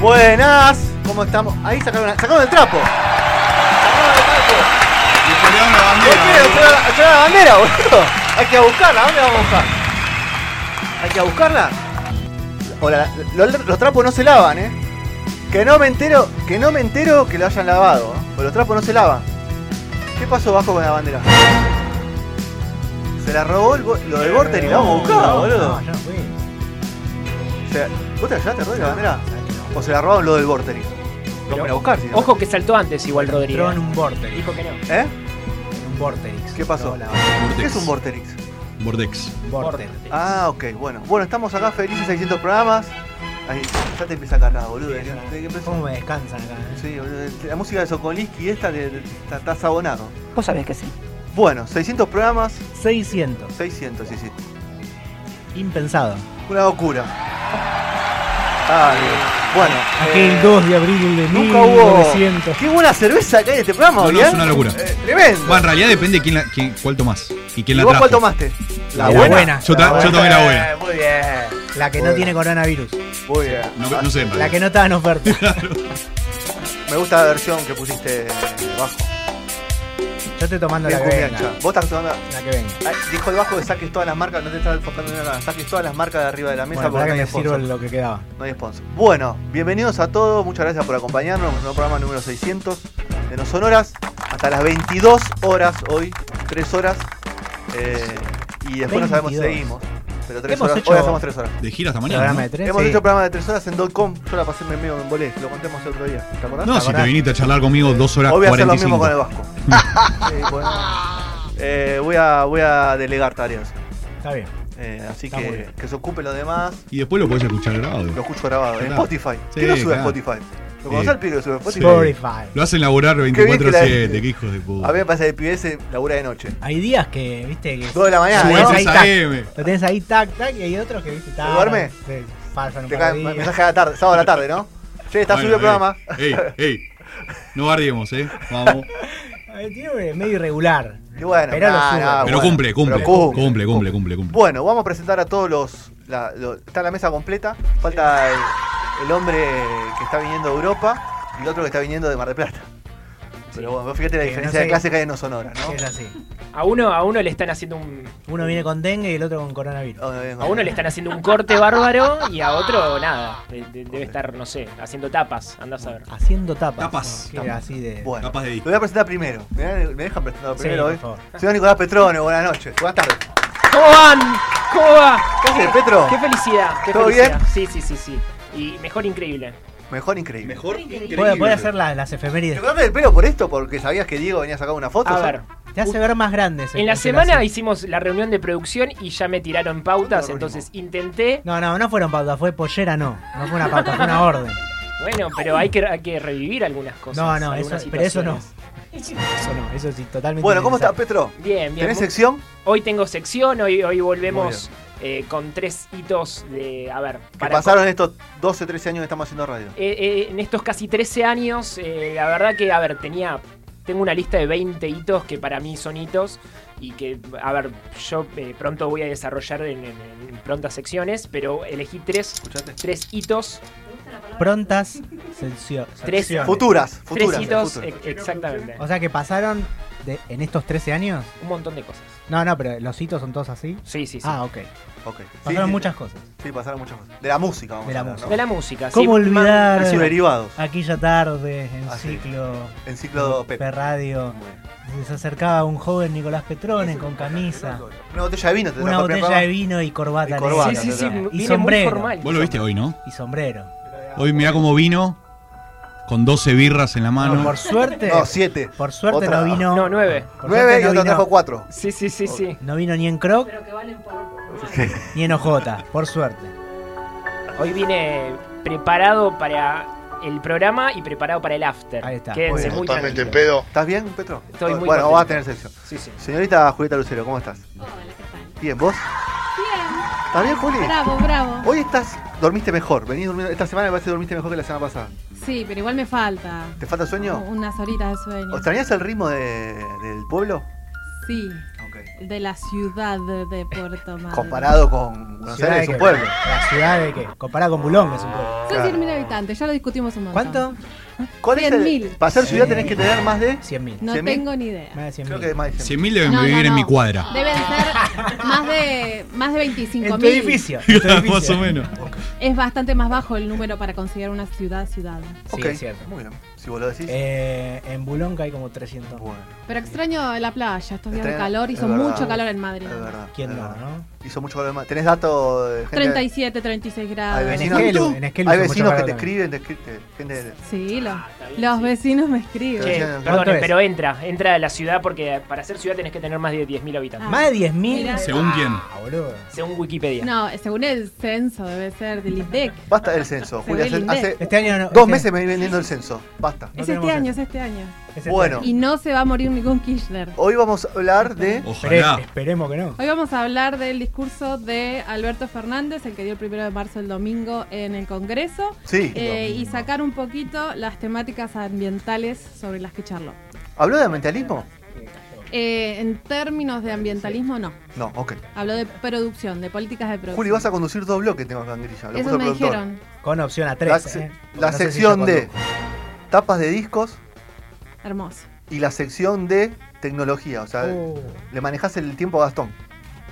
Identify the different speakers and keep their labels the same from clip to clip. Speaker 1: Buenas, ¿cómo estamos? Ahí sacaron, sacaron el trapo. Sacaron el trapo.
Speaker 2: Y pelearon la
Speaker 1: ¿Por qué?
Speaker 2: bandera.
Speaker 1: ¿Otra, otra la bandera, boludo? Hay que ir a buscarla, ¿a dónde vamos a buscar? ¿Hay que ir a buscarla? O la- lo- los, trapos no se lavan, ¿eh? Que no me entero, que no me entero que lo hayan lavado, ¿eh? Porque los trapos no se lavan. ¿Qué pasó bajo con la bandera? Se la robó el, bo- lo del Vorter y la vamos a buscar, boludo.
Speaker 3: No, yo no fui.
Speaker 1: O sea, ¿Vos te la llevaste, Rodri, la bandera? ¿O se la robaron lo del Vorter? Lo van a buscar, si no.
Speaker 4: Ojo que saltó antes igual Rodríguez.
Speaker 3: Entró en un vorterix.
Speaker 4: Dijo que no.
Speaker 1: ¿Eh?
Speaker 3: En un vorterix.
Speaker 1: ¿Qué pasó?
Speaker 3: No, la-
Speaker 1: ¿Qué es un Vorterix?
Speaker 2: Bordex.
Speaker 3: vorterix.
Speaker 1: Ah, ok, bueno. Bueno, estamos acá felices 600 programas. Ahí, ya te empieza a cargar, boludo.
Speaker 3: Sí, ya.
Speaker 1: Tenés que empezar.
Speaker 3: ¿Cómo me descansan acá? eh?
Speaker 1: Sí, boludo. La música de Sokolinsky esta de- de- está, está sabonado.
Speaker 5: Vos sabés que sí.
Speaker 1: Bueno, 600 programas,
Speaker 3: 600.
Speaker 1: 600, sí, sí.
Speaker 3: Impensado.
Speaker 1: Una locura. Ah, bien. bueno.
Speaker 3: Aquel
Speaker 1: eh,
Speaker 3: 2 de abril de
Speaker 1: Nunca hubo.
Speaker 3: 1900.
Speaker 1: Qué buena cerveza que hay en este programa,
Speaker 2: No, no,
Speaker 1: Orián.
Speaker 2: es una locura.
Speaker 1: Eh, tremendo.
Speaker 2: Bueno, en realidad depende quién la, quién, cuál tomás y quién
Speaker 1: ¿Y
Speaker 2: la
Speaker 1: vos
Speaker 2: trajo.
Speaker 1: cuál tomaste?
Speaker 3: La buena.
Speaker 2: Yo, ta- yo tomé la buena.
Speaker 1: Eh, Muy bien.
Speaker 3: La que
Speaker 1: Bueno.
Speaker 3: no tiene coronavirus.
Speaker 1: Muy bien.
Speaker 2: No, no sé, en
Speaker 3: La
Speaker 2: realidad.
Speaker 3: que no estaba en oferta.
Speaker 1: Me gusta la versión que pusiste eh, bajo.
Speaker 3: Yo estoy tomando
Speaker 1: Bien
Speaker 3: la que venga.
Speaker 1: cumbiancha. Vos estás tomando.
Speaker 3: La que venga.
Speaker 1: Ay, Dijo el bajo que saques todas las marcas, no te estaba enfocando en nada, saques todas las marcas de arriba de la mesa
Speaker 3: Bueno, para
Speaker 1: porque no
Speaker 3: que
Speaker 1: hay,
Speaker 3: me sirvo
Speaker 1: sponsor,
Speaker 3: lo que quedaba.
Speaker 1: no hay sponsor. Bueno, bienvenidos a todos, muchas gracias por acompañarnos, en nuestro programa número 600 de No Sonoras, hasta las 22 horas hoy, 3 horas, eh, y después no sabemos si
Speaker 3: 22.
Speaker 1: seguimos, pero 3
Speaker 3: Hemos
Speaker 1: horas,
Speaker 3: hecho-
Speaker 1: hoy hacemos 3 horas.
Speaker 2: De gira hasta mañana.
Speaker 3: Programa
Speaker 2: ¿no?
Speaker 3: de tres.
Speaker 1: Hemos
Speaker 3: sí.
Speaker 1: hecho programa de 3 horas en .com, yo la pasé en medio en volé, lo contamos el otro día, ¿te acordás?
Speaker 2: No, si te
Speaker 3: acordás?
Speaker 2: viniste a charlar conmigo dos horas
Speaker 1: Hoy voy a hacer lo mismo
Speaker 2: 45.
Speaker 1: con el Vasco. Sí, bueno. Eh, voy, a, voy a delegar tareas,
Speaker 3: Está bien.
Speaker 1: eh, así
Speaker 3: Está muy
Speaker 1: que
Speaker 3: bien.
Speaker 1: que se ocupe los demás.
Speaker 2: Y después lo podés escuchar grabado.
Speaker 1: Lo escucho grabado en
Speaker 2: Claro.
Speaker 1: Spotify.
Speaker 2: Sí,
Speaker 1: ¿Quién lo sube
Speaker 2: claro.
Speaker 1: a Spotify? ¿Lo conocés al pibe que sube a Spotify?
Speaker 2: Sí.
Speaker 3: Spotify.
Speaker 2: Lo hacen laburar
Speaker 1: Qué bien que la-
Speaker 2: 24-7, qué hijos de puta.
Speaker 1: A mí me pasa que el pibe ese labura de noche.
Speaker 3: Hay días que, viste, que.
Speaker 1: Dos de la mañana,
Speaker 3: Lo
Speaker 1: ¿no?
Speaker 3: tenés
Speaker 2: Sube
Speaker 3: ahí,
Speaker 2: esa
Speaker 3: tac.
Speaker 2: M.
Speaker 3: Lo tenés ahí, tac, tac, y hay otros que, viste, tardan,
Speaker 1: duerme?
Speaker 3: se Pasan un
Speaker 1: Te
Speaker 3: par
Speaker 1: cae
Speaker 3: de días.
Speaker 1: mensaje a la tarde, sábado a la tarde, ¿no? Che, está subido
Speaker 2: Bueno,
Speaker 1: el programa.
Speaker 2: Ey, ey, ey. No bardiemos, eh. Vamos.
Speaker 3: Eh, Tiene un medio irregular.
Speaker 1: Y bueno,
Speaker 3: Pero lo
Speaker 1: nah,
Speaker 3: sube.
Speaker 1: nah,
Speaker 2: Pero
Speaker 1: Ah, bueno.
Speaker 2: cumple, cumple,
Speaker 1: Pero
Speaker 2: cumple, cumple, cumple, cumple.
Speaker 1: Bueno, vamos a presentar a todos los. la- lo- está la mesa completa. Falta el, el hombre que está viniendo de Europa y el otro que está viniendo de Mar del Plata. Pero bueno, vos fíjate la
Speaker 3: Que no
Speaker 1: diferencia de
Speaker 3: sé-
Speaker 1: clase que hay en Sonora, ¿no?
Speaker 3: Es así.
Speaker 4: A uno, a uno le están haciendo un.
Speaker 3: Uno viene con dengue y el otro con coronavirus.
Speaker 1: Oh, bien,
Speaker 4: A uno le están haciendo un corte bárbaro y a otro nada. De- de- debe estar, no sé, haciendo tapas. Andás a ver.
Speaker 3: Haciendo tapas.
Speaker 2: Tapas.
Speaker 3: Que era así de.
Speaker 1: Bueno,
Speaker 2: Capaz de
Speaker 1: lo
Speaker 2: disco.
Speaker 1: voy a presentar primero. ¿Me dan- me dejan presentar
Speaker 3: Sí,
Speaker 1: primero
Speaker 3: por
Speaker 1: hoy?
Speaker 3: favor.
Speaker 1: Señor Nicolás Petrone, buenas noches. Buenas tardes.
Speaker 4: ¿Cómo van? ¿Cómo va?
Speaker 1: ¿Qué haces, Petro?
Speaker 4: Qué felicidad. Qué
Speaker 1: ¿Todo
Speaker 4: felicidad. Sí, sí, sí, sí. Y mejor increíble.
Speaker 1: Mejor increíble.
Speaker 2: Mejor
Speaker 3: Puede, puede hacer la- las
Speaker 1: ¿Te
Speaker 3: efemérides.
Speaker 1: cortaste el pelo por esto? Porque sabías que Diego venía a sacar una foto.
Speaker 4: A
Speaker 1: ¿sabes?
Speaker 4: ver.
Speaker 3: Te hace ver más grande. ese-
Speaker 4: En la
Speaker 3: ese
Speaker 4: semana
Speaker 3: láser.
Speaker 4: hicimos la reunión de producción y ya me tiraron pautas,
Speaker 1: Otro
Speaker 4: entonces intenté.
Speaker 3: No, no, no fueron pautas, fue pollera, no. No fue una pauta, fue una orden.
Speaker 4: Bueno, pero hay que, hay que revivir algunas cosas.
Speaker 3: No, no, eso,
Speaker 4: algunas
Speaker 3: pero eso no.
Speaker 4: situaciones.
Speaker 3: Eso no, eso sí, totalmente.
Speaker 1: Bueno, ¿cómo estás,
Speaker 3: innecesario.
Speaker 1: Petro?
Speaker 4: Bien, bien.
Speaker 1: ¿Tenés sección?
Speaker 4: Hoy tengo sección, hoy, hoy volvemos eh, con tres hitos de. A ver,
Speaker 1: Que
Speaker 4: para-
Speaker 1: pasaron estos 12, 13 años que estamos haciendo radio.
Speaker 4: eh, eh, en estos casi 13 años, eh, la verdad que, a ver, tenía. Tengo una lista de 20 hitos que para mí son hitos y que, a ver, yo eh, pronto voy a desarrollar en, en- en prontas secciones, pero elegí tres,
Speaker 1: ¿Escuchaste?
Speaker 4: tres hitos,
Speaker 3: Prontas sencio-
Speaker 4: Tres
Speaker 3: secciones.
Speaker 1: Futuras, futuras.
Speaker 4: tres hitos,
Speaker 1: futuras.
Speaker 4: e- exactamente.
Speaker 3: O sea que pasaron de- en estos 13 años.
Speaker 4: Un montón de cosas.
Speaker 3: No, no, pero los hitos son todos así.
Speaker 4: Sí, sí, sí.
Speaker 3: Ah, ok.
Speaker 1: Ok. Sí,
Speaker 3: Pasaron
Speaker 1: sí,
Speaker 3: muchas cosas.
Speaker 1: Sí, pasaron muchas cosas. De la música, vamos
Speaker 3: De la
Speaker 1: a hablar,
Speaker 3: música.
Speaker 1: ¿no?
Speaker 4: De la música.
Speaker 3: ¿Cómo
Speaker 4: sí, man-
Speaker 3: olvidar?
Speaker 1: Y sus derivados.
Speaker 3: Aquella tarde, en
Speaker 1: Ah, sí.
Speaker 3: ciclo.
Speaker 1: En ciclo Pep.
Speaker 3: Perradio.
Speaker 1: Muy bien.
Speaker 3: Se acercaba un joven Nicolás Petrone con camisa,
Speaker 1: Una botella de vino te
Speaker 3: una
Speaker 1: trajo el
Speaker 3: botella
Speaker 1: programa.
Speaker 3: de vino y corbata.
Speaker 1: Y
Speaker 3: le
Speaker 1: corbata,
Speaker 4: Sí, sí,
Speaker 3: decía.
Speaker 4: sí.
Speaker 1: Y
Speaker 4: viene
Speaker 3: sombrero.
Speaker 4: Muy formal.
Speaker 2: Vos lo viste hoy, ¿no?
Speaker 3: Y sombrero.
Speaker 2: Hoy mirá cómo vino con 12 birras en la
Speaker 3: No,
Speaker 2: mano.
Speaker 3: por suerte,
Speaker 1: No, siete.
Speaker 3: por suerte
Speaker 1: Otra.
Speaker 3: no vino.
Speaker 4: No, nueve.
Speaker 3: por
Speaker 1: Nueve
Speaker 3: suerte
Speaker 1: y
Speaker 3: no
Speaker 1: otro
Speaker 3: vino-
Speaker 1: trajo cuatro.
Speaker 4: Sí, sí, sí, sí.
Speaker 3: No vino ni en Croc. Ni en OJ, por suerte.
Speaker 4: Hoy vine preparado para el programa y preparado para el after.
Speaker 3: Ahí está.
Speaker 4: Quédense
Speaker 1: Muy
Speaker 4: muy
Speaker 6: Totalmente en
Speaker 4: tranquilos.
Speaker 6: pedo.
Speaker 1: ¿Estás bien, Petro?
Speaker 4: Estoy muy
Speaker 1: Bueno,
Speaker 4: contento.
Speaker 1: vas a tener sección.
Speaker 4: Sí, sí.
Speaker 1: Señorita Julieta Lucero, ¿cómo estás?
Speaker 7: Hola, ¿qué tal?
Speaker 1: Bien, ¿vos?
Speaker 7: Bien,
Speaker 1: ¿Estás Ah, bien, Juli?
Speaker 7: bravo, bravo.
Speaker 1: Hoy estás, dormiste mejor. Venís durmiendo. Esta semana me parece que dormiste mejor que la semana pasada.
Speaker 7: Sí, pero igual me falta.
Speaker 1: ¿Te falta sueño?
Speaker 7: Unas horitas de sueño.
Speaker 1: ¿O ¿Extrañas el ritmo de- del pueblo?
Speaker 7: Sí,
Speaker 3: Ok.
Speaker 1: Ok.
Speaker 7: de la ciudad de Puerto Madryn.
Speaker 1: Comparado con Buenos
Speaker 3: Ciudad de
Speaker 1: Aires, es un
Speaker 3: qué?
Speaker 1: pueblo.
Speaker 3: ¿La ciudad de qué? Comparada con Bulón, que es un pueblo.
Speaker 7: Son
Speaker 1: Claro.
Speaker 7: 100.000 habitantes, ya lo discutimos un montón.
Speaker 3: ¿Cuánto?
Speaker 1: ¿Cuál es el,
Speaker 7: 100.000.
Speaker 1: para ser ciudad tenés
Speaker 3: Sí.
Speaker 1: que tener más de...
Speaker 3: 100.000.
Speaker 7: No
Speaker 1: 100.000?
Speaker 7: tengo ni idea.
Speaker 3: Más de 100.000.
Speaker 1: Creo que más de 100.000.
Speaker 2: 100.000 deben
Speaker 7: No, no,
Speaker 2: vivir en
Speaker 7: no.
Speaker 2: mi cuadra.
Speaker 7: Deben ser más de, más de 25
Speaker 3: En tu
Speaker 7: mil.
Speaker 3: edificio. en tu edificio.
Speaker 2: Más o menos.
Speaker 7: Es bastante más bajo el número para considerar una ciudad ciudad.
Speaker 3: Sí,
Speaker 1: Ok,
Speaker 3: es cierto.
Speaker 1: Muy bien. Si vos lo decís.
Speaker 3: Eh, en Bulón hay como 300.
Speaker 1: bueno.
Speaker 7: Pero extraño la playa, estos días de
Speaker 1: Extraño-
Speaker 7: calor, hizo
Speaker 1: es verdad,
Speaker 7: mucho calor en Madrid.
Speaker 1: Es verdad.
Speaker 3: ¿Quién
Speaker 1: es
Speaker 3: no,
Speaker 1: verdad.
Speaker 3: no?
Speaker 1: Eh, Hizo mucho calor. de más. ¿Tenés datos de gente?
Speaker 7: 37, 36
Speaker 1: Hay
Speaker 7: grados.
Speaker 1: vecinos,
Speaker 3: En Esquelu, en Esquelu
Speaker 1: hay
Speaker 3: hizo mucho
Speaker 1: vecinos que
Speaker 3: calor
Speaker 1: te
Speaker 3: también.
Speaker 1: escriben, te escri- te- gente de-
Speaker 7: Sí, lo-
Speaker 4: Ah, está bien,
Speaker 7: los
Speaker 4: sí.
Speaker 7: vecinos me
Speaker 1: Pero
Speaker 4: Che,
Speaker 7: escriben.
Speaker 1: decían, ¿cuánto
Speaker 4: perdone,
Speaker 3: es?
Speaker 4: pero entra, entra a la ciudad porque para ser ciudad tenés que tener más de 10.000 habitantes.
Speaker 3: Más de 10.000.
Speaker 7: Ah. Mirá.
Speaker 2: Según quién.
Speaker 3: Ah, boludo.
Speaker 4: Según Wikipedia.
Speaker 7: No, según el censo debe ser del IDEC.
Speaker 1: Basta del censo,
Speaker 7: Se
Speaker 1: Julia.
Speaker 7: ve
Speaker 1: hace-
Speaker 7: lindo.
Speaker 1: Hace
Speaker 3: Este año no.
Speaker 1: dos
Speaker 3: este-
Speaker 1: meses me vi vendiendo el censo. Basta.
Speaker 3: No
Speaker 7: es
Speaker 3: tenemos
Speaker 7: este año, es
Speaker 3: censo.
Speaker 7: este año.
Speaker 3: es este
Speaker 1: Bueno.
Speaker 3: año.
Speaker 7: Y no se va a morir ningún Kirchner.
Speaker 1: Hoy vamos a hablar de.
Speaker 3: Espere-
Speaker 2: Ojalá.
Speaker 3: esperemos que no.
Speaker 7: Hoy vamos a hablar del discurso de Alberto Fernández, el que dio el primero de marzo el domingo en el Congreso,
Speaker 1: Sí.
Speaker 7: eh, y sacar un poquito las temáticas ambientales sobre las que charló.
Speaker 1: ¿Habló de ambientalismo?
Speaker 7: Eh, en términos de ambientalismo, no.
Speaker 1: No, ok.
Speaker 7: Habló de producción, de políticas de producción.
Speaker 1: Juli, vas a conducir dos bloques, tengo acá en grilla. Lo puso
Speaker 7: Eso
Speaker 1: el
Speaker 7: me
Speaker 1: productor.
Speaker 7: dijeron.
Speaker 3: Con opción a eh. 3.
Speaker 1: La, se- la sección de tapas de discos
Speaker 7: Hermoso.
Speaker 1: y la sección de tecnología. O sea,
Speaker 3: Oh.
Speaker 1: le manejás el tiempo a Gastón.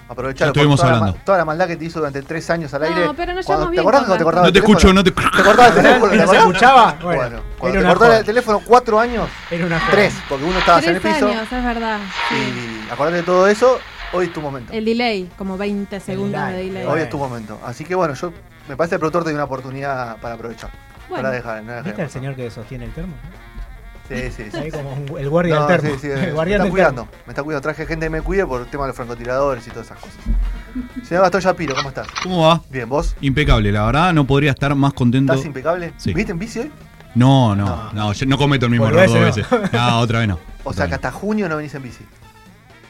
Speaker 1: Aprovechalo.
Speaker 2: Ya estuvimos
Speaker 1: toda, la ma-
Speaker 2: hablando.
Speaker 1: toda la maldad que te hizo durante tres años al aire.
Speaker 7: No, pero nos
Speaker 1: Cuando- ¿Te
Speaker 7: llevamos bien
Speaker 1: acordás
Speaker 7: con
Speaker 1: cuando te
Speaker 7: Gastón.
Speaker 1: cortaba
Speaker 2: No te
Speaker 1: el
Speaker 2: escucho,
Speaker 1: teléfono?
Speaker 2: no te.
Speaker 1: ¿Te cortaba el teléfono? ¿Te
Speaker 3: ¿No se
Speaker 1: acordás?
Speaker 3: escuchaba?
Speaker 1: Bueno,
Speaker 3: Bueno,
Speaker 1: cuando te
Speaker 3: era,
Speaker 1: cortaba
Speaker 3: una
Speaker 1: el teléfono cuatro años,
Speaker 3: era una joda.
Speaker 1: tres, porque uno estabas en el
Speaker 7: Tres
Speaker 1: piso.
Speaker 7: años, es verdad. sí.
Speaker 1: Y acordate de todo eso, hoy es tu momento.
Speaker 7: El delay, como 20 segundos de
Speaker 3: delay.
Speaker 7: delay.
Speaker 1: Hoy
Speaker 3: Bueno.
Speaker 1: es tu momento. Así que bueno, yo me parece que el productor tiene una oportunidad para aprovechar.
Speaker 7: Bueno.
Speaker 1: Para dejar, no
Speaker 3: ¿Viste
Speaker 1: dejar.
Speaker 3: al señor que sostiene el termo?
Speaker 1: Sí, sí, sí.
Speaker 3: Ahí como un- el guardia
Speaker 1: No,
Speaker 3: del
Speaker 1: sí,
Speaker 3: termo.
Speaker 1: sí,
Speaker 3: el
Speaker 1: me
Speaker 3: guardián
Speaker 1: está
Speaker 3: del
Speaker 1: cuidando, me está cuidando. Traje gente que me cuide por el tema de los francotiradores y todas esas cosas. Señor Gastón Shapiro, ¿cómo estás?
Speaker 2: ¿Cómo va?
Speaker 1: Bien, ¿vos?
Speaker 2: Impecable, la verdad, no podría estar más contento.
Speaker 1: ¿Estás impecable?
Speaker 2: Sí.
Speaker 1: ¿Viste en bici hoy?
Speaker 2: No, no, no, yo no cometo el mismo
Speaker 3: Por
Speaker 2: error dos
Speaker 3: veces,
Speaker 2: veces. No, otra vez no.
Speaker 1: O
Speaker 2: Otra
Speaker 1: sea
Speaker 2: vez
Speaker 1: que hasta junio no venís en bici.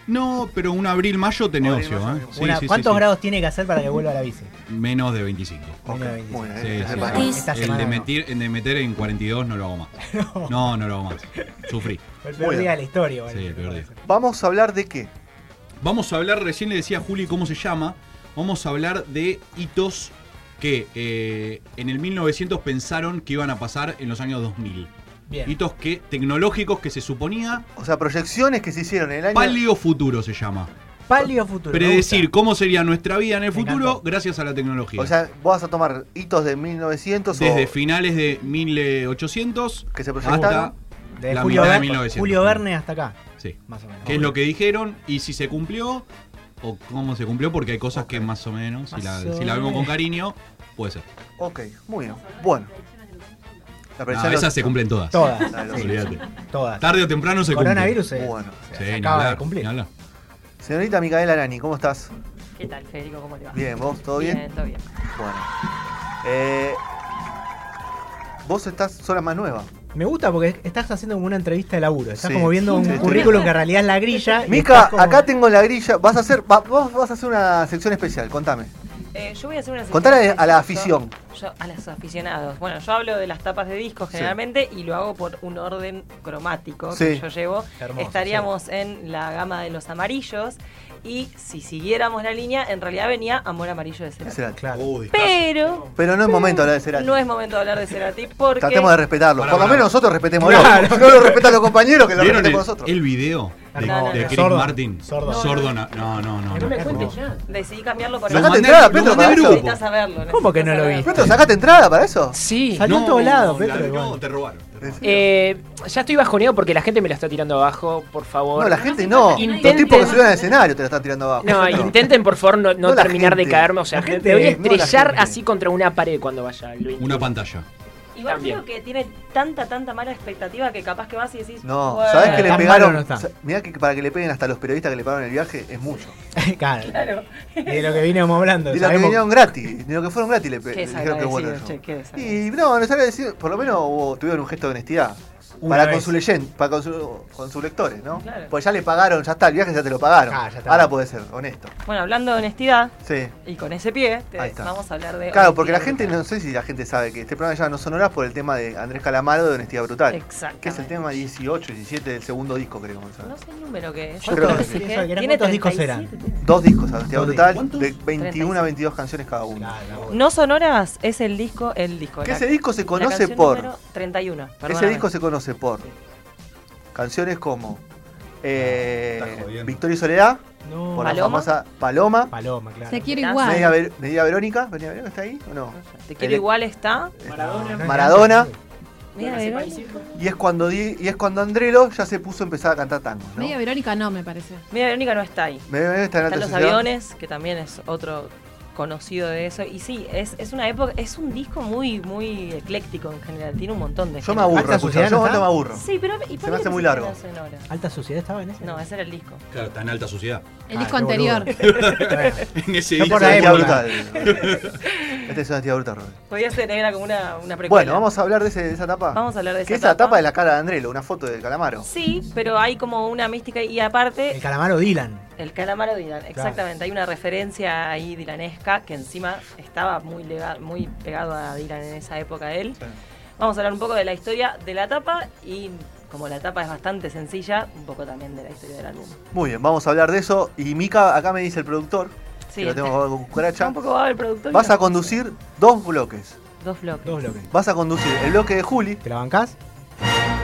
Speaker 2: No, pero un abril, mayo te
Speaker 1: Abril,
Speaker 2: negocio,
Speaker 1: mayo,
Speaker 2: ¿eh?
Speaker 1: tenemos.
Speaker 2: Sí,
Speaker 3: Una-
Speaker 2: sí, sí,
Speaker 3: ¿Cuántos
Speaker 2: sí.
Speaker 3: grados tiene que hacer para que vuelva a la bici?
Speaker 2: Menos de 25.
Speaker 1: Ok,
Speaker 3: Junio de
Speaker 1: muy bien.
Speaker 2: Sí,
Speaker 1: eh,
Speaker 2: sí,
Speaker 1: sepa-
Speaker 2: sí.
Speaker 3: Esta
Speaker 2: El
Speaker 3: semana
Speaker 2: de,
Speaker 3: no.
Speaker 2: meter, el de meter en 42 no lo hago más. No, no lo hago más. Sufrí.
Speaker 3: Fue el peor
Speaker 1: Muy
Speaker 3: día
Speaker 1: bien.
Speaker 3: de la historia. bueno.
Speaker 2: Sí, el peor día.
Speaker 1: Vamos a hablar de qué.
Speaker 2: Vamos a hablar, recién le decía a Juli cómo se llama. Vamos a hablar de hitos que eh, en el 1900 pensaron que iban a pasar en los años 2000.
Speaker 3: Bien.
Speaker 2: Hitos que, tecnológicos que se suponía.
Speaker 1: O sea, proyecciones que se hicieron en el año.
Speaker 2: Paleo futuro se llama.
Speaker 3: Palio futuro. me
Speaker 2: Predecir
Speaker 3: gusta.
Speaker 2: cómo sería nuestra vida en el
Speaker 3: Me
Speaker 2: futuro
Speaker 3: encantó.
Speaker 2: gracias a la tecnología.
Speaker 1: O sea, vos vas a tomar hitos de 1900 o-
Speaker 2: Desde finales de 1800
Speaker 1: que se
Speaker 2: hasta
Speaker 1: proyectaron.
Speaker 3: De
Speaker 2: la
Speaker 3: Julio,
Speaker 2: mitad de
Speaker 3: Verne-
Speaker 2: 1900.
Speaker 3: Julio Verne hasta acá,
Speaker 2: sí,
Speaker 3: más o menos.
Speaker 2: qué es lo que dijeron y si se cumplió o cómo se cumplió, porque hay cosas que más o menos, si la,
Speaker 3: Más o
Speaker 2: si la vemos con
Speaker 3: menos.
Speaker 2: cariño, puede ser.
Speaker 1: Ok, muy bien. Bueno. La
Speaker 2: No,
Speaker 1: predicción de
Speaker 2: esas
Speaker 1: los-
Speaker 2: se cumplen todas.
Speaker 3: Todas.
Speaker 1: La de los-
Speaker 3: sí,
Speaker 2: Olvídate.
Speaker 3: todas.
Speaker 2: Tarde o temprano se cumplen.
Speaker 3: Coronavirus se,
Speaker 1: Bueno.
Speaker 3: se-
Speaker 2: Sí,
Speaker 3: se
Speaker 2: ni
Speaker 3: acaba
Speaker 2: hablar,
Speaker 3: de cumplir.
Speaker 2: ni hablar.
Speaker 1: Señorita Micaela Arani, ¿cómo estás?
Speaker 8: ¿Qué tal, Federico? ¿Cómo te va?
Speaker 1: Bien, ¿vos? ¿Todo bien?
Speaker 8: Bien, todo bien.
Speaker 1: Bueno. Eh, vos estás sola más nueva.
Speaker 3: Me gusta porque estás haciendo como una entrevista de laburo. Estás
Speaker 1: Sí,
Speaker 3: como viendo
Speaker 1: sí,
Speaker 3: un
Speaker 1: sí, sí.
Speaker 3: currículum que en realidad es la grilla. y
Speaker 1: Mica,
Speaker 3: estás como-
Speaker 1: acá tengo la grilla. Vas a hacer, va- vos vas a hacer una sección especial, contame.
Speaker 8: Eh, yo voy a hacer una
Speaker 1: Contale
Speaker 8: sección
Speaker 1: a la
Speaker 8: de-
Speaker 1: afición.
Speaker 8: yo- a los aficionados. Bueno, yo hablo de las tapas de discos generalmente y lo hago por un orden cromático
Speaker 1: Sí.
Speaker 8: que yo llevo.
Speaker 3: Hermoso,
Speaker 8: Estaríamos en la gama de los amarillos y si siguiéramos la línea, en realidad venía Amor Amarillo de Cerati.
Speaker 1: Cerati.
Speaker 3: Claro.
Speaker 8: Pero
Speaker 1: Pero no es momento de hablar de Cerati.
Speaker 8: no es momento de hablar de Cerati porque...
Speaker 1: Tratemos de respetarlo.
Speaker 2: Pará,
Speaker 1: Por lo
Speaker 2: pará.
Speaker 1: menos nosotros respetemos.
Speaker 3: Claro.
Speaker 1: Si no lo respetan los compañeros, que lo
Speaker 2: ¿Vieron
Speaker 1: respeten
Speaker 2: el,
Speaker 1: nosotros.
Speaker 2: el video de,
Speaker 3: No,
Speaker 8: no,
Speaker 2: de
Speaker 8: no.
Speaker 2: Chris
Speaker 3: Sordo.
Speaker 2: Martin?
Speaker 3: Sordo.
Speaker 2: no, no, no. no.
Speaker 4: No me cuentes
Speaker 3: No.
Speaker 4: ya.
Speaker 8: Decidí cambiarlo por
Speaker 1: Lo
Speaker 8: ahora.
Speaker 1: Sacate entrada,
Speaker 2: lo
Speaker 1: Petro,
Speaker 2: mandé
Speaker 1: para
Speaker 2: al
Speaker 1: eso.
Speaker 2: grupo.
Speaker 8: Necesitas saberlo.
Speaker 3: ¿Cómo que no lo
Speaker 8: necesitas
Speaker 3: viste?
Speaker 1: Pronto, sacate entrada para eso.
Speaker 4: Sí.
Speaker 3: Salió en todos lados,
Speaker 2: la
Speaker 3: Petro,
Speaker 2: vio,
Speaker 3: igual.
Speaker 2: te robaron. te robaron.
Speaker 4: Eh, ya estoy bajoneado porque la gente me lo está tirando abajo, por favor.
Speaker 1: No, la gente no. Los
Speaker 4: Intenten-
Speaker 1: tipos que suben al escenario te la están tirando abajo.
Speaker 4: No,
Speaker 1: Nosotros.
Speaker 4: intenten por favor no, no
Speaker 1: No la
Speaker 4: terminar de
Speaker 1: gente.
Speaker 4: caerme. O sea,
Speaker 3: La
Speaker 4: me-
Speaker 3: gente,
Speaker 4: me voy a
Speaker 3: no la
Speaker 4: estrellar
Speaker 3: gente.
Speaker 4: así contra una pared cuando vaya el 21.
Speaker 2: Una pantalla.
Speaker 8: Igual
Speaker 4: También.
Speaker 8: creo que tiene tanta, tanta mala expectativa que capaz que vas y decís.
Speaker 1: No,
Speaker 8: "Bueno".
Speaker 1: ¿sabés que le
Speaker 3: tan
Speaker 1: pegaron?
Speaker 3: malo no está.
Speaker 1: Sa- Mirá que para que le peguen hasta los periodistas que le pagaron el viaje es mucho.
Speaker 3: claro. Y de lo que vinimos hablando.
Speaker 1: De lo que
Speaker 3: sabemos-
Speaker 1: vinieron gratis, de lo que fueron gratis le, pe-
Speaker 8: Qué
Speaker 1: le dijeron que bueno.
Speaker 8: desagradecido, che, qué desagradecido.
Speaker 1: Y no, no sabía decir, por lo menos hubo- tuvieron un gesto de honestidad.
Speaker 3: Una
Speaker 1: Para con,
Speaker 3: vez.
Speaker 1: su leyen- para con, su, con sus lectores, ¿no?
Speaker 8: Claro.
Speaker 1: Pues ya le pagaron, ya está, el viaje ya te lo pagaron.
Speaker 3: Ah, ya está.
Speaker 1: Ahora puede ser honesto.
Speaker 8: Bueno, hablando de honestidad,
Speaker 1: Sí.
Speaker 8: y con ese pie, te-
Speaker 1: Ahí está.
Speaker 8: vamos a hablar de.
Speaker 1: Claro, porque la gente,
Speaker 8: honestidad
Speaker 1: no sé si la gente sabe que este programa ya no son horas por el tema de Andrés Calamaro de Honestidad Brutal.
Speaker 8: Exactamente.
Speaker 1: Que es el tema 18 y 17 del segundo disco, creo. Gonzalo.
Speaker 8: No sé el número que es.
Speaker 1: Yo creo que
Speaker 8: Yo
Speaker 3: sí.
Speaker 8: dije,
Speaker 3: ¿Cuántos discos
Speaker 8: 37.
Speaker 1: Dos discos, Honestidad
Speaker 3: Dos
Speaker 1: Brutal,
Speaker 2: discos.
Speaker 1: de 21 a 22 canciones cada uno.
Speaker 8: No Sonoras es el disco, el disco.
Speaker 1: Que
Speaker 8: la-
Speaker 1: ese disco se
Speaker 8: la
Speaker 1: conoce
Speaker 8: canción
Speaker 1: por.
Speaker 8: número 31.
Speaker 1: Ese
Speaker 8: perdóname.
Speaker 1: disco se conoce por canciones como eh,
Speaker 2: Estás jodiendo.
Speaker 1: Victoria y Soledad,
Speaker 3: No,
Speaker 1: por
Speaker 8: Paloma.
Speaker 1: la famosa Paloma,
Speaker 3: Paloma, claro.
Speaker 7: Se quiere
Speaker 8: Mirá.
Speaker 7: igual.
Speaker 1: Media, Ver- Media Verónica, ¿Media Verónica está ahí o no? Eh,
Speaker 8: Te quiero igual está.
Speaker 3: No,
Speaker 4: Maradona.
Speaker 3: no,
Speaker 1: Maradona.
Speaker 8: Mira,
Speaker 4: Ese
Speaker 8: Verónica.
Speaker 4: paisito.
Speaker 1: Y es cuando Di- y es cuando Andrelo ya se puso a empezar a cantar tango, ¿no?
Speaker 7: Media Verónica no, me parece.
Speaker 8: Mira, Verónica no está ahí.
Speaker 1: Media Verónica está en alta
Speaker 8: Están los
Speaker 1: sociedad.
Speaker 8: aviones, que también es otro conocido de eso. Y sí, es, es una época, es un disco muy, muy ecléctico en general. Tiene un montón de
Speaker 1: Yo me
Speaker 8: géneros.
Speaker 1: aburro,
Speaker 3: Alta
Speaker 1: escuchá, yo
Speaker 3: sociedad no
Speaker 1: no me
Speaker 3: está.
Speaker 1: aburro.
Speaker 8: Sí, pero ¿y por
Speaker 1: Se me
Speaker 8: qué
Speaker 1: hace
Speaker 8: no
Speaker 1: muy
Speaker 8: se
Speaker 1: largo.
Speaker 8: hacen ahora?
Speaker 3: ¿Alta sociedad estaba en ese?
Speaker 8: No, ese era el disco.
Speaker 2: Claro, está en alta sociedad.
Speaker 7: El
Speaker 3: Ah,
Speaker 7: disco
Speaker 3: qué boludo.
Speaker 7: anterior.
Speaker 3: Bueno,
Speaker 2: En ese
Speaker 3: Yo
Speaker 2: disco.
Speaker 3: por
Speaker 1: Esta
Speaker 3: la
Speaker 1: es Honestidad
Speaker 3: época.
Speaker 1: Brutal. Esta Este es Honestidad Brutal, Robert.
Speaker 8: Podía ser, era como una, una precuela.
Speaker 1: Bueno, vamos a hablar de, ese- de esa tapa.
Speaker 8: Vamos a hablar de
Speaker 1: que
Speaker 8: esa
Speaker 1: es la
Speaker 8: etapa.
Speaker 1: tapa de la cara de Andrelo, una foto de Calamaro.
Speaker 8: Sí, pero hay como una mística y aparte
Speaker 3: El calamaro Dylan.
Speaker 8: el calamaro Dylan, exactamente, hay una referencia ahí dilanesca que encima estaba muy, lega- muy pegado a Dylan en esa época él. Vamos a hablar un poco de la historia de la tapa y como la tapa es bastante sencilla, un poco también de la historia del álbum.
Speaker 1: Muy bien, vamos a hablar de eso. Y Mika, acá me dice el productor,
Speaker 8: Sí,
Speaker 1: que lo tengo que hablar con
Speaker 8: está
Speaker 1: cucaracha.
Speaker 8: un poco vago el productor.
Speaker 1: Vas a conducir dos bloques.
Speaker 8: Dos bloques.
Speaker 3: Dos bloques.
Speaker 1: Vas a conducir el bloque de Juli,
Speaker 3: ¿Te la bancás?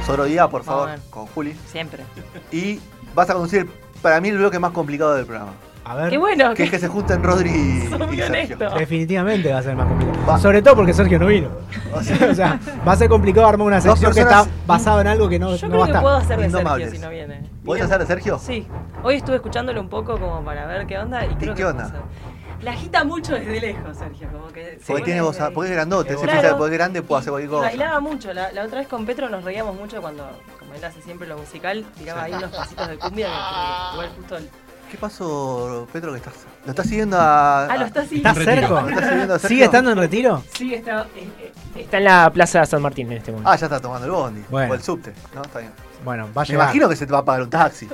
Speaker 1: Sororidad, por favor,
Speaker 8: Vamos a ver.
Speaker 1: con Juli.
Speaker 8: Siempre.
Speaker 1: Y vas a conducir, el- para mí, el bloque más complicado del programa.
Speaker 3: A ver.
Speaker 8: Qué bueno.
Speaker 1: Que es que se junten Rodri y,
Speaker 8: Son
Speaker 1: y
Speaker 8: muy
Speaker 1: Sergio.
Speaker 8: honestos.
Speaker 3: Definitivamente va a ser más complicado.
Speaker 1: Va.
Speaker 3: Sobre todo porque Sergio no vino.
Speaker 1: O sea,
Speaker 3: o sea, va a ser complicado armar una
Speaker 1: Dos
Speaker 3: sección que está
Speaker 1: personas-
Speaker 3: basado en algo que no,
Speaker 8: Yo
Speaker 3: no
Speaker 8: creo
Speaker 3: va a
Speaker 8: que
Speaker 3: estar.
Speaker 8: puedo hacer de Sergio
Speaker 1: Indomables.
Speaker 8: si no viene.
Speaker 1: ¿Podés
Speaker 8: Mirá.
Speaker 1: hacer de Sergio?
Speaker 8: Sí, hoy estuve escuchándolo un poco como para ver qué onda y creo
Speaker 1: qué
Speaker 8: que
Speaker 1: onda?
Speaker 8: pasa. La agita mucho desde lejos, Sergio, como que se
Speaker 1: Porque
Speaker 8: pone
Speaker 1: tiene voz,
Speaker 8: desde-
Speaker 1: porque es grandote,
Speaker 3: Claro.
Speaker 1: se piensa que porque es grande puede hacer cualquier
Speaker 8: y
Speaker 1: cosa.
Speaker 8: bailaba mucho, la, la otra vez con Petro nos reíamos mucho cuando, como él hace siempre lo musical, tiraba ahí unos pasitos de cumbia que- que igual justo el-
Speaker 1: ¿Qué pasó, Petro? Que estás, ¿Lo estás siguiendo a.
Speaker 8: Ah, lo está
Speaker 3: ¿Estás
Speaker 8: siguiendo.
Speaker 3: cerco?
Speaker 1: ¿Lo estás siguiendo a Sergio?
Speaker 3: ¿Sigue estando en retiro?
Speaker 4: Sí, está, eh, eh, está en la plaza de San Martín en este momento.
Speaker 1: Ah, ya está tomando el bondi.
Speaker 3: Bueno.
Speaker 1: O el subte. No, está bien.
Speaker 3: Bueno, va a
Speaker 1: Me
Speaker 3: llegar.
Speaker 1: imagino que se te va a pagar un taxi.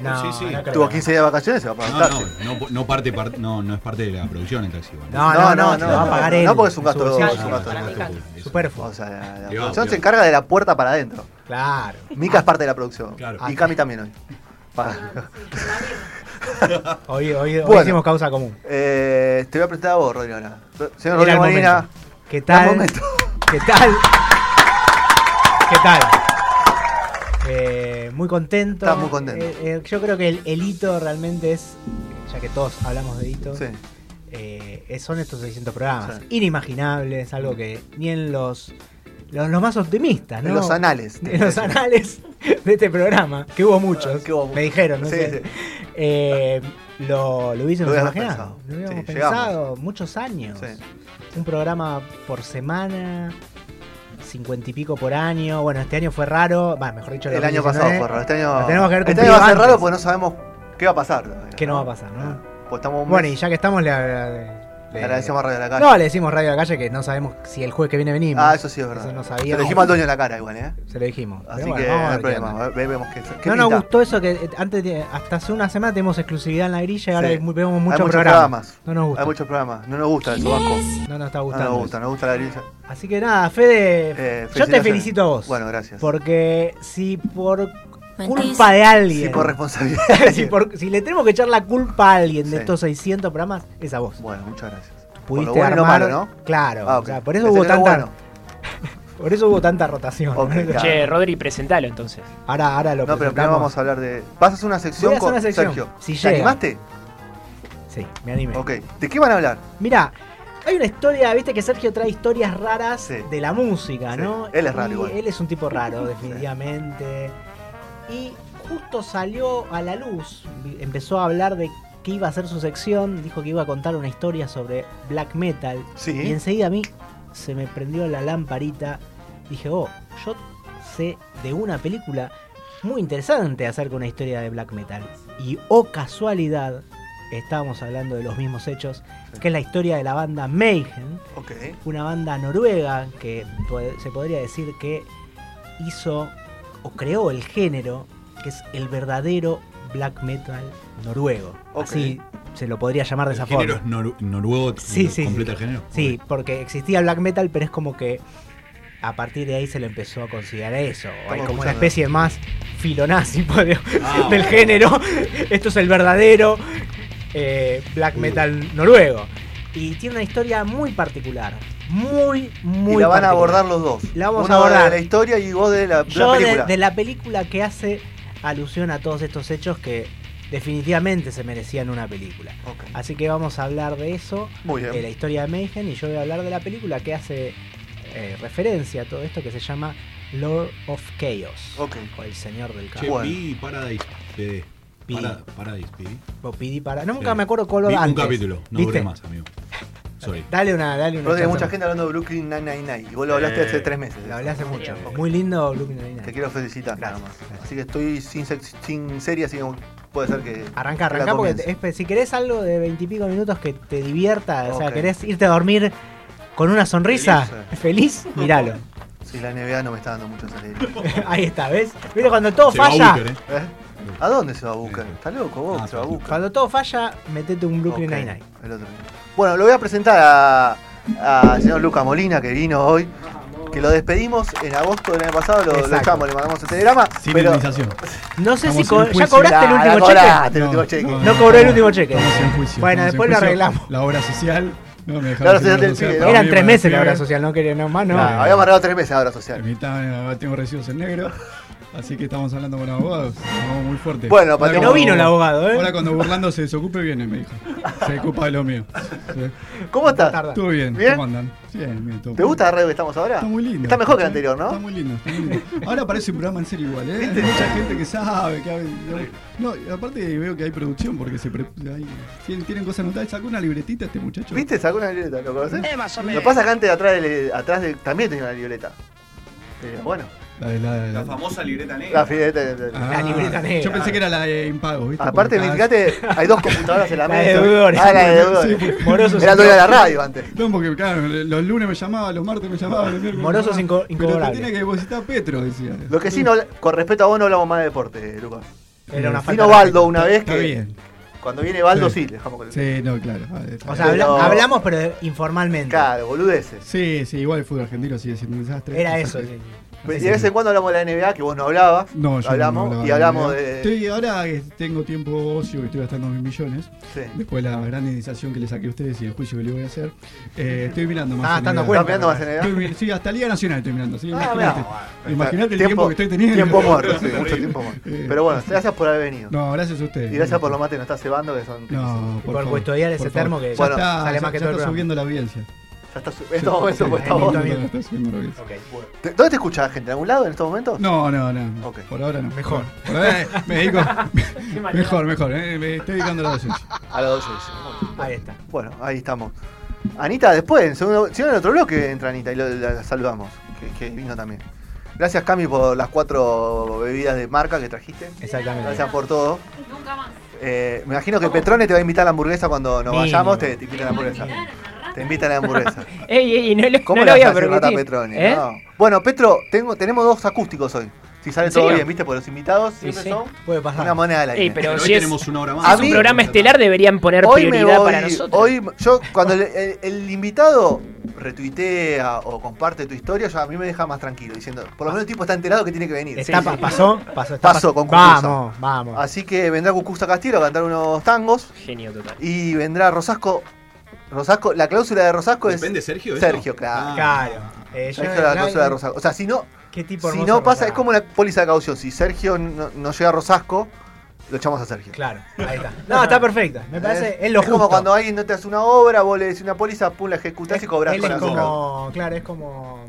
Speaker 3: No,
Speaker 2: Sí, sí.
Speaker 3: no creo.
Speaker 1: Tuvo 15 días de vacaciones, se va a pagar un
Speaker 2: No,
Speaker 1: taxi.
Speaker 2: no, no, po- no parte, par- no, no es parte de la producción el taxi. ¿vale?
Speaker 3: No, no, no, no, va a pagar él.
Speaker 1: No, porque es un
Speaker 3: en su
Speaker 1: gasto-
Speaker 3: bolsillo.
Speaker 1: es un gasto.
Speaker 8: Para mí,
Speaker 2: Claro,
Speaker 3: Superfluo.
Speaker 1: O sea, la, la
Speaker 2: Dios,
Speaker 1: producción
Speaker 2: Dios.
Speaker 1: se encarga de la puerta para adentro.
Speaker 3: Claro.
Speaker 1: Mica es parte de la producción.
Speaker 2: Claro.
Speaker 1: Y Cami también hoy. Pa-
Speaker 3: Hoy, hoy, hoy
Speaker 1: Bueno.
Speaker 3: hicimos causa común.
Speaker 1: Eh, te voy a presentar a vos, Rodrigo. ahora. Señor
Speaker 3: Era
Speaker 1: Rodrigo
Speaker 3: el
Speaker 1: Molina.
Speaker 3: momento. ¿Qué
Speaker 1: ah. Era el
Speaker 3: tal?
Speaker 1: momento.
Speaker 3: ¿Qué tal? ¿Qué tal? Eh, muy contento.
Speaker 1: Estás muy contento.
Speaker 3: Eh, eh, yo creo que el, el hito realmente es, ya que todos hablamos de hito,
Speaker 1: Sí.
Speaker 3: eh, es- son estos 600 programas.
Speaker 1: Sí.
Speaker 3: Inimaginables, algo que ni en los, los, los más optimistas, ¿no?
Speaker 1: En los anales.
Speaker 3: En los anales de este programa, que hubo muchos,
Speaker 1: Que hubo
Speaker 3: me dijeron, no
Speaker 1: Sí,
Speaker 3: sé.
Speaker 1: sí.
Speaker 3: Eh, lo, lo hubiésemos
Speaker 1: Lo habíamos pensado.
Speaker 3: imaginado. Lo habíamos
Speaker 1: Sí,
Speaker 3: pensado muchos años.
Speaker 1: Sí.
Speaker 3: Un programa por semana, cincuenta y pico por año. Bueno, este año fue raro. Va, mejor dicho,
Speaker 1: El año pasado fue raro. Este
Speaker 3: Lo
Speaker 1: año,
Speaker 3: tenemos que haber
Speaker 1: este año
Speaker 3: cumplido
Speaker 1: va a ser
Speaker 3: antes.
Speaker 1: raro porque no sabemos qué va a pasar. todavía,
Speaker 3: Que no va a pasar, ¿no?
Speaker 1: Pues estamos un
Speaker 3: Bueno, y
Speaker 1: mes.
Speaker 3: ya que estamos, le, le-
Speaker 1: Le agradecemos a Radio de la Calle.
Speaker 3: No, le decimos Radio a la Calle que no sabemos si el jueves que viene venimos.
Speaker 1: ah, eso sí es verdad.
Speaker 3: Eso no
Speaker 1: Se
Speaker 3: sabíamos.
Speaker 1: lo dijimos al dueño en la cara igual, ¿eh?
Speaker 3: Se lo dijimos. Pero
Speaker 1: Así
Speaker 3: bueno,
Speaker 1: que
Speaker 3: vamos
Speaker 1: no
Speaker 3: a
Speaker 1: hay
Speaker 3: ver qué
Speaker 1: problema.
Speaker 3: onda.
Speaker 1: Ve- Vemos qué, qué
Speaker 3: No nos
Speaker 1: pinta.
Speaker 3: gustó eso que eh, antes de- hasta hace una semana tenemos exclusividad en la grilla y ahora
Speaker 1: Sí.
Speaker 3: hay mu- vemos
Speaker 1: Hay
Speaker 3: muchos
Speaker 1: muchos
Speaker 3: programas.
Speaker 1: programas.
Speaker 3: No nos gusta.
Speaker 1: Hay muchos programas. No nos gusta eso, Vasco.
Speaker 3: No nos está
Speaker 1: No
Speaker 3: gustando.
Speaker 1: nos gusta, nos gusta la grilla.
Speaker 3: Así que nada, Fede,
Speaker 1: Eh,
Speaker 3: yo te
Speaker 1: felicitaciones.
Speaker 3: felicito a vos.
Speaker 1: Bueno, gracias.
Speaker 3: Porque si por
Speaker 9: Mentís.
Speaker 3: culpa de alguien.
Speaker 1: Sí, por responsabilidad.
Speaker 3: si, por- si le tenemos que echar la culpa a alguien de
Speaker 1: Sí.
Speaker 3: estos 600 programas, es a vos.
Speaker 1: Bueno, muchas gracias. Por
Speaker 3: Pudiste
Speaker 1: lo bueno y lo
Speaker 3: armar-
Speaker 1: malo, ¿no?
Speaker 3: Claro,
Speaker 1: Ah,
Speaker 3: o
Speaker 1: ok.
Speaker 3: sea, por eso
Speaker 1: Pensé
Speaker 3: hubo
Speaker 1: que era
Speaker 3: tanta
Speaker 1: bueno.
Speaker 3: por eso hubo tanta rotación.
Speaker 1: Ok, claro.
Speaker 4: Che, Rodri, presentalo entonces.
Speaker 3: Ahora ahora lo
Speaker 1: No, pero primero
Speaker 3: presentamos.
Speaker 1: vamos a hablar de. Vas a hacer una sección
Speaker 3: Voy a hacer
Speaker 1: con
Speaker 3: una sección.
Speaker 1: Sergio.
Speaker 3: Si
Speaker 1: ¿Te
Speaker 3: llega.
Speaker 1: animaste?
Speaker 3: Sí, me animé.
Speaker 1: Ok. ¿De qué van a hablar?
Speaker 3: Mirá, hay una historia, viste que Sergio trae historias raras
Speaker 1: Sí.
Speaker 3: de la música,
Speaker 1: Sí,
Speaker 3: ¿no?
Speaker 1: él es
Speaker 3: Y
Speaker 1: raro igual.
Speaker 3: Él es un tipo raro, definitivamente. Y justo salió a la luz, vi- empezó a hablar de qué iba a ser su sección, dijo que iba a contar una historia sobre black metal. Y
Speaker 1: Sí.
Speaker 3: enseguida a mí se me prendió la lamparita. Dije, oh, yo sé de una película muy interesante acerca de una historia de black metal. Y oh casualidad, estábamos hablando de los mismos hechos, que es la historia de la banda Mayhem,
Speaker 1: Ok.
Speaker 3: una banda noruega que po- se podría decir que hizo o creó el género que es el verdadero black metal noruego.
Speaker 1: Ok.
Speaker 3: Así se lo podría llamar de esa
Speaker 10: género
Speaker 3: forma.
Speaker 10: es noru- noruego
Speaker 3: Sí,
Speaker 10: lo
Speaker 3: sí,
Speaker 10: completa
Speaker 3: sí.
Speaker 10: el género.
Speaker 3: Sí, porque existía black metal, pero es como que a partir de ahí se lo empezó a considerar eso. O hay
Speaker 1: Estamos
Speaker 3: como
Speaker 1: escuchando.
Speaker 3: una especie más filonazi podría-
Speaker 10: Ah,
Speaker 3: pues, del género. Esto es el verdadero eh, black metal noruego. Y tiene una historia muy particular. Muy, muy
Speaker 1: y la van a
Speaker 3: particular.
Speaker 1: abordar los dos.
Speaker 3: La vamos
Speaker 1: Uno
Speaker 3: a abordar.
Speaker 1: de la historia y vos de la, de la
Speaker 3: Yo de,
Speaker 1: película.
Speaker 3: de la película que hace alusión a todos estos hechos que definitivamente se merecían una película.
Speaker 1: Ok,
Speaker 3: Así que vamos a hablar de eso,
Speaker 1: Muy
Speaker 3: de la
Speaker 1: bien.
Speaker 3: historia de Mayhem, y yo voy a hablar de la película que hace eh, referencia a todo esto que se llama Lord of Chaos.
Speaker 1: Ok.
Speaker 3: O el señor del
Speaker 10: Che,
Speaker 3: caos.
Speaker 1: Bueno.
Speaker 10: vi Paradise, PD.
Speaker 3: Vi.
Speaker 10: Para- Paradise, PD.
Speaker 3: O Oh, Pidi para. Nunca
Speaker 10: Sí.
Speaker 3: me acuerdo cuál
Speaker 10: Vi
Speaker 3: era
Speaker 10: un
Speaker 3: antes.
Speaker 10: capítulo, no
Speaker 3: ¿Viste?
Speaker 10: duré más, amigo. Sorry.
Speaker 3: Dale una, dale una.
Speaker 1: Pero hay
Speaker 3: chance
Speaker 1: mucha
Speaker 3: más.
Speaker 1: gente hablando de Brooklyn Nine-Nine-Nine. Y vos lo hablaste
Speaker 10: Eh,
Speaker 1: hace tres meses.
Speaker 3: Lo hablé hace mucho.
Speaker 11: Sí,
Speaker 3: Muy lindo, Blue
Speaker 1: Te quiero felicitar, nada más.
Speaker 3: Gracias, gracias.
Speaker 1: Así que estoy sin, sex- sin serie, así que puede ser que.
Speaker 3: Arranca,
Speaker 1: que la
Speaker 3: arranca porque
Speaker 1: comience.
Speaker 3: te- es- si querés algo de veintipico minutos que te divierta, o sea,
Speaker 1: Ok. eh.
Speaker 3: querés irte a dormir con una sonrisa feliz, míralo.
Speaker 1: Si la NBA no me está dando mucho salir.
Speaker 3: Ahí está, ¿ves? ¿Viste cuando todo
Speaker 10: Se va
Speaker 3: falla?
Speaker 10: Booker, ¿eh?
Speaker 1: ¿Eh? ¿A dónde se va a buscar? ¿Está loco vos?
Speaker 10: Ah,
Speaker 1: se va a
Speaker 10: sí.
Speaker 1: buscar.
Speaker 3: Cuando todo falla, metete un Brooklyn
Speaker 1: Ok,
Speaker 3: Nine-Nine.
Speaker 1: el otro. Bueno, lo voy a presentar a, al señor Luca Molina, que vino hoy. Que lo despedimos en agosto del año pasado, lo, lo
Speaker 3: Exacto.
Speaker 1: echamos, le mandamos el telegrama.
Speaker 10: Sin
Speaker 1: pero-
Speaker 10: indemnización.
Speaker 3: No sé
Speaker 12: Estamos
Speaker 3: si co-
Speaker 12: en
Speaker 3: ya
Speaker 12: juicio.
Speaker 3: cobraste el
Speaker 1: Ah,
Speaker 3: último
Speaker 1: la
Speaker 3: cheque.
Speaker 1: cobraste el último cheque.
Speaker 3: No cobré el último cheque.
Speaker 12: Estamos en juicio.
Speaker 3: Bueno,
Speaker 12: estamos
Speaker 3: después
Speaker 12: en
Speaker 3: lo
Speaker 12: juicio.
Speaker 3: arreglamos.
Speaker 12: La obra social. No, me
Speaker 1: La obra
Speaker 12: dejaron sin
Speaker 1: social del pibe, ¿no?
Speaker 3: Eran tres meses la
Speaker 12: del
Speaker 3: obra
Speaker 12: pibe.
Speaker 3: social, no quería no más, no.
Speaker 1: Ah,
Speaker 12: Claro.
Speaker 1: habíamos arreglado tres meses ahora social.
Speaker 12: La mitad, eh, tengo residuos en negro. Así que estamos hablando con abogados. Vamos muy fuerte.
Speaker 1: Bueno,
Speaker 12: Ahora
Speaker 1: Patricio-
Speaker 3: no
Speaker 12: cuando-
Speaker 3: vino el abogado,
Speaker 12: Ahora
Speaker 3: ¿eh?
Speaker 12: cuando Burlando se desocupe viene, me dijo. Se ocupa de lo mío. Sí.
Speaker 1: ¿Cómo estás?
Speaker 3: Tarda.
Speaker 12: Estuvo bien,
Speaker 1: ¿Bien?
Speaker 12: ¿cómo andan? Bien, bien, todo
Speaker 1: ¿Te
Speaker 12: bien.
Speaker 1: gusta la radio que estamos ahora?
Speaker 12: Está muy lindo.
Speaker 1: Está mejor que el
Speaker 12: Sí,
Speaker 1: anterior, ¿no?
Speaker 12: Está muy lindo, está muy lindo. Ahora parece un programa en serio igual, ¿eh? Hay mucha gente que sabe, que hable- No, y aparte veo que hay producción porque se pre- hay- tienen, tienen cosas anotadas. Sacó una libretita este muchacho.
Speaker 1: ¿Viste? Sacó una libreta, ¿lo conoces?
Speaker 3: Eh,
Speaker 1: Lo pasa que antes de atrás, del- atrás del- también tenía una libreta. Pero Eh, bueno,
Speaker 12: La, de- la de-
Speaker 10: La famosa libreta negra.
Speaker 1: la libreta.
Speaker 12: Ah,
Speaker 3: La libreta negra.
Speaker 12: Yo pensé que era la de impagos, ¿viste?
Speaker 1: Aparte,
Speaker 12: Porque
Speaker 1: me
Speaker 12: cada-
Speaker 1: fíjate, hay dos computadoras en la
Speaker 3: La de
Speaker 1: mesa.
Speaker 3: deudores.
Speaker 1: Ah, la de deudores.
Speaker 12: Sí,
Speaker 3: Morosos
Speaker 1: Era dueña de la radio antes.
Speaker 12: No, porque claro, los lunes me llamaba, los martes me llamaba, los miércoles.
Speaker 3: Morosos
Speaker 12: me llamaba,
Speaker 3: inco-
Speaker 12: Pero te
Speaker 3: incobrables.
Speaker 12: tiene que depositar Petro, decía.
Speaker 1: Lo que sí, no, con respeto a vos, no hablamos más de deporte, Lucas.
Speaker 3: Era una falta
Speaker 1: Vino
Speaker 3: de
Speaker 1: Baldo una vez
Speaker 12: Está
Speaker 1: que.
Speaker 12: bien.
Speaker 1: Cuando viene Baldo, sí,
Speaker 12: Sí.
Speaker 1: le dejamos con el.
Speaker 12: Sí, no, claro. Ah, está
Speaker 3: O sea,
Speaker 1: Pero-
Speaker 3: habla- hablamos pero informalmente.
Speaker 1: Claro, boludeces.
Speaker 12: Sí, sí, igual el fútbol argentino sigue siendo un desastre.
Speaker 3: Era eso.
Speaker 12: Desastre.
Speaker 3: sí.
Speaker 1: Y de vez en cuando hablamos de la NBA, que vos no hablabas.
Speaker 12: No, yo
Speaker 1: hablamos
Speaker 12: no hablaba
Speaker 1: y hablamos
Speaker 12: realidad.
Speaker 1: de.
Speaker 12: Estoy, ahora que tengo tiempo ocio, que estoy gastando mis millones,
Speaker 1: Sí.
Speaker 12: después de la gran iniciación que le saqué a ustedes y el juicio que le voy a hacer, eh, estoy mirando más.
Speaker 3: Ah, estando
Speaker 12: NBA.
Speaker 1: ¿Estás
Speaker 3: Cuenta,
Speaker 1: mirando más
Speaker 12: Estoy
Speaker 1: NBA?
Speaker 12: mi- Sí, hasta Liga Nacional estoy mirando. sí,
Speaker 1: Ah,
Speaker 12: imagínate.
Speaker 1: mirá.
Speaker 12: Imagínate el tiempo que estoy teniendo.
Speaker 1: Tiempo muerto, sí, mucho tiempo muerto.
Speaker 12: Eh.
Speaker 1: Pero bueno, gracias por haber venido.
Speaker 12: No, gracias a ustedes.
Speaker 1: Y gracias por los mates que nos estás cebando, que son.
Speaker 12: No,
Speaker 3: Por
Speaker 12: por favor,
Speaker 3: custodiar ese
Speaker 12: por
Speaker 3: termo
Speaker 12: favor.
Speaker 3: que
Speaker 12: Ya
Speaker 1: Bueno,
Speaker 12: está,
Speaker 3: sale
Speaker 12: ya-
Speaker 3: más que
Speaker 12: ya
Speaker 3: todo el
Speaker 12: está
Speaker 3: programa.
Speaker 12: subiendo la audiencia.
Speaker 1: Ya está su- en estos momentos,
Speaker 12: Sí,
Speaker 1: pues
Speaker 12: sí,
Speaker 1: está
Speaker 12: sí,
Speaker 1: vos.
Speaker 3: bien.
Speaker 12: no, está subiendo la audiencia.
Speaker 1: ¿Te- ¿Dónde te escuchás, gente? ¿En algún lado en estos momentos?
Speaker 12: No, no, no.
Speaker 1: Ok.
Speaker 12: Por ahora no.
Speaker 3: Mejor.
Speaker 12: Por ahora, eh, me dedico.
Speaker 13: Qué manera.
Speaker 12: mejor, mejor. eh, me estoy dedicando a la docencia.
Speaker 1: A los dos yo
Speaker 3: Ahí está.
Speaker 1: Bueno, ahí estamos. Anita, después, en segundo, si no, en otro bloque entra Anita y lo- la saludamos, que, que vino también. Gracias, Cami, por las cuatro bebidas de marca que trajiste.
Speaker 3: Exactamente.
Speaker 1: Gracias por todo.
Speaker 7: Nunca más.
Speaker 1: Eh, me imagino que Petrone te va a invitar a la hamburguesa cuando nos
Speaker 3: Mínimo.
Speaker 1: vayamos, te, te invita a la hamburguesa. Te invita a la hamburguesa.
Speaker 13: Ey, ey, no lo,
Speaker 1: ¿Cómo
Speaker 13: no
Speaker 1: le
Speaker 13: lo
Speaker 1: vas
Speaker 13: voy
Speaker 1: a
Speaker 13: a
Speaker 1: hacer rata a
Speaker 13: permitir.
Speaker 1: Petrone?
Speaker 13: ¿eh?
Speaker 1: no? Bueno, Petro, tengo, tenemos dos acústicos hoy. Si sale
Speaker 13: ¿En
Speaker 1: todo
Speaker 13: serio?
Speaker 1: bien, viste, por los invitados siempre
Speaker 13: sí.
Speaker 1: son
Speaker 3: Puede
Speaker 1: una
Speaker 3: pasar.
Speaker 1: moneda al aire.
Speaker 13: Ey, pero,
Speaker 10: Pero hoy
Speaker 13: si es,
Speaker 10: tenemos una hora más.
Speaker 1: A
Speaker 13: es un
Speaker 1: mí-
Speaker 13: programa estelar, deberían poner
Speaker 1: Hoy me
Speaker 13: prioridad
Speaker 1: voy,
Speaker 13: para nosotros.
Speaker 1: hoy yo cuando el, el- el invitado retuitea o comparte tu historia, yo- a mí me deja más tranquilo, diciendo, por lo menos el tipo está enterado que tiene que venir.
Speaker 3: Está,
Speaker 1: Sí,
Speaker 3: pa-
Speaker 1: sí.
Speaker 3: Pasó, pasó, está
Speaker 1: Pasó
Speaker 3: pas-
Speaker 1: con concurso.
Speaker 3: Vamos, vamos.
Speaker 1: Así que vendrá Cucusta Castillo a cantar unos tangos
Speaker 13: Genio total.
Speaker 1: y vendrá Rosasco. Rosasco, la cláusula de Rosasco es
Speaker 10: ¿Depende Sergio de
Speaker 1: Sergio,
Speaker 10: esto?
Speaker 1: claro.
Speaker 10: Ah,
Speaker 3: Claro. Eh, yo-
Speaker 1: Sergio la cláusula de Rosasco. O sea, si no,
Speaker 3: ¿Qué tipo
Speaker 1: si
Speaker 3: hermoso
Speaker 1: no pasa,
Speaker 3: Rosasco.
Speaker 1: es como una póliza de caución. Si Sergio no, no llega a Rosasco, lo echamos a Sergio.
Speaker 3: Claro, ahí está. No, está perfecto. Me parece, es lo justo.
Speaker 1: como cuando alguien no te hace una obra, vos le decís una póliza, pum, la ejecutás y cobras
Speaker 3: Él
Speaker 1: con
Speaker 3: es
Speaker 1: la boca.
Speaker 3: como, claro, es como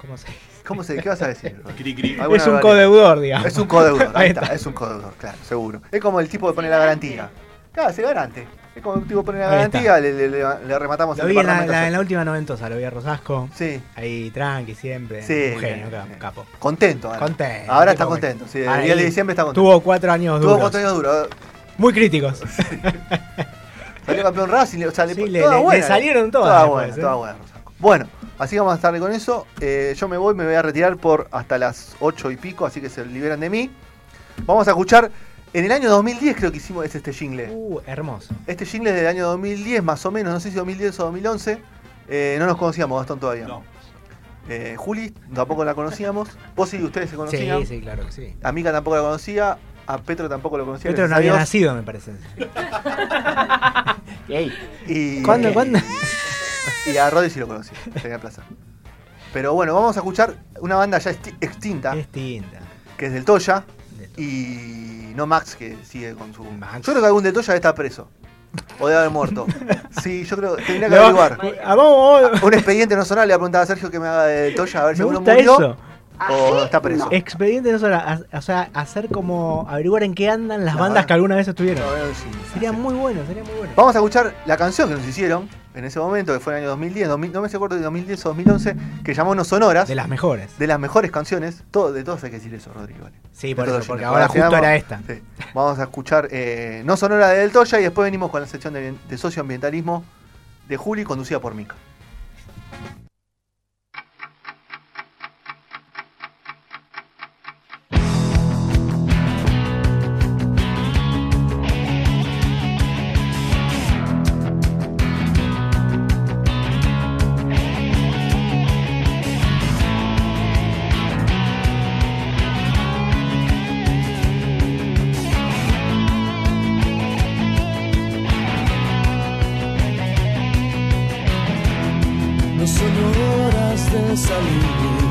Speaker 3: ¿cómo se dice?
Speaker 1: ¿Cómo se? ¿Qué vas a decir?
Speaker 10: Cri, cri.
Speaker 1: Alguna
Speaker 3: es un
Speaker 1: barbaridad.
Speaker 3: codeudor, digamos.
Speaker 1: Es un codeudor, ahí
Speaker 3: Ahí
Speaker 1: está,
Speaker 3: está.
Speaker 1: es un codeudor, claro, seguro. Es como el tipo que pone la garantía. Claro, se garante. Es como el tipo que pone la
Speaker 3: Ahí
Speaker 1: garantía, le, le- le- le rematamos
Speaker 3: Lo
Speaker 1: el
Speaker 3: vi en la,
Speaker 1: departamento.
Speaker 3: la- en la última noventosa, lo vi a Rosasco.
Speaker 1: Sí,
Speaker 3: Ahí tranqui siempre.
Speaker 1: Sí,
Speaker 3: un genio,
Speaker 1: bien,
Speaker 3: ca-
Speaker 1: bien.
Speaker 3: capo.
Speaker 1: contento ahora.
Speaker 3: Contento.
Speaker 1: Ahora
Speaker 3: tipo
Speaker 1: está
Speaker 3: que-
Speaker 1: contento, sí, el
Speaker 3: Ahí
Speaker 1: día de diciembre está contento.
Speaker 3: Tuvo cuatro años
Speaker 1: Tuvo
Speaker 3: duros.
Speaker 1: cuatro años duros. ¿eh?
Speaker 3: Muy críticos.
Speaker 1: Salió campeón Racing, le- o sea, le,
Speaker 3: Sí, le-
Speaker 1: toda
Speaker 3: le- le
Speaker 1: buena, ¿eh?
Speaker 3: salieron todas
Speaker 1: Toda
Speaker 3: después,
Speaker 1: buena,
Speaker 3: ¿eh?
Speaker 1: toda buena, Rosaco. Bueno, Así que vamos a estar con eso. Eh, yo me voy, me voy a retirar por hasta las 8 y pico, así que se liberan de mí. Vamos a escuchar. En el año 2010 creo que hicimos es este jingle.
Speaker 3: Uh, hermoso.
Speaker 1: Este jingle es del año 2010 más o menos, no sé si 2010 o 2011. Eh, no nos conocíamos Gastón todavía.
Speaker 14: No.
Speaker 1: Eh, Juli tampoco la conocíamos. Vos sí, ustedes se conocían.
Speaker 3: Sí, sí, claro que sí.
Speaker 1: A Mica tampoco la conocía. A Petro tampoco lo conocía.
Speaker 3: Petro
Speaker 1: gracias
Speaker 3: no había
Speaker 1: a Dios.
Speaker 3: nacido, me parece.
Speaker 15: Ey,
Speaker 1: Y,
Speaker 3: ¿Cuándo, cuándo?
Speaker 1: y a Rodri sí lo conocí, tenía plaza. Pero bueno, vamos a escuchar una banda ya exti- extinta,
Speaker 3: Es tinta.
Speaker 1: que es del Toya,
Speaker 3: De todo.
Speaker 1: y no Max, que sigue con su...
Speaker 3: Max.
Speaker 1: Yo creo que algún del Toya está preso. O debe haber muerto. Sí, yo creo, tendría que
Speaker 3: No,
Speaker 1: averiguar.
Speaker 3: ah, vamos, vamos.
Speaker 1: Un expediente no sonal, le preguntaba a Sergio que me haga del Toya, a ver si
Speaker 3: Me
Speaker 1: uno
Speaker 3: gusta
Speaker 1: murió
Speaker 3: eso.
Speaker 1: o está preso.
Speaker 3: Expediente no solo, a- o sea, hacer como averiguar en qué andan las
Speaker 1: La
Speaker 3: bandas
Speaker 1: banda.
Speaker 3: que alguna vez
Speaker 1: No,
Speaker 3: estuvieron.
Speaker 1: bueno, sí.
Speaker 3: Sería muy bueno, sería muy bueno.
Speaker 1: Vamos a escuchar la canción que nos hicieron en ese momento, que fue en el año 2010, 2000, no me acuerdo de 2010 o 2011, que llamó No Sonoras.
Speaker 3: De las mejores.
Speaker 1: de las mejores canciones, todo, de todos hay que decir eso, Rodrigo. vale.
Speaker 3: Sí, por
Speaker 1: De todos,
Speaker 3: eso,
Speaker 1: porque
Speaker 3: porque ahora
Speaker 1: ahora
Speaker 3: justo
Speaker 1: quedamos-
Speaker 3: era esta.
Speaker 1: Sí. Vamos a escuchar eh, No Sonora de Del Toya y después venimos con la sección de, de socioambientalismo de Juli, conducida por Mica.
Speaker 12: no son horas de salir,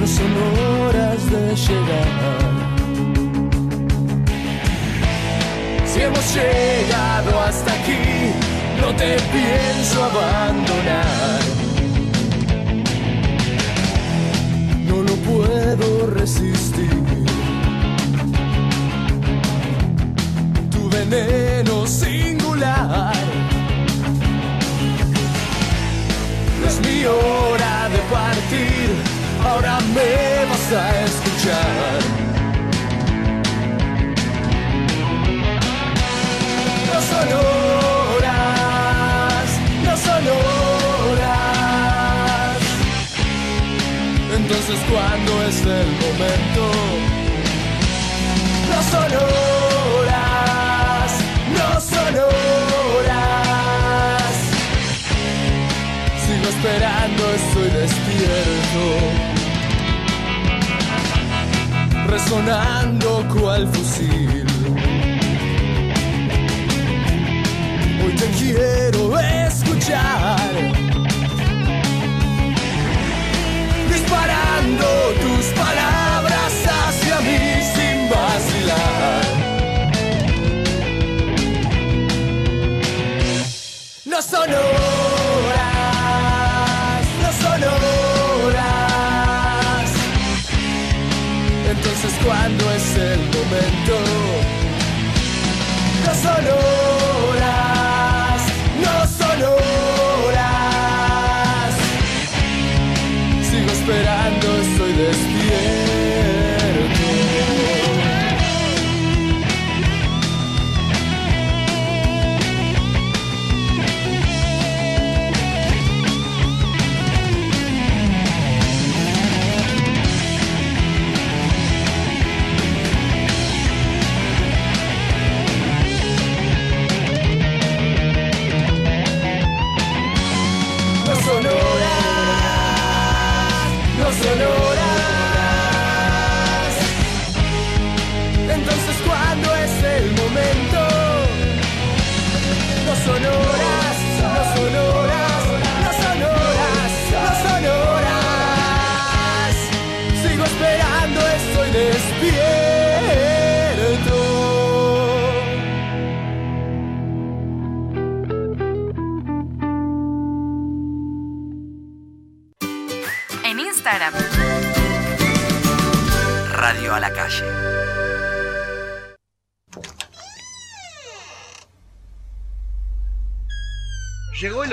Speaker 12: no son horas de llegar. Si hemos llegado hasta aquí, no te pienso abandonar. No lo puedo resistir. Tu veneno singular. No es mi hora de partir, ahora me vas a escuchar. No son horas, no son horas. Entonces cuando es el momento, no son horas, no son horas. Sigo esperando, estoy despierto. Resonando cual fusil. Hoy te quiero escuchar. Disparando tus palabras hacia mí sin vacilar. No son horas, no son horas. Entonces, ¿cuándo es el momento? No son horas, no son horas. Sigo esperando, estoy despierto. no son horas, no son horas. Entonces, ¿cuándo es el momento? No son horas, no son horas, no son horas, no son horas. Sigo esperando, estoy despierto.
Speaker 16: En Instagram.
Speaker 6: Radio a la calle. Llegó el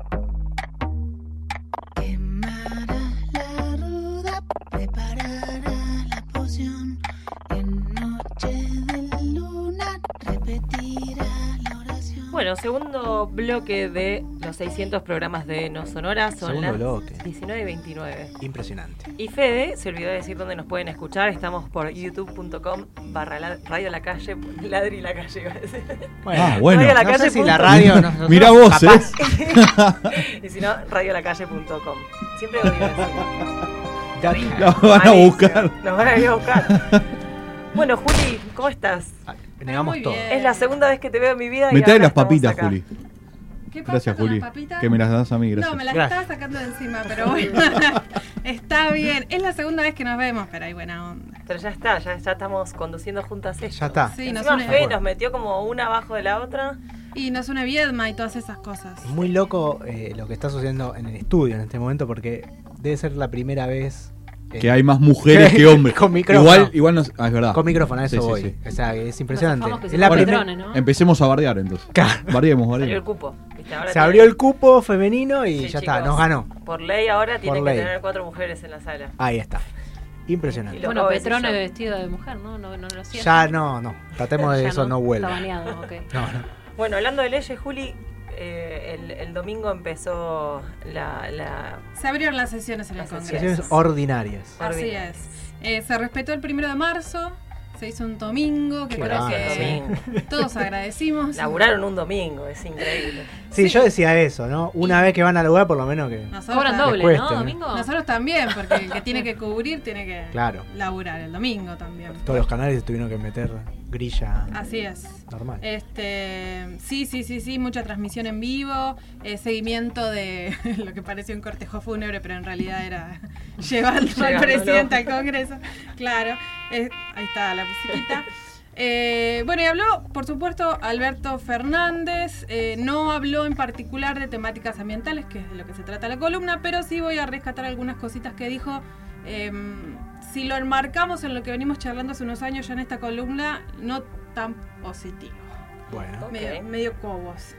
Speaker 12: Quemara
Speaker 8: segundo bloque de los 600 programas de No Sonora son
Speaker 3: Segundo
Speaker 8: las
Speaker 3: bloque.
Speaker 8: 19 y 29.
Speaker 3: Impresionante.
Speaker 8: Y Fede, se olvidó de decir dónde nos pueden escuchar, estamos por youtube.com barra la- radio la calle, ladri la calle iba a decir.
Speaker 2: Ah, bueno.
Speaker 8: Radio la
Speaker 2: No
Speaker 8: calle
Speaker 2: sé si
Speaker 8: punto-
Speaker 2: la radio, no, nosotros Mirá vos, capaz. ¿eh?
Speaker 8: y si no, radiolacalle.com. Siempre odio decirlo.
Speaker 2: La van a buscar.
Speaker 8: Nos van a ir a buscar. Bueno, Juli, ¿cómo estás?
Speaker 3: Negamos todo.
Speaker 8: Es la segunda vez que te veo en mi vida.
Speaker 2: Ah, Me
Speaker 8: y
Speaker 2: trae
Speaker 8: ahora
Speaker 2: las
Speaker 8: estamos
Speaker 2: papitas,
Speaker 8: acá.
Speaker 2: Juli.
Speaker 7: pasa
Speaker 2: Gracias,
Speaker 7: con las
Speaker 2: Juli.
Speaker 7: papitas?
Speaker 2: Que me las das a mí, gracias.
Speaker 7: No, me las
Speaker 2: Gracias.
Speaker 7: estaba sacando de encima, pero bueno. está bien. Es la segunda vez que nos vemos, pero hay buena onda.
Speaker 8: Pero ya está, ya, ya estamos conduciendo juntas ellos.
Speaker 3: Ya está.
Speaker 7: Sí,
Speaker 8: Encima
Speaker 7: nos une-
Speaker 8: Fede nos metió como una abajo de la otra.
Speaker 7: Y nos une Viedma y todas esas cosas.
Speaker 3: Muy loco eh, lo que está sucediendo en el estudio en este momento porque debe ser la primera vez eh,
Speaker 2: Que hay más mujeres que hombres.
Speaker 3: con micrófono.
Speaker 2: Igual, igual no, ah, es verdad.
Speaker 3: Con micrófono, a eso
Speaker 2: Sí, sí,
Speaker 3: voy.
Speaker 2: sí.
Speaker 3: O sea, que es impresionante.
Speaker 8: zafamos que
Speaker 3: Es
Speaker 8: se
Speaker 3: la
Speaker 8: comen
Speaker 3: primer-
Speaker 2: ¿eh?
Speaker 8: drones, ¿no?
Speaker 2: Empecemos a bardear entonces. Bardeemos,
Speaker 8: Salió el
Speaker 2: bardeemos.
Speaker 8: cupo. ¿viste? Ahora
Speaker 3: Se abrió el cupo femenino y ya está,
Speaker 8: chicos.
Speaker 3: nos ganó.
Speaker 8: Por ley ahora
Speaker 3: Por
Speaker 8: tienen
Speaker 3: ley.
Speaker 8: que tener cuatro mujeres en la sala.
Speaker 3: Ahí está. Impresionante.
Speaker 8: Y lo
Speaker 17: Bueno,
Speaker 8: acabo de decir
Speaker 17: Petrone
Speaker 8: yo.
Speaker 17: vestido de mujer, ¿no? No, no lo siento.
Speaker 3: Ya no, no. Tratemos de
Speaker 17: Ya
Speaker 3: eso, no, vuelva.
Speaker 17: Está baneado, ok.
Speaker 3: No, no.
Speaker 8: Bueno, hablando de leyes, Juli, eh, el, el domingo empezó la... la-
Speaker 7: Se abrieron las sesiones en el Congreso.
Speaker 3: Sesiones ordinarias.
Speaker 7: Así
Speaker 8: ordinarias.
Speaker 7: es. Eh, se respetó el primero de marzo, se hizo un domingo, que
Speaker 3: Qué
Speaker 7: creo
Speaker 3: grande,
Speaker 7: que todos agradecimos.
Speaker 8: Laburaron un domingo, es increíble.
Speaker 3: Sí, yo decía eso, ¿no? Una vez que van al lugar, por lo menos que.
Speaker 7: Cobran
Speaker 3: les doble, ¿no, cueste, ¿no? domingo?
Speaker 7: Nosotros también, porque el que tiene que cubrir tiene que
Speaker 3: Claro.
Speaker 7: laburar el domingo también.
Speaker 3: Todos los canales tuvieron que meter grilla.
Speaker 7: Así es.
Speaker 3: Normal.
Speaker 7: Este, sí, sí, sí, sí, mucha transmisión en vivo, eh, seguimiento de lo que parecía un cortejo fúnebre, pero en realidad era llevando al
Speaker 8: Llevándolo.
Speaker 7: presidente al Congreso. Claro, eh, ahí está la musiquita. Eh, bueno, y habló, por supuesto, Alberto Fernández. eh, no habló en particular de temáticas ambientales, que es de lo que se trata la columna, pero sí voy a rescatar algunas cositas que dijo. Em, si lo enmarcamos en lo que venimos charlando hace unos años ya en esta columna, no tan positivo.
Speaker 3: Bueno.
Speaker 7: Medio, medio cobos.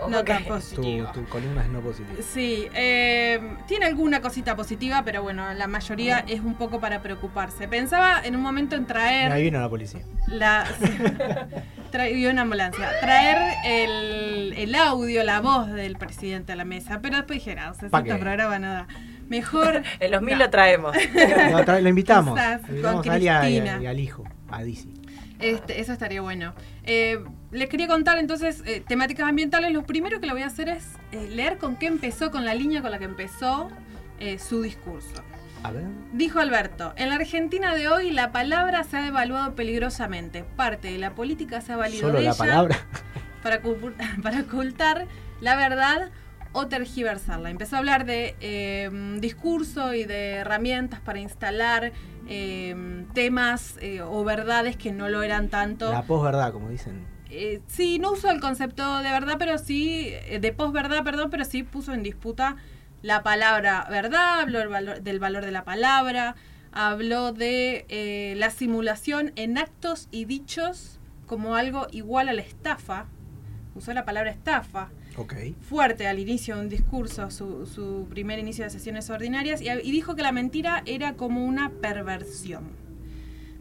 Speaker 8: Ok.
Speaker 7: No tan
Speaker 3: Tu,
Speaker 7: positivo.
Speaker 3: tu columna es no positiva.
Speaker 7: Sí, eh, tiene alguna cosita positiva, pero bueno, la mayoría es un poco para preocuparse. Pensaba en un momento en
Speaker 3: Y
Speaker 7: traer
Speaker 3: ahí vino la policía.
Speaker 7: la tra- y una ambulancia traer el, el audio la voz del presidente a la mesa pero después dije "Ah, 60
Speaker 3: ¿Pa qué?
Speaker 7: programa nada mejor
Speaker 8: En los mil
Speaker 7: no.
Speaker 8: lo traemos.
Speaker 3: Lo, tra- lo invitamos.
Speaker 7: Quizás
Speaker 3: Lo invitamos
Speaker 7: con
Speaker 3: a él y, a- y a-
Speaker 7: Cristina.
Speaker 3: y al hijo, a Dizzy.
Speaker 7: Este, eso estaría bueno. Eh, les quería contar entonces eh, temáticas ambientales. Lo primero que lo voy a hacer es eh, leer con qué empezó, con la línea con la que empezó eh, su discurso.
Speaker 3: A ver.
Speaker 7: Dijo Alberto, en la Argentina de hoy la palabra se ha devaluado peligrosamente. Parte de la política se ha valido
Speaker 3: Solo
Speaker 7: de
Speaker 3: la
Speaker 7: ella
Speaker 3: palabra.
Speaker 7: para, ocu- para ocultar la verdad o tergiversarla. Empezó a hablar de eh, discurso y de herramientas para instalar eh, temas eh, o verdades que no lo eran tanto.
Speaker 3: La posverdad, como dicen.
Speaker 7: Eh, sí, no usó el concepto de verdad, pero sí, eh, de posverdad, perdón, pero sí puso en disputa la palabra verdad, habló del valor, del valor de la palabra, habló de eh, la simulación en actos y dichos como algo igual a la estafa, usó la palabra estafa,
Speaker 3: Ok.
Speaker 7: fuerte al inicio de un discurso, su, su primer inicio de sesiones ordinarias, y, y dijo que la mentira era como una perversión.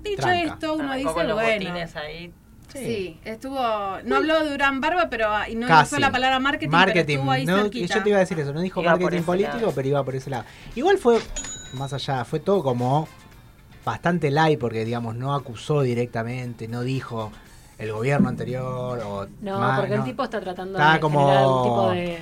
Speaker 7: Dicho
Speaker 8: Tranca.
Speaker 7: esto, uno
Speaker 8: Arrancó
Speaker 7: dice,
Speaker 8: con Ah, los
Speaker 7: bueno,
Speaker 8: botines ahí.
Speaker 7: Sí. estuvo. No habló de Durán Barba, pero ah, y no
Speaker 3: Casi.
Speaker 7: usó la palabra marketing, pero estuvo ahí
Speaker 3: no,
Speaker 7: cerquita.
Speaker 3: Yo te iba a decir eso, no dijo
Speaker 8: Iba por
Speaker 3: marketing
Speaker 8: ese
Speaker 3: político,
Speaker 8: lado.
Speaker 3: pero iba por ese lado. Igual fue, más allá, fue todo como bastante light, porque digamos, no acusó directamente, no dijo el gobierno anterior o.
Speaker 17: No,
Speaker 3: más,
Speaker 17: porque el
Speaker 3: no.
Speaker 17: tipo está tratando
Speaker 3: Está
Speaker 17: de
Speaker 3: como-
Speaker 17: generar un tipo de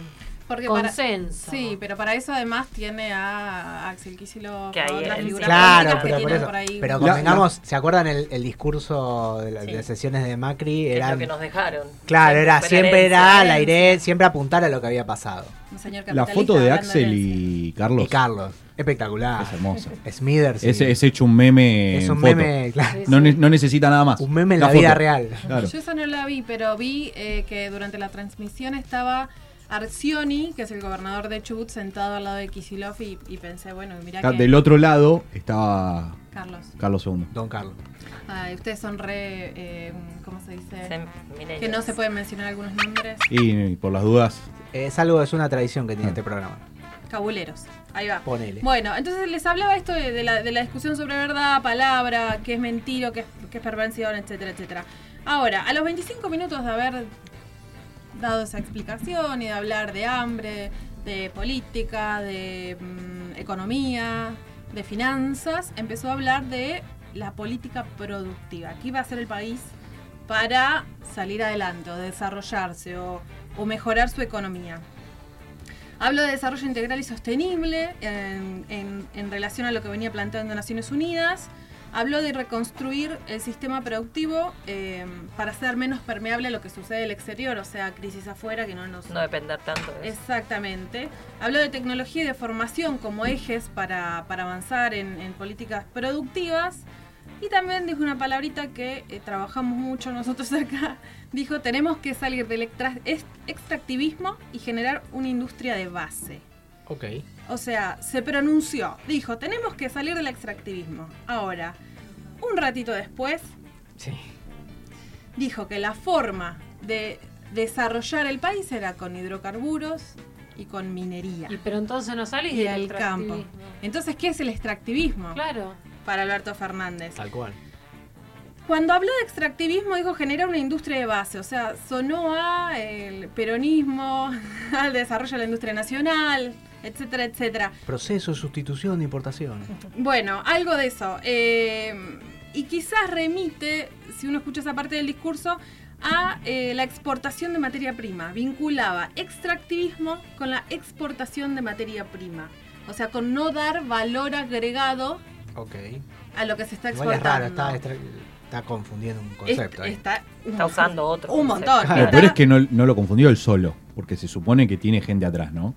Speaker 7: Porque para-
Speaker 17: consenso.
Speaker 7: sí, pero para eso además tiene a Axel Kicillof,
Speaker 17: Que
Speaker 7: a
Speaker 17: ahí
Speaker 7: otras
Speaker 17: él-
Speaker 7: figuras
Speaker 3: Claro,
Speaker 7: políticas que
Speaker 3: pero por
Speaker 7: tienen
Speaker 3: eso.
Speaker 7: por ahí.
Speaker 3: Pero
Speaker 7: La-
Speaker 3: convengamos, ¿se acuerdan el, el discurso de, las
Speaker 8: Sí.
Speaker 3: de sesiones de Macri?
Speaker 8: Es lo
Speaker 3: Eran,
Speaker 8: que nos dejaron.
Speaker 3: claro, era,
Speaker 8: Fue
Speaker 3: siempre
Speaker 8: herencia,
Speaker 3: era al aire, siempre apuntar a lo que había pasado.
Speaker 7: un señor
Speaker 2: La
Speaker 7: capitalista
Speaker 2: foto de
Speaker 7: hablando
Speaker 2: Axel
Speaker 7: de-
Speaker 2: y Carlos.
Speaker 3: Y Carlos, espectacular. Es
Speaker 2: hermosa.
Speaker 3: Smithers.
Speaker 2: Es, es hecho un meme.
Speaker 3: Es
Speaker 2: en
Speaker 3: un
Speaker 2: foto.
Speaker 3: meme, claro.
Speaker 2: No, ne- no necesita nada más. Un
Speaker 3: meme en la vida real.
Speaker 2: Claro.
Speaker 7: Yo esa no la vi, pero vi eh, que durante la transmisión estaba Arcioni, que es el gobernador de Chubut, sentado al lado de Kicillof y, y pensé, bueno, mirá
Speaker 2: Claro,
Speaker 7: que...
Speaker 2: Del otro lado estaba
Speaker 7: Carlos.
Speaker 2: Carlos II.
Speaker 3: Don Carlos.
Speaker 7: Ay, ah, ustedes son re... eh, ¿Cómo se dice?
Speaker 8: Sem- millennials.
Speaker 7: que no se pueden mencionar algunos nombres.
Speaker 2: Y, y por las dudas. Ah.
Speaker 3: Es algo, es una tradición que tiene este programa.
Speaker 7: Cabuleros. Ahí va.
Speaker 3: Ponele.
Speaker 7: Bueno, entonces les hablaba esto de, de la, de la discusión sobre verdad, palabra, qué es mentiro, qué es, qué es perversión, etcétera, etcétera. Ahora, a los 25 minutos de haber dado esa explicación y de hablar de hambre, de política, de mm, economía, de finanzas, empezó a hablar de la política productiva. ¿Qué iba a hacer el país para salir adelante o desarrollarse o, o mejorar su economía? Hablo de desarrollo integral y sostenible en, en- en relación a lo que venía planteando Naciones Unidas. Habló de reconstruir el sistema productivo eh, para ser menos permeable a lo que sucede en el exterior, o sea, crisis afuera que no nos...
Speaker 11: No depender tanto de eso.
Speaker 7: Exactamente. Habló de tecnología y de formación como ejes para, para avanzar en, en políticas productivas. Y también dijo una palabrita que eh, trabajamos mucho nosotros acá. Dijo, tenemos que salir del extra- est- extractivismo y generar una industria de base.
Speaker 3: Ok.
Speaker 7: O sea, se pronunció, dijo, tenemos que salir del extractivismo. Ahora, un ratito después, dijo que la forma de desarrollar el país era con hidrocarburos y con minería.
Speaker 18: pero entonces no salís
Speaker 7: Y
Speaker 18: del
Speaker 7: al campo.
Speaker 18: extractivismo.
Speaker 7: Entonces, ¿qué es el extractivismo?
Speaker 18: Claro.
Speaker 7: Para Alberto Fernández.
Speaker 3: Tal cual.
Speaker 7: Cuando habló de extractivismo dijo generar una industria de base, o sea, sonó a el peronismo, al desarrollo de la industria nacional, etcétera, etcétera.
Speaker 3: Proceso de sustitución de importación.
Speaker 7: Bueno, algo de eso. Eh, y quizás remite, si uno escucha esa parte del discurso, a eh, la exportación de materia prima. Vinculaba extractivismo con la exportación de materia prima. O sea, con no dar valor agregado
Speaker 3: Ok.
Speaker 7: a lo que se está
Speaker 3: Igual es
Speaker 7: exportando.
Speaker 3: raro, está, extra- está confundiendo un concepto. ahí.
Speaker 7: Está,
Speaker 11: Está usando otro.
Speaker 7: Un
Speaker 11: concepto.
Speaker 7: montón.
Speaker 19: Lo peor es que no, no lo confundió él solo, porque se supone que tiene gente atrás, ¿no?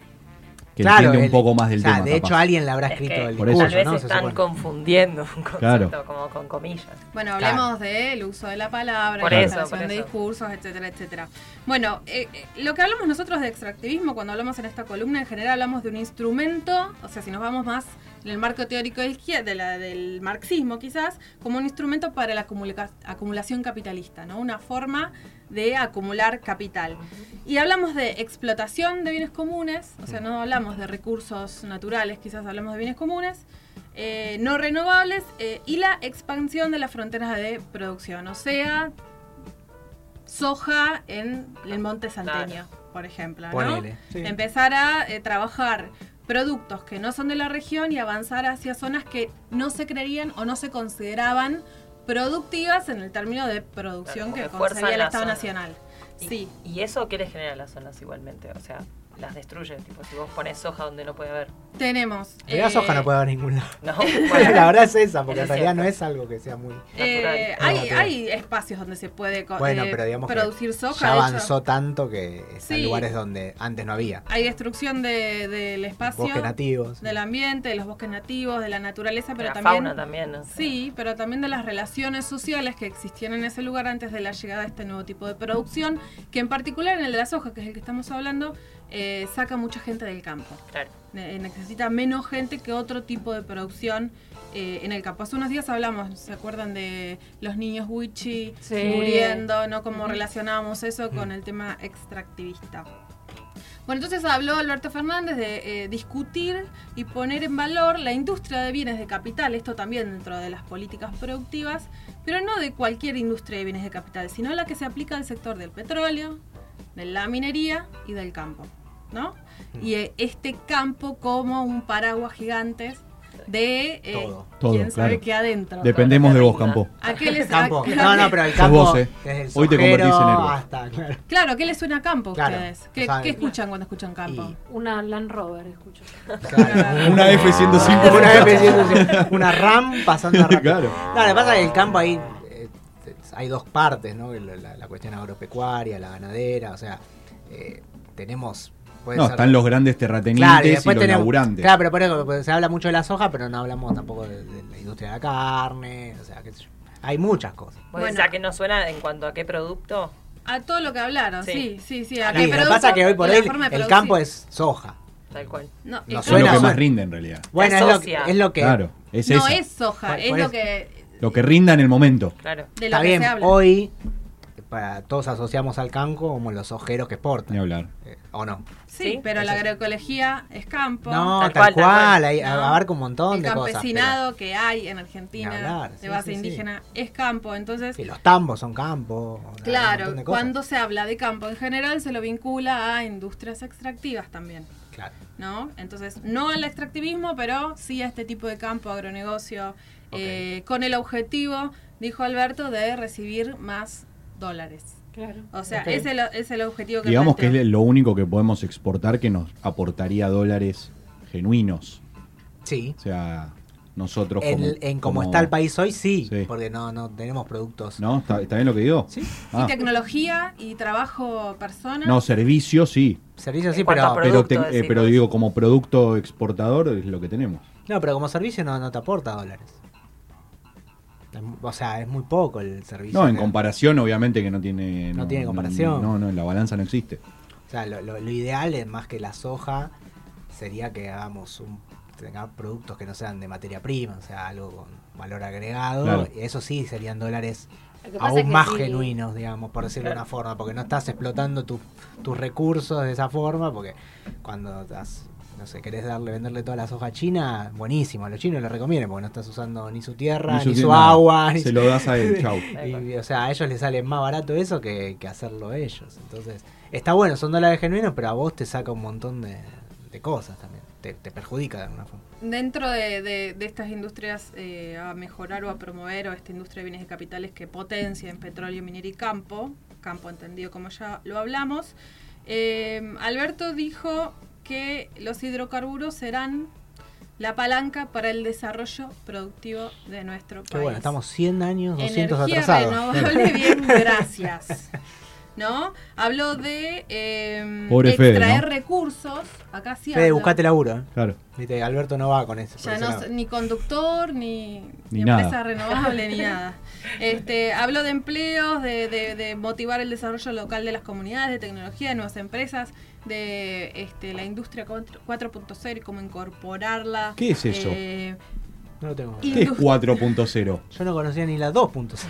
Speaker 19: Que
Speaker 3: Claro,
Speaker 19: entiende un
Speaker 3: él-
Speaker 19: poco más del
Speaker 3: o sea,
Speaker 19: tema.
Speaker 3: de hecho,
Speaker 19: capaz.
Speaker 3: alguien le habrá
Speaker 11: Es que
Speaker 3: escrito el
Speaker 19: Por
Speaker 3: discurso,
Speaker 11: Tal vez
Speaker 3: ¿no? Se
Speaker 11: están
Speaker 3: supone.
Speaker 11: confundiendo un concepto
Speaker 19: Claro.
Speaker 11: como con comillas.
Speaker 7: Bueno, hablemos del uso de la palabra,
Speaker 11: Por
Speaker 7: la
Speaker 11: eso,
Speaker 7: instalación
Speaker 11: por
Speaker 7: de
Speaker 11: eso.
Speaker 7: discursos, etcétera, etcétera. Bueno, eh, eh, lo que hablamos nosotros de extractivismo, cuando hablamos en esta columna, en general hablamos de un instrumento, o sea, si nos vamos más en el marco teórico de izquier- de la- del marxismo quizás, como un instrumento para la acumula- acumulación capitalista, ¿no? Una forma de acumular capital. Y hablamos de explotación de bienes comunes, o sea, no hablamos de recursos naturales, quizás hablamos de bienes comunes, eh, no renovables eh, y la expansión de las fronteras de producción, o sea, soja en el Monte Santeño, por ejemplo. ¿no?
Speaker 3: Ponele. Sí.
Speaker 7: Empezar a eh, trabajar productos que no son de la región y avanzar hacia zonas que no se creían o no se consideraban productivas en el término de producción
Speaker 11: Como
Speaker 7: que
Speaker 11: fuerzan
Speaker 7: concebía el
Speaker 11: la
Speaker 7: Estado
Speaker 11: zona.
Speaker 7: Nacional.
Speaker 11: Y,
Speaker 7: Sí.
Speaker 11: y eso quiere generar las zonas igualmente. O sea, las destruye. Tipo, si vos pones soja donde no puede haber.
Speaker 7: Tenemos.
Speaker 3: En realidad,
Speaker 7: eh,
Speaker 3: soja no puede haber ningún lado.
Speaker 11: No,
Speaker 3: la verdad es esa, porque
Speaker 11: Es
Speaker 3: en realidad no es algo que sea muy.
Speaker 7: eh,
Speaker 3: natural.
Speaker 7: hay,
Speaker 3: Natural.
Speaker 7: hay espacios donde se puede co-
Speaker 3: Bueno,
Speaker 7: eh,
Speaker 3: pero digamos
Speaker 7: producir
Speaker 3: que
Speaker 7: soja.
Speaker 3: ya
Speaker 7: de hecho.
Speaker 3: avanzó tanto que está
Speaker 7: Sí.
Speaker 3: en lugares donde antes no había.
Speaker 7: Hay destrucción de- del espacio.
Speaker 3: Bosques nativos.
Speaker 7: Del ambiente, de los bosques nativos, de la naturaleza, pero
Speaker 11: la
Speaker 7: también.
Speaker 11: fauna también. o sea.
Speaker 7: Sí, pero también de las relaciones sociales que existían en ese lugar antes de la llegada de este nuevo tipo de producción, que en particular en el de la soja, que es el que estamos hablando, eh, saca mucha gente del campo.
Speaker 11: Claro.
Speaker 7: Ne- eh, necesita menos gente que otro tipo de producción eh, en el campo. Hace unos días hablamos, ¿se acuerdan de los niños wichi
Speaker 18: Sí.
Speaker 7: muriendo, no cómo
Speaker 18: Ujú.
Speaker 7: relacionábamos eso
Speaker 3: Mm.
Speaker 7: con el tema extractivista? Bueno, entonces habló Alberto Fernández de eh, discutir y poner en valor la industria de bienes de capital, esto también dentro de las políticas productivas, pero no de cualquier industria de bienes de capital, sino la que se aplica al sector del petróleo, de la minería y del campo, ¿no?
Speaker 3: Mm.
Speaker 7: Y eh, este campo como un paraguas gigante de eh,
Speaker 19: Todo,
Speaker 7: quién sabe
Speaker 19: claro.
Speaker 7: qué adentro.
Speaker 19: Dependemos de vos, Campo.
Speaker 7: ¿A qué les-
Speaker 3: Campo.
Speaker 7: a-
Speaker 3: No, no, pero el
Speaker 19: Sos
Speaker 3: campo.
Speaker 19: vos, eh.
Speaker 3: desde el
Speaker 19: Hoy te
Speaker 3: sojero
Speaker 19: convertís en héroe.
Speaker 3: Hasta, claro.
Speaker 7: Claro, ¿qué les suena a campo a
Speaker 3: Claro,
Speaker 7: ustedes?
Speaker 3: o
Speaker 7: ¿Qué,
Speaker 3: sea,
Speaker 7: qué escuchan cuando escuchan campo?
Speaker 18: Una Land Rover, escucho.
Speaker 19: Una F-150.
Speaker 3: Una F-150. Una RAM pasando rápido.
Speaker 19: Claro.
Speaker 3: No, lo que pasa es que el campo ahí eh, hay dos partes, ¿no? La, la- la cuestión agropecuaria, la ganadera, o sea, eh, tenemos... puede
Speaker 19: No,
Speaker 3: ser-
Speaker 19: están los grandes terratenientes
Speaker 3: Claro,
Speaker 19: y,
Speaker 3: después
Speaker 19: los
Speaker 3: tenemos-
Speaker 19: laburantes.
Speaker 3: Claro, pero por eso pues, se habla mucho de la soja, pero no hablamos tampoco de, de la industria de la carne, o sea, qué sé yo. Hay muchas cosas.
Speaker 11: Vos decís, ¿a qué nos suena en cuanto a qué producto?
Speaker 7: A todo lo que hablaron, sí, sí, sí. a
Speaker 3: Sí,
Speaker 7: qué
Speaker 3: lo que
Speaker 7: producto
Speaker 3: pasa es que hoy por
Speaker 7: y la
Speaker 3: hoy
Speaker 7: forma de
Speaker 3: el
Speaker 7: producir.
Speaker 3: campo es soja.
Speaker 11: Tal cual.
Speaker 7: No,
Speaker 3: No
Speaker 7: el
Speaker 19: Son los
Speaker 3: suena-
Speaker 19: que más rinden en realidad.
Speaker 3: Bueno,
Speaker 11: Se
Speaker 3: es lo,
Speaker 11: asocia.
Speaker 3: es lo que...
Speaker 19: Claro, es
Speaker 7: no
Speaker 19: eso.
Speaker 7: es soja,
Speaker 3: Por-
Speaker 7: es
Speaker 3: por
Speaker 7: lo
Speaker 3: eso.
Speaker 7: que
Speaker 19: Lo que rinda en el momento.
Speaker 11: Claro.
Speaker 7: de lo
Speaker 3: Está
Speaker 7: que
Speaker 3: bien,
Speaker 7: se habla.
Speaker 3: hoy para, todos asociamos al campo como los ojeros que exportan.
Speaker 2: Ni hablar.
Speaker 3: Eh, ¿O no?
Speaker 7: Sí, pero la agroecología es campo.
Speaker 3: No, tal, cual, ahí abarca un montón
Speaker 7: El
Speaker 3: de cosas.
Speaker 7: campesinado que hay en Argentina
Speaker 3: Ni hablar, sí,
Speaker 7: de base
Speaker 3: sí, sí.
Speaker 7: indígena es campo, entonces...
Speaker 3: pero Los tambos son campos.
Speaker 7: Claro,
Speaker 3: de cosas.
Speaker 7: cuando se habla de campo en general se lo vincula a industrias extractivas también,
Speaker 3: Claro.
Speaker 7: ¿no? Entonces, no al extractivismo, pero sí a este tipo de campo agronegocio, eh, con el objetivo, dijo Alberto, de recibir más dólares. Claro. O sea,
Speaker 3: Ok.
Speaker 7: ese es, el, es el objetivo que
Speaker 2: Digamos que
Speaker 7: planteo.
Speaker 2: es lo único que podemos exportar que nos aportaría dólares genuinos.
Speaker 3: Sí.
Speaker 2: O sea, nosotros
Speaker 3: En,
Speaker 2: como,
Speaker 3: en como está el país hoy, sí, porque no, no tenemos productos.
Speaker 2: ¿No? ¿Está, está bien lo que digo? Sí.
Speaker 7: Y tecnología y trabajo persona.
Speaker 2: No, servicios sí.
Speaker 3: Servicios
Speaker 7: sí, En pero- cuanto a
Speaker 2: Pero, te-
Speaker 7: producto,
Speaker 2: eh, pero
Speaker 7: decimos.
Speaker 2: digo, como producto exportador es lo que tenemos.
Speaker 3: No, pero como servicio no, no te aporta dólares. Es mu- O sea, es muy poco el servicio.
Speaker 2: No, en
Speaker 3: que-
Speaker 2: comparación, obviamente que no tiene.
Speaker 3: No tiene comparación.
Speaker 2: No, no, la balanza no existe.
Speaker 3: O sea, lo, lo- lo ideal es más que la soja sería que hagamos un tengamos productos que no sean de materia prima, o sea, algo con valor agregado.
Speaker 2: Claro.
Speaker 3: Y eso sí serían dólares
Speaker 13: Lo que pasa
Speaker 3: aún
Speaker 13: es que
Speaker 3: más
Speaker 13: sí.
Speaker 3: genuinos, digamos, por decirlo de
Speaker 13: Claro.
Speaker 3: una forma, porque no estás explotando tu- tus recursos de esa forma, porque cuando estás, no sé, querés darle, venderle toda la soja a China, buenísimo, a los chinos lo recomiendan, porque no estás usando ni su tierra,
Speaker 2: Ni
Speaker 3: ni
Speaker 2: su
Speaker 3: su,
Speaker 2: tierra, nada.
Speaker 3: agua. ni
Speaker 2: Se
Speaker 3: su-
Speaker 2: lo das a él, chau.
Speaker 3: Y, o sea, a ellos les sale más barato eso que, que hacerlo ellos. Entonces, está bueno, son dólares genuinos, pero a vos te saca un montón de, de cosas también. Te, te perjudica de alguna forma.
Speaker 7: Dentro de, de- de estas industrias eh, a mejorar o a promover, o esta industria de bienes y capitales que potencia en petróleo, minería y campo, campo entendido como ya lo hablamos, eh, Alberto dijo que los hidrocarburos serán la palanca para el desarrollo productivo de nuestro
Speaker 3: Qué
Speaker 7: país.
Speaker 3: bueno, estamos 100 años, 200
Speaker 7: Energía
Speaker 3: atrasados.
Speaker 7: renovable, bien, gracias. ¿No? Habló de eh,
Speaker 3: Pobre Fede,
Speaker 7: extraer
Speaker 3: ¿no?
Speaker 7: recursos. Acá sí
Speaker 3: Fede,
Speaker 7: habla.
Speaker 3: buscate laburo. ¿eh?
Speaker 2: Claro.
Speaker 3: Viste, Alberto no va con eso. por
Speaker 7: Ya
Speaker 3: ese
Speaker 7: no,
Speaker 3: lado.
Speaker 7: s- ni conductor, ni,
Speaker 3: Ni
Speaker 7: ni
Speaker 3: nada.
Speaker 7: empresa renovable, ni nada. Este, habló de empleos, de, de- de motivar el desarrollo local de las comunidades, de tecnología, de nuevas empresas, de este, la industria cuatro- 4.0 y cómo incorporarla.
Speaker 2: ¿Qué es eso?
Speaker 7: Eh,
Speaker 3: No lo tengo.
Speaker 2: ¿Qué es
Speaker 7: Indust-
Speaker 2: 4.0?
Speaker 3: Yo no conocía ni la 2.0.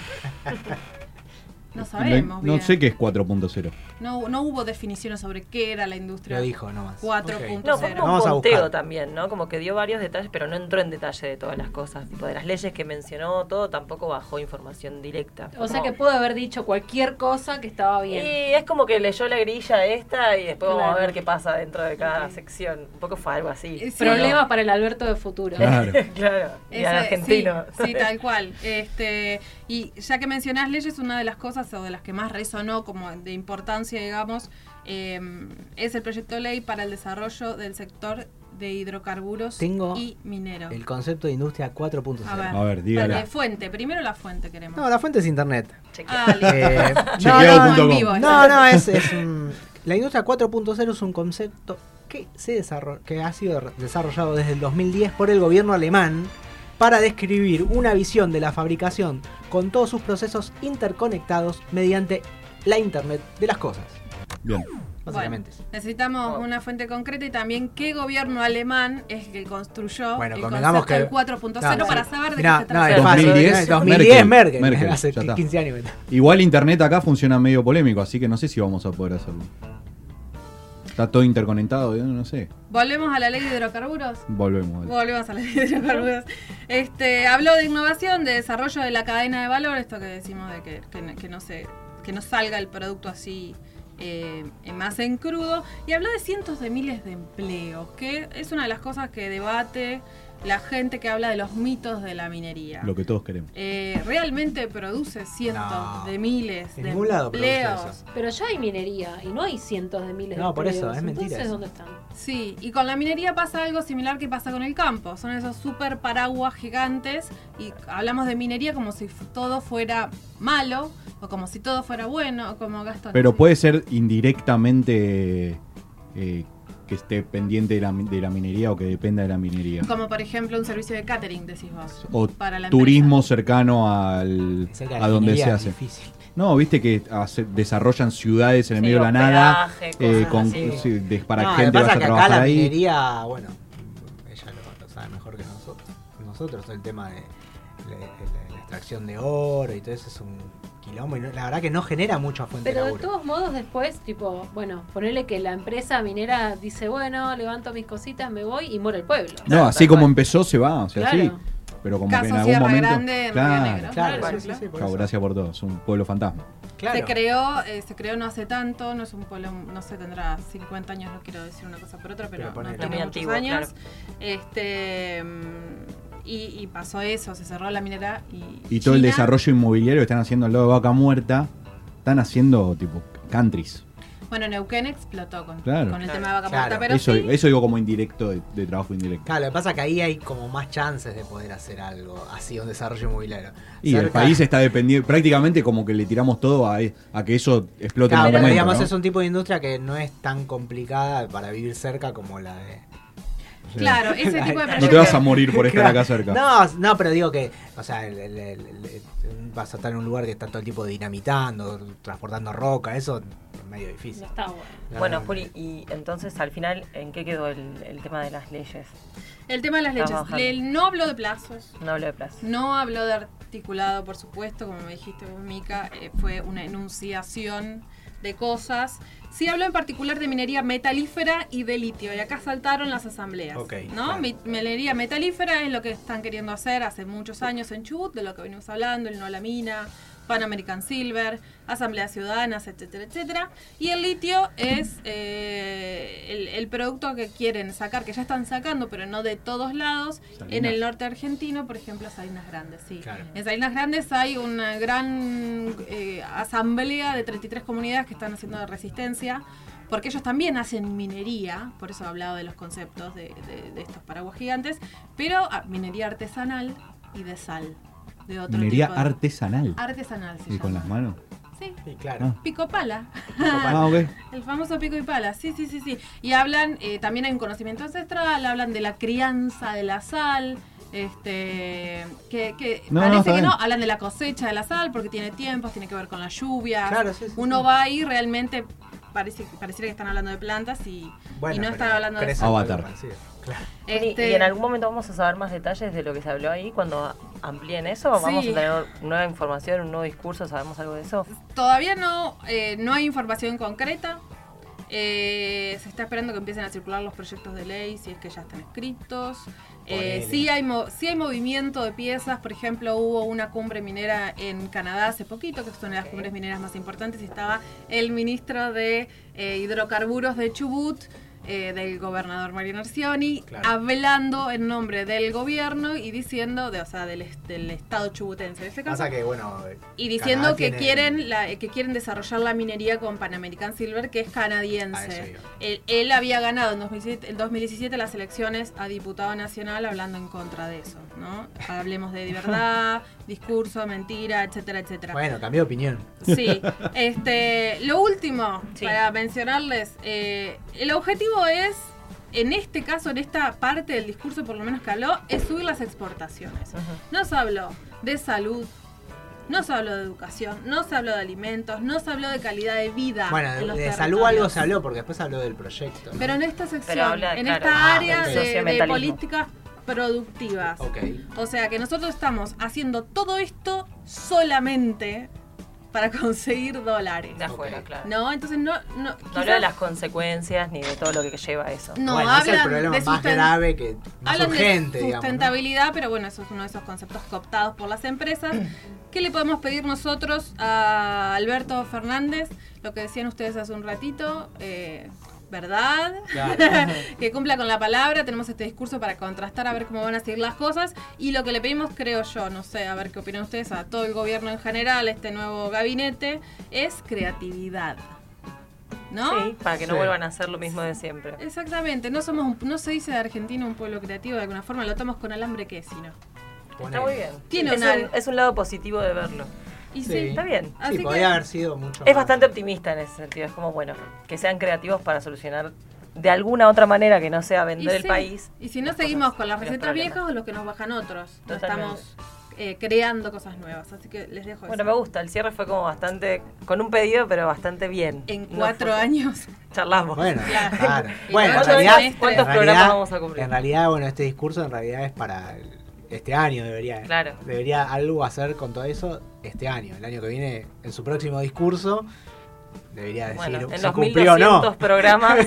Speaker 7: no sabemos.
Speaker 2: No
Speaker 7: bien.
Speaker 2: sé qué es 4.0.
Speaker 7: No, no hubo definiciones sobre qué era la industria.
Speaker 2: Lo dijo nomás.
Speaker 7: 4.0.
Speaker 8: No, fue como
Speaker 2: Vamos a
Speaker 8: un
Speaker 2: buscar.
Speaker 8: conteo también, ¿no? Como que dio varios detalles, pero no entró en detalle de todas las cosas. Tipo, de las leyes que mencionó, todo, tampoco bajó información directa.
Speaker 17: O sea
Speaker 8: Como-
Speaker 17: que pudo haber dicho cualquier cosa que estaba bien.
Speaker 7: Eh.
Speaker 8: Y es como que leyó la grilla esta y después vamos a
Speaker 17: Claro.
Speaker 8: ver qué pasa dentro de cada sección. Un poco fue algo así.
Speaker 17: Problema para el Alberto de futuro.
Speaker 8: Claro. Claro. Y al
Speaker 7: Ese-
Speaker 8: argentino.
Speaker 7: Sí, sí, tal cual. Este, y ya que mencionás leyes, una de las cosas o de las que más resonó como de importancia, digamos, eh, es el proyecto de ley para el desarrollo del sector de hidrocarburos
Speaker 3: Tengo
Speaker 7: y minero.
Speaker 3: El concepto de industria 4.0.
Speaker 7: A ver, para- fuente, primero la fuente queremos.
Speaker 3: No, la fuente es internet.
Speaker 7: Ah, listo.
Speaker 3: Eh, no,
Speaker 7: Chequeado punto
Speaker 3: no,
Speaker 7: com.
Speaker 3: no, no, es, es un- la industria 4.0 es un concepto que, se desarro- que ha sido re- desarrollado desde el 2010 por el gobierno alemán para describir una visión de la fabricación con todos sus procesos interconectados mediante la Internet de las cosas.
Speaker 2: Bien.
Speaker 3: Básicamente.
Speaker 7: Necesitamos una fuente concreta y también qué gobierno alemán es el que construyó
Speaker 3: Bueno,
Speaker 7: el
Speaker 3: convengamos
Speaker 7: concepto
Speaker 3: que-
Speaker 7: del 4.0
Speaker 3: Claro,
Speaker 7: para
Speaker 3: sí.
Speaker 7: saber de
Speaker 3: Mirá,
Speaker 7: qué se
Speaker 3: no,
Speaker 7: trata.
Speaker 3: es fácil.
Speaker 2: 2010,
Speaker 3: 2010 Merkel.
Speaker 2: Merkel,
Speaker 3: Hace
Speaker 2: ya está.
Speaker 3: 15 años.
Speaker 2: Igual internet acá funciona medio polémico, así que no sé si vamos a poder hacerlo. Está todo interconectado, yo no sé.
Speaker 7: Volvemos a la ley de hidrocarburos.
Speaker 2: Volvemos. dale.
Speaker 7: Volvemos a la ley de hidrocarburos. Este, habló de innovación, de desarrollo de la cadena de valor, esto que decimos de que, que, no- que no, se, que no salga el producto así eh, más en crudo. Y habló de cientos de miles de empleos, que es una de las cosas que debate la gente que habla de los mitos de la minería.
Speaker 2: Lo que todos queremos.
Speaker 7: Eh, realmente produce cientos
Speaker 2: No.
Speaker 7: de miles
Speaker 2: En
Speaker 7: de
Speaker 2: ningún lado produce
Speaker 7: empleos.
Speaker 2: eso.
Speaker 17: Pero ya hay minería y no hay cientos de miles
Speaker 2: No,
Speaker 17: de
Speaker 2: por eso,
Speaker 17: empleos.
Speaker 2: es mentira
Speaker 17: Entonces,
Speaker 2: eso.
Speaker 17: ¿dónde están?
Speaker 7: Sí, y con la minería pasa algo similar que pasa con el campo. Son esos super paraguas gigantes y hablamos de minería como si f- todo fuera malo o como si todo fuera bueno, o como Gastón.
Speaker 2: Pero puede ser indirectamente eh, que esté pendiente de la, mi- de la minería o que dependa de la minería.
Speaker 7: Como por ejemplo un servicio de catering, decís vos.
Speaker 2: O
Speaker 7: para la
Speaker 2: turismo cercano al,
Speaker 3: Cerca de la
Speaker 2: a donde
Speaker 3: minería
Speaker 2: se
Speaker 3: es
Speaker 2: hace. No, viste que hace- desarrollan ciudades en el
Speaker 3: Sí,
Speaker 2: medio de la nada
Speaker 3: hospedaje,
Speaker 2: eh,
Speaker 3: cosas
Speaker 2: con-
Speaker 3: así.
Speaker 2: sí, de- para
Speaker 3: No, lo
Speaker 2: gente
Speaker 3: que
Speaker 2: vaya
Speaker 3: pasa
Speaker 2: a
Speaker 3: es que acá la
Speaker 2: trabajar ahí.
Speaker 3: minería, bueno, ella lo, lo sabe mejor que nosotros. Nosotros el tema de la, de la- la extracción de oro y todo eso es un quilombo y no- la verdad que no genera mucha fuente
Speaker 17: Pero
Speaker 3: de
Speaker 17: de
Speaker 3: laburo.
Speaker 17: todos modos después, tipo, bueno, ponerle que la empresa minera dice, bueno, levanto mis cositas, me voy y muere el pueblo.
Speaker 2: No, así como empezó se va, o sea,
Speaker 17: Claro.
Speaker 2: sí. Pero como
Speaker 17: Caso
Speaker 2: que en algún
Speaker 17: Sierra
Speaker 2: momento.
Speaker 7: Grande, en Río Negro.
Speaker 2: claro,
Speaker 7: Claro,
Speaker 2: claro.
Speaker 7: sí, sí, sí, por
Speaker 2: Chau,
Speaker 7: eso.
Speaker 2: gracias por todo. Es un pueblo fantasma.
Speaker 7: Se creó, eh, se creó no hace tanto, no es un pueblo, no sé, tendrá 50 años, no quiero decir una cosa por otra, pero,
Speaker 8: Pero ponele.
Speaker 7: no
Speaker 8: Es muy
Speaker 7: tiene muchos
Speaker 8: antiguo,
Speaker 7: años. Este mm, y, y pasó eso, se cerró la minera y,
Speaker 2: Y todo el
Speaker 7: China-
Speaker 2: desarrollo inmobiliario que están haciendo al lado de Vaca Muerta, están haciendo tipo countries.
Speaker 7: Bueno, Neuquén explotó con,
Speaker 2: Claro.
Speaker 7: con el
Speaker 2: Claro.
Speaker 7: tema de vaca
Speaker 3: Claro.
Speaker 7: muerta, pero
Speaker 2: Eso,
Speaker 7: sí,
Speaker 2: eso digo como indirecto, de, de trabajo indirecto.
Speaker 3: Claro, lo que pasa es que ahí hay como más chances de poder hacer algo así, un desarrollo inmobiliario.
Speaker 2: Y el
Speaker 3: Cerca-
Speaker 2: país está dependiendo, prácticamente como que le tiramos todo a, a que eso explote
Speaker 3: Claro,
Speaker 2: en
Speaker 3: pero
Speaker 2: algún momento,
Speaker 3: digamos,
Speaker 2: ¿no?
Speaker 3: es un tipo de industria que no es tan complicada para vivir cerca como la de.
Speaker 7: Claro, ese tipo de
Speaker 3: No te
Speaker 2: proyectos. vas a morir por estar acá cerca.
Speaker 3: No, no, pero digo que, o sea, el- el- el- el- vas a estar en un lugar que está todo el tipo dinamitando, transportando roca, eso es medio difícil.
Speaker 17: No está bueno.
Speaker 8: Bueno, Juli, y entonces al final, ¿en qué quedó el, el tema de las leyes?
Speaker 7: el tema de las
Speaker 8: Estamos
Speaker 7: leyes.
Speaker 8: bajando.
Speaker 7: Le- no habló de plazos,
Speaker 8: No hablo de plazo.
Speaker 7: no habló de articulado, por supuesto, como me dijiste vos, Mica, eh, fue una enunciación de cosas. Sí habló en particular de minería metalífera y de litio, y acá saltaron las asambleas.
Speaker 3: Ok,
Speaker 7: ¿no?
Speaker 3: claro.
Speaker 7: Mi- Minería metalífera es lo que están queriendo hacer hace muchos años en Chubut, de lo que venimos hablando, el no a la mina, Pan American Silver, Asambleas Ciudadanas, etcétera, etcétera. Y el litio es eh, el, el producto que quieren sacar, que ya están sacando, pero no de todos lados.
Speaker 8: Salinas.
Speaker 7: En el norte argentino, por ejemplo, Salinas Grandes, sí.
Speaker 8: Claro.
Speaker 7: En Salinas Grandes hay una gran eh, asamblea de 33 comunidades que están haciendo resistencia, porque ellos también hacen minería, por eso he hablado de los conceptos de, de- de estos paraguas gigantes, pero ah, minería artesanal y de sal. De otro
Speaker 2: Minería
Speaker 7: tipo de-
Speaker 2: artesanal.
Speaker 7: Artesanal, se
Speaker 2: ¿Y con
Speaker 7: llama.
Speaker 2: las manos?
Speaker 7: Sí.
Speaker 3: claro.
Speaker 7: Pico pala.
Speaker 2: Ah, ok.
Speaker 7: El famoso pico y pala, sí, sí, sí, sí. Y hablan, eh, también hay un conocimiento ancestral, hablan de la crianza de la sal, este, que, que
Speaker 16: No, no,
Speaker 7: parece
Speaker 16: está
Speaker 7: que
Speaker 16: bien.
Speaker 7: no, hablan de la cosecha de la sal porque tiene tiempos, tiene que ver con la lluvia.
Speaker 16: Claro, sí, sí,
Speaker 7: Uno
Speaker 16: sí.
Speaker 7: va ahí realmente parece, pareciera que están hablando de plantas y,
Speaker 3: Bueno,
Speaker 7: y no
Speaker 3: pero
Speaker 7: están hablando de
Speaker 3: crece
Speaker 7: sal.
Speaker 3: muy
Speaker 2: Avatar.
Speaker 3: parecido, claro.
Speaker 8: Juli,
Speaker 7: Este-
Speaker 8: ¿Y en algún momento vamos a saber más detalles de lo que se habló ahí? Cuando amplíen eso, ¿vamos
Speaker 7: Sí.
Speaker 8: a tener nueva información, un nuevo discurso? ¿Sabemos algo de eso?
Speaker 7: Todavía no, eh, no hay información concreta. Eh, se está esperando que empiecen a circular los proyectos de ley, si es que ya están escritos. Eh,
Speaker 8: Ponele.
Speaker 7: sí, hay mo- sí hay movimiento de piezas. Por ejemplo, hubo una cumbre minera en Canadá hace poquito, que es una de las cumbres mineras más importantes, y estaba el ministro de eh, Hidrocarburos de Chubut. eh, del gobernador Mariano Arcioni,
Speaker 16: Claro.
Speaker 7: hablando en nombre del gobierno y diciendo, de, o sea, del, est- del Estado chubutense. En este caso,
Speaker 3: Pasa que, bueno.
Speaker 7: y diciendo
Speaker 3: Canadá
Speaker 7: que
Speaker 3: tiene-
Speaker 7: quieren la- que quieren desarrollar la minería con Pan American Silver, que es
Speaker 3: A eso
Speaker 7: canadiense.
Speaker 3: iba.
Speaker 7: Él, él había ganado en 2017, en 2017 las elecciones a diputado nacional hablando en contra de eso, ¿no? Hablemos de verdad, discurso, mentira, etcétera, etcétera.
Speaker 3: Bueno, cambió de opinión.
Speaker 7: Sí, este, lo último para mencionarles, eh, el objetivo es, en este caso, en esta parte del discurso por lo menos que habló, es subir las exportaciones. No se habló de salud, no se habló de educación, no se habló de alimentos, no se habló de calidad de vida.
Speaker 3: Bueno,
Speaker 7: en
Speaker 3: de,
Speaker 7: los
Speaker 3: de salud
Speaker 7: territorios.
Speaker 3: algo se habló, porque después habló del proyecto. ¿no?
Speaker 7: Pero en esta sección,
Speaker 8: Pero habla,
Speaker 7: en
Speaker 8: claro,
Speaker 7: esta
Speaker 8: ah,
Speaker 7: área
Speaker 3: del
Speaker 7: de- de,
Speaker 8: socioambientalismo.
Speaker 7: políticas productivas.
Speaker 3: Ok.
Speaker 7: O sea que nosotros estamos haciendo todo esto solamente para conseguir dólares.
Speaker 8: De afuera, claro.
Speaker 7: No, entonces no. No,
Speaker 8: No hablo de las consecuencias ni de todo lo que lleva a eso.
Speaker 7: No,
Speaker 3: bueno, ese
Speaker 7: hablan
Speaker 3: es el problema
Speaker 7: de
Speaker 3: más
Speaker 7: susten-
Speaker 3: grave que. Más
Speaker 7: hablan
Speaker 3: urgente,
Speaker 7: de
Speaker 3: digamos. ¿no?
Speaker 7: sustentabilidad, pero bueno, eso es uno de esos conceptos cooptados por las empresas. ¿Qué le podemos pedir nosotros a Alberto Fernández? Lo que decían ustedes hace un ratito, eh, ¿verdad?
Speaker 16: Claro.
Speaker 7: que cumpla con la palabra, tenemos este discurso para contrastar a ver cómo van a seguir las cosas y lo que le pedimos, creo yo, no sé, a ver qué opinan ustedes, a todo el gobierno en general, este nuevo gabinete, es creatividad. ¿No?
Speaker 8: Sí, para que no
Speaker 7: Sí.
Speaker 8: vuelvan a hacer lo mismo de siempre.
Speaker 7: Exactamente, no somos un- no se dice de Argentina un pueblo creativo de alguna forma, lo tomamos con alambre que si no.
Speaker 8: Está muy bien.
Speaker 7: Tiene
Speaker 8: es,
Speaker 7: una-
Speaker 8: un, es un lado positivo de verlo.
Speaker 7: Y
Speaker 3: sí. Sí.
Speaker 8: está bien.
Speaker 3: Sí, podría haber sido mucho
Speaker 8: Es
Speaker 3: más.
Speaker 8: bastante optimista en ese sentido. Es como, bueno, que sean creativos para solucionar de alguna otra manera que no sea vender
Speaker 7: Y
Speaker 8: el
Speaker 7: sí,
Speaker 8: país.
Speaker 7: Y si no seguimos con las
Speaker 8: los
Speaker 7: recetas
Speaker 8: problemas.
Speaker 7: viejas o los que nos bajan otros, no
Speaker 8: Totalmente.
Speaker 7: estamos eh, creando cosas nuevas, así que les dejo
Speaker 8: Bueno,
Speaker 7: eso.
Speaker 8: me gusta. El cierre fue como bastante. con un pedido, pero bastante bien.
Speaker 7: En
Speaker 8: No
Speaker 7: cuatro
Speaker 8: fue-
Speaker 7: años.
Speaker 8: Charlamos.
Speaker 3: Bueno,
Speaker 7: Claro.
Speaker 3: claro.
Speaker 7: Y
Speaker 3: Bueno, en
Speaker 7: cuatro
Speaker 3: realidad,
Speaker 7: semestres.
Speaker 8: ¿Cuántos
Speaker 3: en
Speaker 8: programas
Speaker 3: realidad-
Speaker 8: este vamos a cumplir?
Speaker 3: En realidad, bueno, este discurso en realidad es para el- Este año debería.
Speaker 11: Claro.
Speaker 3: Debería algo hacer con todo eso este año. El año que viene, en su próximo discurso, debería decir
Speaker 11: Bueno, en
Speaker 3: se
Speaker 11: los
Speaker 3: cumplió o no.
Speaker 11: 1200 programas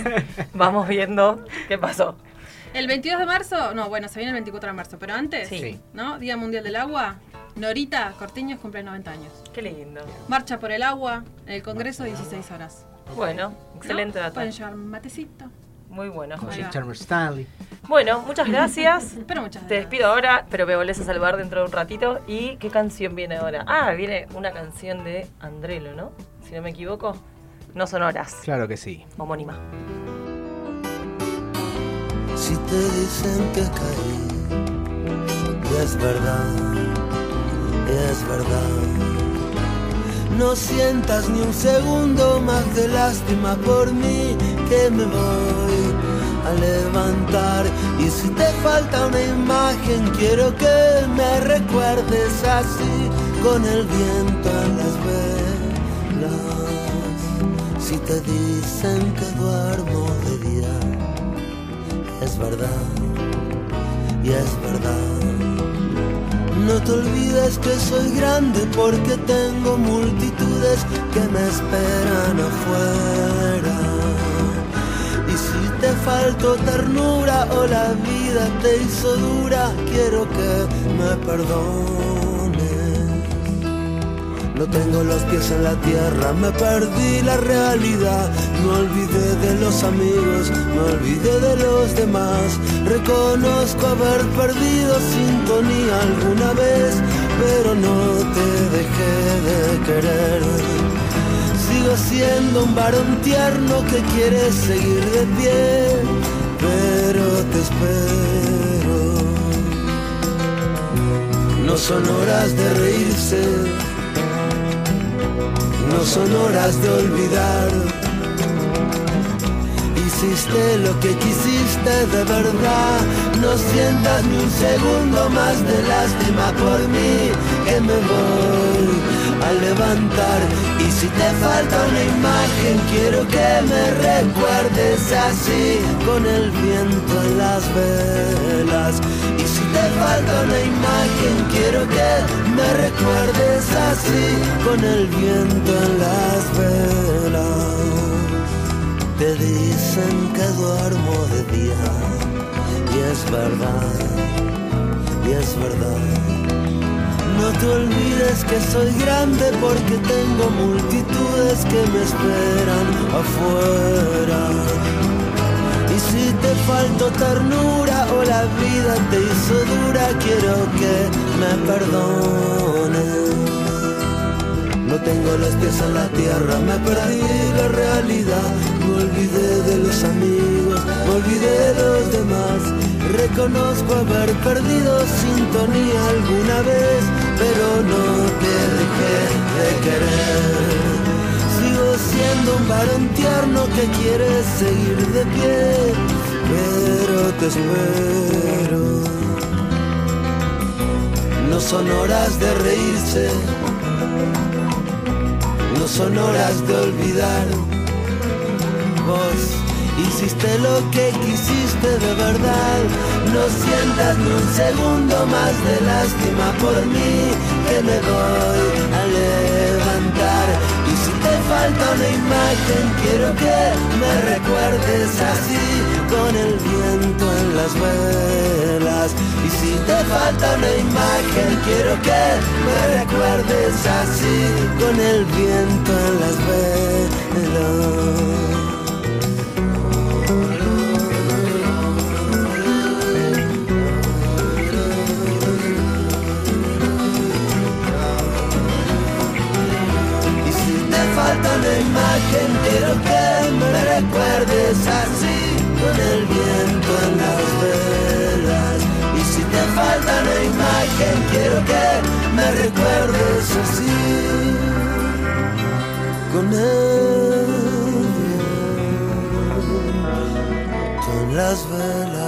Speaker 11: vamos viendo qué pasó.
Speaker 7: El 22 de marzo, no, bueno, se viene el 24 de marzo, pero antes,
Speaker 11: Sí.
Speaker 7: ¿no? Día Mundial del Agua. Norita Cortiños cumple 90 años.
Speaker 11: Qué lindo.
Speaker 7: Marcha por el agua en el Congreso 16 horas.
Speaker 11: Bueno,
Speaker 7: ¿No?
Speaker 11: excelente dato.
Speaker 7: Pueden llevar matecito.
Speaker 11: Muy bueno.
Speaker 3: Con
Speaker 11: Ahí va.
Speaker 3: Charmer Stanley.
Speaker 11: Bueno, muchas gracias.
Speaker 7: Pero muchas
Speaker 11: Te despido ahora, pero me volvés a saludar dentro de un ratito. ¿Y qué canción viene ahora? Ah, viene una canción de Andrelo, ¿no? Si no me equivoco. No sonoras,
Speaker 3: Claro que sí.
Speaker 11: homónima.
Speaker 20: Si te dicen que caí, es verdad, es verdad. No sientas ni un segundo más de lástima por mí que me voy a levantar. Y si te falta una imagen, quiero que me recuerdes así, con el viento en las velas. Si te dicen que duermo de día, es verdad, y es verdad. No te olvides que soy grande porque tengo multitudes que me esperan afuera. Y si te faltó ternura o la vida te hizo dura, quiero que me perdones. No tengo los pies en la tierra, me perdí la realidad. Me olvidé de los amigos, me olvidé de los demás. Reconozco haber perdido sintonía alguna vez, pero no te dejé de querer. Sigo siendo un varón tierno que quiere seguir de pie, pero te espero. No son horas de reírse no son horas de olvidar. Hiciste lo que quisiste de verdad, no sientas ni un segundo más de lástima por mí, que me voy a levantar. Y si te falta una imagen, quiero que me recuerdes así, con el viento en las velas. Y si te falta una imagen, quiero que me recuerdes así, con el viento en las velas. Te dicen que duermo de día y es verdad, y es verdad. No te olvides que soy grande porque tengo multitudes que me esperan afuera. Y si te faltó ternura o la vida te hizo dura, quiero que me perdones. No tengo los pies en la tierra, me perdí la realidad. Me olvidé de los amigos, me olvidé de los demás. Reconozco haber perdido sintonía alguna vez, pero no te dejé de querer. Sigo siendo un varón tierno que quiere seguir de pie, pero te espero. No son horas de reírse, no son horas de olvidar. Vos hiciste lo que quisiste de verdad, no sientas ni un segundo más de lástima por mí, que me voy a levantar. Y si te falta una imagen, quiero que me recuerdes así, con el viento en las velas. Y si te falta una imagen, quiero que me recuerdes así, con el viento en las velas. Y si te falta una imagen, quiero que me recuerdes así, con el viento en las velas. Y si te falta una imagen, quiero que me recuerdes así, con el viento en las velas.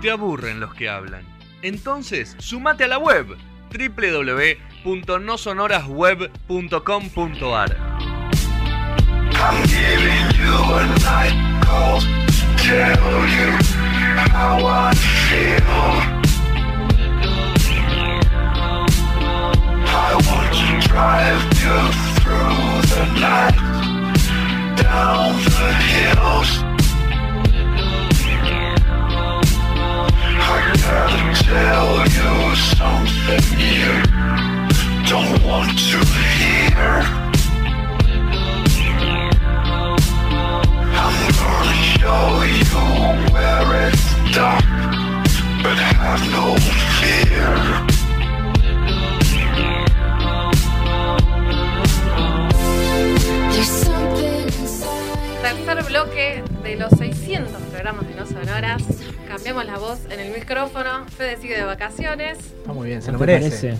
Speaker 6: Te aburren los que hablan. Entonces, sumate a la web www.noshonorasweb.com.ar
Speaker 21: I'm giving you a night cold. Tell you how I feel. I want to drive you through the night, down the hills. I gotta tell you something you don't want to hear. I'm gonna show you where it's dark, but have no fear.
Speaker 22: There's something inside.
Speaker 7: Tercer bloque de los 600 programas de No Sonoras. Cambiamos la voz en el micrófono. Fede sigue de vacaciones.
Speaker 3: Está muy bien, se
Speaker 4: ¿No
Speaker 3: lo
Speaker 4: te
Speaker 3: merece.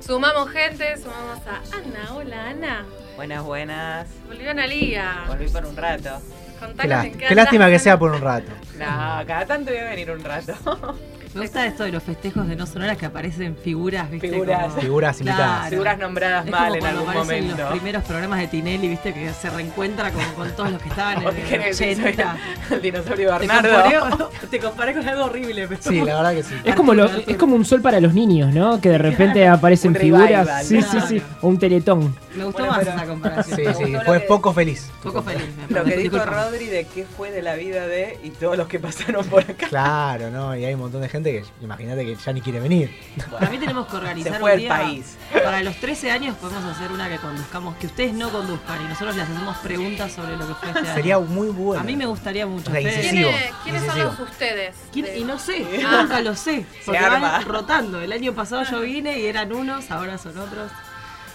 Speaker 7: Sumamos gente, sumamos a Ana. Hola, Ana.
Speaker 11: Buenas, buenas.
Speaker 7: Volvió Ana Lía.
Speaker 11: Volví por un rato.
Speaker 3: Qué,
Speaker 7: Contanos en
Speaker 3: lá-
Speaker 7: qué
Speaker 3: qué lástima que sea por un rato.
Speaker 11: No, cada tanto voy a venir un rato.
Speaker 8: Me gusta esto de los festejos de no sonoras que aparecen figuras, ¿viste?
Speaker 11: Figuras.
Speaker 8: Como-
Speaker 3: Figuras imitadas.
Speaker 11: Figuras nombradas
Speaker 8: Es
Speaker 11: mal
Speaker 8: como
Speaker 11: en
Speaker 8: cuando
Speaker 11: algún
Speaker 8: aparecen
Speaker 11: momento.
Speaker 8: los primeros programas de Tinelli, ¿viste? Que se reencuentra con, con todos los que estaban en
Speaker 11: Porque en
Speaker 8: el
Speaker 11: el
Speaker 8: 80.
Speaker 11: El dinosaurio
Speaker 8: Te
Speaker 11: Bernardo.
Speaker 8: comparé, te comparé con algo horrible. Pero...
Speaker 3: Sí, la verdad que sí.
Speaker 4: Es como, lo- es como un sol para los niños, ¿no? Que de repente aparecen
Speaker 3: Un revival,
Speaker 4: figuras. Sí, sí,
Speaker 3: claro.
Speaker 4: sí. O un teletón.
Speaker 8: Me gustó más esa comparación.
Speaker 3: Sí,
Speaker 8: Me
Speaker 3: sí,
Speaker 8: gustó lo
Speaker 3: fue
Speaker 8: que-
Speaker 3: poco feliz.
Speaker 8: Poco feliz. me
Speaker 11: Lo que
Speaker 8: parece.
Speaker 11: dijo
Speaker 8: Disculpa.
Speaker 11: Rodri de qué fue de la vida de y todos los que pasaron por acá.
Speaker 3: Claro, no, y hay un montón de gente que imagínate que ya ni quiere venir.
Speaker 8: Para mí tenemos que organizar
Speaker 11: Se fue
Speaker 8: un
Speaker 11: el
Speaker 8: día.
Speaker 11: país.
Speaker 8: Para los 13 años podemos hacer una que conduzcamos, que ustedes no conduzcan y nosotros les hacemos preguntas sobre lo que fue este año.
Speaker 3: Sería muy bueno.
Speaker 8: A mí me gustaría mucho.
Speaker 3: O sea,
Speaker 8: Ustedes-
Speaker 3: incisivo.
Speaker 7: ¿Quiénes son los ustedes?
Speaker 8: ¿Quién- Y no sé,
Speaker 7: Ah.
Speaker 8: nunca lo sé.
Speaker 7: Se
Speaker 8: Porque
Speaker 7: arma.
Speaker 8: van rotando. El año pasado yo vine y eran unos, ahora son otros.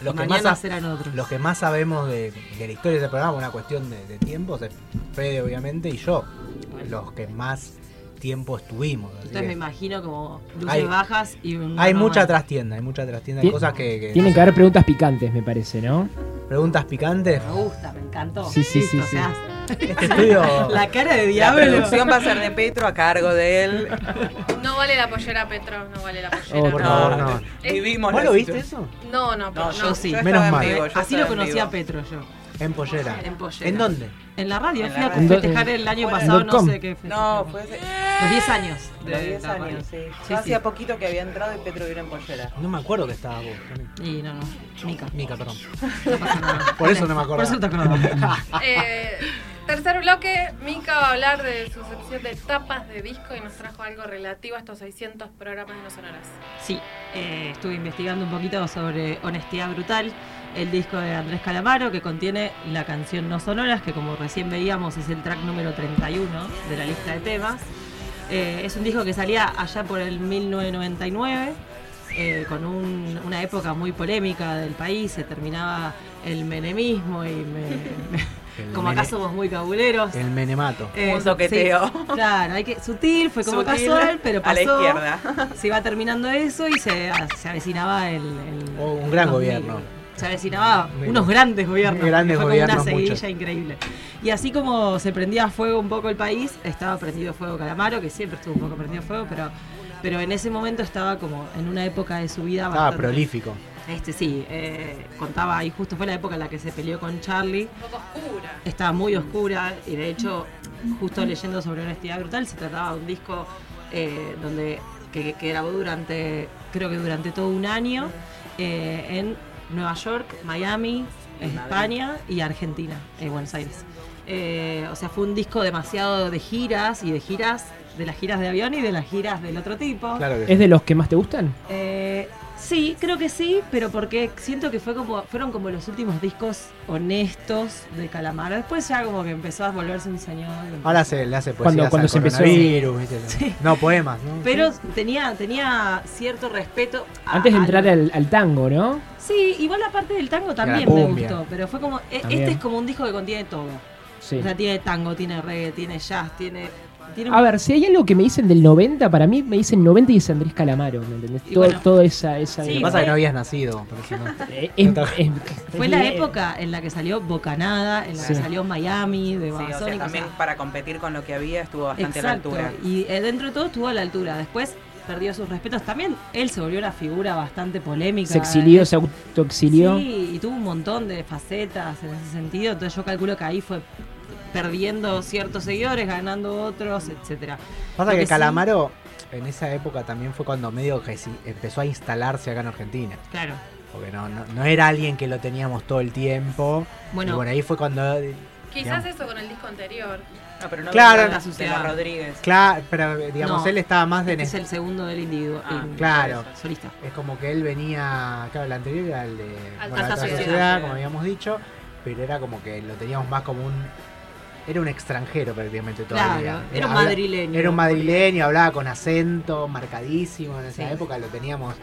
Speaker 3: Los que,
Speaker 8: Mañana
Speaker 3: más sa-
Speaker 8: serán otros.
Speaker 3: los que más sabemos de, de la historia de este programa, una cuestión de, de tiempos, es Fede obviamente y yo, los que más tiempo estuvimos. así
Speaker 8: Entonces
Speaker 3: que
Speaker 8: me imagino como luces
Speaker 3: Hay-
Speaker 8: bajas y un.
Speaker 3: hay
Speaker 8: normal.
Speaker 3: mucha trastienda, hay mucha trastienda, hay
Speaker 4: Tien-
Speaker 3: cosas que... que-
Speaker 4: Tienen que haber preguntas picantes, me parece, ¿no?
Speaker 3: Preguntas picantes.
Speaker 8: Me gusta, me encantó.
Speaker 4: Sí, sí, sí,
Speaker 8: Listo,
Speaker 4: sí.
Speaker 8: o sea,
Speaker 3: Este estudio-
Speaker 8: La cara de
Speaker 11: La
Speaker 8: diablo.
Speaker 11: producción va a ser de Petro a cargo de él.
Speaker 7: No vale la pollera, Petro. No vale la pollera.
Speaker 3: Oh, por favor, no.
Speaker 11: Vivimos
Speaker 3: ¿Vos
Speaker 11: la
Speaker 3: lo viste
Speaker 11: situación.
Speaker 3: eso?
Speaker 7: No, no, pero
Speaker 8: No, yo sí.
Speaker 3: Menos estaba en mal. vivo, yo
Speaker 8: Así lo
Speaker 3: estaba en
Speaker 8: conocía
Speaker 3: vivo.
Speaker 8: a Petro yo.
Speaker 3: En pollera.
Speaker 8: En pollera.
Speaker 3: ¿En dónde?
Speaker 8: En la radio.
Speaker 3: En
Speaker 8: Fui
Speaker 3: la
Speaker 8: a
Speaker 3: radio.
Speaker 8: festejar el año
Speaker 3: En
Speaker 8: pasado, no
Speaker 3: .com.
Speaker 8: sé qué fue.
Speaker 11: No, fue ese-
Speaker 8: Los 10 años. de
Speaker 11: Los 10
Speaker 8: la
Speaker 11: años,
Speaker 8: radio.
Speaker 11: sí. Yo
Speaker 8: Sí,
Speaker 11: hacía
Speaker 8: sí.
Speaker 11: poquito que había entrado y Petro vino en pollera.
Speaker 3: No me acuerdo que estaba vos.
Speaker 8: Y no, no. Mica.
Speaker 3: Mica, perdón. Por eso no me
Speaker 8: Por
Speaker 3: acuerdo.
Speaker 8: eso te acordás.
Speaker 7: Eh, tercer bloque, Mika va a hablar de su sección de tapas de disco y nos trajo algo relativo a estos 600 programas de no sonoras.
Speaker 8: Sí, eh, estuve investigando un poquito sobre Honestidad Brutal, el disco de Andrés Calamaro que contiene la canción No Sonoras, que como recién veíamos es el track número 31 de la lista de temas. Eh, es un disco que salía allá por el 1999, eh, con un- una época muy polémica del país, se terminaba el menemismo y me- me-
Speaker 3: El
Speaker 8: como acá
Speaker 3: mene-
Speaker 8: somos muy cabuleros.
Speaker 3: El menemato.
Speaker 8: Eh,
Speaker 11: Un toqueteo.
Speaker 8: sí, claro, hay que, sutil, fue como
Speaker 11: Sutil,
Speaker 8: casual, pero
Speaker 11: a
Speaker 8: pasó.
Speaker 11: la izquierda.
Speaker 8: Se iba terminando eso y se, ah, se avecinaba el. el-
Speaker 3: Oh, Un gran
Speaker 8: el 2000.
Speaker 3: gobierno.
Speaker 8: Se avecinaba
Speaker 3: Mira.
Speaker 8: unos grandes gobiernos. porque
Speaker 3: Grandes
Speaker 8: fue
Speaker 3: gobiernos,
Speaker 8: como una seguidilla
Speaker 3: muchos.
Speaker 8: increíble. Y así como se prendía a fuego un poco el país, estaba prendido fuego Calamaro, que siempre estuvo un poco prendido fuego, pero, pero en ese momento estaba como en una época de su vida
Speaker 3: Estaba
Speaker 8: bastante-
Speaker 3: prolífico.
Speaker 8: Este sí, eh, contaba ahí, justo fue la época en la que se peleó con Charlie.
Speaker 7: Un poco oscura.
Speaker 8: Estaba muy oscura y de hecho, justo leyendo sobre Honestidad Brutal, se trataba de un disco eh, donde que, que grabó durante, creo que durante todo un año, eh, en Nueva York, Miami, España y Argentina, eh, Buenos Aires. Eh, o sea, fue un disco demasiado de giras y de giras, de las giras de avión y de las giras del otro tipo.
Speaker 4: ¿Es de los que más te gustan?
Speaker 8: Eh, sí, creo que sí, pero porque siento que fue como, fueron como los últimos discos honestos de Calamaro. Después ya como que empezó a volverse un señor.
Speaker 3: Ahora se le hace
Speaker 4: Cuando-
Speaker 3: poesías
Speaker 4: cuando
Speaker 3: al
Speaker 4: se empezó.
Speaker 3: coronavirus, ¿viste? No, poemas, ¿no?
Speaker 8: Pero tenía, tenía cierto respeto. a-
Speaker 4: Antes de
Speaker 8: a-
Speaker 4: entrar al, al tango, ¿no?
Speaker 8: Sí, igual la parte del tango también me
Speaker 4: cumbia.
Speaker 8: gustó, pero fue como, e-
Speaker 4: También.
Speaker 8: este es como un disco que contiene todo.
Speaker 4: Sí.
Speaker 8: O sea, tiene tango, tiene reggae, tiene jazz, tiene... tiene un-
Speaker 4: A ver, si hay algo que me dicen del 90, para mí me dicen 90 y es Andrés Calamaro, ¿me entendés?
Speaker 8: Y
Speaker 4: Todo-
Speaker 8: bueno.
Speaker 4: Toda esa... esa
Speaker 3: Lo que pasa es que no habías nacido. por eso no.
Speaker 4: Eh, es- es-
Speaker 8: Fue la época en la que salió Bocanada, en la que
Speaker 3: Sí.
Speaker 8: salió Miami, de
Speaker 11: Sí, o sea,
Speaker 8: Babasónicos, o sea,
Speaker 11: también para competir con lo que había estuvo bastante a la
Speaker 8: Exacto,
Speaker 11: altura.
Speaker 8: Y eh, dentro de todo estuvo a la altura. Después perdió sus respetos. También él se volvió una figura bastante polémica.
Speaker 13: Se exilió, se autoexilió.
Speaker 8: Sí, y tuvo un montón de facetas en ese sentido. Entonces yo calculo que ahí fue perdiendo ciertos seguidores, ganando otros, etcétera.
Speaker 3: Pasa
Speaker 8: Lo
Speaker 3: que,
Speaker 8: sí-
Speaker 3: Calamaro en esa época también fue cuando medio que sí empezó a instalarse acá en Argentina.
Speaker 8: Claro.
Speaker 3: Porque no, no, no era alguien que lo teníamos todo el tiempo.
Speaker 17: Bueno.
Speaker 3: Bueno, y bueno, ahí fue cuando.
Speaker 17: Quizás eso con el disco anterior.
Speaker 2: No, pero no
Speaker 3: Claro.
Speaker 2: claro, la Susana Rodríguez.
Speaker 3: Claro, pero eh, digamos,
Speaker 8: No,
Speaker 3: él estaba más de. Ah,
Speaker 8: este es el segundo del individuo. individual,
Speaker 3: claro.
Speaker 8: Solista.
Speaker 3: Es como que él venía. Claro, el anterior era el de.
Speaker 8: Alta
Speaker 3: bueno, Alta
Speaker 8: Sociedad.
Speaker 3: sociedad, como habíamos dicho. Pero era como que lo teníamos más como un. Era un extranjero prácticamente todavía.
Speaker 8: Claro, era un
Speaker 3: habla-
Speaker 8: madrileño.
Speaker 3: Era un madrileño, hablaba con acento marcadísimo. En esa
Speaker 8: Sí.
Speaker 3: época lo teníamos.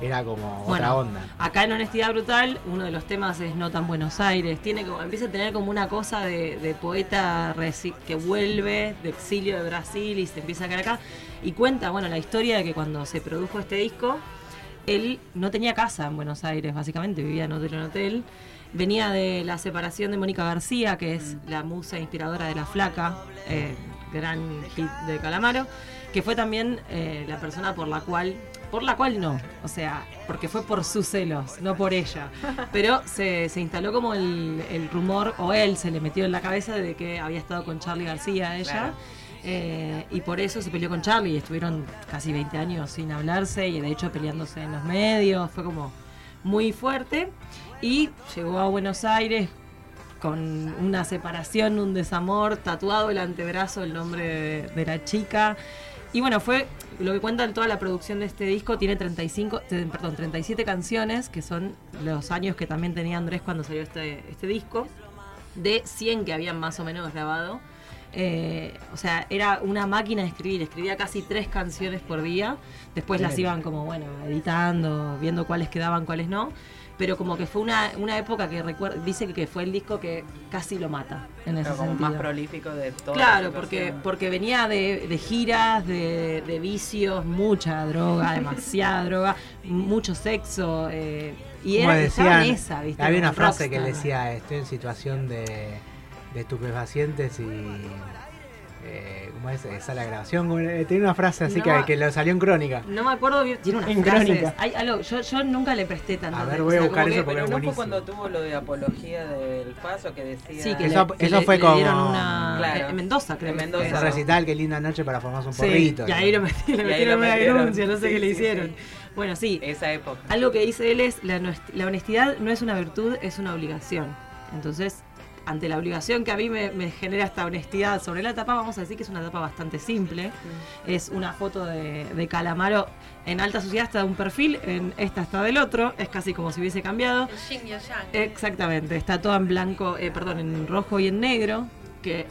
Speaker 3: Era como otra
Speaker 8: Bueno,
Speaker 3: onda.
Speaker 8: Acá en Honestidad Brutal, uno de los temas es No tan Buenos Aires. Tiene como, empieza a tener como una cosa de, de poeta resi- que vuelve de exilio de Brasil y se empieza a caer acá. Y cuenta, bueno, la historia de que cuando se produjo este disco, él no tenía casa en Buenos Aires, básicamente, vivía en hotel en hotel. Venía de la separación de Mónica García, que es la musa inspiradora de La Flaca, eh, gran hit de Calamaro, que fue también eh, la persona por la cual, por la cual no, o sea, porque fue por sus celos, no por ella, pero se, se instaló como el, el rumor, o él se le metió en la cabeza de que había estado con Charlie García ella.
Speaker 2: Claro.
Speaker 8: Eh, y por eso se peleó con Charlie y estuvieron casi 20 años sin hablarse y de hecho peleándose en los medios. Fue como muy fuerte. Y llegó a Buenos Aires con una separación, un desamor, tatuado el antebrazo, el nombre de, de la chica. Y bueno, fue lo que cuenta en toda la producción de este disco. Tiene 35, te- perdón, 37 canciones, que son los años que también tenía Andrés cuando salió este, este disco, de 100 que habían más o menos grabado. Eh, o sea, era una máquina de escribir, escribía casi tres canciones por día, después las
Speaker 2: Claro.
Speaker 8: iban como, bueno, editando, viendo cuáles quedaban, cuáles no, pero como que fue una, una época que recuer- dice que fue el disco que casi lo mata, en ese
Speaker 2: Pero como
Speaker 8: sentido.
Speaker 2: más prolífico de todo.
Speaker 8: Claro, porque, porque venía de, de giras, de, de vicios, mucha droga, demasiada droga, mucho sexo. eh, y
Speaker 3: Como
Speaker 8: era, estaba
Speaker 3: decían,
Speaker 8: en esa, ¿viste?
Speaker 3: había
Speaker 8: Como
Speaker 3: una frase que
Speaker 8: rockstar.
Speaker 3: decía, estoy en situación de, de estupefacientes y... eh, ¿Cómo es? Eh, Sala de grabación. ¿cómo era? Tenía una frase así
Speaker 8: No.
Speaker 3: que, que lo salió en crónica.
Speaker 8: No me acuerdo bien, tiene unas
Speaker 3: En
Speaker 8: frases.
Speaker 3: crónica.
Speaker 8: Hay algo, yo, yo nunca le presté tanto.
Speaker 3: A ver,
Speaker 8: atención,
Speaker 3: voy a
Speaker 8: como
Speaker 3: buscar
Speaker 8: que-
Speaker 3: eso porque
Speaker 2: Pero
Speaker 3: es
Speaker 2: no fue
Speaker 3: buenísimo.
Speaker 2: cuando tuvo lo de apología del paso que decía.
Speaker 8: Sí, que
Speaker 3: Eso-
Speaker 8: le- que
Speaker 3: eso
Speaker 8: le-
Speaker 3: fue
Speaker 8: le
Speaker 3: como-
Speaker 8: dieron una-
Speaker 2: Claro.
Speaker 8: en Mendoza, creo.
Speaker 2: En
Speaker 8: que fue.
Speaker 2: Mendoza.
Speaker 3: El recital, qué linda noche para formarse un
Speaker 8: Sí,
Speaker 3: porrito.
Speaker 8: y ahí lo metí- le
Speaker 2: Y ahí
Speaker 8: metieron
Speaker 2: lo
Speaker 8: una
Speaker 2: metieron.
Speaker 8: denuncia, no sé
Speaker 2: Sí,
Speaker 8: qué le
Speaker 2: sí,
Speaker 8: hicieron. Bueno, sí.
Speaker 2: Esa época.
Speaker 8: Algo que dice él es, la, honest- la honestidad no es una virtud, es una obligación. Entonces, ante la obligación que a mí me, me genera esta honestidad sobre la tapa, vamos a decir que es una tapa bastante simple. Es una foto de, de Calamaro en alta sociedad está de un perfil, en esta está del otro, es casi como si hubiese cambiado.
Speaker 17: El yin y el yang.
Speaker 8: Eh, Exactamente, está toda en blanco, eh, perdón, en rojo y en negro, que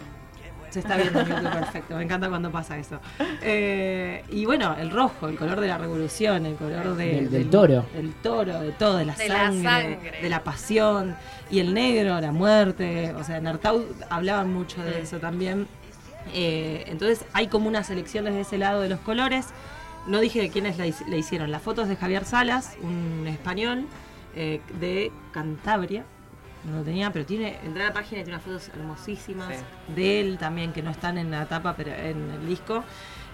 Speaker 8: se está viendo en YouTube perfecto, me encanta cuando pasa eso. Eh, y bueno, el rojo, el color de la revolución, el color de-
Speaker 13: Del- del toro.
Speaker 8: Del toro, de todo, de la,
Speaker 17: De la
Speaker 8: sangre,
Speaker 17: sangre.
Speaker 8: de la pasión, y el negro, la muerte, o sea, en Artaud hablaban mucho
Speaker 17: Mm.
Speaker 8: de eso también. Eh, entonces hay como unas elecciones de ese lado de los colores. No dije de quiénes la, his- la hicieron. Las fotos de Javier Salas, un español eh, de Cantabria. No lo tenía, pero tiene. Entré a la página y tiene unas fotos hermosísimas
Speaker 2: Sí.
Speaker 8: de él también, que no están en la tapa, pero en el disco.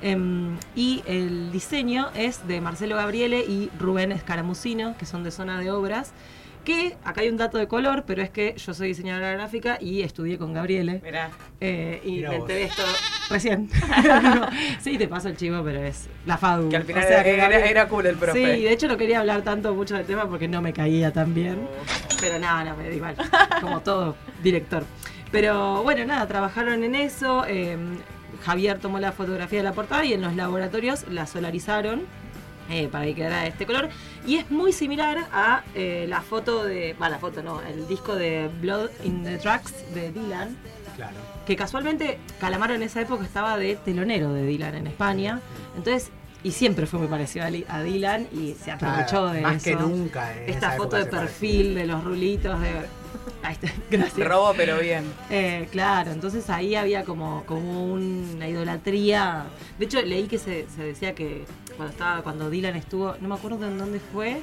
Speaker 8: Em, y el diseño es de Marcelo Gabriele y Rubén Escaramucino, que son de zona de obras. Que acá hay un dato de color, pero es que yo soy diseñadora gráfica y estudié con Gabriele.
Speaker 2: Mirá.
Speaker 8: Eh, y
Speaker 2: Mirá
Speaker 8: me
Speaker 2: vos.
Speaker 8: enteré esto recién. sí, te paso el chivo, pero es la FADU.
Speaker 2: Que al final era-
Speaker 8: Gabriel-
Speaker 2: era cool el profe.
Speaker 8: Sí, de hecho no quería hablar tanto mucho del tema porque no me caía tan bien. Pero nada, no, me da igual. Como todo director. Pero bueno, nada, trabajaron en eso. eh, Javier tomó la fotografía de la portada y en los laboratorios la solarizaron eh, para que quedara de este color. Y es muy similar a eh, la foto de. Va, la foto no, el disco de Blood in the Tracks de Dylan.
Speaker 3: Claro.
Speaker 8: Que casualmente Calamaro en esa época estaba de telonero de Dylan en España. Entonces, y siempre fue muy parecido a, Li- a Dylan y se aprovechó
Speaker 3: Claro,
Speaker 8: de
Speaker 3: más
Speaker 8: eso.
Speaker 3: que nunca en
Speaker 8: Esta
Speaker 3: esa
Speaker 8: foto
Speaker 3: época
Speaker 8: de
Speaker 3: se
Speaker 8: perfil, de los rulitos, de. Ahí está, gracias.
Speaker 2: Robo, pero bien.
Speaker 8: Eh, claro, entonces ahí había como, como una idolatría. De hecho, leí que se, se decía que cuando estaba, cuando Dylan estuvo, no me acuerdo en dónde fue,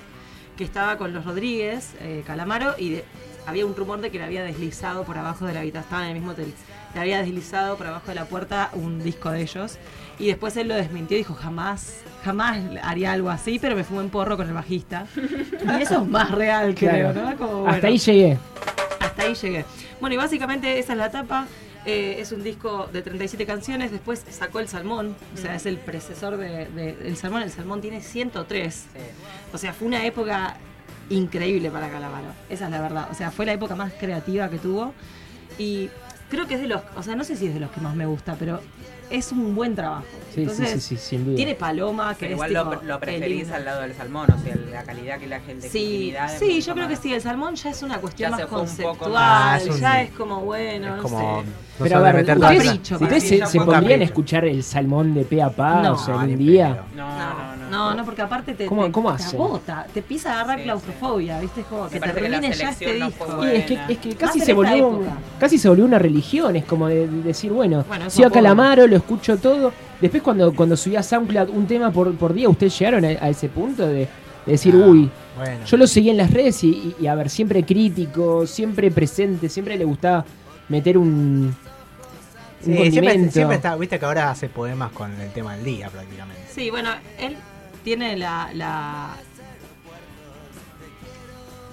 Speaker 8: que estaba con los Rodríguez, eh, Calamaro, y de- había un rumor de que le había deslizado por abajo de la habitación, estaba en el mismo hotel, le había deslizado por abajo de la puerta un disco de ellos. Y después él lo desmintió y dijo, jamás, jamás haría algo así, pero me fumé un porro con el bajista. Y eso es más real, creo,
Speaker 4: Claro.
Speaker 8: ¿no? Como, bueno,
Speaker 4: Hasta ahí llegué.
Speaker 8: hasta ahí llegué. Bueno, y básicamente esa es la tapa. Eh, es un disco de 37 canciones. Después sacó El Salmón. O sea, es el precesor de, de El Salmón. El Salmón tiene 103. O sea, fue una época increíble para Calamaro. Esa es la verdad. O sea, fue la época más creativa que tuvo. Y creo que es de los... O sea, no sé si es de los que más me gusta, pero es un buen trabajo.
Speaker 4: Sí, sí,
Speaker 8: Entonces,
Speaker 4: sí, sí, sin duda.
Speaker 8: Tiene paloma, que
Speaker 11: Pero
Speaker 8: es
Speaker 11: igual lo,
Speaker 8: tipo
Speaker 11: lo preferís
Speaker 8: el-
Speaker 11: al lado del salmón, o sea, la calidad que la gente
Speaker 8: Sí,
Speaker 11: intimidad es
Speaker 8: sí
Speaker 11: mucho
Speaker 8: yo creo que
Speaker 11: más.
Speaker 8: sí, el salmón ya es una cuestión
Speaker 11: Ya
Speaker 8: más
Speaker 11: se fue un poco
Speaker 8: conceptual,
Speaker 11: más- Ah, es un-
Speaker 8: ya es como bueno, no
Speaker 11: como-
Speaker 8: sé.
Speaker 11: No
Speaker 4: Pero a
Speaker 11: sabe
Speaker 4: ver,
Speaker 11: meter
Speaker 4: ¿ustedes,
Speaker 11: la pizza.
Speaker 4: ustedes
Speaker 11: Sí,
Speaker 4: se,
Speaker 11: ya
Speaker 4: se
Speaker 11: fue un
Speaker 4: pondrían a
Speaker 11: capricho.
Speaker 4: escuchar el salmón de pe a pa?
Speaker 8: No,
Speaker 4: o sea, en un día.
Speaker 11: No, no,
Speaker 8: No, no, porque aparte te,
Speaker 4: ¿Cómo-
Speaker 8: te,
Speaker 4: cómo
Speaker 8: te
Speaker 4: hace?
Speaker 8: agota, te empieza a agarrar claustrofobia, ¿viste? Es como que
Speaker 11: parece que la
Speaker 8: termine ya este
Speaker 11: selección no fue
Speaker 8: disco.
Speaker 4: Y es que, es que
Speaker 8: Más
Speaker 4: casi,
Speaker 8: en
Speaker 4: se
Speaker 8: esta
Speaker 4: volvió, un-
Speaker 8: época.
Speaker 4: casi se volvió una religión, es como de, de decir, bueno,
Speaker 8: Bueno, eso
Speaker 4: sigo a
Speaker 8: puedo.
Speaker 4: Calamaro, lo escucho todo. Después cuando, cuando subí a SoundCloud un tema por, por día, ¿ustedes llegaron a, a ese punto de, de decir, uy,
Speaker 3: bueno.
Speaker 4: yo lo seguí en las redes y, y- y, a ver, siempre crítico, siempre presente, siempre le gustaba meter un... un
Speaker 3: Sí, siempre,
Speaker 4: condimento.
Speaker 3: siempre está, viste que ahora hace poemas con el tema del día prácticamente.
Speaker 8: Sí, bueno, él tiene la, la,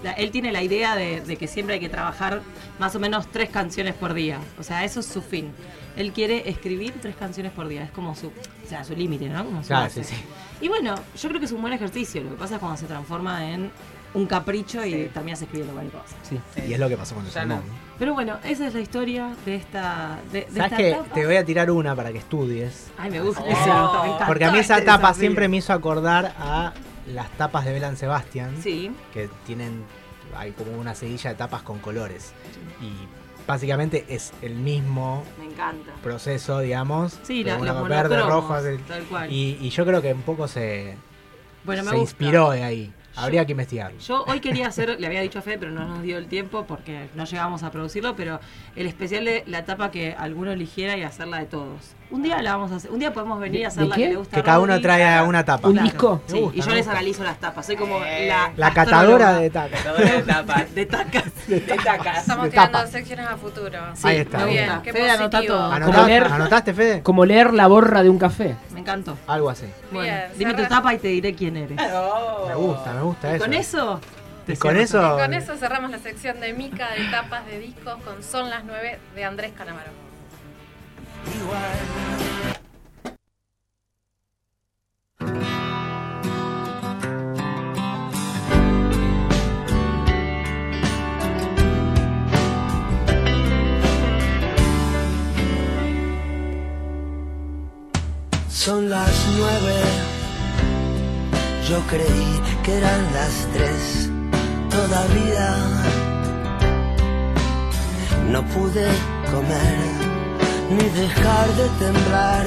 Speaker 8: la- él tiene la idea de, de que siempre hay que trabajar más o menos tres canciones por día. O sea, eso es su fin. Él quiere escribir tres canciones por día. Es como su, o sea, su límite, ¿no? Como su
Speaker 3: Claro,
Speaker 8: base.
Speaker 3: sí, sí.
Speaker 8: Y bueno, yo creo que es un buen ejercicio. Lo que pasa es cuando se transforma en un capricho y terminas escribiendo cualquier cosa.
Speaker 3: Sí. Y es lo que pasó con el
Speaker 11: Ya no.
Speaker 3: salmón.
Speaker 8: Pero bueno, esa es la historia de esta. De, de
Speaker 3: ¿Sabes
Speaker 8: esta
Speaker 3: qué?
Speaker 8: etapa.
Speaker 3: Te voy a tirar una para que estudies.
Speaker 8: Ay, me gusta.
Speaker 3: Oh.
Speaker 8: Esa- me encantó
Speaker 3: Porque a mí esa
Speaker 8: este
Speaker 3: tapa
Speaker 8: desafío.
Speaker 3: siempre me hizo acordar a las tapas de Belan Sebastian.
Speaker 8: Sí.
Speaker 3: Que tienen. Hay como una sedilla de tapas con colores. Y básicamente es el mismo
Speaker 8: Me encanta.
Speaker 3: proceso, digamos.
Speaker 8: Sí,
Speaker 3: de
Speaker 8: la-
Speaker 3: una
Speaker 8: los
Speaker 3: verde,
Speaker 8: monocromos,
Speaker 3: rojo. hace-
Speaker 8: tal cual.
Speaker 3: Y, y yo creo que un poco se,
Speaker 8: Bueno, me
Speaker 3: se
Speaker 8: gusta.
Speaker 3: inspiró de ahí. Habría que investigar.
Speaker 8: Yo hoy quería hacer, le había dicho a Fede, pero no nos dio el tiempo porque no llegamos a producirlo, pero el especial de la tapa que alguno eligiera y hacerla de todos. Un día la vamos a hacer, un día podemos venir
Speaker 3: ¿De-
Speaker 8: y
Speaker 3: de
Speaker 8: hacer la
Speaker 3: qué?
Speaker 8: que le gusta a
Speaker 3: Que cada
Speaker 8: Rodri.
Speaker 3: uno traiga una tapa. ¿Un disco?
Speaker 8: Sí,
Speaker 3: Me gusta,
Speaker 8: y yo
Speaker 3: me
Speaker 8: les
Speaker 3: gusta.
Speaker 8: analizo las tapas. Soy como la.
Speaker 3: La catadora de
Speaker 8: astróloga.
Speaker 3: tapas.
Speaker 8: de tacas. De tacas.
Speaker 7: Estamos creando secciones a futuro.
Speaker 8: Sí, Ahí está.
Speaker 7: Muy
Speaker 8: me
Speaker 7: bien,
Speaker 8: gusta.
Speaker 7: qué
Speaker 8: Fede, anotá
Speaker 7: positivo.
Speaker 8: todo.
Speaker 4: Como leer- Como leer la borra de un café.
Speaker 8: Me encantó.
Speaker 3: Algo así.
Speaker 8: Bueno,
Speaker 7: Bien,
Speaker 8: dime tu
Speaker 7: cerrá.
Speaker 8: tapa y te diré quién eres.
Speaker 3: Me gusta, me gusta
Speaker 8: Y
Speaker 3: eso.
Speaker 8: con eso.
Speaker 3: Y con eso.
Speaker 7: Y con eso cerramos la sección de Mica de tapas de discos con Son las 9 de Andrés Calamaro.
Speaker 20: Son las nueve. Yo creí que eran las tres. Todavía no pude comer ni dejar de temblar.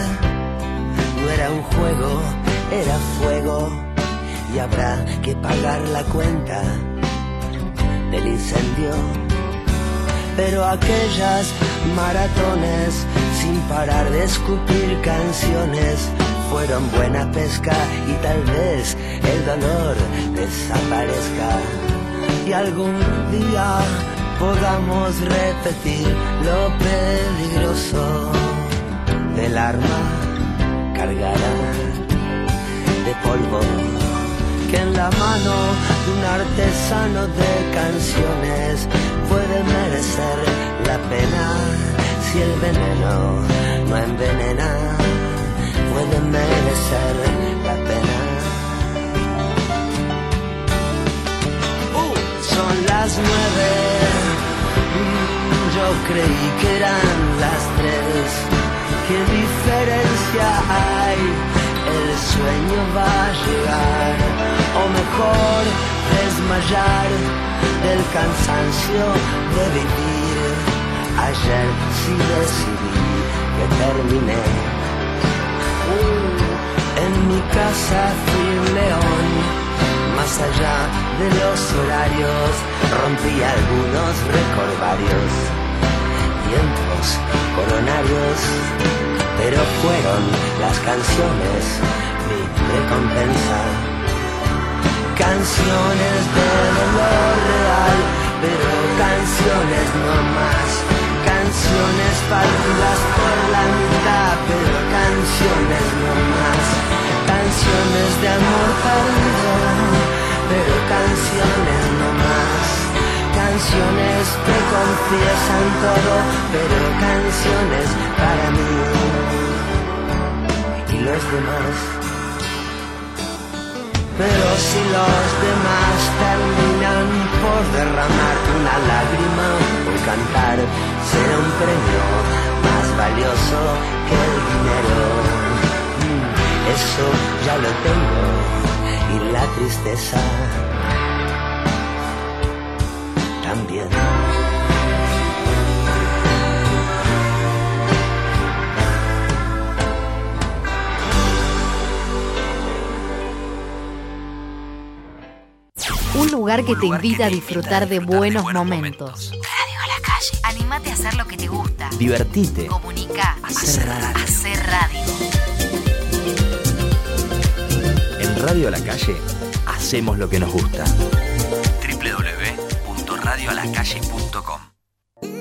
Speaker 20: No era un juego, era fuego. Y habrá que pagar la cuenta del incendio pero aquellas maratones sin parar de escupir canciones fueron buena pesca y tal vez el dolor desaparezca y algún día podamos repetir lo peligroso del arma cargada de polvo que en la mano de un artesano de canciones puede merecer la pena si el veneno no envenena puede merecer la pena Uh, son las nueve Mm, yo creí que eran las tres qué diferencia hay el sueño va a llegar, o mejor desmayar del cansancio de vivir. Ayer sí decidí que terminé. Uh, en mi casa fui un león, más allá de los horarios, rompí algunos recorvarios, tiempos coronarios pero fueron las canciones mi recompensa. Canciones de dolor real, pero canciones. perdón, pero canciones no más. Canciones que confiesan todo, pero canciones para mí y los demás. Pero si los demás terminan por derramar una lágrima por cantar, será un premio más valioso que el dinero. Mm, Eso ya lo tengo y la tristeza también.
Speaker 23: Un lugar que te invita a disfrutar de buenos momentos.
Speaker 16: Radio a la calle. Anímate a hacer lo que te gusta.
Speaker 24: Divertite.
Speaker 16: Comunica.
Speaker 24: Hacer radio.
Speaker 16: Hacer radio.
Speaker 24: En Radio a la Calle hacemos lo que nos gusta. www.radioalacalle.com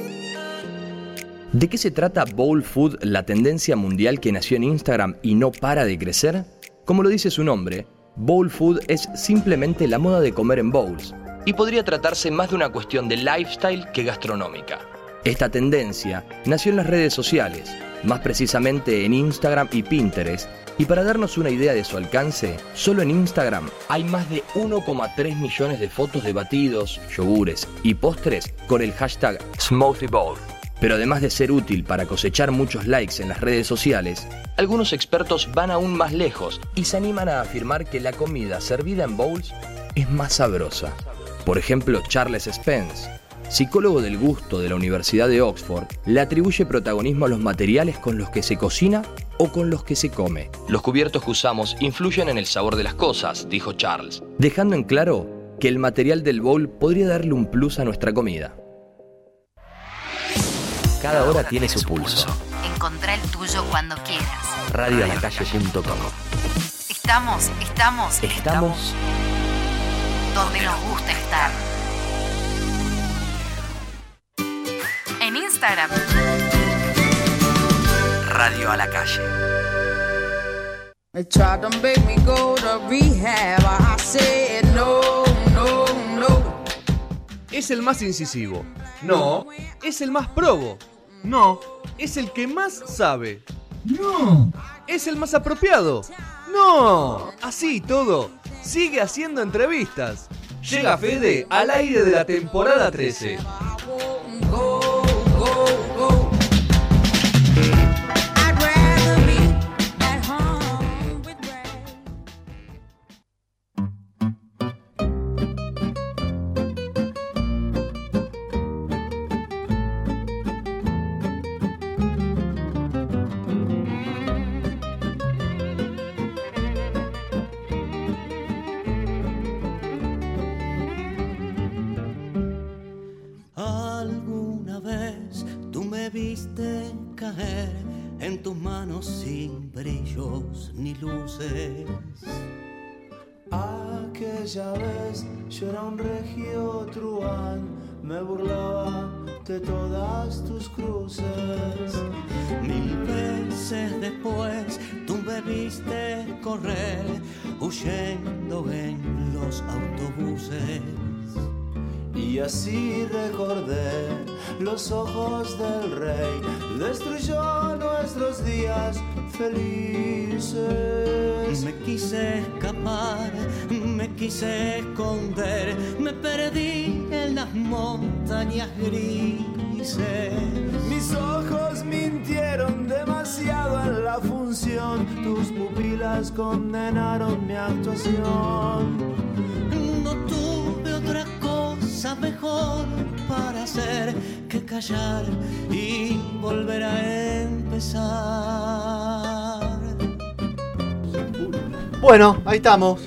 Speaker 24: ¿De qué se trata Bowl Food, la tendencia mundial que nació en Instagram y no para de crecer? Como lo dice su nombre, Bowl Food es simplemente la moda de comer en bowls y podría tratarse más de una cuestión de lifestyle que gastronómica. Esta tendencia nació en las redes sociales, más precisamente en Instagram y Pinterest, y para darnos una idea de su alcance, solo en Instagram hay más de 1,3 millones de fotos de batidos, yogures y postres con el hashtag Smoothie Bowl. Pero además de ser útil para cosechar muchos likes en las redes sociales, algunos expertos van aún más lejos y se animan a afirmar que la comida servida en bowls es más sabrosa. Por ejemplo, Charles Spence, psicólogo del gusto de la Universidad de Oxford, le atribuye protagonismo a los materiales con los que se cocina o con los que se come. Los cubiertos que usamos influyen en el sabor de las cosas, dijo Charles, dejando en claro que el material del bowl podría darle un plus a nuestra comida. Cada hora tiene su pulso.
Speaker 16: Encontrá el tuyo cuando quieras.
Speaker 24: Radioalacalle.com
Speaker 16: Estamos, estamos,
Speaker 24: Estamos
Speaker 16: donde nos gusta estar. En Instagram.
Speaker 24: Radio a la Calle.
Speaker 25: They tried to make me go to rehab. I said no, no, no.
Speaker 6: Es el más incisivo. No. Es el más probo. No. Es el que más sabe. No. Es el más apropiado. No. Así todo. Sigue haciendo entrevistas. Llega Fede al aire de la temporada 13.
Speaker 25: I'd rather be at home.
Speaker 26: Alguna vez tú me viste caer en tus manos sin brillos ni luces.
Speaker 9: Aquella vez yo era un regio truán, me burlaba de todas tus cruces.
Speaker 26: Mil veces después tú me viste correr, huyendo en los autobuses.
Speaker 9: Y así recordé los ojos del rey, destruyó nuestros días felices.
Speaker 26: Me quise escapar, me quise esconder, me perdí en las montañas grises.
Speaker 9: Mis ojos mintieron demasiado en la función, tus pupilas condenaron mi actuación.
Speaker 26: No tuve otra cosa mejor para hacer que callar y volver a empezar.
Speaker 1: Bueno, ahí estamos.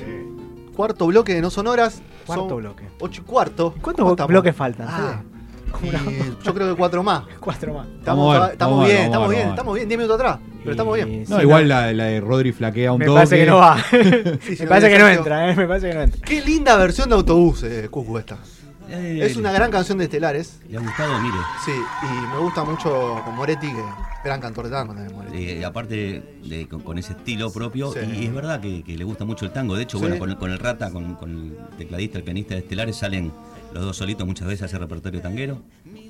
Speaker 1: Cuarto bloque de No Sonoras.
Speaker 3: Cuarto
Speaker 1: Son
Speaker 3: bloque.
Speaker 1: Ocho y cuarto.
Speaker 3: ¿Cuántos
Speaker 1: ¿Cómo estamos?
Speaker 3: bloques faltan?
Speaker 1: Ah, eh, yo creo que cuatro más.
Speaker 3: Cuatro más.
Speaker 1: Estamos,
Speaker 2: Vamos a ver,
Speaker 1: estamos
Speaker 2: vamos a
Speaker 1: bien,
Speaker 2: ver, vamos a
Speaker 1: estamos bien,
Speaker 2: ver, vamos a
Speaker 1: estamos bien. Diez minutos atrás, pero estamos bien.
Speaker 2: No, igual la, la de Rodri flaquea un
Speaker 3: Me
Speaker 2: toque.
Speaker 3: parece que no va.
Speaker 1: Sí, sí,
Speaker 3: me parece que no
Speaker 1: exacto.
Speaker 3: entra, eh, me parece que no entra.
Speaker 1: Qué linda versión de autobús, eh, Cucu, esta.
Speaker 10: Eh,
Speaker 1: Es una gran canción de Estelares.
Speaker 10: Le ha gustado, mire.
Speaker 1: Sí, y me gusta mucho con Moretti, que gran cantor de tango también, Moretti.
Speaker 10: Eh, aparte de- con, con ese estilo propio,
Speaker 1: Sí.
Speaker 10: y es verdad que, que le gusta mucho el tango. De hecho,
Speaker 1: Sí.
Speaker 10: bueno, con, con el Rata, con, con el tecladista, el pianista de Estelares, salen los dos solitos muchas veces a hacer repertorio tanguero.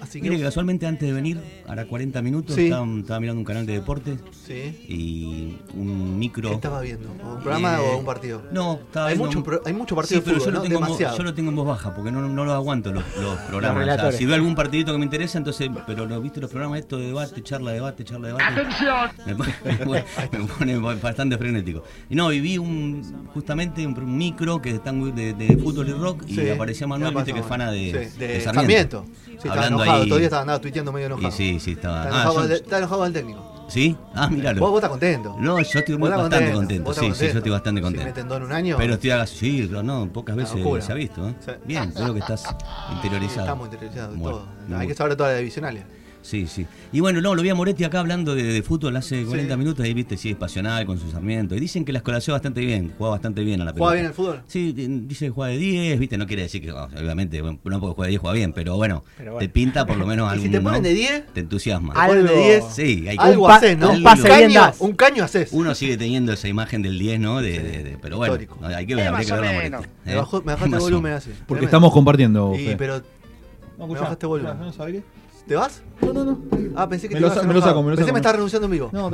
Speaker 1: Así que-
Speaker 10: Mire que casualmente antes de venir, hará 40 minutos,
Speaker 1: Sí.
Speaker 10: estaba, estaba mirando un canal de deportes
Speaker 1: Sí.
Speaker 10: y un micro. Eh,
Speaker 1: ¿Qué estabas viendo? ¿Un programa o un partido?
Speaker 10: No, estaba
Speaker 1: Hay
Speaker 10: viendo
Speaker 1: mucho
Speaker 10: un-
Speaker 1: pro- hay mucho partido de
Speaker 10: Sí, pero
Speaker 1: fútbol,
Speaker 10: yo, lo
Speaker 1: ¿no?
Speaker 10: tengo en vo-
Speaker 1: Demasiado.
Speaker 10: yo lo tengo en voz baja porque no, no lo aguanto los, los programas. O sea,
Speaker 1: relatores.
Speaker 10: si veo algún partidito que me interesa, entonces, pero no viste los programas estos de debate, charla, debate, charla, debate.
Speaker 25: Atención.
Speaker 10: Me pone, me pone bastante frenético. Y no, y vi un, justamente un, un micro que están de, de fútbol y rock y
Speaker 1: Sí.
Speaker 10: aparecía Manuel,
Speaker 1: Manuel
Speaker 10: viste que es fana de,
Speaker 1: Sí, de
Speaker 10: de
Speaker 1: Sarmiento.
Speaker 10: Sarmiento.
Speaker 1: Sí, estaba enojado, todavía estaba andando tuiteando medio enojado.
Speaker 10: Y sí, sí, estaba.
Speaker 1: Está
Speaker 10: ah,
Speaker 1: enojado,
Speaker 10: yo-
Speaker 1: el- está enojado el técnico.
Speaker 10: ¿Sí? Ah, míralo.
Speaker 1: Vos- vos estás contento.
Speaker 10: No, yo estoy
Speaker 1: Vos
Speaker 10: muy-
Speaker 1: estás
Speaker 10: bastante
Speaker 1: contento,
Speaker 10: contento.
Speaker 1: vos
Speaker 10: Sí,
Speaker 1: estás
Speaker 10: sí, yo
Speaker 1: contento.
Speaker 10: estoy bastante
Speaker 1: Si
Speaker 10: contento.
Speaker 1: meten dos en un año-
Speaker 10: Pero estoy haga- sí, pero no, pocas veces
Speaker 1: locura.
Speaker 10: se ha visto. ¿eh?
Speaker 1: Sí.
Speaker 10: Bien, creo que estás interiorizado.
Speaker 1: Estamos interiorizados de
Speaker 10: Bueno,
Speaker 1: todo.
Speaker 10: muy
Speaker 1: Hay que saber toda la divisionalia.
Speaker 10: Sí, sí. Y bueno, no, lo vi a Moretti acá hablando de, de fútbol hace 40 minutos, ahí viste, sí, es pasional con su Sarmiento. Y dicen que las conoció bastante bien, juega bastante bien a la pelota.
Speaker 1: ¿Juega bien el fútbol?
Speaker 10: Sí, di- dice que juega de 10, viste, no quiere decir que, bueno, obviamente, bueno, no porque juega de 10 juega bien, pero bueno,
Speaker 1: Pero bueno.
Speaker 10: te pinta por lo menos
Speaker 1: Y
Speaker 10: algún,
Speaker 1: si te ponen
Speaker 10: ¿no?
Speaker 1: de 10,
Speaker 10: te entusiasma.
Speaker 1: te ponen de Algo- 10,
Speaker 10: sí, hay
Speaker 1: algo Un pa- haces, ¿no? un pase bien
Speaker 10: caño-
Speaker 1: das. un caño haces.
Speaker 10: Uno sigue teniendo esa imagen del 10, ¿no? De, de- de- pero bueno,
Speaker 1: Histórico.
Speaker 10: no, hay que ver,
Speaker 1: Eh,
Speaker 10: habría
Speaker 1: más
Speaker 10: que
Speaker 1: o
Speaker 10: verlo a
Speaker 1: menos.
Speaker 10: Moretti.
Speaker 1: Me
Speaker 10: ¿eh?
Speaker 1: bajó- me bajaste
Speaker 10: Más o
Speaker 1: volumen
Speaker 10: menos.
Speaker 1: así.
Speaker 19: Porque estamos compartiendo,
Speaker 1: Y,
Speaker 19: Fe.
Speaker 1: pero.
Speaker 19: No,
Speaker 1: me
Speaker 19: escuchá.
Speaker 1: bajaste volumen.
Speaker 19: No, ¿sabés
Speaker 1: ¿Te vas? No, no, no. Ah, pensé que
Speaker 19: Me
Speaker 1: te
Speaker 19: lo
Speaker 1: ibas
Speaker 19: sa- me lo
Speaker 1: enojado.
Speaker 19: saco, me lo
Speaker 1: Pensé
Speaker 19: saco.
Speaker 1: me estás renunciando en vivo.
Speaker 19: No,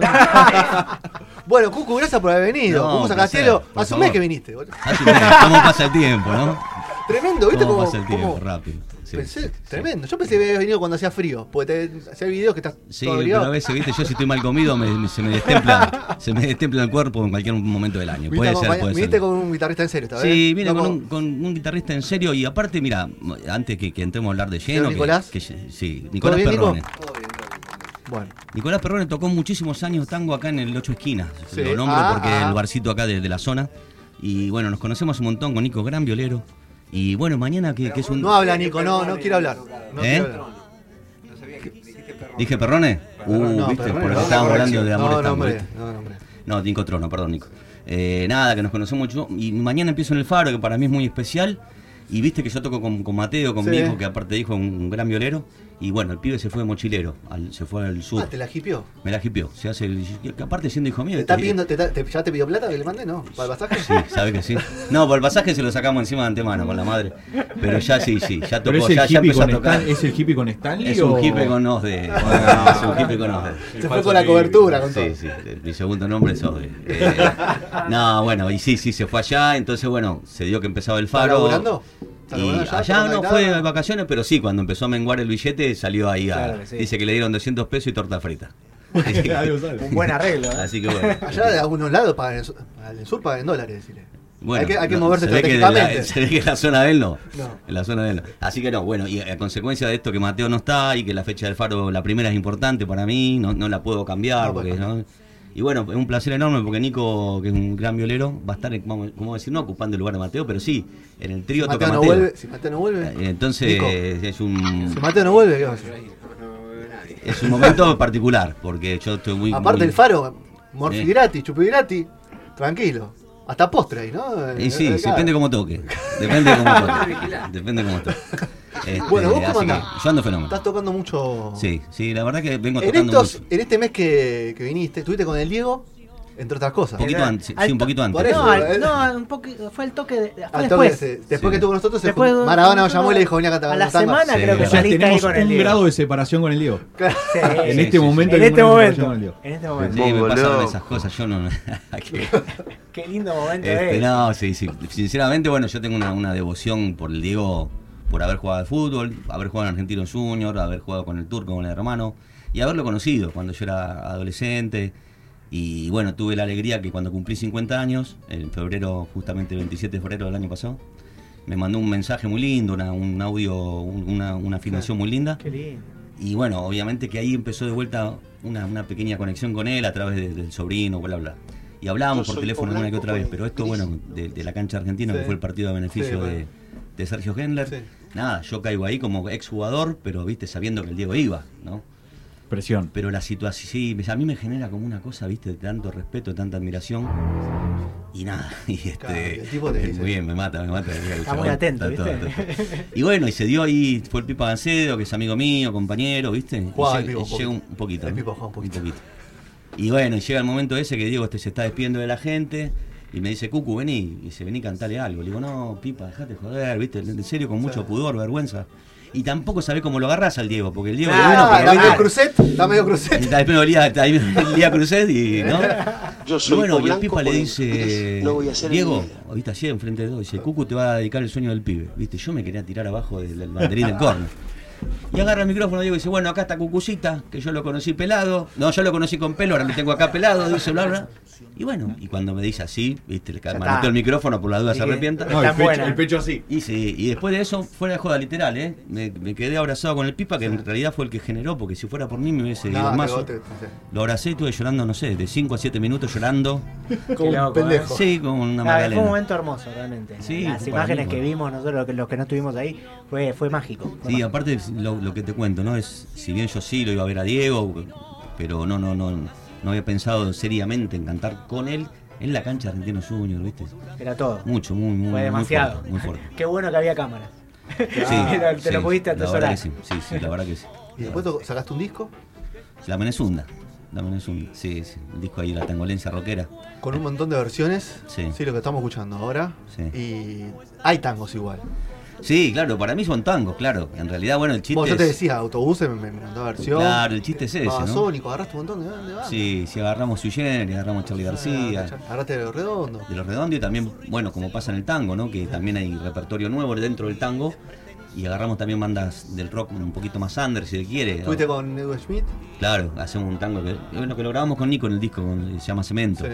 Speaker 1: bueno, Cucu, gracias por haber venido.
Speaker 10: No,
Speaker 1: Cucu
Speaker 10: un
Speaker 1: Sacatielo,
Speaker 10: placer, por
Speaker 1: hace un mes
Speaker 10: favor. Ah,
Speaker 1: que viniste, boludo.
Speaker 10: Hace un mes, ¿Cómo pasa el tiempo, no?
Speaker 1: Tremendo, ¿viste
Speaker 10: ¿Cómo
Speaker 1: cómo-
Speaker 10: pasa el tiempo?
Speaker 1: cómo-
Speaker 10: Rápido. Sí.
Speaker 1: Pensé, tremendo. Yo pensé que habías venido cuando hacía frío. Porque te, hacía videos que estás
Speaker 10: Sí,
Speaker 1: todo
Speaker 10: pero
Speaker 1: abrigado.
Speaker 10: a veces, viste, yo si estoy mal comido me- me- se me destempla, se me destempla el cuerpo en cualquier momento del año.
Speaker 1: Viniste
Speaker 10: Puede ser,
Speaker 1: acompaña-
Speaker 10: puede
Speaker 1: viniste
Speaker 10: ser.
Speaker 1: con un guitarrista en serio esta vez.
Speaker 10: Sí, mira,
Speaker 1: No
Speaker 10: con un, con un guitarrista en serio y aparte, mira, antes que, que entremos a hablar de lleno.
Speaker 1: ¿Pero
Speaker 10: que-
Speaker 1: Nicolás?
Speaker 10: que- sí, Nicolás
Speaker 1: bien, Nico?
Speaker 10: Perrone.
Speaker 1: Bueno.
Speaker 10: Nicolás Perrone tocó muchísimos años tango acá en el Ocho Esquinas.
Speaker 1: Sí.
Speaker 10: Lo nombro
Speaker 1: Ah,
Speaker 10: porque
Speaker 1: ah.
Speaker 10: el barcito acá de, de la zona. Y bueno, nos conocemos un montón con Nico, gran violero. Y bueno, mañana que, que es un.
Speaker 1: No habla, Nico, no, no quiero hablar. No
Speaker 10: ¿Eh?
Speaker 1: quiero hablar.
Speaker 10: ¿Dije Perrone? Uh,
Speaker 1: No,
Speaker 10: viste,
Speaker 1: Perrone,
Speaker 10: porque
Speaker 1: no,
Speaker 10: estábamos
Speaker 1: no,
Speaker 10: hablando de
Speaker 1: no,
Speaker 10: amor.
Speaker 1: no,
Speaker 10: tango,
Speaker 1: hombre,
Speaker 10: ¿viste?
Speaker 1: no, no, hombre.
Speaker 10: No, Nico Trono, perdón, Nico. Eh, nada, que nos conocemos mucho. Y mañana empiezo en el Faro, que para mí es muy especial. Y viste que yo toco con, con Mateo, con
Speaker 1: Sí.
Speaker 10: mi hijo, que aparte dijo un, un gran violero. Y bueno, el pibe se fue de mochilero, al- se fue al sur.
Speaker 1: Ah, te la hipió.
Speaker 10: Me la hipió. Se hace el- que aparte siendo hijo mío.
Speaker 1: ¿Te está
Speaker 10: este-
Speaker 1: pidiendo, te, está- te- ¿Ya te pidió plata que le mande? No, para el pasaje.
Speaker 10: Sí, sabe que sí. No, por el pasaje se lo sacamos encima de antemano con la madre. Pero ya sí, sí, ya tocó,
Speaker 19: Pero es el
Speaker 10: ya, ya
Speaker 19: hippie
Speaker 10: empezó a
Speaker 19: con
Speaker 10: tocar.
Speaker 19: Stan- ¿es el hippie con Stanley
Speaker 10: Es un
Speaker 19: o-
Speaker 10: hippie con Osde.
Speaker 19: Ah.
Speaker 10: es un hippie con Osde.
Speaker 1: Se fue con la cobertura, con
Speaker 10: Sí, sí, mi segundo nombre es Osde. Eh, no, bueno, y sí, sí, se fue allá. Entonces, bueno, se dio que empezaba el
Speaker 1: ¿Está
Speaker 10: faro.
Speaker 1: laburando? ¿Está
Speaker 10: Y
Speaker 1: laburando allá?
Speaker 10: allá
Speaker 1: ¿Tocando
Speaker 10: no
Speaker 1: guitarra?
Speaker 10: fue de vacaciones, pero sí, cuando empezó a menguar el billete salió ahí. a-
Speaker 1: Claro que sí.
Speaker 10: Dice que le dieron 200 pesos y torta frita.
Speaker 1: Un buen arreglo, ¿eh?
Speaker 10: Así que bueno.
Speaker 1: Allá de algunos lados pagan en, su- al sur pagan en dólares, decirle.
Speaker 10: Bueno,
Speaker 1: hay que, hay que
Speaker 10: no,
Speaker 1: moverse
Speaker 10: se ve que de la-
Speaker 1: estratégicamente.
Speaker 10: se ve que en la zona de él no.
Speaker 1: No.
Speaker 10: En la zona de él no. Así que no, bueno, y a consecuencia de esto que Mateo no está y que la fecha del faro, la primera es importante para mí, no, no la puedo cambiar. porque, ¿no? Y bueno, es un placer enorme porque Nico, que es un gran violero, va a estar, vamos- ¿cómo decir, no ocupando el lugar de Mateo, pero sí, en el trío
Speaker 1: Si Mateo,
Speaker 10: toca
Speaker 1: no
Speaker 10: Mateo.
Speaker 1: vuelve, si Mateo no vuelve,
Speaker 10: Eh, Entonces
Speaker 1: Nico.
Speaker 10: es un
Speaker 1: si Mateo no vuelve, ¿qué va a hacer?
Speaker 10: es un momento particular porque yo estoy muy
Speaker 1: Aparte
Speaker 10: muy-
Speaker 1: el faro, morfi
Speaker 10: Sí.
Speaker 1: gratis, chupi gratis, tranquilo. Hasta postre ahí, ¿no?
Speaker 10: Y sí,
Speaker 1: Eh,
Speaker 10: sí,
Speaker 1: claro.
Speaker 10: depende cómo toque. Depende cómo toque. depende cómo toque. Este,
Speaker 1: Bueno, ¿vos cómo
Speaker 10: así que
Speaker 1: andás?
Speaker 10: Yo ando fenómeno.
Speaker 1: Estás tocando mucho.
Speaker 10: Sí, sí, la verdad que vengo
Speaker 1: En,
Speaker 10: tocando
Speaker 1: estos,
Speaker 10: mucho.
Speaker 1: en este mes que, que viniste, estuviste con el Diego, entre otras cosas.
Speaker 10: Un poquito antes, sí, un poquito antes.
Speaker 1: Por eso,
Speaker 3: No,
Speaker 1: eh.
Speaker 3: al- no, un poquito, fue el toque de, fue
Speaker 1: Al toque
Speaker 3: después.
Speaker 1: ese. Después que estuvo con nosotros, se
Speaker 3: Después
Speaker 1: juntó-
Speaker 3: de-
Speaker 1: Maradona lo llamó y le dijo, "Vení acá, te
Speaker 3: A la
Speaker 1: hago un tango".
Speaker 3: semana creo que
Speaker 19: O sea,
Speaker 3: saliste ahí
Speaker 19: tenemos
Speaker 3: con el
Speaker 19: un
Speaker 3: Diego.
Speaker 19: grado de separación con el Diego. En
Speaker 3: Sí,
Speaker 19: este momento.
Speaker 3: En
Speaker 19: hay un
Speaker 3: este
Speaker 19: grado de
Speaker 3: momento.
Speaker 19: separación con el Diego.
Speaker 3: En este
Speaker 10: Sí, me
Speaker 3: momento.
Speaker 10: pasan esas cosas, yo no. que-
Speaker 3: Qué lindo momento
Speaker 10: Este,
Speaker 3: es.
Speaker 10: no, sí, sí. Sinceramente, bueno, yo tengo una, una devoción por el Diego, por haber jugado al fútbol, haber jugado en Argentino Junior, haber jugado con el turco, con el hermano, y haberlo conocido cuando yo era adolescente. Y bueno, tuve la alegría que cuando cumplí 50 años, en febrero, justamente el 27 de febrero del año pasado, me mandó un mensaje muy lindo, una- un audio, un- una, una afirmación muy linda.
Speaker 3: Qué lindo.
Speaker 10: Y bueno, obviamente que ahí empezó de vuelta una, una pequeña conexión con él a través de- del sobrino, bla, bla. Y hablábamos
Speaker 1: Yo
Speaker 10: por
Speaker 1: soy
Speaker 10: teléfono una que
Speaker 1: blanco
Speaker 10: otra
Speaker 1: con
Speaker 10: vez, pero esto, bueno, de, de la cancha argentina, que
Speaker 1: Sí.
Speaker 10: fue el partido a beneficio
Speaker 1: Sí,
Speaker 10: de,
Speaker 1: bueno.
Speaker 10: de Sergio Gendler. Nada, yo caigo ahí como exjugador, pero viste, sabiendo que el Diego iba, ¿no?
Speaker 19: expresión.
Speaker 10: Pero la situación, sí, me- a mí me genera como una cosa, viste, de tanto respeto, tanta admiración. Y nada, y este.
Speaker 1: el tipo te
Speaker 10: eh,
Speaker 1: dice-
Speaker 10: muy bien, me mata, me mata. el
Speaker 1: Está
Speaker 10: chabón,
Speaker 1: muy atento,
Speaker 10: está todo,
Speaker 1: ¿viste?
Speaker 10: está todo. Y bueno, y se dio ahí, fue el Pipa Gancedo, que es amigo mío, compañero, viste. Y
Speaker 1: Jugaba
Speaker 10: llega-
Speaker 1: el Pipa un
Speaker 10: llega un
Speaker 1: poquito.
Speaker 10: poquito.
Speaker 1: El
Speaker 10: ¿no?
Speaker 1: Pipa jugaba un poquito.
Speaker 10: Y bueno, y llega el momento ese que Diego este, se está despidiendo de la gente. Y me dice, Cucu, vení. Y dice, vení, cantale algo. Le digo, no, Pipa, dejate joder, viste, en serio, con mucho pudor, vergüenza. Y tampoco sabés cómo lo agarrás al Diego, porque el Diego...
Speaker 1: Ah,
Speaker 10: bueno, pero
Speaker 1: está medio
Speaker 10: viste,
Speaker 1: crucet, está medio crucet.
Speaker 10: y Después me olía, ahí me olía a Cruzet y, ¿no?
Speaker 1: Yo
Speaker 10: y
Speaker 1: soy hijo
Speaker 10: bueno, y el
Speaker 1: blanco
Speaker 10: Pipa le
Speaker 1: por
Speaker 10: dice,
Speaker 1: interés, no voy a hacer en mi
Speaker 10: Diego,
Speaker 1: vida".
Speaker 10: viste así enfrente de dos, dice, Cucu te va a dedicar el sueño del pibe. Viste, yo me quería tirar abajo del, del banderín del corno. Y agarra el micrófono Diego y dice, bueno, acá está Cucucita, que yo lo conocí pelado. No, yo lo conocí con pelo, ahora me tengo acá pelado, dice, bla, bla. Y bueno, y cuando me dice así, viste, le ca- manoteo el micrófono por la duda se
Speaker 19: Dije,
Speaker 10: arrepienta.
Speaker 19: No, el está pecho- buena. el pecho
Speaker 10: así. Y sí, y después de eso, fuera de joda literal, ¿eh? Me, me quedé abrazado con el Pipa, que en realidad fue el que generó, porque si fuera por mí me hubiese
Speaker 1: No,
Speaker 10: ido
Speaker 1: te
Speaker 10: más.
Speaker 1: bote, no sé.
Speaker 10: Lo abracé y estuve llorando, no sé, de 5 a 7 minutos llorando.
Speaker 1: Como un loco, pendejo. ¿eh?
Speaker 10: Sí, como una
Speaker 3: Ah, fue un
Speaker 10: magdalena.
Speaker 3: momento hermoso, realmente.
Speaker 10: Sí,
Speaker 3: Las
Speaker 10: fue para
Speaker 3: imágenes
Speaker 10: mí,
Speaker 3: que
Speaker 10: fue.
Speaker 3: vimos nosotros, los que, los que no estuvimos ahí, fue, fue mágico. Fue
Speaker 10: Sí, aparte lo, lo que te cuento, ¿no? Es, si bien yo sí lo iba a ver a Diego, pero no, no, no, no había pensado seriamente en cantar con él en la cancha de Argentinos Juniors, ¿viste?
Speaker 3: Era todo.
Speaker 10: Mucho, muy, muy.
Speaker 3: Fue demasiado.
Speaker 10: Muy fuerte.
Speaker 3: Qué bueno que había cámaras.
Speaker 10: muy fuerte.
Speaker 3: Te
Speaker 10: Sí,
Speaker 3: lo
Speaker 10: sí,
Speaker 3: pudiste
Speaker 10: la verdad
Speaker 3: atesorar.
Speaker 10: que sí, sí, sí, la verdad que sí.
Speaker 1: ¿Y después to- sacaste un disco?
Speaker 10: La Menezunda. La Menezunda, sí, sí. El disco ahí, La Tangolencia Rockera.
Speaker 1: Con un montón de versiones.
Speaker 10: Sí.
Speaker 1: Sí, lo que estamos escuchando ahora.
Speaker 10: Sí.
Speaker 1: Y hay tangos igual.
Speaker 10: Sí, claro, para mí son tangos, claro. En realidad, bueno, el chiste
Speaker 1: Bueno, yo te
Speaker 10: es-
Speaker 1: decía, autobuses me, me mandó versión.
Speaker 10: Claro, el chiste es ese, ¿no?
Speaker 1: Sónico, agarraste un montón de de bandas.
Speaker 10: Sí, si agarramos Suyen, agarramos Charlie García,
Speaker 1: Agarraste de los redondos.
Speaker 10: de los redondos y también, bueno, como pasa en el tango, ¿no? Que también hay repertorio nuevo dentro del tango. Y agarramos también bandas del rock un poquito más under, si se quiere. ¿no?
Speaker 1: Estuviste con Edward Schmidt.
Speaker 10: Claro, hacemos un tango que, bueno, que lo grabamos con Nico en el disco, con- se llama Cemento.
Speaker 1: Sí.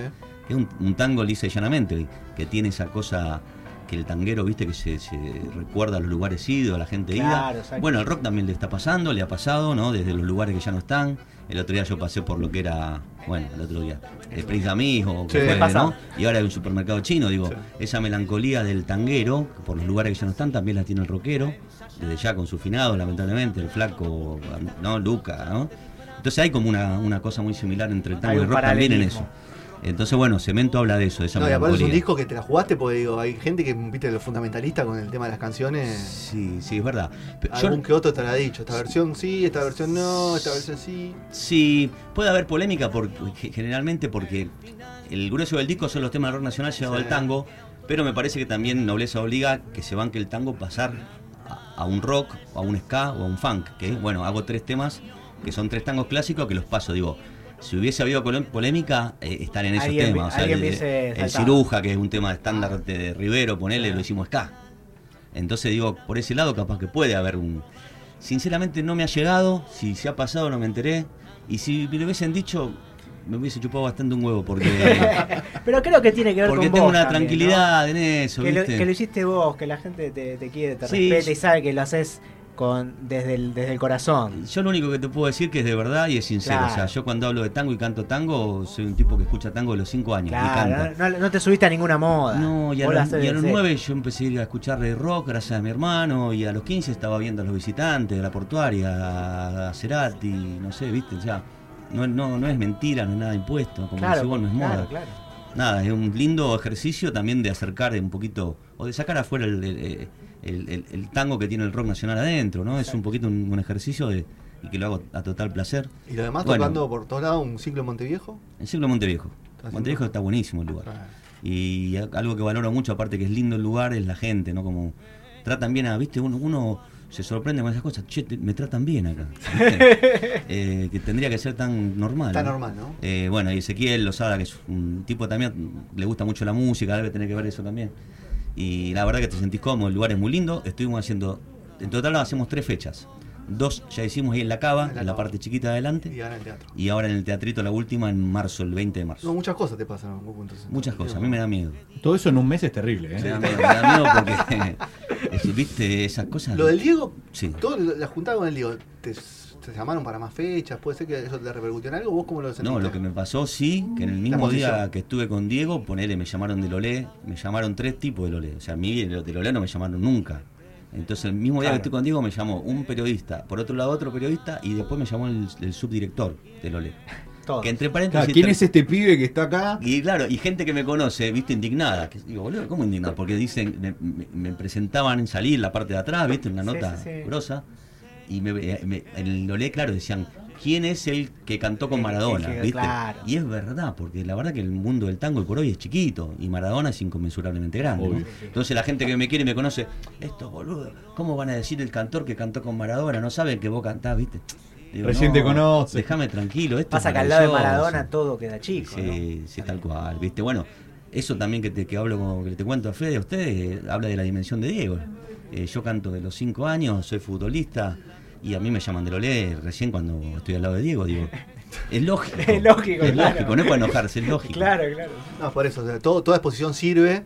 Speaker 10: Que es un, un tango lisa y llanamente, que tiene esa cosa que el tanguero, viste, que se, se recuerda a los lugares idos, a la gente
Speaker 3: Claro,
Speaker 10: ida.
Speaker 3: exacto.
Speaker 10: Bueno, el rock también le está pasando, le ha pasado, ¿no? Desde los lugares que ya no están. El otro día yo pasé por lo que era, bueno, el otro día, el Prince Amis o
Speaker 1: Sí.
Speaker 10: que fue,
Speaker 1: Me pasa.
Speaker 10: ¿no? Y ahora hay un supermercado chino, digo, esa melancolía del tanguero, que por los lugares que ya no están, también la tiene el rockero, desde ya con su finado, lamentablemente, el flaco, ¿no? Luca, ¿no? Entonces hay como una, una cosa muy similar entre el tango
Speaker 1: Hay
Speaker 10: y el
Speaker 1: un
Speaker 10: rock también en eso.
Speaker 1: paralelismo.
Speaker 10: Entonces, bueno, Cemento habla de eso, de esa
Speaker 1: No, y aparte es
Speaker 10: melancolía.
Speaker 1: un disco que te la jugaste porque digo, hay gente que viste lo fundamentalista con el tema de las canciones.
Speaker 10: Sí, sí, es verdad. Pe- yo-
Speaker 1: Algún que otro te lo ha dicho. Esta versión sí, esta versión no, esta versión sí.
Speaker 10: Sí, puede haber polémica por- ge- generalmente porque el grueso del disco son los temas del rock nacional llevado
Speaker 1: Sí.
Speaker 10: al tango, pero me parece que también nobleza obliga que se banque el tango pasar a, a un rock, a un ska o a un funk. Que bueno, hago tres temas que son tres tangos clásicos que los paso, digo. Si hubiese habido colom- polémica, eh, estar en esos
Speaker 3: Alguien vi-
Speaker 10: temas. O sea,
Speaker 3: alguien
Speaker 10: el,
Speaker 3: hubiese
Speaker 10: el
Speaker 3: saltado.
Speaker 10: ciruja, que es un tema estándar de, de Rivero, ponele, lo hicimos ska. Entonces digo, por ese lado capaz que puede haber un... Sinceramente no me ha llegado, si se ha pasado no me enteré, y si me lo hubiesen dicho, me hubiese chupado bastante un huevo, porque,
Speaker 3: Pero creo que tiene que ver
Speaker 10: porque
Speaker 3: con
Speaker 10: tengo
Speaker 3: vos
Speaker 10: una
Speaker 3: también, ¿no?
Speaker 10: tranquilidad en eso,
Speaker 3: que, lo,
Speaker 10: ¿viste?
Speaker 3: que lo hiciste vos, que la gente te, te quiere, te
Speaker 10: Sí.
Speaker 3: respeta y sabe que lo haces con, desde, el, desde el corazón.
Speaker 10: Yo lo único que te puedo decir que es de verdad y es sincero.
Speaker 3: Claro.
Speaker 10: O sea, yo cuando hablo de tango y canto tango, soy un tipo que escucha tango de los 5 años y canta.
Speaker 3: Claro, no, no- no te subiste a ninguna moda.
Speaker 10: No, y a,
Speaker 3: Vos lo
Speaker 10: los,
Speaker 3: haces
Speaker 10: y a los
Speaker 3: desde-
Speaker 10: nueve yo empecé a ir a escuchar de rock gracias a mi hermano y a los 15 estaba viendo a los visitantes, a la portuaria, a Cerati, no sé, viste, ya. No, no, no es mentira, no es nada impuesto, como
Speaker 3: Claro,
Speaker 10: decís vos, no es
Speaker 3: claro,
Speaker 10: moda.
Speaker 3: claro.
Speaker 10: Nada, es un lindo ejercicio también de acercar un poquito, o de sacar afuera el, el- el- el- el tango que tiene el rock nacional adentro, ¿no? Es un poquito un, un ejercicio de, y que lo hago a total placer.
Speaker 1: Y lo demás
Speaker 10: Bueno,
Speaker 1: tocando por todos lados un ciclo en Monteviejo.
Speaker 10: el ciclo de Monteviejo.
Speaker 1: Está haciendo-
Speaker 10: Monteviejo está buenísimo el lugar.
Speaker 1: Ah.
Speaker 10: Y a- algo que valoro mucho, aparte que es lindo el lugar, es la gente, ¿no? Como tratan bien a, viste, uno, uno se sorprende con esas cosas, che, te- me tratan bien acá. ¿viste? Eh, que tendría que ser tan normal.
Speaker 1: Tan normal, ¿no?
Speaker 10: Eh, bueno, y Ezequiel Lozada, que es un tipo también, le gusta mucho la música, debe tener que ver eso también. Y la verdad que te sentís cómodo, el lugar es muy lindo. Estuvimos haciendo, en total hacemos tres fechas. Dos ya hicimos ahí en la cava, en la, parte chiquita de adelante.
Speaker 1: Y ahora en el teatro.
Speaker 10: Y ahora en el teatrito la última en marzo, el 20 de marzo.
Speaker 1: No, muchas cosas te pasan en algún punto.
Speaker 10: Muchas cosas, a mí me da miedo.
Speaker 19: Todo eso en un mes es terrible, ¿eh?
Speaker 10: Me da miedo, me da miedo porque, es- viste, esas cosas...
Speaker 1: Lo del Diego,
Speaker 10: Sí.
Speaker 1: todo lo- la juntada con el Diego, te, te llamaron para más fechas, puede ser que eso te repercutió en algo, vos cómo lo sentiste.
Speaker 10: No, lo que me pasó sí, que en el mismo
Speaker 1: posición.
Speaker 10: día que estuve con Diego, ponele, me llamaron del Olé, me llamaron tres tipos del Olé. O sea, a mí de- del Olé no me llamaron nunca. Entonces, el mismo día que estoy contigo, me llamó un periodista, por otro lado otro periodista, y después me llamó el, el subdirector de Lole. Que entre paréntesis.
Speaker 27: Claro, ¿Quién
Speaker 10: inter-
Speaker 27: es este pibe que está acá?
Speaker 10: Y claro, y gente que me conoce, viste, indignada. Que digo, boludo, ¿cómo indignada? Porque dicen, me, me- me presentaban en salir la parte de atrás, viste, una
Speaker 26: Sí,
Speaker 10: nota
Speaker 26: sí, sí.
Speaker 10: grosa. Y me, eh, me- en el Lolé, claro, decían, ¿quién es el que cantó con Maradona?
Speaker 26: El que-
Speaker 10: ¿Viste?
Speaker 26: claro.
Speaker 10: Y es verdad, porque la verdad que el mundo del tango hoy por hoy es chiquito y Maradona es inconmensurablemente grande. ¿no?
Speaker 26: Obvio.
Speaker 10: Entonces la gente que me quiere y me conoce, estos boludos, ¿cómo van a decir el cantor que cantó con Maradona? No saben que vos cantás, ¿viste?
Speaker 27: Recién te conoce.
Speaker 10: Déjame tranquilo. Esto
Speaker 3: Pasa
Speaker 10: es
Speaker 3: que al lado de
Speaker 10: maravilloso".
Speaker 3: Maradona todo queda chico.
Speaker 10: Sí, sí, tal cual, ¿viste? Bueno, eso también que te que hablo con- que te cuento a Fede, a ustedes, eh, habla de la dimensión de Diego. Eh, yo canto de los cinco años, soy futbolista y a mí me llaman de Lolé recién cuando estoy al lado de Diego, digo. Es lógico.
Speaker 1: Es lógico,
Speaker 10: Es
Speaker 1: claro.
Speaker 10: lógico, no es para enojarse, es lógico.
Speaker 1: Claro, claro. No, por eso, o sea, todo- toda exposición sirve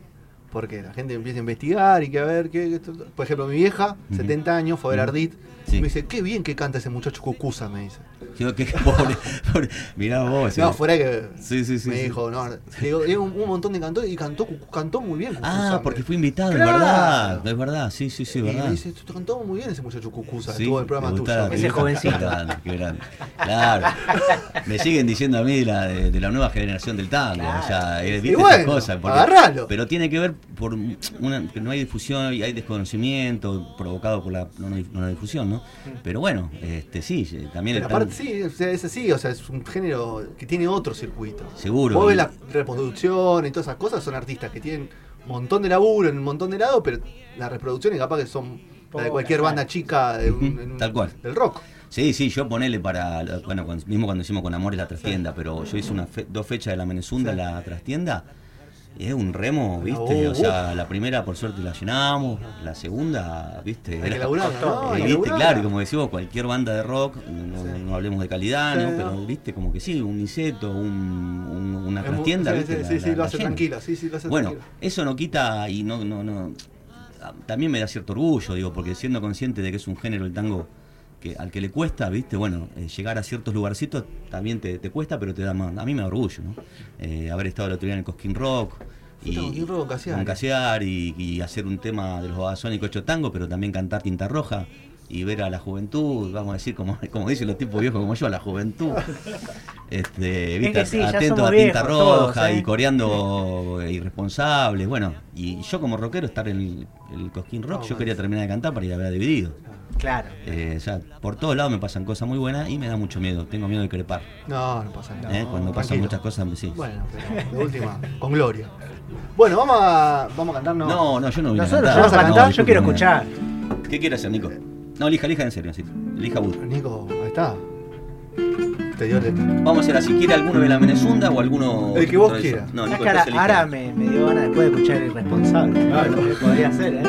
Speaker 1: porque la gente empieza a investigar y que a ver, qué, qué- esto- por ejemplo, mi vieja, 70 años, fue a ver
Speaker 10: Ujú.
Speaker 1: Ardit,
Speaker 10: Sí.
Speaker 1: me dice, qué bien que canta ese muchacho Cucusa, me dice.
Speaker 10: Digo, qué pobre, pobre. Mirá vos.
Speaker 1: No,
Speaker 10: eh.
Speaker 1: fuera que
Speaker 10: Sí, sí, sí.
Speaker 1: me
Speaker 10: sí.
Speaker 1: dijo, no, le digo, "Era un, un montón de cantores y cantó, Cucu- cantó muy bien.
Speaker 10: Ah,
Speaker 1: Cucusa,
Speaker 10: porque fui invitado,
Speaker 1: Claro.
Speaker 10: es verdad. Es verdad, sí, sí, sí,
Speaker 1: Y
Speaker 10: es
Speaker 1: me
Speaker 10: verdad.
Speaker 1: dice, "Tú- tú cantó muy bien ese muchacho Cucusa,
Speaker 10: Sí,
Speaker 1: estuvo en el
Speaker 10: me
Speaker 1: programa tuyo.
Speaker 10: gustaba,
Speaker 1: Me
Speaker 10: me
Speaker 1: dice,
Speaker 10: gustaba. Qué grande, qué grande. Claro. Me siguen diciendo a mí de la, de, de la nueva generación del tango. O sea, eh,
Speaker 1: Y
Speaker 10: viste
Speaker 1: bueno,
Speaker 10: esas cosas.
Speaker 1: agarralo.
Speaker 10: Pero tiene que ver por una, que no hay difusión y hay desconocimiento provocado por la no, no difusión, ¿no? Pero bueno, este sí, eh,
Speaker 1: Mm.
Speaker 10: también
Speaker 1: Pero
Speaker 10: el tango-
Speaker 1: aparte sí, o sea, es así, o sea, es un género que tiene otro circuito.
Speaker 10: Seguro.
Speaker 1: Vos ves
Speaker 10: Y-
Speaker 1: la reproducción y todas esas cosas, son artistas que tienen un montón de laburo en un montón de lados, pero las reproducciones capaz que son la de cualquier banda chica de un- en un-
Speaker 10: Tal cual.
Speaker 1: del rock.
Speaker 10: Sí, sí, yo ponele para. Bueno, cuando- mismo cuando hicimos con Amores la trastienda, pero yo hice una fe- dos fechas de la Menezunda en la trastienda. y Es un remo, ¿viste?
Speaker 1: Oh,
Speaker 10: o sea, la primera por suerte la llenamos, la segunda, ¿viste?
Speaker 1: que
Speaker 10: Era-
Speaker 1: laburarla, ¿no? Hay
Speaker 10: Eh,
Speaker 1: que
Speaker 10: ¿Viste?
Speaker 1: laburarla.
Speaker 10: Claro, y como decimos, cualquier banda de rock, no, no- no hablemos de calidad,
Speaker 1: Sí,
Speaker 10: ¿no?
Speaker 1: no.
Speaker 10: Pero, ¿viste? Como que sí, un Niceto, un- un- una
Speaker 1: Es muy-
Speaker 10: trastienda,
Speaker 1: sí,
Speaker 10: ¿viste?
Speaker 1: sí,
Speaker 10: La-
Speaker 1: sí, sí,
Speaker 10: la-
Speaker 1: lo
Speaker 10: la
Speaker 1: hace
Speaker 10: llena.
Speaker 1: tranquilo, sí, sí, lo hace
Speaker 10: Bueno,
Speaker 1: tranquilo.
Speaker 10: eso no quita y no, no, no. También me da cierto orgullo, digo, porque siendo consciente de que es un género el tango que al que le cuesta, viste, bueno, eh, llegar a ciertos lugarcitos también te, te cuesta, pero te da más. A mí me da orgullo, ¿no? Eh, haber estado el otro día en el Cosquín Rock. Y,
Speaker 1: con Cosquín Rock, con Casiari.
Speaker 10: con Casiari, y, y hacer un tema de los babasónicos hecho tango, pero también cantar tinta roja y ver a la juventud, vamos a decir, como, como dicen los tipos viejos como yo, a la juventud. Este,
Speaker 3: Es
Speaker 10: viste,
Speaker 3: que sí, ya
Speaker 10: atento
Speaker 3: somos
Speaker 10: a tinta roja
Speaker 3: viejos todos, ¿eh?
Speaker 10: y coreando eh, irresponsables. Bueno, y yo como rockero estar en el, el Cosquín Rock, yo quería terminar de cantar para ir a ver a dividido.
Speaker 3: Claro.
Speaker 10: Eh, o sea, por todos lados me pasan cosas muy buenas y me da mucho miedo. Tengo miedo de crepar.
Speaker 1: No, no pasa nada.
Speaker 10: Eh, Cuando pasan
Speaker 1: Tranquilo.
Speaker 10: muchas cosas, sí.
Speaker 1: Bueno, pero de última, con gloria. Bueno, vamos a, vamos a cantarnos.
Speaker 10: No, no, yo no voy a
Speaker 1: Nosotros
Speaker 10: cantar.
Speaker 1: vamos a
Speaker 10: No,
Speaker 1: cantar, yo
Speaker 10: discúlpeme.
Speaker 1: quiero escuchar.
Speaker 10: ¿Qué quiere hacer, Nico? No, elija, elija en serio, sí. Elija Bud.
Speaker 1: Nico, ahí está. Te dio el...
Speaker 10: Vamos a hacer así, ¿quiere alguno de la Menezunda o alguno...?
Speaker 1: El que vos
Speaker 10: otro de
Speaker 1: quieras.
Speaker 10: esos? No,
Speaker 3: Ahora
Speaker 10: Nico,
Speaker 3: cara-
Speaker 10: entonces elija.
Speaker 3: ahora me, me dio ganas después de escuchar el responsable. Claro, podría ser, ¿eh?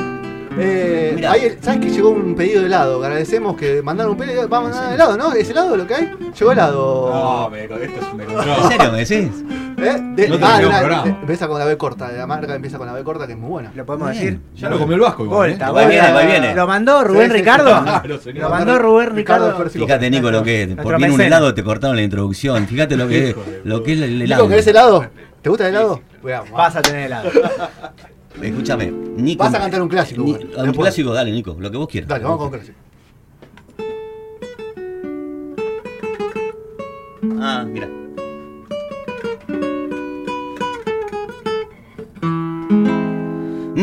Speaker 1: Eh,
Speaker 3: Mirá.
Speaker 1: ahí, ¿Sabes que llegó un pedido de helado? Agradecemos que mandaron un pedido. eh, Vamos a mandar helado, ¿no? ¿Es helado lo que hay? Llegó helado.
Speaker 27: No, me, esto es un
Speaker 10: ¿En serio me decís?
Speaker 1: ¿Eh? De-
Speaker 27: Ah, No
Speaker 1: ah,
Speaker 27: terminó
Speaker 1: la-
Speaker 27: el programa.
Speaker 1: de- empieza con la B corta, de la marca empieza con la B corta que es muy buena. ¿Lo
Speaker 3: podemos decir?
Speaker 27: Ya lo comió el Vasco igual,
Speaker 3: Volta,
Speaker 27: ¿eh?
Speaker 3: volta. ¿Lo mandó Rubén Ricardo? ¿Lo mandó Rubén Ricardo?
Speaker 10: Fíjate, Nico, lo que es. Porque en un
Speaker 3: mecena.
Speaker 10: helado te cortaron la introducción. Fíjate lo que es, lo que es el helado.
Speaker 1: Nico, ¿querés helado? ¿Te gusta el helado? Vas
Speaker 3: a tener helado.
Speaker 10: Escúchame, Nico.
Speaker 1: Vas a cantar un clásico,
Speaker 10: Ni-
Speaker 1: bueno,
Speaker 10: un
Speaker 1: después.
Speaker 10: clásico, dale, Nico, lo que vos quieras.
Speaker 1: Dale, vamos con clásico.
Speaker 10: Ah, mira.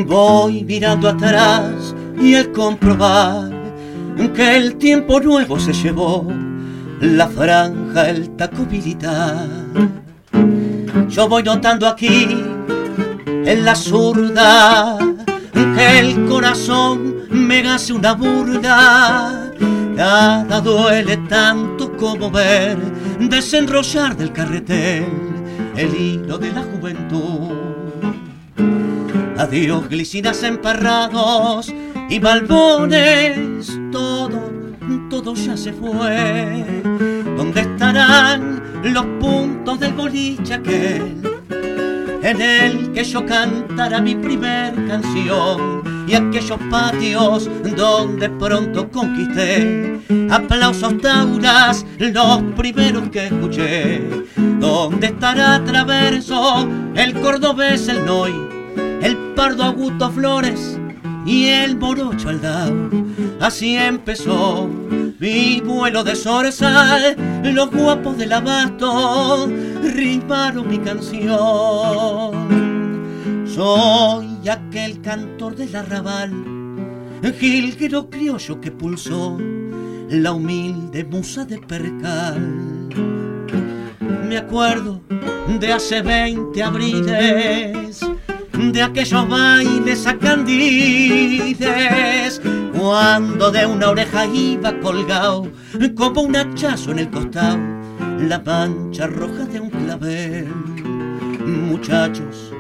Speaker 26: Voy mirando atrás y al comprobar que el tiempo nuevo se llevó la franja, el taco militar. Yo voy notando aquí en la zurda que el corazón me hace una burla. Nada duele tanto como ver desenrollar del carretel el hilo de la juventud. Adiós glicinas emparrados y balbones, todo, todo ya se fue. ¿Dónde estarán los puntos del boliche aquel en el que yo cantara mi primer canción? Y aquellos patios donde pronto conquisté aplausos tauras, los primeros que escuché. ¿Dónde estará Traverso, el cordobés, el Noy? el pardo Augusto Flores, y el morocho al dar. Así empezó mi vuelo de zorzal, los guapos del abasto rimaron mi canción. Soy aquel cantor del arrabal, jilguero criollo que pulsó la humilde musa de percal. Me acuerdo de hace 20 abriles, de aquellos bailes a candides, cuando de una oreja iba colgado, como un hachazo en el costado, la mancha roja de un clavel. Muchachos,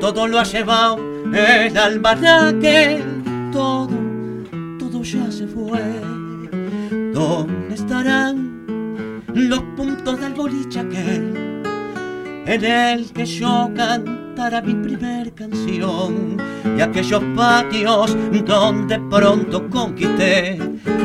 Speaker 26: todo lo ha llevado el almanaque, todo, todo ya se fue. ¿Dónde estarán los puntos del boliche aquel en el que yo cantara mi primer canción y aquellos patios donde pronto conquisté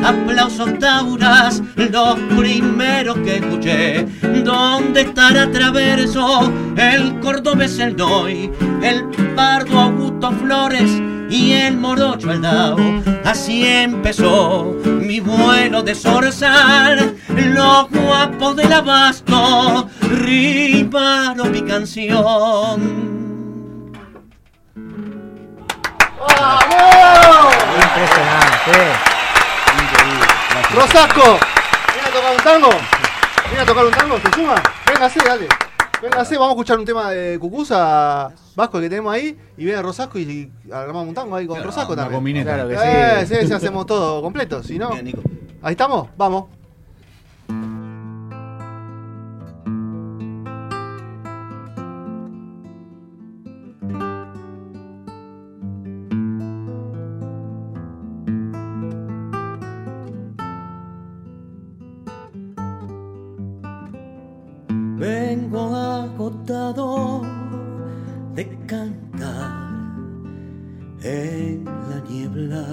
Speaker 26: aplausos tauras los primeros que escuché donde estará Traverso el cordobés el Noy el pardo Augusto Flores y el morocho Aldao así empezó mi vuelo de zorzal los guapos del abasto rimaron mi canción
Speaker 1: Impresionante. Rosasco, viene a tocar un tango. Viene a tocar un tango, ¿te suma? Véngase, dale. Véngase, vamos a escuchar un tema de Cucusa Vasco que tenemos ahí. Y viene Rosasco y y armamos un tango ahí con Rosasco
Speaker 19: una
Speaker 1: también.
Speaker 19: combineta. Claro que
Speaker 1: Eh,
Speaker 19: sí.
Speaker 1: sí, sí, hacemos todo completo. Si no. Ahí estamos, vamos.
Speaker 26: Vengo agotado de cantar en la niebla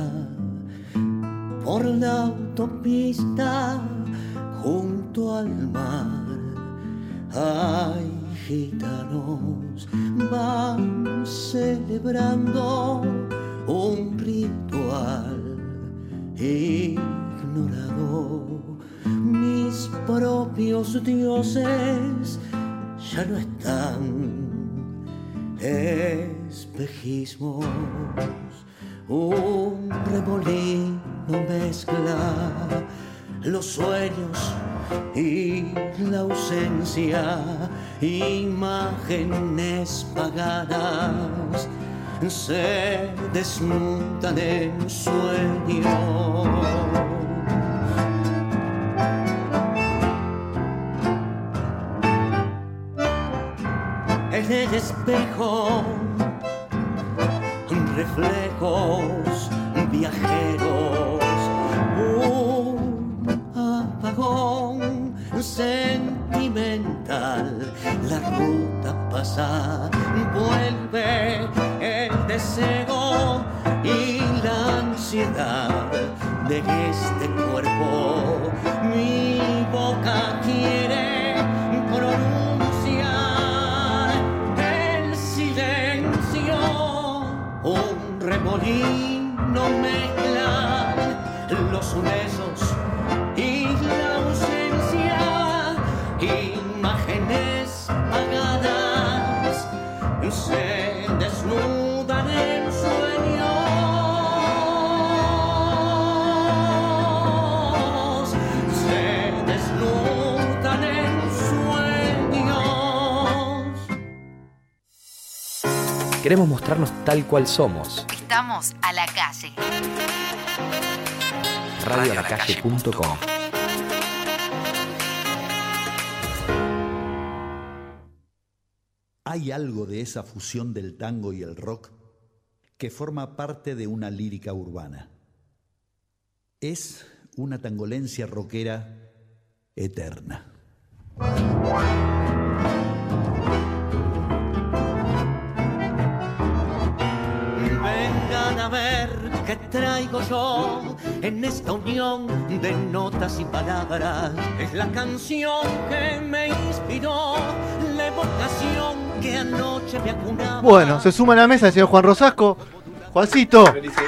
Speaker 26: por la autopista junto al mar. Hay gitanos van celebrando un ritual ignorado. Mis propios dioses ya no están. Espejismos, un remolino mezcla los sueños y la ausencia, imágenes pagadas se desnudan en sueños. en el espejo reflejos viajeros un apagón sentimental la ruta pasa vuelve el deseo y la ansiedad de este cuerpo mi boca quiere pronunciar el silencio. Un remolino mezclan los besos y la ausencia. Imágenes pagadas se desnudan en sueños. Se desnudan en sueños.
Speaker 28: Queremos mostrarnos tal cual somos.
Speaker 16: Estamos a la calle.
Speaker 28: Radioalacalle.com
Speaker 11: Hay algo de esa fusión del tango y el rock que forma parte de una lírica urbana. Es una tangolencia rockera eterna.
Speaker 26: Vengan a ver qué traigo yo en esta unión de notas y palabras. Es la canción que me inspiró, la evocación que anoche me acunaba.
Speaker 1: Bueno, se suma a la mesa el señor Juan Rosasco. Juancito.
Speaker 7: Felicidades,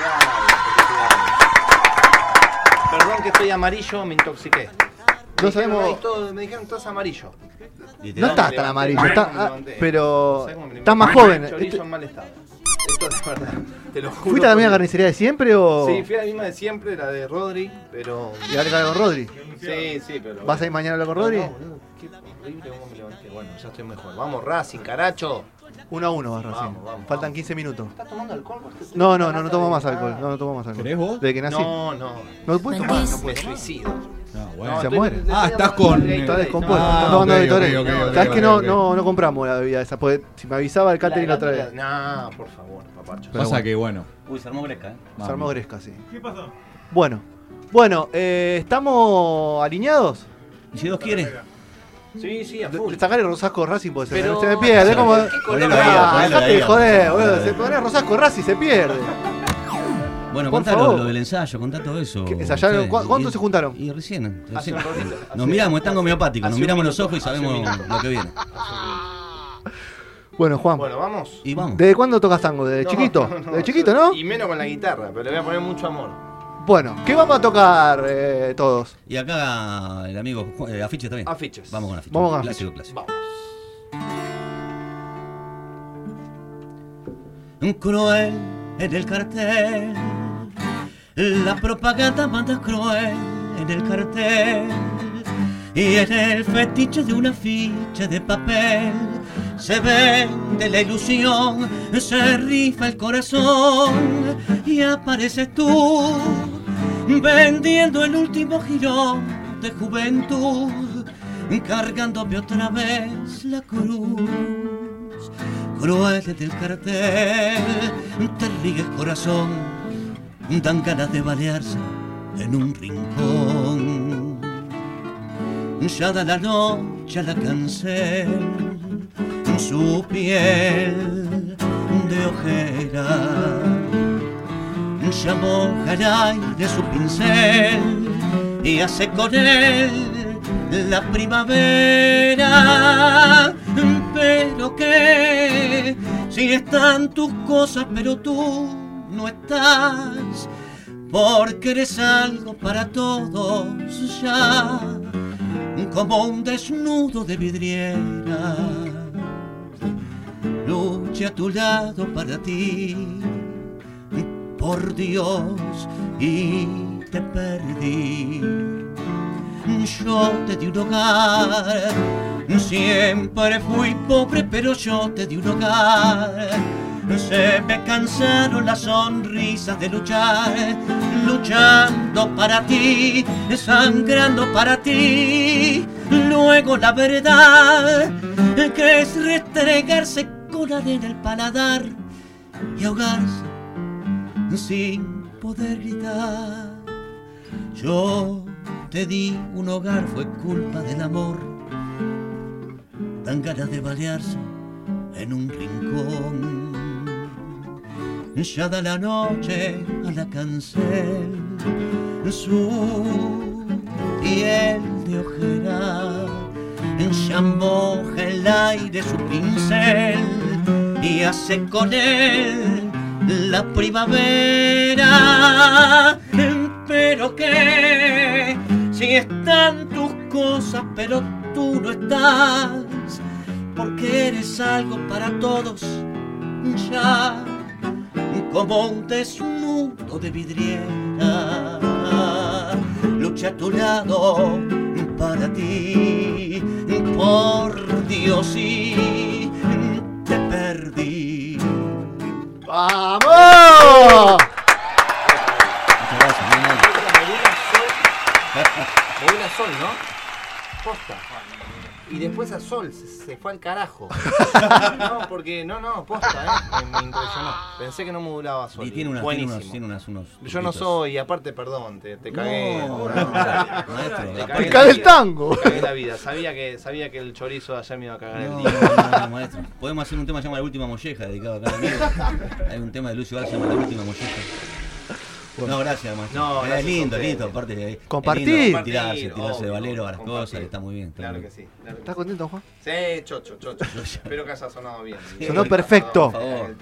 Speaker 7: Perdón que estoy amarillo, me intoxiqué.
Speaker 1: No
Speaker 7: Me dijeron,
Speaker 1: sabemos-
Speaker 7: "Ay, todo- me dijeron todo es amarillo.
Speaker 1: No está tan amarillo, está,
Speaker 7: Me
Speaker 1: ah,
Speaker 7: levanté.
Speaker 1: pero
Speaker 7: No sé cómo me
Speaker 1: está más
Speaker 7: levanté.
Speaker 1: joven.
Speaker 7: Chorizo
Speaker 1: Este-
Speaker 7: en mal estado. Esto es verdad. Te lo juro.
Speaker 1: ¿Fuiste a la misma
Speaker 7: por-
Speaker 1: carnicería de siempre o...?
Speaker 7: Sí, fui a la misma de siempre, la de Rodri, pero.
Speaker 1: ¿Y ahora que habla con Rodri?
Speaker 7: Sí, sí, pero.
Speaker 1: ¿Vas a ir mañana a hablar con
Speaker 7: No,
Speaker 1: Rodri?
Speaker 7: no, boludo, qué horrible cómo me levanté. Bueno, ya estoy mejor. Vamos, Racing, caracho.
Speaker 1: Uno a uno vas recién.
Speaker 7: Vamos, vamos,
Speaker 1: Faltan 15 minutos.
Speaker 7: ¿Estás tomando alcohol? Porque-
Speaker 1: No, no, no, no tomo más alcohol. No, no tomo más alcohol.
Speaker 7: ¿Querés vos?
Speaker 1: Desde que nací.
Speaker 7: No, no.
Speaker 1: No puedes tomar.
Speaker 7: No puedes suicidio.
Speaker 1: No,
Speaker 7: Ah, bueno.
Speaker 1: Se
Speaker 7: estoy-
Speaker 1: muere.
Speaker 7: estoy Ah, estás con- tomando
Speaker 1: Está
Speaker 7: Gatorade.
Speaker 1: descompuesto.
Speaker 7: Ah,
Speaker 1: Está tomando
Speaker 7: ok, ok,
Speaker 1: Gatorade.
Speaker 7: ok, ok,
Speaker 1: Sabes
Speaker 7: ok,
Speaker 1: que no,
Speaker 7: ok.
Speaker 1: no, no compramos la bebida esa. Porque si me avisaba el catering la otra vez.
Speaker 7: No, por favor, papacho.
Speaker 1: Pero bueno.
Speaker 10: Uy, se armó Gresca, ¿eh?
Speaker 1: Se armó Gresca, sí.
Speaker 7: ¿Qué pasó?
Speaker 1: Bueno. Bueno, eh, ¿estamos alineados?
Speaker 10: ¿Y si Dios quiere?
Speaker 7: Sí, sí, a
Speaker 1: full. Sacar el Rosasco Racing porque se,
Speaker 7: Pero-
Speaker 1: me, se me pierde.
Speaker 7: ¿Qué
Speaker 1: como...
Speaker 7: color? Ponelo ahí,
Speaker 1: Ah,
Speaker 7: ponelo
Speaker 1: dejate
Speaker 7: ahí.
Speaker 1: de joder, boludo.
Speaker 10: Ponelo
Speaker 1: Se
Speaker 10: ahí.
Speaker 1: pone Rosasco Racing se pierde.
Speaker 10: Bueno,
Speaker 1: Por
Speaker 10: contá lo,
Speaker 1: favor.
Speaker 10: lo del ensayo, contá todo eso.
Speaker 1: ensayaron?
Speaker 10: ustedes.
Speaker 1: ¿Cu- cuánto
Speaker 10: Y-
Speaker 1: se juntaron?
Speaker 10: Oh, Y recién.
Speaker 1: Hace
Speaker 10: recién.
Speaker 1: un ratito,
Speaker 10: Nos
Speaker 1: hace-
Speaker 10: miramos, están homeopáticos, nos
Speaker 7: hace un
Speaker 10: miramos los
Speaker 7: minuto,
Speaker 10: ojos y
Speaker 7: hace un
Speaker 10: sabemos
Speaker 7: minuto.
Speaker 10: lo que viene.
Speaker 1: Bueno, Juan.
Speaker 7: Bueno, vamos.
Speaker 10: Y vamos.
Speaker 1: ¿Desde cuándo tocas tango? ¿Desde
Speaker 7: No,
Speaker 1: chiquito?
Speaker 7: no, no,
Speaker 1: ¿Desde chiquito, no?
Speaker 7: Y menos con la guitarra, pero le voy a poner mucho amor.
Speaker 1: Bueno, ¿qué vamos a tocar eh, todos?
Speaker 10: Y acá el amigo Ju- eh, Afiche está bien.
Speaker 7: Afiches.
Speaker 10: Vamos con Afiche.
Speaker 1: Vamos con
Speaker 10: Clásico,
Speaker 1: Afiche.
Speaker 10: clásico.
Speaker 26: cruel en el cartel. La propaganda manda cruel en el cartel. Y en el fetiche de una ficha de papel se vende la ilusión, se rifa el corazón y apareces tú vendiendo el último girón de juventud, cargándome otra vez la cruz cruel del cartel. Te ríes corazón, dan ganas de balearse en un rincón. Ya da la noche a la cancel, su piel de ojera. Ya moja el aire su pincel y hace con él la primavera. Pero que si están tus cosas, pero tú no estás, porque eres algo para todos ya, como un desnudo de vidriera. Luche a tu lado para ti, por Dios, y te perdí yo te di un hogar. Siempre fui pobre, pero yo te di un hogar. Se me cansaron las sonrisas de luchar, luchando para ti, sangrando para ti. Luego la verdad, que es restregarse con arena el paladar y ahogarse sin poder gritar. Yo te di un hogar, fue culpa del amor. Dan ganas de balearse en un rincón. Ya da la noche a la cancel su piel de ojera. Ya moja el aire su pincel y hace con él la primavera. Pero que si están tus cosas, pero tú no estás, porque eres algo para todos ya, como un desnudo de vidriera. Lucha a tu lado para ti, por Dios y te perdí.
Speaker 1: ¡Vamos!
Speaker 10: Muchas gracias, muy amable.
Speaker 7: Voy a Sol, ¿no? Posta. Y después a Sol se, se fue al carajo. No, porque no, no, posta, ¿eh? Me, me impresionó. Pensé que no modulaba Sol.
Speaker 10: Y tiene unas, tiene
Speaker 7: Buenísimo.
Speaker 10: unas, tiene unas, unos
Speaker 7: Yo no
Speaker 10: truquitos.
Speaker 7: soy, aparte, perdón, te, te cagué.
Speaker 10: No, no, maestro,
Speaker 7: te
Speaker 10: aparte-
Speaker 7: la
Speaker 10: cagué el
Speaker 7: vida,
Speaker 10: tango.
Speaker 7: Te cagué la vida. Sabía que, sabía que el chorizo de allá me iba a cagar el
Speaker 10: No,
Speaker 7: día.
Speaker 10: no, no, maestro. Podemos hacer un tema llamado La Última Molleja, dedicado a cada amigo. Hay un tema de Lucio Garza llamado La Última Molleja. No, gracias, maestro.
Speaker 7: No,
Speaker 10: es
Speaker 7: gracias a
Speaker 10: lindo,
Speaker 7: ustedes.
Speaker 10: lindo, aparte. eh, es
Speaker 1: Compartir.
Speaker 10: lindo Tirarse,
Speaker 7: Compartir,
Speaker 10: tirarse de
Speaker 7: obvio,
Speaker 10: valero a las
Speaker 7: compartir.
Speaker 10: cosas, está muy bien. está
Speaker 7: Claro
Speaker 10: muy
Speaker 7: que sí.
Speaker 10: bien.
Speaker 7: claro que
Speaker 1: ¿Estás
Speaker 7: sí.
Speaker 1: contento, Juan?
Speaker 7: Sí, chocho, chocho. Espero que haya sonado bien.
Speaker 1: Sonó perfecto.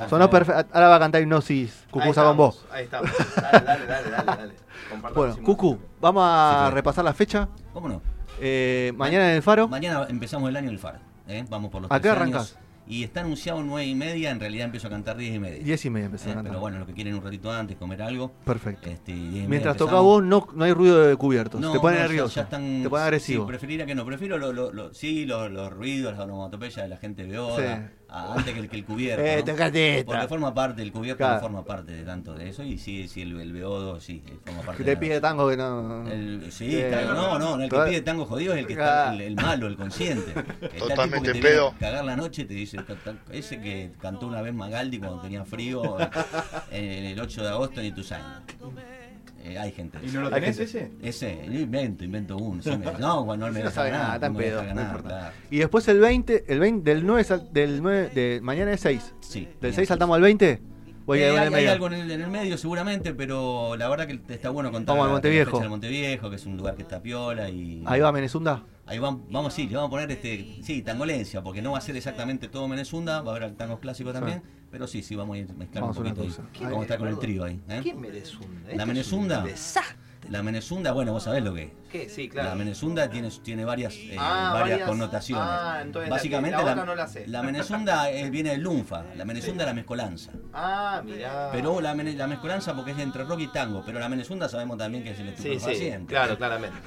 Speaker 1: Sonó perfecto. Ahora va a cantar Hipnosis.
Speaker 7: Ahí
Speaker 1: Cucu con vos.
Speaker 7: estamos, Ahí estamos. Dale, dale, dale, dale. dale. Compartamos
Speaker 1: Bueno,
Speaker 7: imágenes.
Speaker 1: Cucu, vamos a repasar la fecha.
Speaker 10: ¿Cómo no?
Speaker 1: Eh, mañana en el Faro.
Speaker 10: Mañana empezamos el año en el Faro. ¿eh? Vamos por los
Speaker 1: ¿A qué
Speaker 10: 13
Speaker 1: arrancás?
Speaker 10: años. Y está anunciado 9 y media, en realidad empiezo a cantar 10 y media.
Speaker 1: 10 y media empezás a
Speaker 10: ¿eh?
Speaker 1: cantar.
Speaker 10: Pero bueno, los que quieren un ratito antes, comer algo.
Speaker 1: Perfecto.
Speaker 10: Este, 10 y media
Speaker 1: Mientras toca
Speaker 10: empezamos.
Speaker 1: vos, no, no hay ruido de cubiertos. te ponen
Speaker 10: no, ya-
Speaker 1: nervioso.
Speaker 10: ya están-
Speaker 1: te ponen
Speaker 10: sí,
Speaker 1: agresivo.
Speaker 10: preferiría que no. Prefiero lo- lo- lo- sí, lo- los ruidos, las onomatopeyas de la gente beoda.
Speaker 1: Sí.
Speaker 10: a- Antes que el, que el cubierto.
Speaker 1: Eh,
Speaker 10: ¿no?
Speaker 1: tocate esta.
Speaker 10: Porque forma parte, el cubierto
Speaker 1: Claro.
Speaker 10: forma parte de tanto de eso. Y sí, sí el, el beodo, sí, eh, forma
Speaker 1: Que
Speaker 10: parte de
Speaker 1: te
Speaker 10: la-
Speaker 1: pide tango que no.
Speaker 10: el- sí,
Speaker 1: Eh,
Speaker 10: claro, no, no, el que
Speaker 1: toda-
Speaker 10: pide tango jodido es el que
Speaker 1: Claro.
Speaker 10: está el, el malo, el consciente. Está el tipo
Speaker 1: Totalmente
Speaker 10: que te
Speaker 1: pedo.
Speaker 10: viene a Cagar la noche te dice, "Ta- ta- ese que cantó una vez Magaldi cuando tenía frío eh, el, 8 de agosto en Ituzaingó. Eh, hay gente.
Speaker 13: ¿Y no lo
Speaker 10: Hay
Speaker 13: tenés
Speaker 10: gente- Ese, yo invento, invento uno. sí me- no, cuando no me
Speaker 1: No
Speaker 10: deja
Speaker 1: sabe
Speaker 10: ganar,
Speaker 1: nada, está en
Speaker 10: no me
Speaker 1: pedo,
Speaker 10: deja
Speaker 1: no
Speaker 10: ganar,
Speaker 1: importa.
Speaker 10: claro.
Speaker 1: Y después el 20, el 20 del 9, sal- del 9 de mañana es 6.
Speaker 10: Sí.
Speaker 1: Del 6 saltamos al 20. Voy
Speaker 10: Eh,
Speaker 1: a ir
Speaker 10: hay,
Speaker 1: al
Speaker 10: hay
Speaker 1: medio.
Speaker 10: algo en el, en el medio seguramente, pero la verdad que está bueno contar.
Speaker 1: Vamos al
Speaker 10: la- la
Speaker 1: Monteviejo.
Speaker 10: fecha del Monteviejo, que es un lugar que está piola y...
Speaker 1: Ahí va Menezunda.
Speaker 10: Ahí vamos, vamos, sí, le vamos a poner este, sí, tangolencia, porque no va a ser exactamente todo Menezunda, va a haber tangos clásicos también, pero sí, sí, vamos a ir mezclando
Speaker 1: Vamos a
Speaker 10: un
Speaker 1: una
Speaker 10: poquito.
Speaker 1: cosa.
Speaker 10: ahí. Vamos a estar con el trío ahí. ¿eh?
Speaker 7: ¿Qué Menezunda?
Speaker 29: este
Speaker 7: Esto
Speaker 10: La
Speaker 7: es
Speaker 10: Menezunda.
Speaker 7: un desastre.
Speaker 10: La Menezunda, bueno, vos sabés lo que es.
Speaker 7: ¿Qué? Sí, claro.
Speaker 10: La Menezunda tiene, tiene varias, eh,
Speaker 7: Ah,
Speaker 10: varias,
Speaker 7: varias-
Speaker 10: connotaciones.
Speaker 7: ah, entonces la que-
Speaker 10: Básicamente
Speaker 7: la otra no la sé.
Speaker 10: Menezunda eh, viene de lunfa, la Menezunda es la mezcolanza.
Speaker 7: Ah, mirá.
Speaker 10: Pero la, mene- la mezcolanza porque es entre rock y tango, pero la Menezunda sabemos también que es el
Speaker 7: Sí,
Speaker 10: estupefaciente.
Speaker 7: sí, claro, claramente.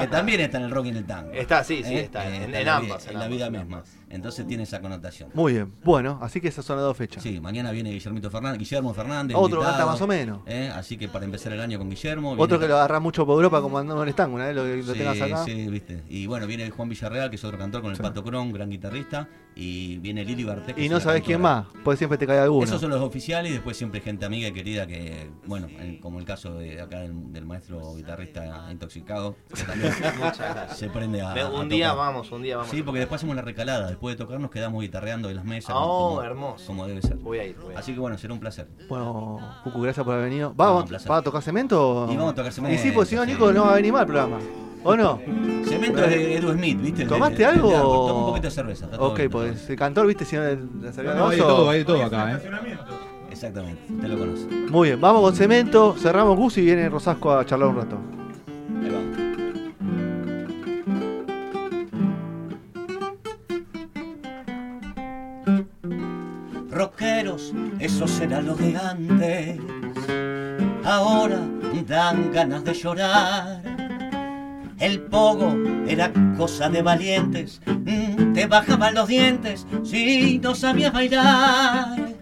Speaker 10: que también está en el rock y en el tango.
Speaker 7: Está, sí, sí, está, en- en
Speaker 10: la
Speaker 7: ambas,
Speaker 10: vida-
Speaker 7: en
Speaker 10: En la
Speaker 7: ambas,
Speaker 10: vida
Speaker 7: en
Speaker 10: misma. Entonces tiene esa connotación.
Speaker 1: Muy bien. Bueno, así que esas son las dos fechas.
Speaker 10: Sí, mañana viene Guillermito Fernández, Guillermo Fernández.
Speaker 1: Otro
Speaker 10: invitado,
Speaker 1: canta más o menos.
Speaker 10: ¿eh? Así que para empezar el año con Guillermo.
Speaker 1: Otro que
Speaker 10: viene-
Speaker 1: lo agarra mucho por Europa como andando en el tango, una vez lo, lo
Speaker 10: Sí,
Speaker 1: tengas acá.
Speaker 10: sí, viste. Y bueno, viene Juan Villarreal, que es otro cantor con el Pato Cron, gran guitarrista. Y viene Lili Bartek.
Speaker 1: Y no sabes quién más, pues siempre te cae alguno.
Speaker 10: Esos son los oficiales y después siempre gente amiga y querida que, bueno, en- como el caso de acá del, del maestro guitarrista intoxicado, que también
Speaker 7: Muchas gracias.
Speaker 10: se prende a...
Speaker 7: Me-
Speaker 10: a
Speaker 7: un día
Speaker 10: tocar.
Speaker 7: vamos, un día vamos.
Speaker 10: Sí, porque después hacemos la recalada, después de tocar nos quedamos guitarreando en las mesas.
Speaker 7: Oh,
Speaker 10: como-
Speaker 7: hermoso.
Speaker 10: Como debe ser.
Speaker 7: Voy a ir, voy a ir.
Speaker 10: Así que bueno, será un placer.
Speaker 1: Bueno, Cucu, gracias por haber venido. ¿Vamos,
Speaker 10: un placer.
Speaker 1: ¿Vas a tocar cemento?
Speaker 10: Y vamos a tocar cemento,
Speaker 1: Y sí, porque si no,
Speaker 10: sí.
Speaker 1: Nico no va a venir mal el programa. ¿O no?
Speaker 10: Cemento es de Edu Smith, ¿viste? El de-
Speaker 1: ¿Tomaste
Speaker 10: el de
Speaker 1: algo?
Speaker 10: árbol. Tomé un poquito de cerveza, está todo
Speaker 1: Ok,
Speaker 10: bien, está
Speaker 1: pues el cantor, viste, si no le le
Speaker 19: No,
Speaker 1: salió el
Speaker 19: no, hay de
Speaker 1: oso.
Speaker 19: todo, hay de todo acá, ¿eh?
Speaker 10: Exactamente, usted lo conoce.
Speaker 1: Muy bien, vamos con cemento, cerramos Gus y viene Rosasco a charlar un rato.
Speaker 26: Rockeros, esos eran los de antes. Ahora dan ganas de llorar. El pogo era cosa de valientes. Mm, Te bajaban los dientes si no sabías bailar.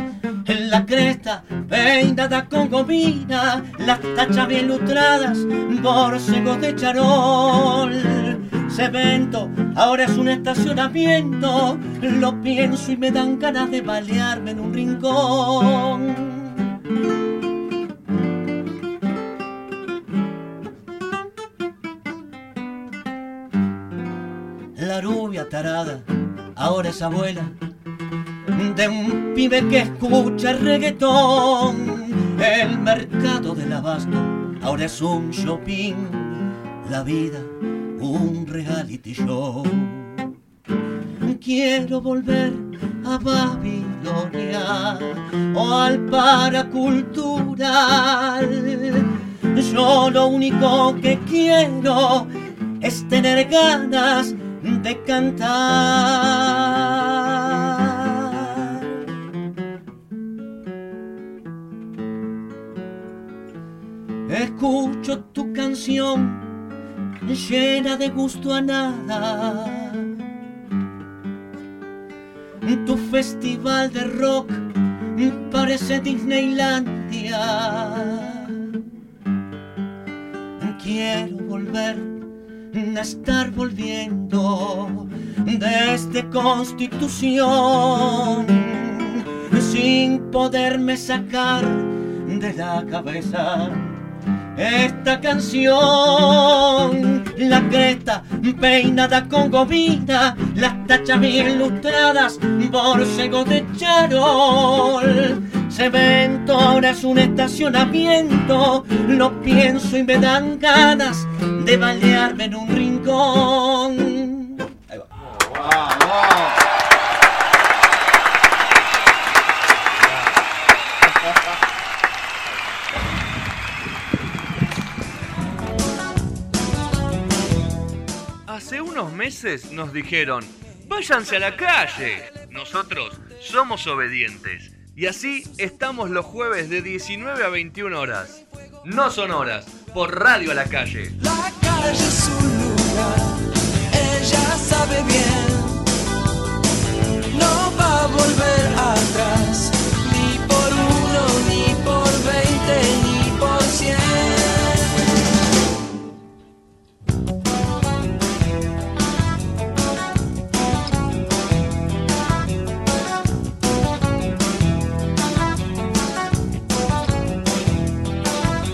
Speaker 26: En la cresta, peinada con gomina, las tachas bien lustradas, borcegos de charol. Cemento, ahora es un estacionamiento. Lo pienso y me dan ganas de balearme en un rincón. La rubia tarada, ahora es abuela de un pibe que escucha reggaetón. El mercado del abasto ahora es un shopping, la vida un reality show. Quiero volver a Babilonia o al paracultural. Yo lo único que quiero es tener ganas de cantar. Escucho tu canción llena de gusto a nada. Tu festival de rock parece Disneylandia. Quiero volver a estar volviendo desde Constitución sin poderme sacar de la cabeza esta canción. La cresta peinada con gomina, las tachas bien lustradas, borcegos de charol. Cemento ahora es un estacionamiento. Lo pienso y me dan ganas de balearme en un rincón.
Speaker 6: Hace unos meses nos dijeron, váyanse a la calle. Nosotros somos obedientes. Y así estamos los jueves de 19 a 21 horas. No son horas, por radio a la calle.
Speaker 12: La calle es un lugar, ella sabe bien. No va a volver atrás, ni por uno, ni por veinte, ni por cien.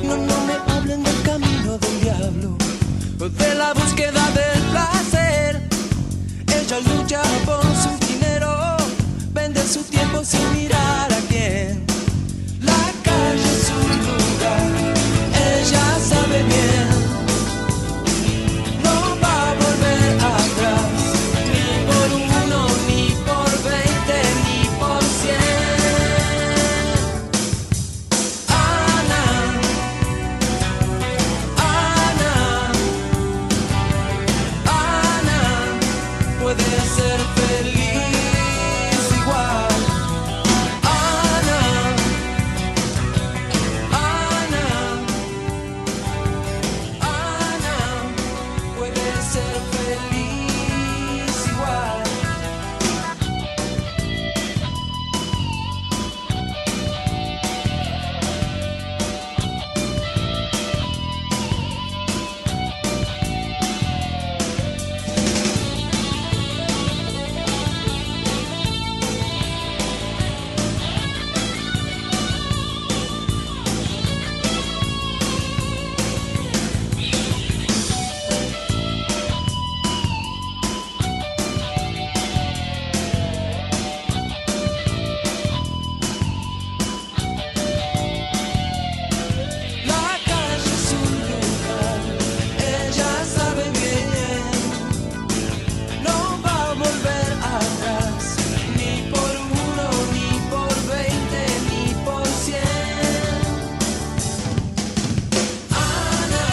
Speaker 12: No, no me hablen del camino del diablo, de la búsqueda del placer. Ella lucha por su dinero, vende su tiempo sin mirar a quién. La calle es un lugar, ella sabe bien. No va a volver atrás, ni por uno, ni por veinte, ni por cien. Ana, Ana, Ana, puede ser feliz igual. Ana, Ana, Ana, puede ser feliz igual. La calle es un lugar, ella sabe bien. No va a volver atrás, ni por uno, ni por veinte, ni por cien. Ana,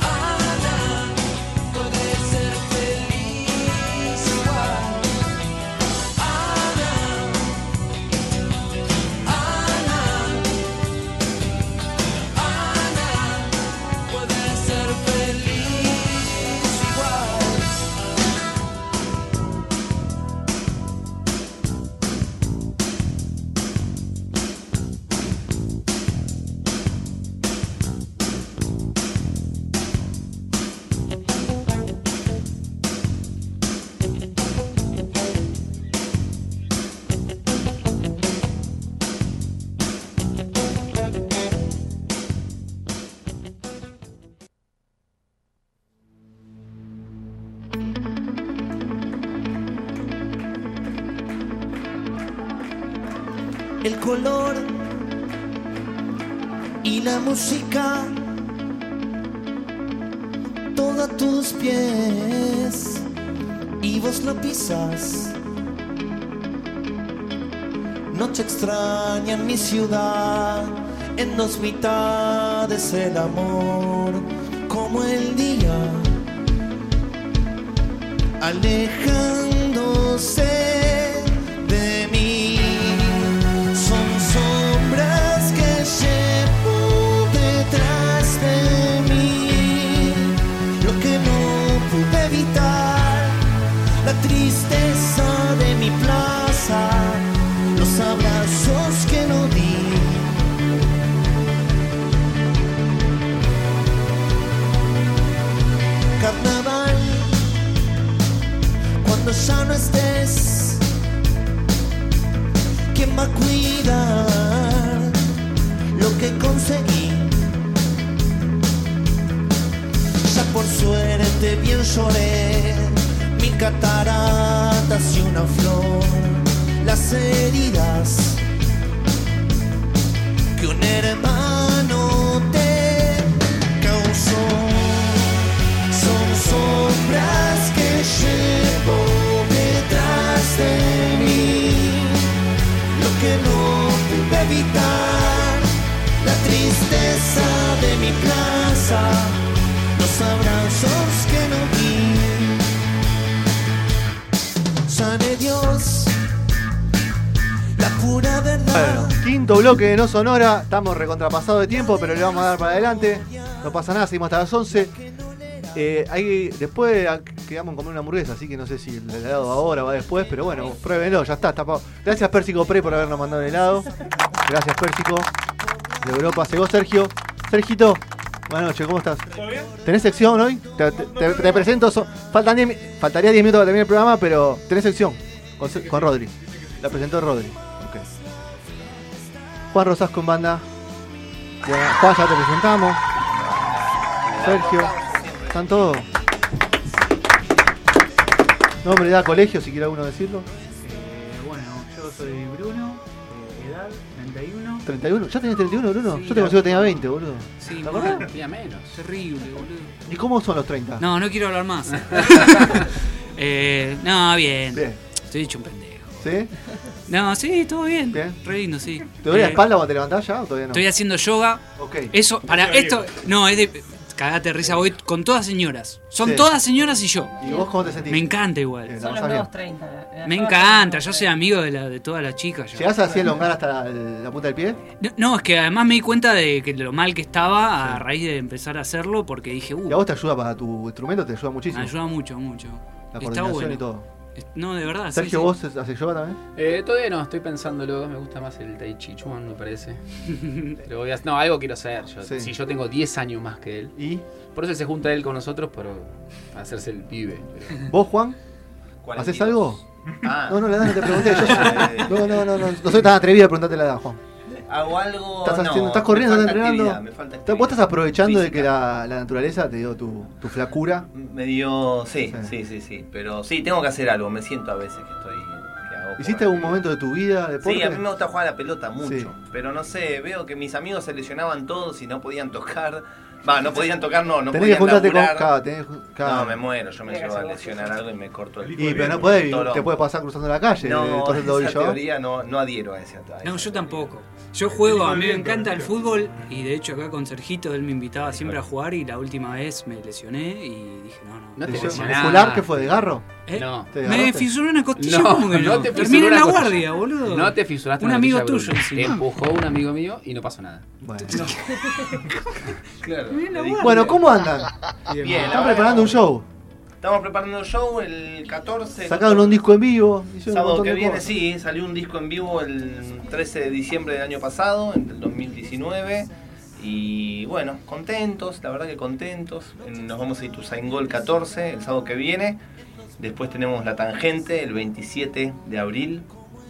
Speaker 12: Ana, Ana, puede ser feliz igual. Ana. Ana, Ana, puede ser feliz igual.
Speaker 26: El color
Speaker 9: y la música, toda tus pies y vos la pisas. Noche extraña en mi ciudad, en dos mitades el amor, como el día, alejándose de mí. Son sombras que llevo detrás de mí. Lo que no pude evitar, la tristeza de mi plaza, los abrazos que no di. Carnaval, cuando ya no estés. ¿Quién va a cuidar lo que conseguí? Ya por suerte bien lloré mi catarata
Speaker 25: plantas y una flor, las heridas que un hermano te causó son sombras que llevo detrás de mí, lo que no pude evitar, la tristeza de mi plaza, los abrazos que no vi, sane Dios, la pura verdad.
Speaker 1: Bueno, quinto bloque de No Sonora. Estamos recontrapasados de tiempo, pero le vamos a dar para adelante. No pasa nada, seguimos hasta las 11. Eh, hay- después ah, quedamos a comer una hamburguesa, así que no sé si el helado ahora o va después, pero bueno, pruébenlo, ya está, tapado. Gracias Pérsico Pre por habernos mandado el helado. Gracias Pérsico. De Europa llegó Sergio. Sergito, buenas noches, ¿cómo estás? ¿Tenés sección hoy? Te, te- te- te presento, so- faltan 10 mi- faltaría 10 minutos para terminar el programa, pero tenés sección con, Se- con Rodri. La presentó Rodri. Ok. Juan Rosas con banda. Buena- Juan, ya te presentamos. Sergio. ¿Están todos? Nombre, edad, colegio, si quiere alguno decirlo.
Speaker 13: Eh, bueno, yo soy Bruno, eh, edad 31.
Speaker 1: 31. ¿Ya tenés 31, Bruno?
Speaker 13: Sí,
Speaker 1: Yo te
Speaker 13: la-
Speaker 1: consigo que tenía 20, boludo.
Speaker 13: Sí,
Speaker 1: ¿Te acordás?
Speaker 13: bueno, tenía menos. Terrible, boludo.
Speaker 1: ¿Y cómo son los 30?
Speaker 13: No, no quiero hablar más. eh, no, bien. Estoy hecho un pendejo.
Speaker 1: ¿Sí?
Speaker 13: No, sí, todo bien. Re lindo, sí.
Speaker 1: ¿Te duele la
Speaker 13: Eh,
Speaker 1: espalda cuando te levantás ya o todavía no?
Speaker 13: Estoy haciendo yoga. Eso, para esto. No, es de. Cagate de risa, voy con todas señoras. Son
Speaker 1: Sí.
Speaker 13: todas señoras y yo.
Speaker 1: ¿Y vos cómo te sentís? Eh,
Speaker 13: Me encanta igual.
Speaker 1: Son los nuevos
Speaker 8: 30.
Speaker 13: Me encanta, yo soy amigo de, la, de todas las chicas. yo.
Speaker 1: ¿Llegás así a elongar hasta la, la punta del pie?
Speaker 13: No, no, es que además me di cuenta de que lo mal que estaba a raíz de empezar a hacerlo porque dije, uh,
Speaker 1: ¿Y a vos te ayuda para tu instrumento? ¿Te ayuda muchísimo?
Speaker 13: me ayuda mucho, mucho.
Speaker 1: La
Speaker 13: Está
Speaker 1: coordinación
Speaker 13: bueno.
Speaker 1: y todo.
Speaker 13: Es- No, de verdad. sí,
Speaker 1: Sergio,
Speaker 13: sí.
Speaker 1: ¿vos haces yoga también?
Speaker 12: Eh, todavía no, estoy pensándolo. Me gusta más el Tai Chi Chuan, me parece. Pero voy a- no, algo quiero hacer. Yo,
Speaker 1: Sí.
Speaker 12: Si yo tengo 10 años más que él.
Speaker 1: ¿Y?
Speaker 12: Por eso se junta él con nosotros, pero para hacerse el pibe. pero-
Speaker 1: ¿Vos, Juan? ¿Haces
Speaker 12: 42.
Speaker 1: algo?
Speaker 12: Ah.
Speaker 1: No, no, la edad no te pregunté. Yo soy- no, no, no, no, no soy tan atrevido a preguntarte la edad, Juan.
Speaker 29: Hago algo.
Speaker 1: ¿Estás,
Speaker 29: Oh, no,
Speaker 1: haciendo- estás
Speaker 29: me
Speaker 1: corriendo?
Speaker 29: falta
Speaker 1: ¿Estás entrenando?
Speaker 29: actividad, me falta
Speaker 1: ¿Vos estás
Speaker 29: actividad
Speaker 1: aprovechando de que la, la naturaleza te dio tu, tu flacura?
Speaker 29: Medio. Sí, sí, sí, sí. Pero sí, tengo que hacer algo. Me siento a veces que estoy. Que hago por-
Speaker 1: ¿Hiciste algún momento de tu vida deporte?
Speaker 29: Sí, a mí me gusta jugar a la pelota mucho.
Speaker 1: Sí.
Speaker 29: Pero no sé, veo que mis amigos se lesionaban todos y no podían tocar. Va, no podían tocar, no,
Speaker 1: Tenés
Speaker 29: no
Speaker 1: que
Speaker 29: podían
Speaker 1: juntarte con...
Speaker 29: laburar.
Speaker 1: cada- tenés que ju- cada-
Speaker 29: No, me muero, yo me llevo a lesionar algo y me corto el
Speaker 1: Y, pero no
Speaker 29: puedo
Speaker 1: podés, te puede pasar cruzando la calle. eh,
Speaker 29: No,
Speaker 1: entonces doy
Speaker 29: esa
Speaker 1: yo.
Speaker 29: teoría no, no adhiero a esa.
Speaker 13: No, yo tampoco. Yo juego, a mí me encanta el fútbol y de hecho acá con Sergito él me invitaba siempre a jugar y la última vez me lesioné y dije, no, no.
Speaker 1: No te lesionás. ¿Muscular qué fue, de garro?
Speaker 13: No.
Speaker 1: ¿Te
Speaker 13: Me
Speaker 1: agarraste?
Speaker 13: fisuró una costilla.
Speaker 12: No,
Speaker 13: ¿cómo que no?
Speaker 12: no te fisuró
Speaker 13: Termina en
Speaker 12: una
Speaker 13: la
Speaker 12: costilla.
Speaker 13: guardia, boludo.
Speaker 12: No te fisuraste
Speaker 13: Un
Speaker 12: una
Speaker 13: amigo
Speaker 12: costilla,
Speaker 13: tuyo.
Speaker 12: Bruno.
Speaker 13: encima.
Speaker 12: Te empujó un amigo mío y no pasó nada.
Speaker 1: Bueno.
Speaker 29: Claro.
Speaker 1: Bueno, ¿cómo andan?
Speaker 29: Bien, la
Speaker 1: Están
Speaker 29: verdad
Speaker 1: preparando un show.
Speaker 29: Estamos preparando un show el 14.
Speaker 1: Sacaron un disco en vivo. hicieron un
Speaker 29: Sábado
Speaker 1: montón
Speaker 29: que
Speaker 1: de
Speaker 29: viene,
Speaker 1: cosas.
Speaker 29: sí, salió un disco en vivo el 13 de diciembre del año pasado, en el 2019. Y bueno, contentos, la verdad que contentos. Nos vamos a ir el 14 el sábado que viene. Después tenemos La Tangente el 27 de abril.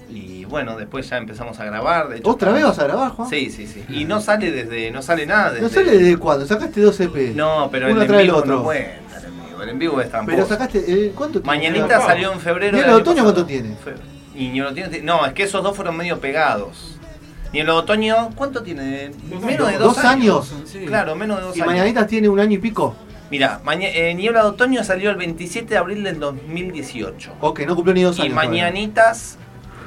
Speaker 29: Y bueno, después ya empezamos a grabar. de hecho,
Speaker 1: ¿Otra vez
Speaker 29: estamos-
Speaker 1: vas a grabar, Juan?
Speaker 29: Sí, sí, sí. Y no sale desde, no sale nada desde.
Speaker 1: ¿No sale desde cuándo? Sacaste dos E EP.
Speaker 29: No, pero
Speaker 1: Uno
Speaker 29: el en
Speaker 1: trae el
Speaker 29: vivo
Speaker 1: otro.
Speaker 29: no cuenta, el en vivo. El en vivo es tramposo.
Speaker 1: Pero sacaste. eh, ¿Cuánto tiempo?
Speaker 29: Mañanita salió en febrero.
Speaker 1: ¿Y el
Speaker 29: del año
Speaker 1: otoño
Speaker 29: pasado.
Speaker 1: cuánto tiene?
Speaker 29: Y ni el otoño ti- No, es que esos dos fueron medio pegados. Ni el otoño, ¿cuánto tiene? Menos de dos,
Speaker 1: Dos años.
Speaker 29: Claro, menos de dos
Speaker 1: Y
Speaker 29: años.
Speaker 1: Mañanitas tiene un año y pico.
Speaker 29: Mira, Niebla de Otoño salió el 27 de abril del 2018.
Speaker 1: Ok, no cumplió ni dos
Speaker 29: Y
Speaker 1: años todavía.
Speaker 29: Mañanitas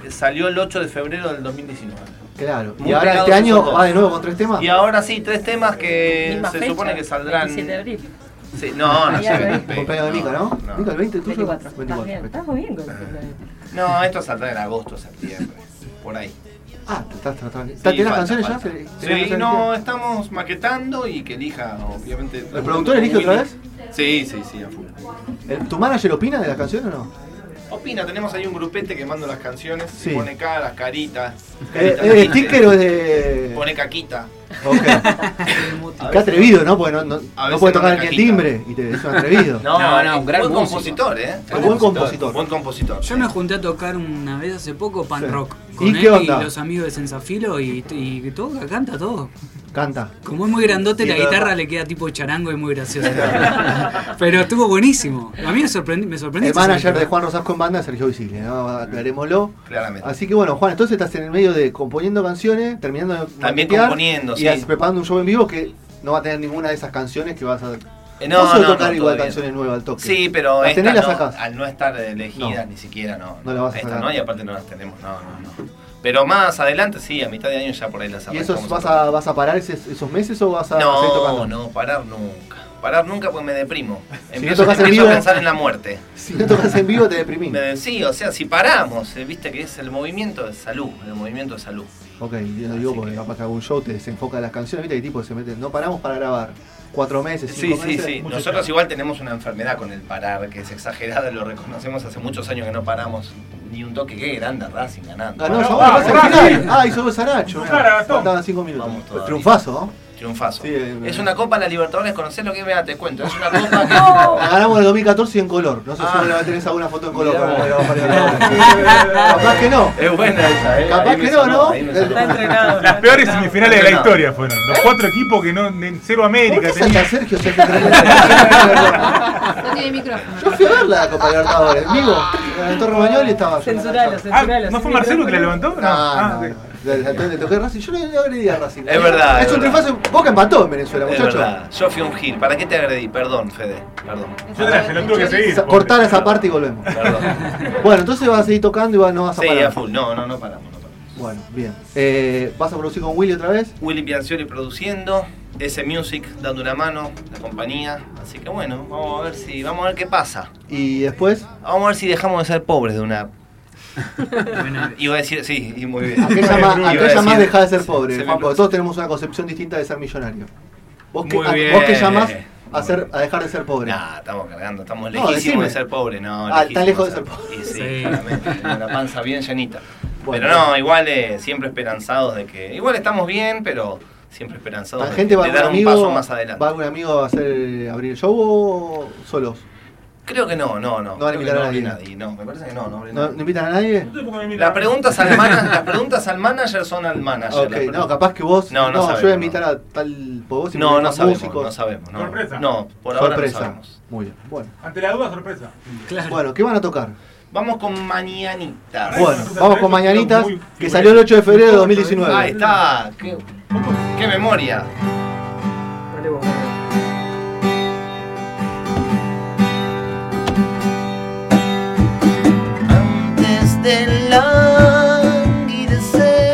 Speaker 29: eh, salió el 8 de febrero del 2019.
Speaker 1: Claro.
Speaker 29: Muy
Speaker 1: y ahora
Speaker 29: pegados
Speaker 1: este año
Speaker 29: esos dos.
Speaker 1: va de nuevo con tres temas.
Speaker 29: Y ahora sí, tres temas que
Speaker 1: Misma
Speaker 29: se
Speaker 1: fecha,
Speaker 29: supone que saldrán.
Speaker 1: 27
Speaker 29: de abril. no, no sé.
Speaker 1: Cumpleaños de Mica, ¿no? Mica, el 20 tuyo. 24.
Speaker 29: Estás muy bien No, esto saldrá en agosto, septiembre. Por ahí.
Speaker 1: Ah, te estás tratando.
Speaker 29: Sí,
Speaker 1: ¿Tenés las
Speaker 29: falta,
Speaker 1: canciones ya?
Speaker 29: falta.
Speaker 1: ¿Tenés las
Speaker 29: Sí,
Speaker 1: canciones
Speaker 29: no,
Speaker 1: ya?
Speaker 29: estamos maquetando y que elija, obviamente.
Speaker 1: ¿El productor elige otra vez?
Speaker 29: Sí, sí, sí, a full.
Speaker 1: Eh, ¿Tu manager opina de las canciones o no?
Speaker 29: Opina, tenemos ahí un grupete que manda las canciones,
Speaker 1: Sí.
Speaker 29: y pone caras, caritas.
Speaker 1: Eh,
Speaker 29: caritas
Speaker 1: ¿Es de
Speaker 29: lindas.
Speaker 1: sticker o es de.?
Speaker 29: Pone caquita.
Speaker 1: Ok. Qué atrevido, ¿no? Porque no, no, no
Speaker 29: A veces
Speaker 1: puede
Speaker 29: no
Speaker 1: tocar
Speaker 29: la
Speaker 1: ni el
Speaker 29: cajita.
Speaker 1: timbre y te es un atrevido.
Speaker 29: No, no, un gran
Speaker 1: buen
Speaker 29: compositor, ¿eh?
Speaker 1: Un buen compositor.
Speaker 29: Buen compositor.
Speaker 13: Yo me junté a tocar una vez hace poco pan
Speaker 1: Sí.
Speaker 13: rock
Speaker 1: ¿Y
Speaker 13: con él
Speaker 1: qué onda?
Speaker 13: y los amigos de Sensafilo y, y toca, canta todo.
Speaker 1: Canta.
Speaker 13: Como es muy grandote,
Speaker 1: Sí,
Speaker 13: la
Speaker 1: pero-
Speaker 13: guitarra le queda tipo charango y muy gracioso. Pero estuvo buenísimo. A mí me sorprendió. Me sorprendió
Speaker 1: El manager de Juan Rosas con banda es Sergio Visible, ¿no? aclarémoslo.
Speaker 29: Claramente.
Speaker 1: Así que bueno, Juan, entonces estás en el medio de componiendo canciones, terminando de
Speaker 29: También
Speaker 1: maquetear
Speaker 29: componiendo,
Speaker 1: y
Speaker 29: sí.
Speaker 1: as- preparando un show en vivo que no va a tener ninguna de esas canciones que vas a.
Speaker 29: Eh, no,
Speaker 1: Vos sos de
Speaker 29: no, no,
Speaker 1: tocar
Speaker 29: todo
Speaker 1: igual
Speaker 29: bien.
Speaker 1: canciones nuevas al toque.
Speaker 29: Sí, pero
Speaker 1: Las
Speaker 29: esta
Speaker 1: tenés, las
Speaker 29: no,
Speaker 1: sacás.
Speaker 29: al no estar elegida
Speaker 1: No.
Speaker 29: ni siquiera, no.
Speaker 1: No la vas a
Speaker 29: esta
Speaker 1: sacar.
Speaker 29: no, y aparte no las tenemos, no, no, no. Pero más adelante, sí, a mitad de año ya por ahí las
Speaker 1: ¿Y esos
Speaker 29: arrancamos
Speaker 1: vas a, vas a parar esos, esos meses o vas a seguir
Speaker 29: No,
Speaker 1: tocando?
Speaker 29: no, parar nunca. Parar nunca porque me deprimo.
Speaker 1: Si
Speaker 29: Empiezo,
Speaker 1: no tocas en
Speaker 29: empiezo a
Speaker 1: vivo-
Speaker 29: pensar en la muerte.
Speaker 1: Si no tocas en vivo te deprimís.
Speaker 29: Me- sí, o sea, si paramos, eh, viste que es el movimiento de salud, el movimiento de salud.
Speaker 1: Ok, yo no digo porque capaz que algún show te desenfoca las canciones, viste que tipo se mete, no paramos para grabar. Cuatro meses,
Speaker 29: Sí,
Speaker 1: cinco
Speaker 29: sí,
Speaker 1: meses.
Speaker 29: sí.
Speaker 1: mucho
Speaker 29: Nosotros igual tenemos una enfermedad con el parar, que es exagerada, lo reconocemos hace muchos años que no paramos ni un toque. Qué grande Racing ganando.
Speaker 1: Ganó yo,
Speaker 29: Ah, Vamos,
Speaker 1: al
Speaker 29: Racing.
Speaker 1: final. Ah, hizo Saracho. Faltaban cinco minutos.
Speaker 29: todavía.
Speaker 1: Triunfazo, ¿no?
Speaker 29: Triunfazo.
Speaker 1: Sí, eh,
Speaker 29: Es una copa, la Libertadores, conocés lo que es, Vea, te cuento. Es una copa que...
Speaker 1: La ganamos en el 2014 y en color. No sé
Speaker 29: Ah.
Speaker 1: si vos tenés alguna foto en color.
Speaker 29: Mirá.
Speaker 1: como la vamos a poner ahora. Capaz que no.
Speaker 29: Es buena esa, ¿eh?
Speaker 1: Capaz
Speaker 29: Ahí me
Speaker 1: que no,
Speaker 29: sonó,
Speaker 1: ¿no?
Speaker 29: ahí me sonó. Está entrenado,
Speaker 18: Las
Speaker 29: está
Speaker 18: peores
Speaker 29: entrenado.
Speaker 18: semifinales de la
Speaker 29: Entrenado.
Speaker 18: historia fueron. Los cuatro equipos que no. en Cero América
Speaker 1: ¿Por qué Santa
Speaker 18: tenía.
Speaker 1: Sergio se
Speaker 30: No tiene micrófono.
Speaker 1: Yo fui a verla la Copa Libertadores, vivo. La de Torre Bañoli estaba yo. Ah,
Speaker 30: Censuralo, censuralo,
Speaker 18: ¿No fue Marcelo que la levantó? Ah,
Speaker 1: No, no, no. Le- le- le toqué Racing. Yo no le agredí a Racing.
Speaker 29: Es verdad,
Speaker 1: Es
Speaker 29: es
Speaker 1: un
Speaker 29: verdad.
Speaker 1: triunfazo. Boca empató en Venezuela,
Speaker 29: Es
Speaker 1: muchachos.
Speaker 29: verdad, yo fui un gil. ¿Para qué te agredí? Perdón, Fede. Perdón.
Speaker 1: Yo te la- te la tuve que seguir, Sa- cortar esa parte y volvemos.
Speaker 29: Perdón.
Speaker 1: Bueno, entonces vas a seguir tocando y vas- no vas a
Speaker 29: Sí,
Speaker 1: parar.
Speaker 29: a full. No, no, no paramos. no paramos.
Speaker 1: Bueno, bien. Eh, ¿Vas a producir con Willy otra vez?
Speaker 29: Willy Piancioli produciendo, S Music dando una mano, la compañía. Así que bueno, vamos a ver si, vamos a ver qué pasa.
Speaker 1: Y después.
Speaker 29: Vamos a ver si dejamos de ser pobres de una. Iba a decir, sí, y muy bien.
Speaker 1: Aquella más,
Speaker 29: Iba a
Speaker 1: aquella
Speaker 29: decir-
Speaker 1: más deja de ser
Speaker 29: se
Speaker 1: pobre,
Speaker 29: me
Speaker 1: Juan, porque
Speaker 29: cruzó.
Speaker 1: todos tenemos una concepción distinta de ser millonario. Vos que,
Speaker 29: Muy
Speaker 1: a-
Speaker 29: bien.
Speaker 1: vos que llamás a, ser, a dejar de ser pobre.
Speaker 29: Nah, estamos cargando, estamos
Speaker 1: No,
Speaker 29: lejísimos
Speaker 1: decime.
Speaker 29: de ser pobres, no.
Speaker 1: Ah, está lejos
Speaker 29: lejísimos
Speaker 1: de ser
Speaker 29: Y
Speaker 1: pobre.
Speaker 29: sí,
Speaker 1: Sí.
Speaker 29: claramente, con la panza bien llanita.
Speaker 1: Bueno.
Speaker 29: pero no, igual eh, siempre esperanzados de que. Igual estamos bien, pero siempre esperanzados
Speaker 1: La
Speaker 29: de,
Speaker 1: gente va
Speaker 29: de
Speaker 1: algún
Speaker 29: dar
Speaker 1: amigo,
Speaker 29: un paso más adelante.
Speaker 1: ¿Va algún amigo a hacer abrir el show o solos?
Speaker 29: Creo que no, no, no.
Speaker 1: No van a
Speaker 29: Creo que
Speaker 1: invitar a
Speaker 29: abre
Speaker 1: nadie.
Speaker 29: No, me parece que no, no. abre
Speaker 1: ¿No,
Speaker 29: nadie.
Speaker 1: no invitan a nadie?
Speaker 29: Las preguntas, al mana- las preguntas al manager son al manager.
Speaker 1: Ok,
Speaker 29: las preguntas.
Speaker 1: no, capaz que vos.
Speaker 29: No, no
Speaker 1: yo voy a
Speaker 29: sabemos,
Speaker 1: invitar a tal. Pues vos
Speaker 29: No, no
Speaker 1: invitás a
Speaker 29: sabemos,
Speaker 1: músicos.
Speaker 29: no sabemos. No, No, por ahora
Speaker 1: Sorpresa.
Speaker 29: no sabemos.
Speaker 1: Muy bien. Bueno.
Speaker 18: Ante la duda, sorpresa.
Speaker 1: Bueno, ¿qué van a tocar?
Speaker 29: Vamos con Mañanitas.
Speaker 1: Bueno, vamos con Mañanitas, que salió el 8 de febrero de 2019.
Speaker 29: Ahí está. Qué, qué memoria.
Speaker 25: antes de languidecer.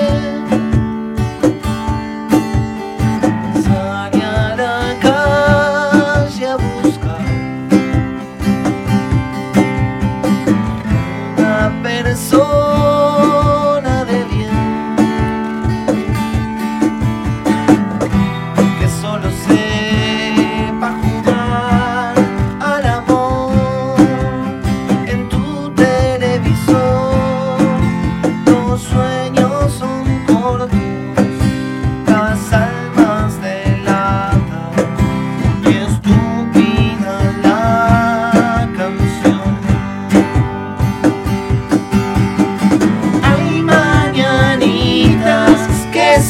Speaker 25: Salí a la calle a buscar una persona de bien que solo se
Speaker 9: pues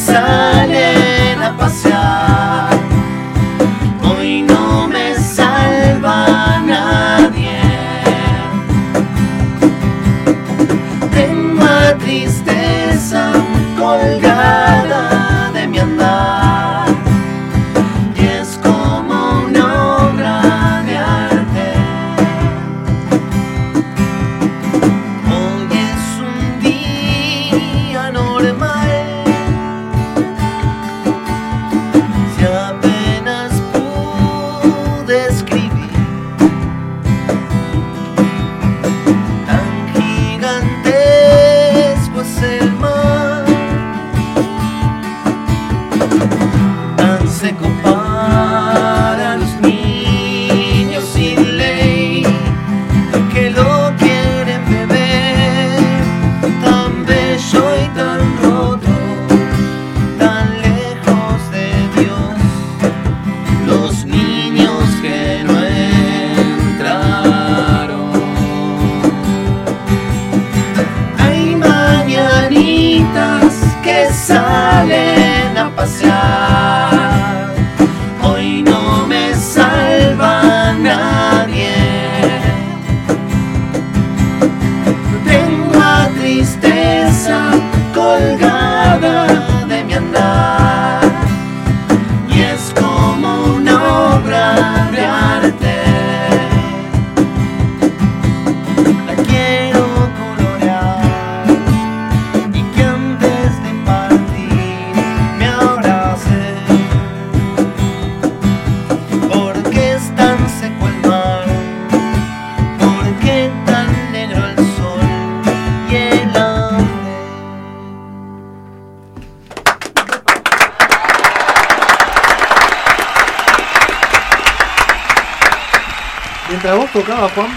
Speaker 1: mientras vos tocabas, Juan,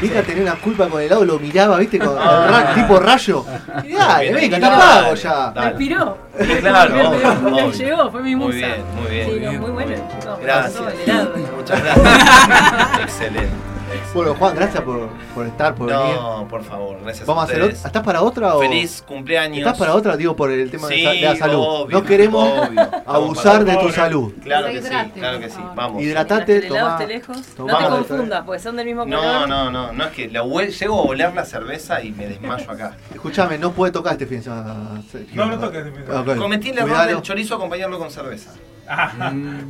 Speaker 1: Vika tenía una culpa con el lado, lo miraba, viste, con
Speaker 29: Ah.
Speaker 1: ra- tipo rayo. Y dale,
Speaker 29: Bien,
Speaker 1: Vika, te
Speaker 29: dale,
Speaker 1: apago
Speaker 29: dale,
Speaker 1: ya.
Speaker 29: Oh, dale.
Speaker 8: Respiró.
Speaker 29: Claro,
Speaker 8: Me-
Speaker 29: obvio,
Speaker 8: me
Speaker 29: obvio.
Speaker 8: llegó, fue mi
Speaker 29: Muy
Speaker 8: musa.
Speaker 29: bien, muy bien.
Speaker 8: Sí, no, muy bueno, chicos.
Speaker 29: Gracias.
Speaker 8: Pasó el helado.
Speaker 29: Muchas gracias. Excelente.
Speaker 1: Bueno, Juan, gracias por, por estar, por venir.
Speaker 29: No, por favor, gracias.
Speaker 1: Vamos a hacer
Speaker 29: ustedes.
Speaker 1: otra. ¿Estás para otra o.?
Speaker 29: Feliz cumpleaños.
Speaker 1: ¿Estás para otra? Digo, por el tema de,
Speaker 29: Sí,
Speaker 1: sa- de la salud.
Speaker 29: obvio,
Speaker 1: no queremos
Speaker 29: obvio. Estamos
Speaker 1: abusar
Speaker 29: para
Speaker 1: de tu
Speaker 29: otra.
Speaker 1: salud.
Speaker 29: Claro que sí,
Speaker 8: Deshidrate,
Speaker 29: claro
Speaker 8: por
Speaker 29: que sí.
Speaker 8: favor.
Speaker 29: Vamos.
Speaker 1: Hidratate,
Speaker 8: El helado
Speaker 1: tomá.
Speaker 8: esté lejos. No
Speaker 29: tomá.
Speaker 8: te
Speaker 29: Vamos.
Speaker 8: confundas, porque son del mismo
Speaker 29: No,
Speaker 8: color.
Speaker 29: no, no, no es que la huel- llego a oler la cerveza y me desmayo acá.
Speaker 1: Escuchame, no puede tocar este fin de semana. Sergio.
Speaker 29: No, no toca este
Speaker 1: Ah, ok.
Speaker 29: Cometí el error
Speaker 1: Cuidado. Mm.
Speaker 29: del chorizo acompañarlo con cerveza.
Speaker 18: Ah,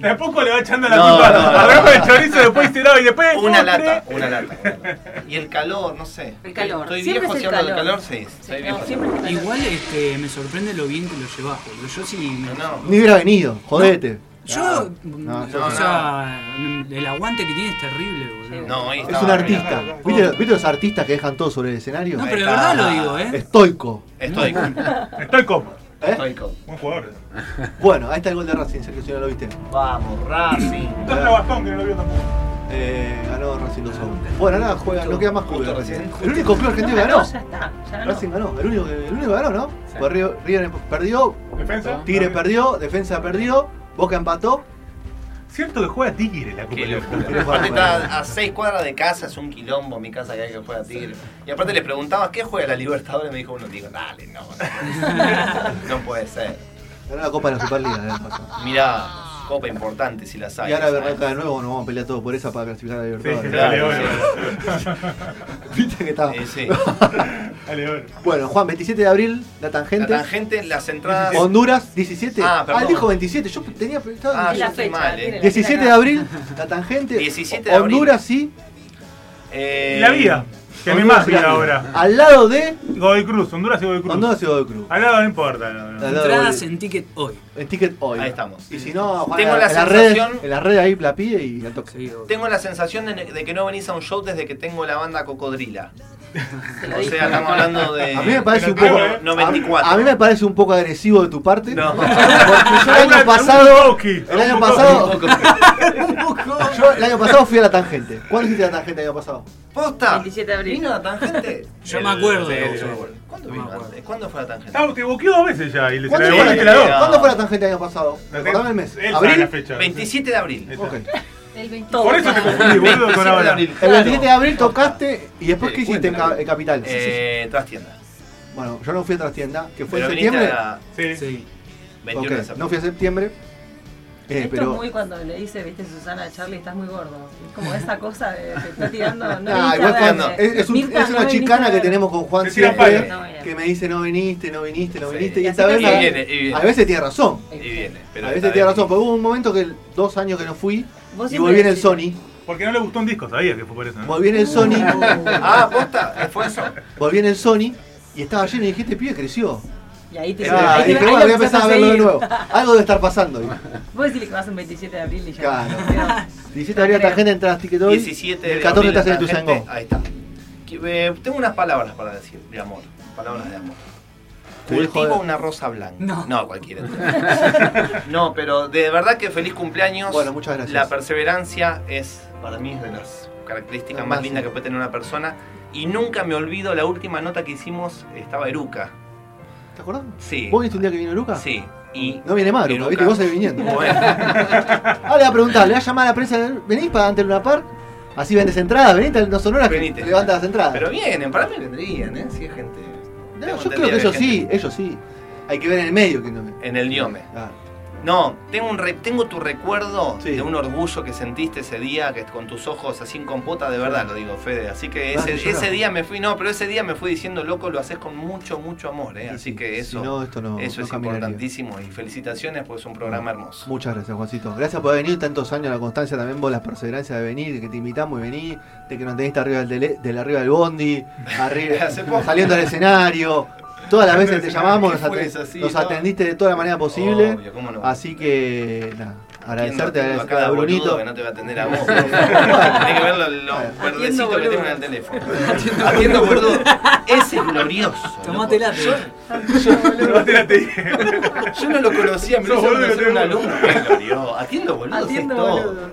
Speaker 18: Tampoco le va echando la
Speaker 29: No,
Speaker 18: culpa.
Speaker 29: no, no.
Speaker 18: Arranco el chorizo, después tirado y después.
Speaker 29: Una
Speaker 18: postre.
Speaker 29: lata, una lata, una lata. Y el calor, no sé.
Speaker 8: El calor.
Speaker 29: Estoy
Speaker 8: Siempre
Speaker 29: viejo
Speaker 8: es el
Speaker 29: si hablo del
Speaker 8: calor.
Speaker 29: calor, sí. Soy viejo. si hablo del calor.
Speaker 13: Igual este, me sorprende lo bien que lo llevas, boludo. Yo sí. me-
Speaker 1: Ni hubiera venido, jodete. Ah,
Speaker 13: Yo.
Speaker 1: No,
Speaker 13: o sea, el aguante que tiene es terrible, boludo.
Speaker 29: No, ahí
Speaker 1: Es un artista. ¿Viste, viste los artistas que dejan todo sobre el escenario?
Speaker 13: No, pero de verdad lo digo, ¿eh?
Speaker 1: Estoico.
Speaker 29: Estoico.
Speaker 18: Estoico.
Speaker 29: Estoico.
Speaker 18: Buen jugador.
Speaker 1: ¿Eh? Bueno, ahí está el gol de Racing, Sergio, si no lo viste.
Speaker 29: Vamos, Racing.
Speaker 18: Dale a Bastón, que no lo vio tampoco.
Speaker 1: Eh, ganó Racing 2 a 1. Bueno, nada, juega, no queda más club.
Speaker 29: recién.
Speaker 1: El único club argentino que
Speaker 8: No,
Speaker 1: ganó.
Speaker 8: Ya está, ya ganó.
Speaker 1: Racing ganó, el único, que- el único que ganó, ¿no? Porque River, River perdió,
Speaker 18: Defensa.
Speaker 29: Ah.
Speaker 1: Tigre perdió, Defensa perdió, Boca empató.
Speaker 18: Cierto que juega Tigre la Copa
Speaker 29: Qué
Speaker 18: Libertadores.
Speaker 29: locura. Aparte está a seis cuadras de casa, es un quilombo mi casa que hay que juega Tigre. Y aparte le preguntabas ¿qué juega la Libertadores? Me dijo uno, digo, dale, no. No puede ser.
Speaker 1: Ganó la Copa de la Superliga. de paso.
Speaker 29: Mirá, copa importante si las hay. ¿eh?
Speaker 1: Y ahora
Speaker 29: ¿sabes?
Speaker 1: arranca de nuevo, nos vamos a pelear todos por esa para clasificar a la Libertadores.
Speaker 29: Claro,
Speaker 1: sí. Viste que está.
Speaker 29: Eh, Sí, sí.
Speaker 1: Bueno, Juan, 27 de abril, la
Speaker 29: La
Speaker 1: tangente.
Speaker 29: tangente, las entradas.
Speaker 1: Honduras, 17.
Speaker 29: Ah,
Speaker 1: Ah,
Speaker 29: perdón.
Speaker 1: él dijo 27. Yo tenía pensado.
Speaker 29: Ah,
Speaker 8: Es
Speaker 29: yo
Speaker 8: la
Speaker 29: estoy
Speaker 8: fecha,
Speaker 29: mal,
Speaker 8: tiene
Speaker 29: eh.
Speaker 8: la
Speaker 1: 17 de abril, la tangente.
Speaker 29: 17 de abril.
Speaker 1: Honduras, sí.
Speaker 29: Eh,
Speaker 18: La vía. Que me
Speaker 1: Honduras
Speaker 18: más
Speaker 1: y
Speaker 18: vida
Speaker 1: la
Speaker 18: ahora.
Speaker 1: Al lado de.
Speaker 18: Godoy Cruz, Honduras y Godoy Cruz.
Speaker 1: Honduras y Godoy Cruz.
Speaker 18: Al lado no importa. no, no.
Speaker 1: Al lado de
Speaker 13: Entradas
Speaker 1: Godoy.
Speaker 13: en ticket hoy.
Speaker 1: En ticket hoy.
Speaker 29: Ahí estamos.
Speaker 1: Y si no, Juan,
Speaker 29: Tengo la
Speaker 1: en las redes,
Speaker 29: sensación-
Speaker 1: en las redes ahí la pide y la toca.
Speaker 29: Tengo la sensación de, de que no venís a un show desde que tengo la banda Cocodrila.
Speaker 8: Te lo
Speaker 29: O
Speaker 8: dije.
Speaker 29: sea, estamos hablando de.
Speaker 1: A mí me parece un
Speaker 29: eh, Pero
Speaker 1: poco.
Speaker 18: eh,
Speaker 29: no- 94.
Speaker 1: A, a mí me parece un poco agresivo de tu parte.
Speaker 29: No.
Speaker 1: Porque yo el año pasado. El año pasado. Yo el año pasado fui a la tangente. ¿Cuándo hiciste la tangente el año pasado?
Speaker 29: ¡Posta!
Speaker 8: 27 de abril.
Speaker 29: ¿Vino la tangente?
Speaker 13: Yo me acuerdo de
Speaker 29: El-
Speaker 13: vos,
Speaker 29: el-
Speaker 13: me acuerdo.
Speaker 29: ¿Cuándo vino antes? ¿Cuándo fue la tangente?
Speaker 18: Ah, te boqueó dos veces ya y le se la
Speaker 1: ¿Cuándo fue,
Speaker 18: devolviste
Speaker 1: la,
Speaker 18: la dos.
Speaker 1: ¿Cuándo fue la tangente el año pasado?
Speaker 18: La
Speaker 1: Recordame
Speaker 18: te-
Speaker 1: el mes.
Speaker 18: Él sabe la
Speaker 1: ¿Abril?
Speaker 18: fecha.
Speaker 29: 27 de abril.
Speaker 1: Ok.
Speaker 8: El 20
Speaker 18: Por eso te confundí, boludo, con
Speaker 29: 27 de
Speaker 18: ahora.
Speaker 29: abril.
Speaker 1: El
Speaker 29: Claro.
Speaker 1: 27 de abril tocaste y después
Speaker 29: Eh,
Speaker 1: ¿qué hiciste en,
Speaker 29: cuéntame.
Speaker 1: Ca- en Capital?
Speaker 29: Eh, trastienda.
Speaker 1: Bueno, yo no fui a Trastienda, que fue
Speaker 29: Pero
Speaker 1: en
Speaker 29: viniste
Speaker 1: septiembre.
Speaker 29: a
Speaker 18: Sí.
Speaker 13: Sí.
Speaker 29: la 21
Speaker 1: Ok,
Speaker 29: de septiembre.
Speaker 1: no fui a septiembre. Eh,
Speaker 8: Esto
Speaker 1: pero.
Speaker 8: es muy cuando le dice, viste, Susana a Charlie, estás muy gordo. Es como esa cosa de te está tirando. No
Speaker 1: Ah,
Speaker 8: viniste
Speaker 1: igual
Speaker 8: a
Speaker 1: fue-
Speaker 8: verme.
Speaker 1: es, es un-
Speaker 8: Mirta,
Speaker 1: es una
Speaker 8: no viniste a
Speaker 1: chicana que
Speaker 8: verme.
Speaker 1: tenemos con Juan
Speaker 18: Se tira
Speaker 1: siempre,
Speaker 18: palo.
Speaker 8: No, bien.
Speaker 1: que me dice no viniste, no viniste, no
Speaker 29: Sí.
Speaker 1: viniste, y
Speaker 29: Y
Speaker 1: esta
Speaker 8: así
Speaker 1: vez
Speaker 8: pasa.
Speaker 1: a-
Speaker 29: Y viene, y viene.
Speaker 1: a veces tiene razón.
Speaker 29: Y viene. Pero
Speaker 1: a veces tiene razón, porque hubo un momento que el- dos años que no fui
Speaker 8: Vos
Speaker 1: y
Speaker 8: siempre
Speaker 1: volví en el
Speaker 8: decís-
Speaker 1: Sony,
Speaker 18: Porque no le gustó un disco, sabía que fue por eso. ¿no?
Speaker 1: volví en el Sony,
Speaker 29: Ah, posta, fue eso.
Speaker 1: volví en Pues el Sony y estaba lleno y dije, este pibe creció.
Speaker 8: Y ahí te
Speaker 1: Ah,
Speaker 8: ahí
Speaker 1: y
Speaker 8: te-
Speaker 1: dije,
Speaker 8: ahí
Speaker 1: bueno,
Speaker 8: lo
Speaker 1: voy a empezar a
Speaker 8: empezás
Speaker 1: verlo de
Speaker 8: seguir.
Speaker 1: nuevo. Algo debe estar pasando. dije.
Speaker 8: Vos decirle que vas un 27 de abril y ya.
Speaker 1: Claro. 17 de
Speaker 8: No
Speaker 1: abril
Speaker 8: creo.
Speaker 1: la gente entra a Ticket hoy,
Speaker 29: 17
Speaker 1: y el
Speaker 29: de
Speaker 1: 14
Speaker 29: abril,
Speaker 1: estás en tu
Speaker 29: tangente.
Speaker 1: sangón.
Speaker 29: Ahí está. Que, eh, tengo unas palabras para decir de amor. Palabras de amor.
Speaker 1: Te dejo
Speaker 29: Cultivo
Speaker 1: de-
Speaker 29: una rosa blanca.
Speaker 13: No.
Speaker 29: cualquiera. no, pero de verdad que feliz cumpleaños.
Speaker 1: Bueno, muchas gracias.
Speaker 29: La perseverancia es, para mí, es de las características
Speaker 1: Gracias.
Speaker 29: más lindas que puede tener una persona. Y nunca me olvido, la última nota que hicimos estaba Eruca.
Speaker 1: ¿Te acordás?
Speaker 29: Sí.
Speaker 1: ¿Vos viste un día que vino Luca?
Speaker 29: Sí. Y
Speaker 1: No viene más, Luca,
Speaker 29: Eruca-
Speaker 1: viste, vos se viniendo.
Speaker 29: Bueno,
Speaker 1: Ahora le va a preguntar, le va a llamar a la prensa, venís para ante Luna Park, así vendes entradas, venís al No Sonoras que
Speaker 29: Venite.
Speaker 1: levanta las entradas.
Speaker 29: pero vienen, para mí vendrían, ¿eh? Si hay gente.
Speaker 1: No,
Speaker 29: tengo
Speaker 1: yo creo que
Speaker 29: entendido
Speaker 1: ellos
Speaker 29: hay
Speaker 1: sí,
Speaker 29: gente
Speaker 1: ellos sí. Hay que ver en el medio que no
Speaker 29: En el Niome.
Speaker 1: Claro.
Speaker 29: No, tengo, un re- tengo tu recuerdo
Speaker 1: Ah. Sí.
Speaker 29: de un orgullo que sentiste ese día, que con tus ojos así en compota, de verdad lo digo, Fede. Así que
Speaker 1: Ah,
Speaker 29: ese,
Speaker 1: que llora.
Speaker 29: ese día me fui, no, pero ese día me fui diciendo, loco, lo haces con mucho, mucho amor, ¿eh?
Speaker 1: Sí,
Speaker 29: Así
Speaker 1: sí.
Speaker 29: que eso,
Speaker 1: Si no, esto no-
Speaker 29: eso
Speaker 1: no
Speaker 29: es
Speaker 1: caminaría. Ah.
Speaker 29: importantísimo. Y felicitaciones porque es un programa hermoso.
Speaker 1: Muchas gracias, Juancito. Gracias por haber venido tantos años, la constancia también, vos la perseverancia de venir, de que te invitamos y venir, de que nos teniste arriba del, tele- del arriba del bondi, arriba,
Speaker 29: Hace poco.
Speaker 1: saliendo al escenario. Todas las veces te llamamos,
Speaker 29: ¿Qué
Speaker 1: nos,
Speaker 29: fue
Speaker 1: aten-
Speaker 29: eso? Sí,
Speaker 1: nos
Speaker 29: no.
Speaker 1: atendiste de toda la manera posible.
Speaker 29: Obvio, cómo no.
Speaker 1: Así que, nada, agradecerte,
Speaker 29: Atiendo a
Speaker 1: agradecerte
Speaker 29: cada
Speaker 1: a
Speaker 29: boludo
Speaker 1: Brunito.
Speaker 29: que no te va a atender a vos. Tenés que ver los, los verdecitos que
Speaker 8: boludo.
Speaker 29: tengo en el teléfono. Atiendo boludo. Ese es glorioso.
Speaker 13: Tomate
Speaker 29: loco.
Speaker 13: late.
Speaker 29: Yo, yo, boludo,
Speaker 18: Espérate.
Speaker 29: Yo no lo conocía, me lo
Speaker 18: Sos
Speaker 29: hizo
Speaker 18: boludo,
Speaker 29: conocer un
Speaker 18: tenés
Speaker 29: alumno. Qué glorioso. Atiendo boludos es
Speaker 8: Atiendo,
Speaker 29: todo.
Speaker 8: boludo.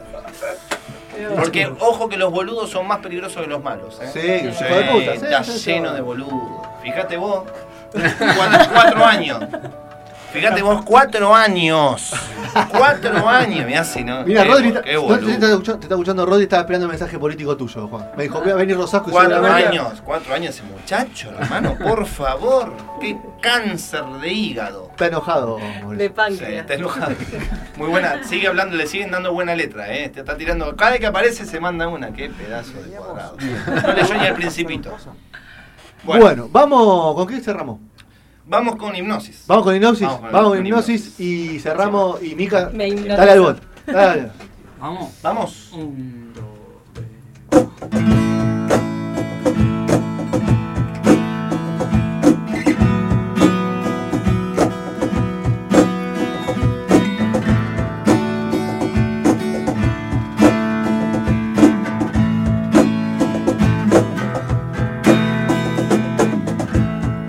Speaker 9: Porque ojo que los boludos son más peligrosos que los malos. ¿eh?
Speaker 1: Sí, los hijos de puta, sí,
Speaker 9: Está
Speaker 1: sí, sí.
Speaker 9: lleno de boludos. Fíjate vos, cuatro, cuatro años. Fíjate vos, cuatro años. Cuatro años, mirá si no.
Speaker 1: Mira,
Speaker 29: Eh,
Speaker 9: qué
Speaker 1: Rodri,
Speaker 9: bo-
Speaker 1: está-
Speaker 9: qué
Speaker 1: no,
Speaker 9: boludo.
Speaker 1: te, está escuchando, te está escuchando Rodri, estaba esperando un mensaje político tuyo, Juan. Me dijo, voy a venir Rosasco y se
Speaker 9: Cuatro
Speaker 1: va a la verga.
Speaker 9: años, cuatro años ese muchacho, hermano, por favor. Qué cáncer de hígado.
Speaker 1: Está enojado.
Speaker 29: De
Speaker 9: Sí, está enojado. Muy buena, sigue hablando, le siguen dando buena letra, ¿eh? Te está tirando. Cada vez que aparece se manda una, qué pedazo de cuadrado. No leyó ni al Principito.
Speaker 1: Bueno. vamos, ¿con qué cerramos?
Speaker 9: Vamos con hipnosis.
Speaker 1: Vamos con hipnosis,
Speaker 9: Vamos con-
Speaker 1: vamos con
Speaker 9: con
Speaker 1: hipnosis y cerramos. Y Mika,
Speaker 29: Me hipnotizó.
Speaker 1: dale al bot. Dale.
Speaker 31: Vamos.
Speaker 9: Vamos.
Speaker 31: Un, dos, tres.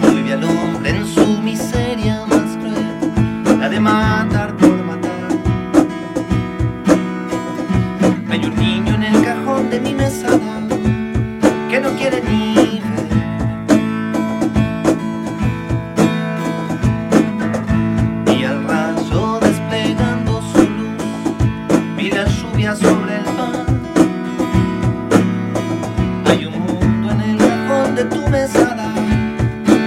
Speaker 9: Vuelve al hombre en su miseria más cruel, la de matar por matar. Hay un niño en el cajón de mi mesada que no quiere ni ver. Y al rayo desplegando su luz, mira lluvia sobre el pan. Hay un mundo en el cajón de tu mesada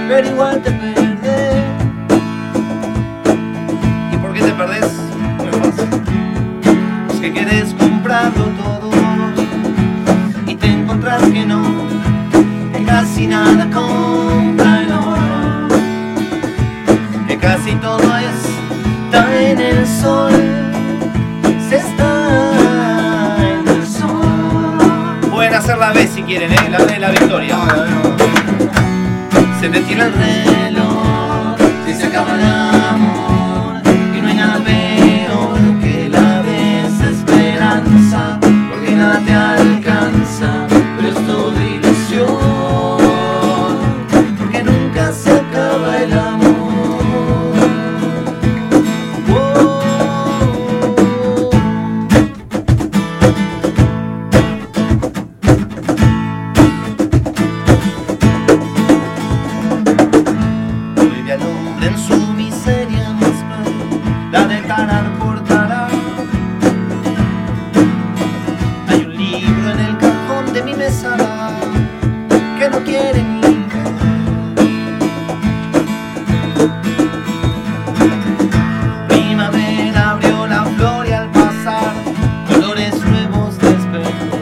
Speaker 9: pero igual te perdés. ¿Y por qué te perdés? Muy fácil. Es que querés comprarlo todo y te encontrás que no, que casi nada compra el oro, que casi todo está en el sol. Se está en el sol. Pueden hacer la B si quieren, ¿eh? la B de la victoria. Se detiene el reloj, si se acaba el amor, y no hay nada peor que la desesperanza, porque nada te alcanza, pero es toda ilusión, porque nunca se acaba el amor. Vuelve al hombre en su miseria más cruel, la de tarar por tarar. Hay un libro en el cajón de mi mesa que no quiere ni ver. Primavera abrió la flor y al pasar colores nuevos despertó.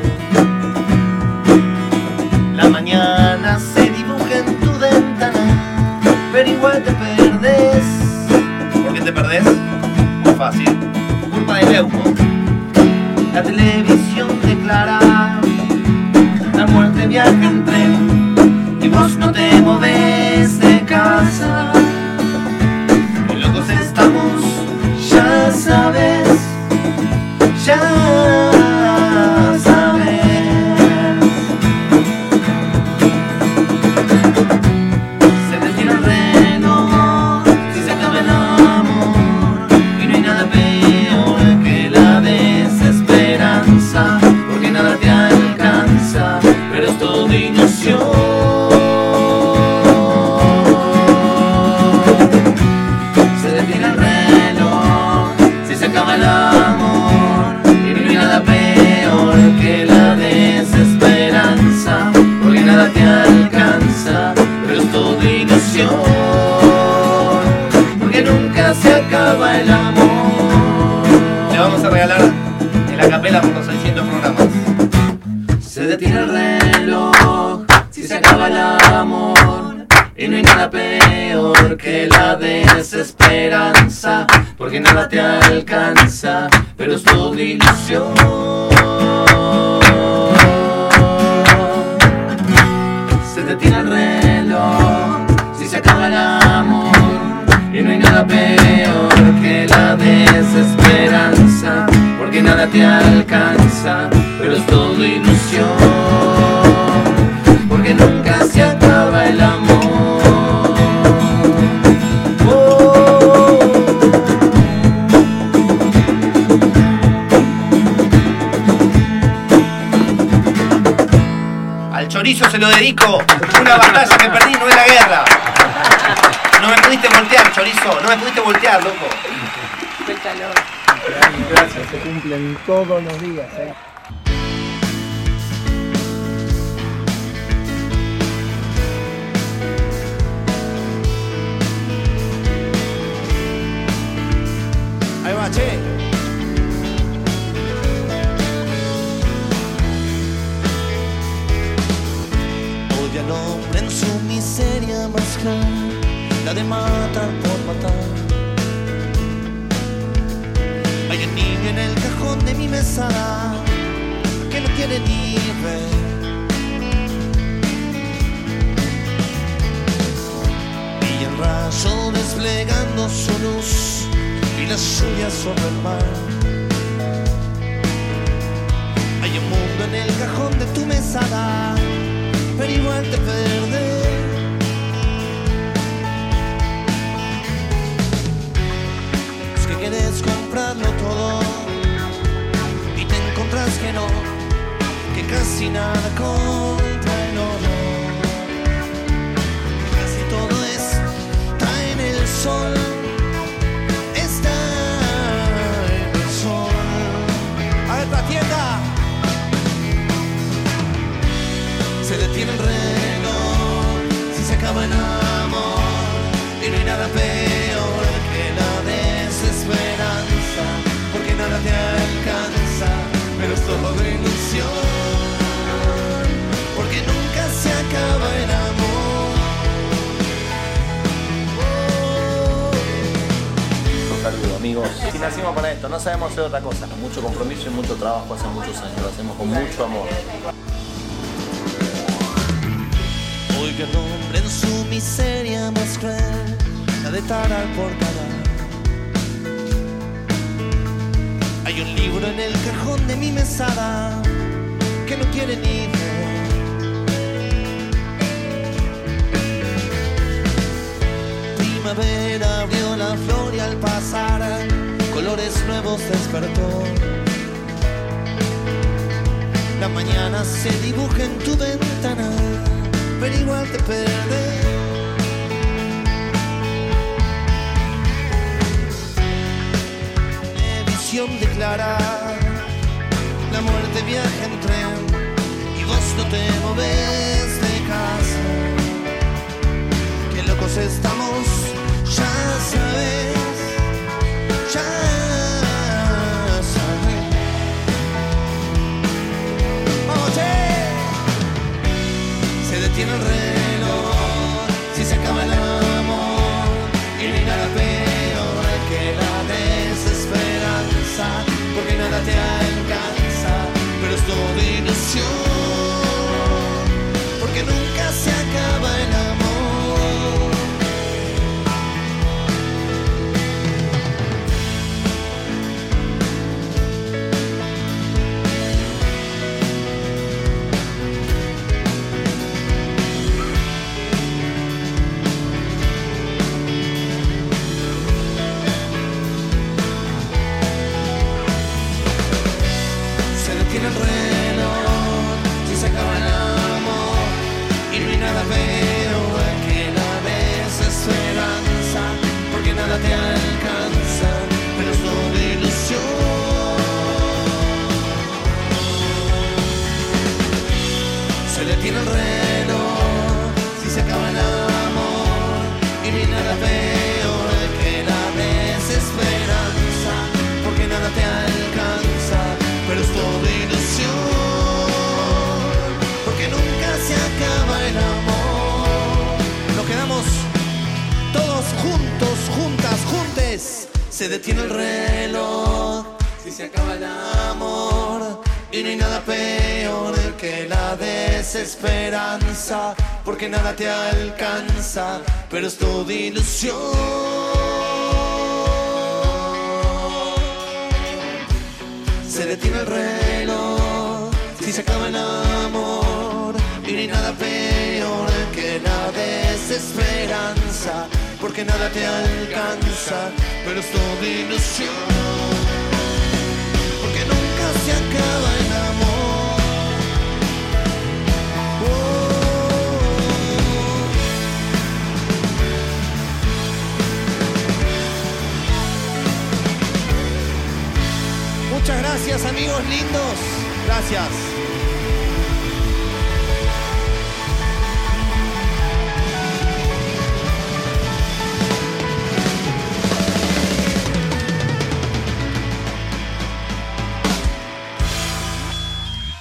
Speaker 9: La mañana se dibuja en tu ventana pero igual te perdés. ¿Por qué te perdés? Muy fácil. Culpa de Leuco. La televisión declara la muerte viaja en tren y vos no te moves de casa. Muy locos estamos, ya sabes, ya sabes. Se detiene el reloj, si se acaba el amor Y no hay nada peor que la desesperanza Porque nada te alcanza, pero es todo ilusión Se detiene el reloj, si se acaba el amor Y no hay nada peor que la desesperanza Porque nada te alcanza pero es todo ilusión, porque nunca se acaba el amor. Le vamos a regalar en la capela por los 600 programas. Se detiene el reloj, si se acaba el amor, y no hay nada peor que la desesperanza, porque nada te alcanza, pero es todo ilusión. se detiene el reloj si se acaba el amor y no hay nada peor que la desesperanza porque nada te alcanza pero es todo ilusión porque nunca se acaba el amor Oh.
Speaker 29: Mauricio se lo dedico. Una batalla que perdí no es la guerra. No me pudiste voltear, chorizo. No me pudiste voltear, loco.
Speaker 7: Gracias, se cumplen todos los días. ¿eh?
Speaker 9: Ahí va, che. Odia al hombre en su miseria más grande, la de matar por matar. Hay un niño en el cajón de mi mesa que no quiere ni ver. Y el rayo desplegando su luz y las lluvias sobre el mar. Hay un mundo en el cajón de tu mesada, pero igual te perdés. Es que querés comprarlo todo y te encontrás que no, que casi nada contra el oro. Que Casi todo está en el sol. Está en el sol. A ver, la tienda. Se detiene el reloj si se acaba el amor. Y no hay nada peor que la desesperanza. Porque nada te alcanza, pero es todo una ilusión. Porque nunca se acaba el amor.
Speaker 29: Un saludo, amigos. Si nacimos para esto, no sabemos hacer otra cosa. Mucho compromiso y mucho trabajo hace muchos años. Lo hacemos con mucho amor.
Speaker 9: Hoy que el hombre en su miseria más cruel la de tarar por tarar. Hay un libro en el cajón de mi mesada que no quiere ni ver. Primavera abrió la flor y al pasar colores nuevos despertó. La mañana se dibuja en tu ventana pero igual te perdés. Visión declara la muerte viaja en tren y vos no te moves de casa. Qué locos estamos, ya sabes, ya sabes. ¡Vamos, che! se detiene el reloj si se acaba el amor y no hay nada peor que la desesperanza porque nada te alcanza pero es todo ilusión porque nunca se acaba el amor se detiene el reloj si se acaba el amor y no hay nada peor que la desesperanza porque nada te alcanza pero es toda ilusión se detiene el reloj si se acaba el amor y no hay nada peor que la desesperanza porque nada te alcanza pero es toda ilusión porque nunca se acaba el amor nos quedamos todos juntos juntas juntes se detiene el reloj si se acaba el amor y no hay nada peor que la desesperanza porque nada te alcanza pero es toda ilusión se detiene el reloj si se acaba el amor y no hay nada peor que la desesperanza porque nada te alcanza pero es toda ilusión porque nunca se acaba el amor Oh,
Speaker 29: Gracias amigos lindos. Gracias.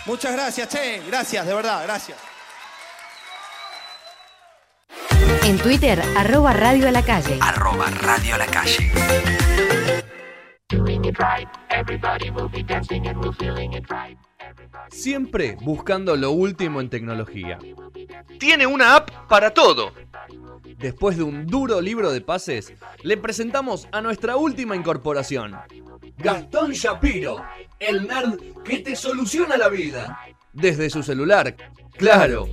Speaker 29: Muchas gracias, che. Gracias, de verdad, gracias.
Speaker 16: En Twitter, arroba Radio a la Calle.
Speaker 9: Arroba Radio La Calle.
Speaker 6: Siempre buscando lo último en tecnología. Tiene una app para todo. Después de un duro libro de pases, le presentamos a nuestra última incorporación. Gastón Shapiro, el nerd que te soluciona la vida. Desde su celular, claro.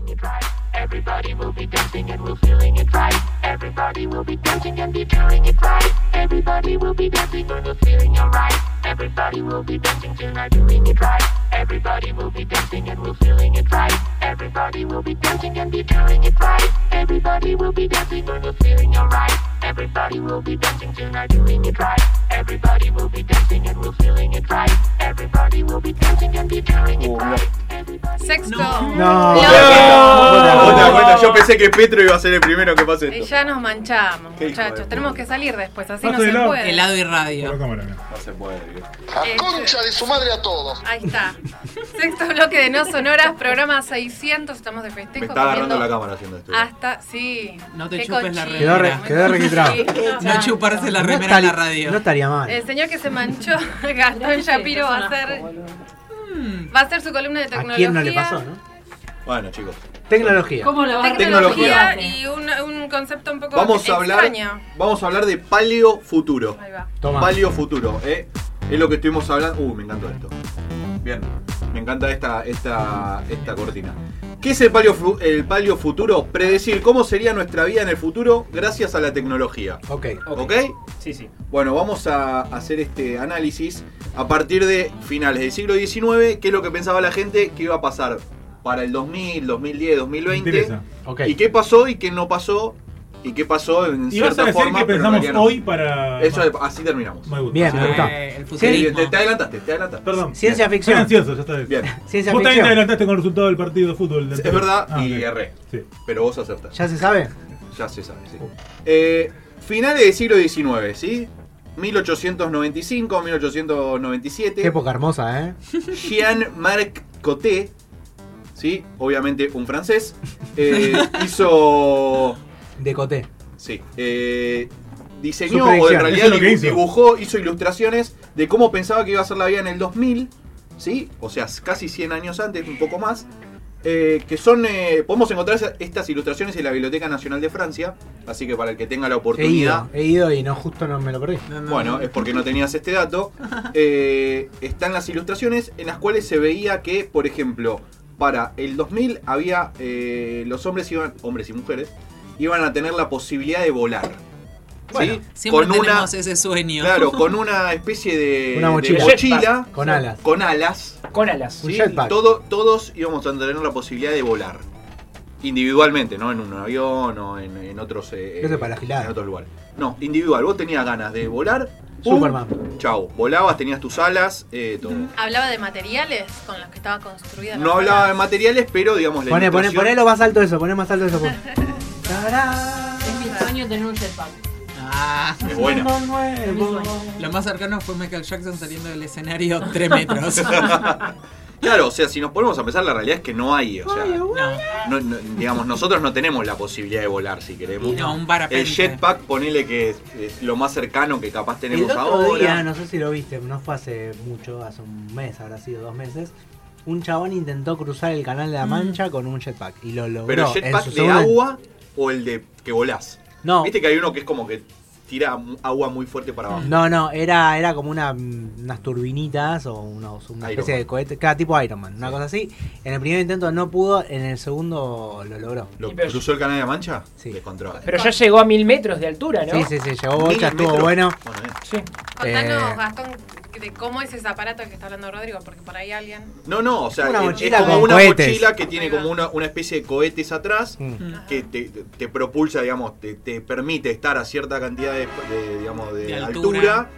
Speaker 2: Uh,
Speaker 7: Sexto.
Speaker 11: No.
Speaker 2: Otra vuelta, yo pensé que Petro iba a ser el primero que pase
Speaker 7: Y
Speaker 2: esto.
Speaker 7: Eh, ya nos manchamos,
Speaker 2: Qué hijo de
Speaker 7: muchachos.
Speaker 2: puta.
Speaker 7: Tenemos que salir después, así
Speaker 2: Paso
Speaker 7: no se
Speaker 2: de lado.
Speaker 7: puede.
Speaker 2: Helado y
Speaker 7: radio.
Speaker 2: No se puede, viejo.
Speaker 7: concha de su madre a todos. Ahí está. Sexto bloque de No Sonoras, programa 600. Estamos de festejo.
Speaker 2: Me está agarrando
Speaker 7: comiendo
Speaker 2: la cámara haciendo esto.
Speaker 7: Hasta, sí.
Speaker 11: No te
Speaker 7: Qué
Speaker 11: chupes la
Speaker 7: cochino.
Speaker 11: Quedó re- quedó registrado.
Speaker 7: Sí,
Speaker 11: No chuparse la remera en la radio. No estaría mal.
Speaker 7: El señor que se manchó, Gastón Shapiro, va a ser. Mm. Va a ser su columna de tecnología.
Speaker 3: ¿A quién no le pasó, no?
Speaker 2: Bueno, chicos.
Speaker 3: Tecnología.
Speaker 2: ¿Cómo lo vas a-
Speaker 7: Tecnología
Speaker 2: Tecnología.
Speaker 7: y un, un concepto un poco
Speaker 2: Vamos a hablar,
Speaker 7: extraño.
Speaker 2: vamos a hablar de paleo futuro.
Speaker 7: Ahí va.
Speaker 2: Paleo futuro, ¿eh? Es lo que estuvimos hablando. Uh, me encantó esto. Bien, me encanta esta, esta, esta cortina. ¿Qué es el paleo, fu- el paleo futuro? Predecir cómo sería nuestra vida en el futuro gracias a la tecnología.
Speaker 3: Ok.
Speaker 2: ¿Ok?
Speaker 32: Sí, sí.
Speaker 2: Bueno, vamos a hacer este análisis a partir de finales del siglo XIX, qué es lo que pensaba la gente que iba a pasar para el 2000, 2010, 2020.
Speaker 28: Interesa.
Speaker 2: ¿Y qué pasó y qué no pasó? ¿Y qué pasó en
Speaker 28: Y vas a
Speaker 2: cierta
Speaker 28: decir
Speaker 2: forma?
Speaker 28: que
Speaker 2: pero en
Speaker 28: pensamos
Speaker 2: realidad no.
Speaker 28: hoy para.
Speaker 2: Eso, es- así terminamos.
Speaker 3: Bien, me gustó.
Speaker 2: Sí, te, te adelantaste, te adelantaste.
Speaker 28: Perdón.
Speaker 3: Ciencia
Speaker 28: Bien.
Speaker 3: ficción.
Speaker 28: Estoy ansioso, ya está bien.
Speaker 2: Bien.
Speaker 3: Ciencia
Speaker 28: Justamente
Speaker 3: ficción.
Speaker 28: adelantaste con el resultado del partido de fútbol. del
Speaker 2: Es
Speaker 28: anterior.
Speaker 2: verdad
Speaker 28: Ah,
Speaker 2: y
Speaker 28: ok.
Speaker 2: erré. Pero vos acertaste.
Speaker 3: ¿Ya se sabe?
Speaker 2: Ya se sabe, sí. Eh, finales del siglo XIX, ¿sí? 1895, 1897.
Speaker 3: Qué época hermosa, ¿eh?
Speaker 2: Jean-Marc Coté, ¿sí? Obviamente un francés, eh, hizo...
Speaker 3: De Coté.
Speaker 2: Sí. eh,
Speaker 3: Su
Speaker 2: diseñó, o en
Speaker 3: predicción.
Speaker 2: realidad
Speaker 3: Eso es lo que
Speaker 2: dibu-
Speaker 3: hizo.
Speaker 2: dibujó, hizo ilustraciones de cómo pensaba que iba a ser la vida en el 2000, ¿sí? O sea, casi 100 años antes, un poco más. eh, que son, eh, podemos encontrar esa- estas ilustraciones en la Biblioteca Nacional de Francia, así que para el que tenga la
Speaker 3: He
Speaker 2: oportunidad,
Speaker 3: ido, he ido y no justo no me lo perdí.
Speaker 2: bueno, es porque no tenías este dato. Eh, están las ilustraciones en las cuales se veía que, por ejemplo, para el 2000 había eh, los hombres iban, hombres y mujeres, iban a tener la posibilidad de volar. ¿sí?
Speaker 11: Bueno, siempre
Speaker 2: Con una-
Speaker 11: tenemos ese sueño.
Speaker 2: Claro, con una especie de,
Speaker 3: Una
Speaker 2: de
Speaker 3: mochila.
Speaker 2: mochila,
Speaker 3: Con alas.
Speaker 2: Con alas.
Speaker 11: Con alas.
Speaker 2: ¿sí?
Speaker 3: Un jetpack.
Speaker 2: Todo- todos íbamos a tener la posibilidad de volar. Individualmente, no en un avión o en, en otros eh,
Speaker 3: Eso es para la gilada.
Speaker 2: en otros lugares. No, individual. Vos tenías ganas de volar. pum,
Speaker 3: Superman.
Speaker 2: Chau. Volabas, tenías tus alas, eh, todo.
Speaker 7: Hablaba de materiales con los que estaba construida. la
Speaker 2: No hablaba de materiales, pero digamos la
Speaker 3: Poné, poné,
Speaker 2: ilustración-
Speaker 3: poné lo más alto eso, poné más alto eso. pues. por-
Speaker 11: Es mi sueño tener un jetpack. Ah,
Speaker 2: Es buena.
Speaker 3: Mundo nuevo.
Speaker 11: Lo más cercano fue Michael Jackson saliendo del escenario 3 metros.
Speaker 2: Claro, o sea, si nos ponemos a pensar, la realidad es que no hay. O sea, no- no- digamos, nosotros no tenemos la posibilidad de volar si queremos.
Speaker 11: No, un parapente.
Speaker 2: El jetpack, ponele que es, es lo más cercano que capaz
Speaker 3: El
Speaker 2: tenemos
Speaker 3: otro
Speaker 2: ahora.
Speaker 3: día, no sé si lo viste, no fue hace mucho, hace un mes, habrá sido dos meses. Un chabón intentó cruzar el canal de la Mancha
Speaker 11: Mm.
Speaker 3: con un jetpack y lo logró.
Speaker 2: Pero el
Speaker 3: en
Speaker 2: jetpack
Speaker 3: su
Speaker 2: de
Speaker 3: segundo-
Speaker 2: agua o el de que volás.
Speaker 3: No.
Speaker 2: Viste que hay uno que es como que tira mu- agua muy fuerte para abajo.
Speaker 3: No, no, era, era como una, mm, unas turbinitas o unos, una
Speaker 2: Iron
Speaker 3: especie
Speaker 2: Man.
Speaker 3: de cohete, cada tipo Iron Man, una cosa así. En el primer intento no pudo, en el segundo lo logró.
Speaker 2: ¿Lo
Speaker 4: Y pero-
Speaker 2: cruzó el canal de la mancha? Sí. Descontrol.
Speaker 4: Pero ya llegó a mil metros de altura, ¿no?
Speaker 3: Sí, sí, sí, llegó bocha, estuvo bueno.
Speaker 4: Sí.
Speaker 7: Contanos,
Speaker 3: Eh,
Speaker 7: Gastón, de cómo es ese aparato que está hablando Rodrigo, porque por ahí alguien.
Speaker 2: No, no, o sea,
Speaker 3: Una
Speaker 2: es-
Speaker 3: mochila
Speaker 2: es como
Speaker 3: con
Speaker 2: una
Speaker 3: cohetes.
Speaker 2: mochila que tiene como una, una especie de cohetes atrás
Speaker 3: Mm.
Speaker 2: que te, te- te propulsa, digamos, te, te permite estar a cierta cantidad de, de, digamos, de
Speaker 3: De
Speaker 2: altura.
Speaker 3: altura.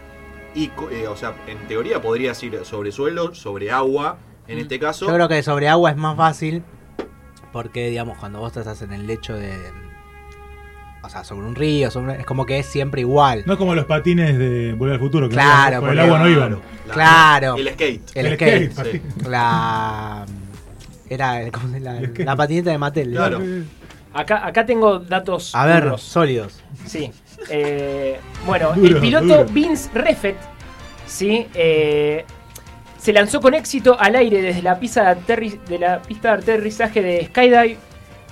Speaker 2: y, co- eh, o sea, en teoría podrías ir sobre suelo, sobre agua, en este caso.
Speaker 3: Yo creo que sobre agua es más fácil porque, digamos, cuando vos estás en el lecho de... O sea, sobre un río, sobre una- es como que es siempre igual.
Speaker 28: No es como los patines de Volver al Futuro, que
Speaker 3: Claro,
Speaker 28: por el
Speaker 3: porque-
Speaker 28: agua no iban.
Speaker 3: Claro.
Speaker 2: El skate.
Speaker 3: El,
Speaker 28: El
Speaker 3: skate.
Speaker 28: skate,
Speaker 3: sí.
Speaker 28: sí.
Speaker 3: La. Era ¿cómo se- la, la patineta de Mattel.
Speaker 28: Claro.
Speaker 4: Acá, acá tengo datos.
Speaker 3: A ver,
Speaker 4: duros.
Speaker 3: sólidos.
Speaker 4: Sí. Eh, bueno,
Speaker 3: Duro,
Speaker 4: el piloto
Speaker 3: duro.
Speaker 4: Vince Refet, ¿sí? Eh, se lanzó con éxito al aire desde la pista de, aterri- de la pista de aterrizaje de Skydive,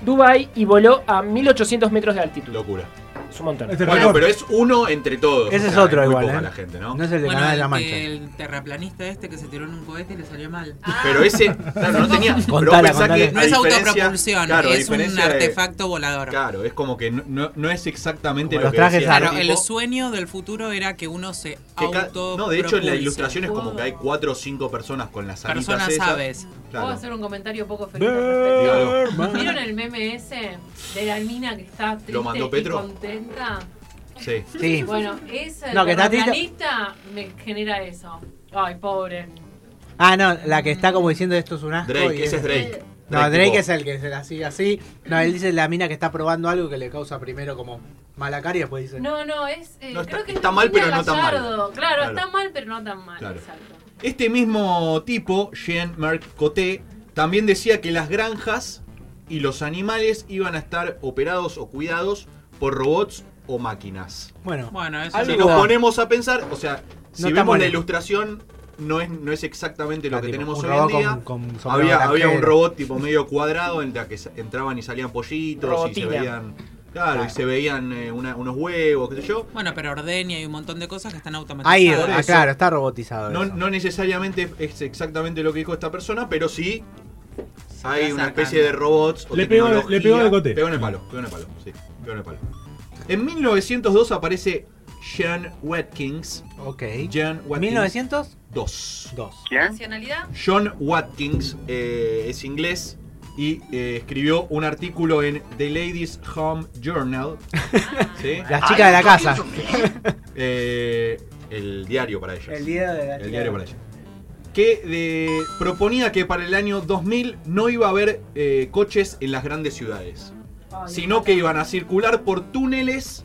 Speaker 4: Dubai y voló a 1800 metros de altitud.
Speaker 2: Locura.
Speaker 4: Este Es un montón.
Speaker 3: Este
Speaker 2: Bueno, pero es uno entre todos.
Speaker 3: Ese
Speaker 2: o
Speaker 3: es
Speaker 2: sea,
Speaker 3: otro
Speaker 2: muy
Speaker 3: igual,
Speaker 2: poca
Speaker 3: ¿eh?
Speaker 2: la gente, ¿no?
Speaker 3: No es el de
Speaker 2: Bueno,
Speaker 3: Canal de la
Speaker 2: el
Speaker 11: este-
Speaker 3: Mancha.
Speaker 2: que-
Speaker 11: El terraplanista este que se tiró en un cohete le salió mal.
Speaker 2: Ah. Pero ese, claro, no tenía. pero vos
Speaker 3: Contala,
Speaker 2: pensá
Speaker 3: contala.
Speaker 2: que
Speaker 3: No
Speaker 2: a
Speaker 3: es
Speaker 2: diferencia-
Speaker 11: Ah. autopropulsión,
Speaker 2: claro, a
Speaker 11: es un
Speaker 2: diferencia de-
Speaker 11: artefacto volador.
Speaker 2: Claro, es como que no, no- no es exactamente
Speaker 3: Como
Speaker 2: lo
Speaker 3: los
Speaker 2: que
Speaker 3: trajes
Speaker 2: decía
Speaker 11: Claro,
Speaker 2: el
Speaker 11: el
Speaker 2: tipo,
Speaker 11: sueño del futuro era que uno se
Speaker 2: que ca-
Speaker 11: auto.
Speaker 2: No, de hecho en la ilustración es como que hay cuatro o cinco personas con las alitas
Speaker 11: Personas
Speaker 2: esas.
Speaker 11: aves.
Speaker 2: Claro.
Speaker 11: Puedo hacer
Speaker 17: un comentario poco
Speaker 2: feliz al respecto? Berman.
Speaker 17: ¿Vieron el meme ese de la mina que está triste
Speaker 2: ¿Lo mandó Petro?
Speaker 17: y contenta?
Speaker 2: Sí.
Speaker 3: Sí.
Speaker 17: Bueno, ese
Speaker 3: No, que está triste-
Speaker 17: terraplanista me genera eso. Ay, pobre.
Speaker 3: Ah, no, la que está como diciendo esto es un asco.
Speaker 2: Drake,
Speaker 3: y
Speaker 2: ese es Drake.
Speaker 3: No,
Speaker 2: Drake,
Speaker 3: Drake,
Speaker 2: tipo-
Speaker 3: es el que se la sigue así. No, él dice la mina que está probando algo que le causa primero como mala cara y después dice.
Speaker 17: No, no, es. eh,
Speaker 2: No, está-
Speaker 17: creo que
Speaker 2: está
Speaker 17: es
Speaker 2: mal, pero
Speaker 17: Lucía
Speaker 2: no tan mal.
Speaker 17: Gallardo. Claro,
Speaker 2: Claro.
Speaker 17: está mal, pero no tan mal.
Speaker 2: Claro.
Speaker 17: Exacto.
Speaker 2: Este mismo tipo, Jean-Marc Coté, también decía que las granjas y los animales iban a estar operados o cuidados por robots o máquinas.
Speaker 3: Bueno,
Speaker 11: Bueno, eso
Speaker 2: Si
Speaker 11: sí.
Speaker 2: nos ponemos a pensar, o sea, si
Speaker 3: No está
Speaker 2: vemos
Speaker 3: bueno. Ah,
Speaker 2: la ilustración, no es, no es exactamente lo que
Speaker 3: tipo,
Speaker 2: tenemos
Speaker 3: un
Speaker 2: hoy en
Speaker 3: robot
Speaker 2: día.
Speaker 3: con- con sombrero
Speaker 2: había, había un
Speaker 3: vaquero.
Speaker 2: robot tipo medio cuadrado en la que sa- entraban y salían pollitos
Speaker 11: Robotina.
Speaker 2: y se veían. Claro, y se veían eh, una- unos huevos, qué sé yo.
Speaker 11: Bueno, pero ordeña y un montón de cosas que están automatizadas.
Speaker 3: Ahí,
Speaker 2: Por
Speaker 3: ah,
Speaker 2: eso.
Speaker 3: claro, está robotizado.
Speaker 2: No,
Speaker 3: eso.
Speaker 2: no necesariamente es exactamente lo que dijo esta persona, pero sí hay
Speaker 11: va
Speaker 2: una
Speaker 11: acercando.
Speaker 2: especie de robots. o
Speaker 28: Le pegó- le
Speaker 2: tecnología.
Speaker 28: pegó de cote.
Speaker 2: Pegó en el palo, pegó en el palo, sí, pegó en el palo. En 1902 aparece Jean Watkins.
Speaker 3: Ok.
Speaker 2: Jean Watkins.
Speaker 3: ¿1900?
Speaker 2: 2.
Speaker 3: Dos.
Speaker 7: Nacionalidad.
Speaker 2: John Watkins eh, es inglés y eh, escribió un artículo en The Ladies Home Journal. ¿sí?
Speaker 3: Las chicas de la casa.
Speaker 2: Eh, el diario para ellas.
Speaker 3: El día de la
Speaker 2: El diario para ellas. Que de- proponía que para el año 2000 no iba a haber eh, coches en las grandes ciudades, sino que iban a circular por túneles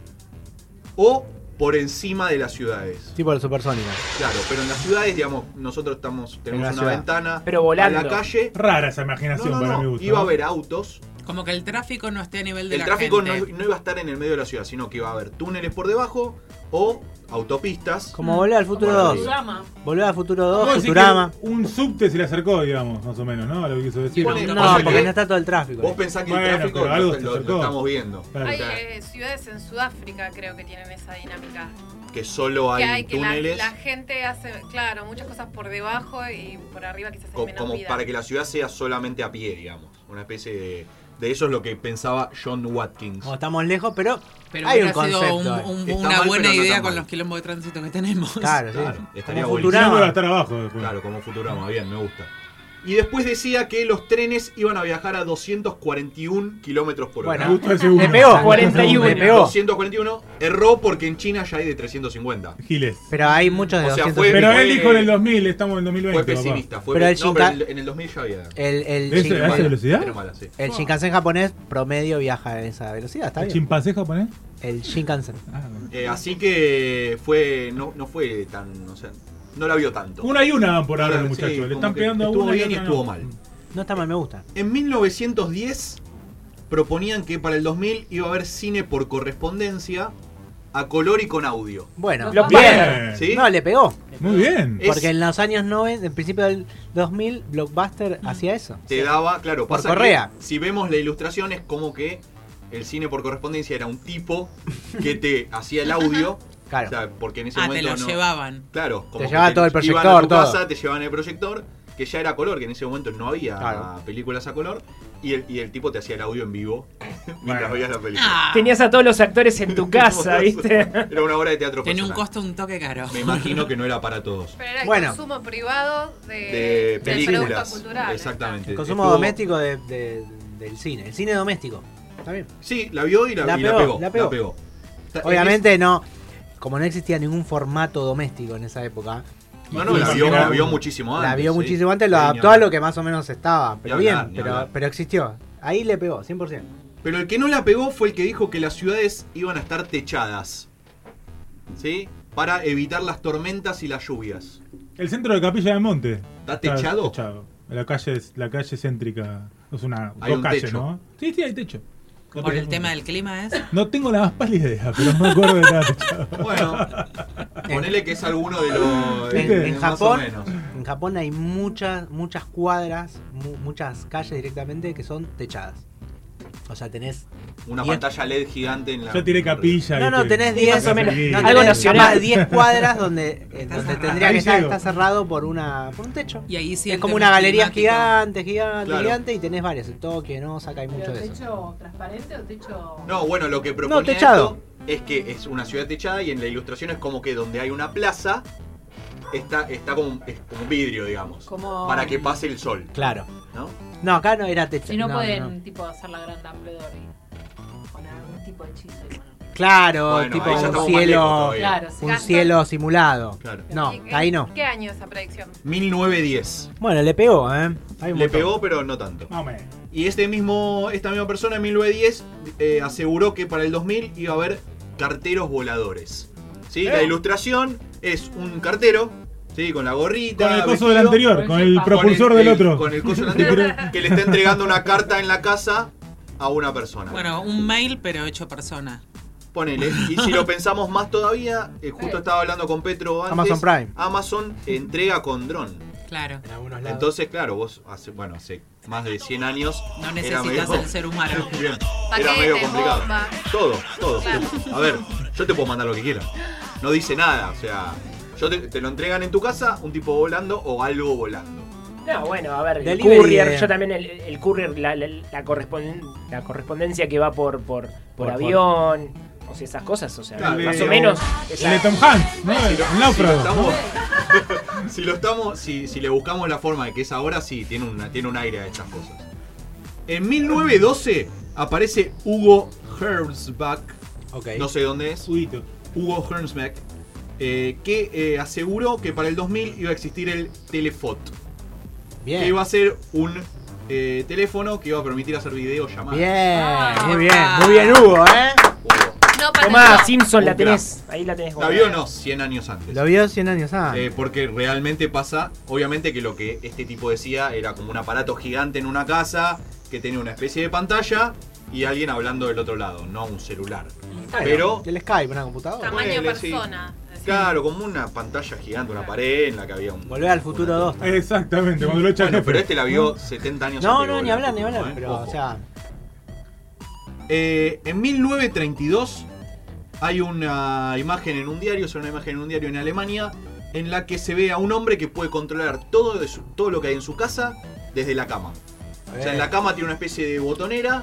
Speaker 2: o por encima de las ciudades.
Speaker 3: Tipo el supersónico.
Speaker 2: Claro, pero en las ciudades, digamos, nosotros estamos tenemos
Speaker 3: la
Speaker 2: una
Speaker 3: ciudad.
Speaker 2: ventana
Speaker 4: Pero volando.
Speaker 2: a la calle.
Speaker 28: Rara esa imaginación
Speaker 2: No, no,
Speaker 28: para
Speaker 2: no,
Speaker 28: mi gusto.
Speaker 2: Iba a
Speaker 28: ¿no?
Speaker 2: haber autos.
Speaker 11: Como que el tráfico no esté a nivel de
Speaker 2: El
Speaker 11: la
Speaker 2: tráfico no,
Speaker 11: gente.
Speaker 2: no iba a estar en el medio de la ciudad, sino que iba a haber túneles por debajo o autopistas.
Speaker 3: Como volver al futuro
Speaker 2: Como
Speaker 3: 2.
Speaker 2: arriba.
Speaker 3: Volver al futuro
Speaker 28: Vamos a
Speaker 3: 2,
Speaker 28: decir
Speaker 3: Futurama.
Speaker 28: que Un subte se le acercó, digamos, más o menos, ¿no? A lo que quiso decir.
Speaker 2: Pone-
Speaker 3: No,
Speaker 2: pasa
Speaker 3: porque
Speaker 2: que
Speaker 3: no está todo el tráfico.
Speaker 2: Vos pensás que el
Speaker 28: Bueno,
Speaker 2: tráfico
Speaker 28: pero algo
Speaker 2: lo,
Speaker 28: se
Speaker 2: lo- lo
Speaker 28: acercó.
Speaker 2: estamos viendo. O
Speaker 7: Hay
Speaker 2: sea,
Speaker 7: eh, ciudades en Sudáfrica creo que tienen esa dinámica.
Speaker 2: que solo hay,
Speaker 7: que hay que la,
Speaker 2: túneles
Speaker 7: la gente hace, claro, muchas cosas por debajo y por arriba quizás
Speaker 2: co-
Speaker 7: hay menos
Speaker 2: como
Speaker 7: vida.
Speaker 2: para que la ciudad sea solamente a pie, digamos. Una especie de. De eso es lo que pensaba John Watkins.
Speaker 3: Como estamos lejos, pero,
Speaker 11: Pero
Speaker 3: hay un
Speaker 11: hubiera sido un-
Speaker 3: concepto. eh.
Speaker 11: un-
Speaker 2: Está
Speaker 11: una
Speaker 2: mal,
Speaker 11: buena
Speaker 2: pero no
Speaker 11: idea
Speaker 2: tan
Speaker 11: con
Speaker 2: mal.
Speaker 11: los quilombos de tránsito que tenemos.
Speaker 3: Claro, sí.
Speaker 2: Claro, estaría
Speaker 3: Como
Speaker 2: buenísimo.
Speaker 28: Futurama va a
Speaker 3: Futurama.
Speaker 28: estar abajo después.
Speaker 2: Claro, como Futurama, bien, me gusta. Y después decía que los trenes iban a viajar a 241 kilómetros por hora.
Speaker 3: Bueno, Me gusta el segundo. le pegó. Me gusta el segundo. 41. Le pegó.
Speaker 2: 241. Erró porque en China ya hay de 350.
Speaker 28: Giles.
Speaker 3: Pero ah, hay muchos de
Speaker 2: O sea,
Speaker 3: 200.
Speaker 2: fue-
Speaker 28: Pero
Speaker 2: fue-
Speaker 28: él dijo en el 2000, estamos en el 2020.
Speaker 2: Fue pesimista. Fue
Speaker 3: Pero
Speaker 2: pe-
Speaker 3: el
Speaker 2: no, pero
Speaker 3: Shinkan-
Speaker 2: en el 2000 ya había.
Speaker 3: El, el,
Speaker 28: ¿De ese-
Speaker 3: Shinkan-
Speaker 28: a esa velocidad?
Speaker 2: Era mala, sí.
Speaker 3: el Shinkansen japonés promedio viaja a esa velocidad, está
Speaker 28: ¿El
Speaker 3: bien.
Speaker 28: chimpancé japonés? Ah,
Speaker 3: El Shinkansen.
Speaker 2: Eh, así que fue no, no fue tan, o sea, no la vio tanto.
Speaker 28: Una y una van por ahora
Speaker 2: Claro,
Speaker 28: los muchachos.
Speaker 2: sí,
Speaker 28: Le
Speaker 2: como
Speaker 28: están
Speaker 2: que
Speaker 28: pegando a
Speaker 2: Estuvo
Speaker 28: una
Speaker 2: bien y
Speaker 28: otra no.
Speaker 2: estuvo mal.
Speaker 3: No está mal, me gusta.
Speaker 2: En 1910 proponían que para el 2000 iba a haber cine por correspondencia a color y con audio.
Speaker 3: Bueno,
Speaker 2: Lo
Speaker 3: bien.
Speaker 2: ¿Sí?
Speaker 3: No, le pegó.
Speaker 28: Muy bien.
Speaker 2: Es-
Speaker 3: Porque en los años 90, en principio del 2000, Blockbuster hacía eso.
Speaker 2: te daba, claro,
Speaker 3: Por
Speaker 2: pasa que
Speaker 3: correa.
Speaker 2: si vemos la ilustración es como que el cine por correspondencia era un tipo que te hacía el audio.
Speaker 3: Claro.
Speaker 2: O sea, porque en ese
Speaker 11: Ah, te
Speaker 2: momento
Speaker 11: lo
Speaker 2: no-
Speaker 11: llevaban.
Speaker 2: Claro, como
Speaker 3: Te
Speaker 2: que
Speaker 3: llevaban todo el
Speaker 2: iban a
Speaker 3: proyector,
Speaker 2: tu
Speaker 3: todo.
Speaker 2: casa, te llevaban el proyector, que ya era color, que en ese momento no había
Speaker 3: Claro.
Speaker 2: películas a color, y el, y el tipo te hacía el audio en vivo mientras veías la película.
Speaker 11: Ah.
Speaker 4: Tenías a todos los actores en tu casa, ¿viste?
Speaker 2: Era una obra de teatro
Speaker 11: Tiene un
Speaker 2: personal.
Speaker 11: costo un toque caro.
Speaker 2: Me imagino que no era para todos.
Speaker 7: Pero era el
Speaker 3: Bueno.
Speaker 7: consumo privado de,
Speaker 2: De
Speaker 7: del producto
Speaker 2: películas.
Speaker 7: cultural.
Speaker 2: Exactamente.
Speaker 3: El consumo
Speaker 2: Estuvo-
Speaker 3: doméstico de- de- del cine. El cine doméstico. Está bien.
Speaker 2: Sí, la vio y la,
Speaker 3: La
Speaker 2: y
Speaker 3: pegó, la pegó.
Speaker 2: La pegó. Ta-
Speaker 3: Obviamente no. como no existía ningún formato doméstico en esa época.
Speaker 2: No, no, la
Speaker 3: y
Speaker 2: vio-
Speaker 3: era-
Speaker 2: la vio muchísimo
Speaker 3: La
Speaker 2: antes,
Speaker 3: vio
Speaker 2: sí.
Speaker 3: muchísimo antes, lo
Speaker 2: Ni
Speaker 3: adaptó a
Speaker 2: hablar.
Speaker 3: lo que más o menos estaba. Pero
Speaker 2: Ni hablar,
Speaker 3: bien,
Speaker 2: ni
Speaker 3: pero,
Speaker 2: hablar.
Speaker 3: pero existió. Ahí le pegó, 100%.
Speaker 2: Pero el que no la pegó fue el que dijo que las ciudades iban a estar techadas. ¿Sí? Para evitar las tormentas y las lluvias.
Speaker 18: El centro de Capilla del Monte.
Speaker 2: ¿Está techado?
Speaker 18: La calle, es- la calle céntrica. Es una.
Speaker 2: Hay
Speaker 18: dos
Speaker 2: un
Speaker 18: calles,
Speaker 2: techo.
Speaker 18: ¿no? Sí, sí, hay techo.
Speaker 33: Por el tema del clima
Speaker 11: ¿eh?
Speaker 33: es.
Speaker 18: No tengo la más pálida idea, pero me acuerdo de nada techado.
Speaker 2: Bueno, ponele que es alguno de los.
Speaker 3: En,
Speaker 2: de-
Speaker 3: en
Speaker 2: más
Speaker 3: Japón,
Speaker 2: o menos.
Speaker 3: en Japón hay muchas, muchas cuadras, mu- muchas calles directamente que son techadas. O sea, tenés.
Speaker 2: Una
Speaker 3: diez-
Speaker 2: pantalla LED gigante en la.
Speaker 18: Yo tiré capilla.
Speaker 3: No, no,
Speaker 18: ¿viste?
Speaker 3: tenés 10
Speaker 18: Más o menos.
Speaker 3: no,
Speaker 18: Algo
Speaker 3: tenés
Speaker 18: nacional.
Speaker 3: capaz 10 cuadras donde, eh, donde tendría
Speaker 33: Ahí
Speaker 3: que estar
Speaker 33: llego.
Speaker 3: está cerrado por una por un techo.
Speaker 33: Y ahí sí
Speaker 2: Eh,
Speaker 3: es
Speaker 33: el
Speaker 3: como
Speaker 33: tema
Speaker 3: una galería
Speaker 33: climático.
Speaker 3: gigante, gigante,
Speaker 2: Claro.
Speaker 3: gigante y tenés varias. En Tokio, no, saca hay mucho
Speaker 8: ¿Pero
Speaker 3: de eso.
Speaker 8: techo transparente o techo.?
Speaker 2: No, bueno, lo que proponía
Speaker 3: techado.
Speaker 2: esto es que es una ciudad techada y en la ilustración es como que donde hay una plaza está, está como, un, es como un vidrio, digamos.
Speaker 8: Como-
Speaker 2: Para que pase el sol.
Speaker 3: Claro.
Speaker 2: ¿No?
Speaker 3: No, acá no era techo.
Speaker 8: Si no, pueden,
Speaker 3: no.
Speaker 8: tipo, hacer la gran Dumbledore y poner algún tipo de hechizo. y bueno.
Speaker 3: Claro,
Speaker 2: Bueno,
Speaker 3: tipo
Speaker 2: ahí ya
Speaker 3: un
Speaker 2: estamos más lejos
Speaker 3: cielo,
Speaker 2: todavía. Claro,
Speaker 3: un
Speaker 21: Gastón.
Speaker 3: cielo simulado.
Speaker 2: Claro.
Speaker 3: No,
Speaker 21: ¿En-
Speaker 3: ahí
Speaker 21: en
Speaker 3: no.
Speaker 21: ¿Qué año esa predicción?
Speaker 2: 1910.
Speaker 3: Bueno, le pegó, ¿eh? Hay un
Speaker 2: Le
Speaker 3: montón.
Speaker 2: pegó, pero no tanto.
Speaker 18: Más o menos.
Speaker 2: Y este mismo, esta misma persona en 1910 eh, aseguró que para el 2000 iba a haber carteros voladores. ¿Sí? La
Speaker 18: Eh.
Speaker 2: ilustración es un cartero, ¿sí? Con la gorrita.
Speaker 18: Con el coso
Speaker 2: vestido,
Speaker 18: del anterior, con el propulsor del
Speaker 2: el-
Speaker 18: otro.
Speaker 2: Con el coso del anterior, que le está entregando una carta en la casa a una persona.
Speaker 33: Bueno, un mail, pero hecho persona.
Speaker 2: Ponele. Y si lo pensamos más todavía, eh, justo estaba hablando con Petro antes.
Speaker 3: Amazon Prime.
Speaker 2: Amazon entrega con dron.
Speaker 33: Claro.
Speaker 2: Entonces, claro, vos hace, bueno, hace más de 100 años.
Speaker 33: No
Speaker 2: era
Speaker 33: necesitas
Speaker 2: medio-
Speaker 33: al ser humano.
Speaker 2: Bien, Era
Speaker 33: Paquete,
Speaker 2: medio complicado.
Speaker 33: bomba.
Speaker 2: Todo, todo.
Speaker 33: Claro.
Speaker 2: A ver, yo te puedo mandar lo que quiera. No dice nada, o sea, yo te, te lo entregan en tu casa, un tipo volando o algo volando.
Speaker 4: No, bueno, a ver, el
Speaker 3: Delivery
Speaker 4: courier,
Speaker 3: de-
Speaker 4: yo también el, el courier, la, la- la corresponden- la correspondencia que va por, por, por
Speaker 18: por-
Speaker 4: avión, o sea, esas cosas, o sea,
Speaker 2: Dale,
Speaker 4: más o
Speaker 2: o-
Speaker 4: menos...
Speaker 18: El de Tom Hanks, ¿no?
Speaker 2: Si
Speaker 18: El
Speaker 2: lo-
Speaker 18: náufrago.
Speaker 2: Si lo estamos, si, lo estamos si, si le buscamos la forma de que es ahora, sí, tiene, una, tiene un aire a estas cosas. En 1912 aparece Hugo Hermsbach. No sé dónde es. Hugo Hermsbach. eh, que eh, aseguró que para el 2000 iba a existir el telefot.
Speaker 3: Bien.
Speaker 2: Que iba a ser un eh, teléfono que iba a permitir hacer videollamadas.
Speaker 3: Bien,
Speaker 2: Ah,
Speaker 3: muy bien, muy bien Hugo, ¿eh?
Speaker 21: No,
Speaker 4: Tomá, Simpson, la
Speaker 2: Un crack.
Speaker 4: tenés, ahí la tenés.
Speaker 2: La vio no, 100 años antes.
Speaker 3: Lo vio 100 años antes.
Speaker 2: Eh, porque realmente pasa, obviamente que lo que este tipo decía era como un aparato gigante en una casa que tenía una especie de pantalla y alguien hablando del otro lado, no un celular. Pero,
Speaker 3: El Skype, una computadora.
Speaker 21: Tamaño
Speaker 2: ponele, sí.
Speaker 21: persona.
Speaker 2: claro, como una pantalla gigante, una pared en la que había un...
Speaker 3: Volver al futuro 2.
Speaker 18: Exactamente, cuando lo echa
Speaker 2: Bueno,
Speaker 18: jefe.
Speaker 2: pero este la vio 70 años
Speaker 3: No,
Speaker 2: antes que
Speaker 3: no, ni
Speaker 2: volvió.
Speaker 3: hablar, ni hablar.
Speaker 2: ¿eh?
Speaker 3: Pero, o
Speaker 2: Ojo.
Speaker 3: sea,
Speaker 2: Eh, en 1932 hay una imagen en un diario, es una imagen en un diario en Alemania, en la que se ve a un hombre que puede controlar todo, de su- todo lo que hay en su casa desde la cama. O
Speaker 1: Eh,
Speaker 2: sea, en
Speaker 3: Eh.
Speaker 2: la cama tiene una especie de botonera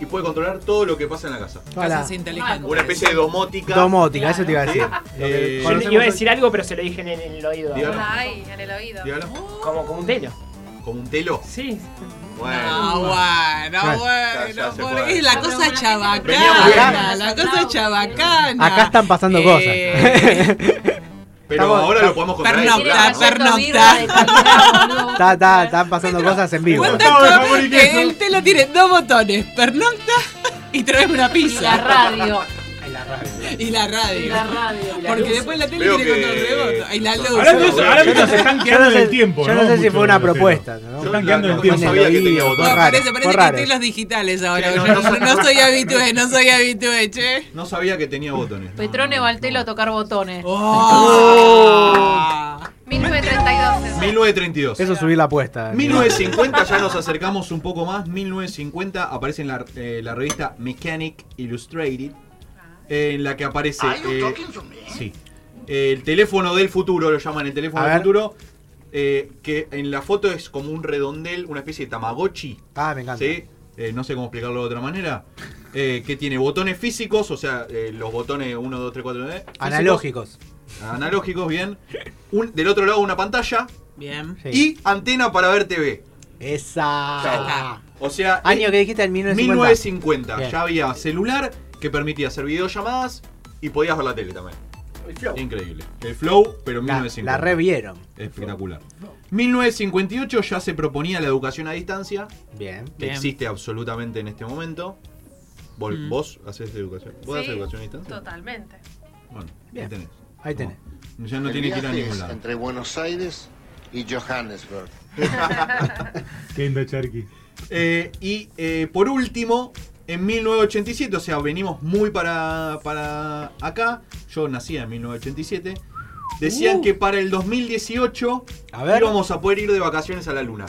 Speaker 2: y puede controlar todo lo que pasa en la casa.
Speaker 3: Toda la-
Speaker 33: Casas inteligentes.
Speaker 2: Una especie de domótica.
Speaker 3: domótica, eso te iba a
Speaker 2: Sí.
Speaker 3: decir. Lo que
Speaker 2: Eh,
Speaker 4: Yo le iba a decir algo, pero se lo dije en el, en el oído.
Speaker 2: Dígalo.
Speaker 21: Ay, en el oído.
Speaker 2: Dígalo.
Speaker 4: Como, como un telo.
Speaker 2: ¿Como un telo?
Speaker 4: Sí.
Speaker 2: Bueno.
Speaker 33: Ah, bueno,
Speaker 2: Ya, ya, ya
Speaker 33: bueno,
Speaker 2: se
Speaker 33: porque
Speaker 2: puede.
Speaker 33: es la cosa
Speaker 2: Veníamos
Speaker 33: chabacana,
Speaker 2: bien.
Speaker 33: la cosa chabacana. Eh,
Speaker 3: Acá están pasando
Speaker 2: Eh,
Speaker 3: cosas.
Speaker 2: Pero
Speaker 3: Estamos-
Speaker 2: ahora lo podemos contar.
Speaker 33: Pernocta, pernocta.
Speaker 3: Está, está, están pasando cosas en vivo.
Speaker 33: Cuenta con que el telo tiene dos botones, pernocta y traes una pizza.
Speaker 8: La radio.
Speaker 33: Y la radio.
Speaker 8: Y la radio, y la
Speaker 33: Porque
Speaker 8: luz.
Speaker 33: después la tele
Speaker 8: Veo
Speaker 33: tiene con
Speaker 2: que-
Speaker 33: dos rebotos. Y la luz.
Speaker 18: Hablando de eso, ahora mismo se están
Speaker 3: Yo
Speaker 18: quedando
Speaker 3: no sé-
Speaker 18: en el tiempo.
Speaker 3: yo no sé si fue una propuesta, ¿no?
Speaker 18: Se
Speaker 3: Yo
Speaker 18: están
Speaker 3: no-
Speaker 18: quedando en
Speaker 3: no
Speaker 18: el tiempo.
Speaker 3: sabía que tenía botón.
Speaker 33: No,
Speaker 3: Fue raro,
Speaker 33: parece,
Speaker 3: fue
Speaker 33: parece
Speaker 3: raro.
Speaker 33: que telos digitales ahora.
Speaker 2: Sí, no,
Speaker 33: boludo.
Speaker 2: no son-
Speaker 33: no, soy habitué, no soy habitué, che.
Speaker 2: No sabía que tenía botones.
Speaker 8: Petrone o Altelo a tocar botones.
Speaker 33: Ah.
Speaker 2: Oh.
Speaker 21: 1932.
Speaker 2: 1932.
Speaker 3: Eso es subir la apuesta.
Speaker 2: 1950, ya nos acercamos un poco más. 1950 aparece en la, eh, la revista Mechanic Illustrated, eh, en la que aparece eh, sí, el teléfono del futuro, lo llaman el teléfono
Speaker 3: A
Speaker 2: del
Speaker 3: ver.
Speaker 2: futuro, eh, que en la foto es como un redondel, una especie de tamagotchi.
Speaker 3: Ah, me encanta.
Speaker 2: ¿sí? Eh, no sé cómo explicarlo de otra manera. eh, que tiene botones físicos, o sea, eh, los botones 1, 2, 3, 4, 9.
Speaker 3: Analógicos.
Speaker 2: Analógicos, bien. Un- del otro lado una pantalla
Speaker 33: Bien.
Speaker 2: y antena para ver TV.
Speaker 3: Esa.
Speaker 2: O sea,
Speaker 3: Año
Speaker 2: eh,
Speaker 3: que dijiste en 1950.
Speaker 2: 1950. Ya había celular que permitía hacer videollamadas y podías ver la tele también.
Speaker 1: El flow.
Speaker 2: Increíble. El flow, pero en
Speaker 3: La-
Speaker 2: 1950.
Speaker 3: la revieron.
Speaker 2: Espectacular. 1958 ya se proponía la educación a distancia.
Speaker 3: Bien.
Speaker 2: Que existe absolutamente en este momento. ¿Vos,
Speaker 21: Mm.
Speaker 2: vos haces educación? ¿Vos haces
Speaker 21: Sí,
Speaker 2: educación a distancia?
Speaker 21: Totalmente.
Speaker 2: Bueno,
Speaker 3: Bien.
Speaker 2: ahí tenés.
Speaker 3: Ahí tenés.
Speaker 2: Ya no
Speaker 10: El
Speaker 2: tiene que ir a
Speaker 10: viaje
Speaker 2: ningún
Speaker 10: es
Speaker 2: lado.
Speaker 10: Entre Buenos Aires y Johannesburg.
Speaker 18: Qué lindo Cherky.
Speaker 2: Eh, y eh, por último, en 1987, o sea, venimos muy para, para acá. Yo nacía en 1987. Decían
Speaker 13: Uh.
Speaker 2: que para el 2018 íbamos a poder ir de vacaciones a la luna.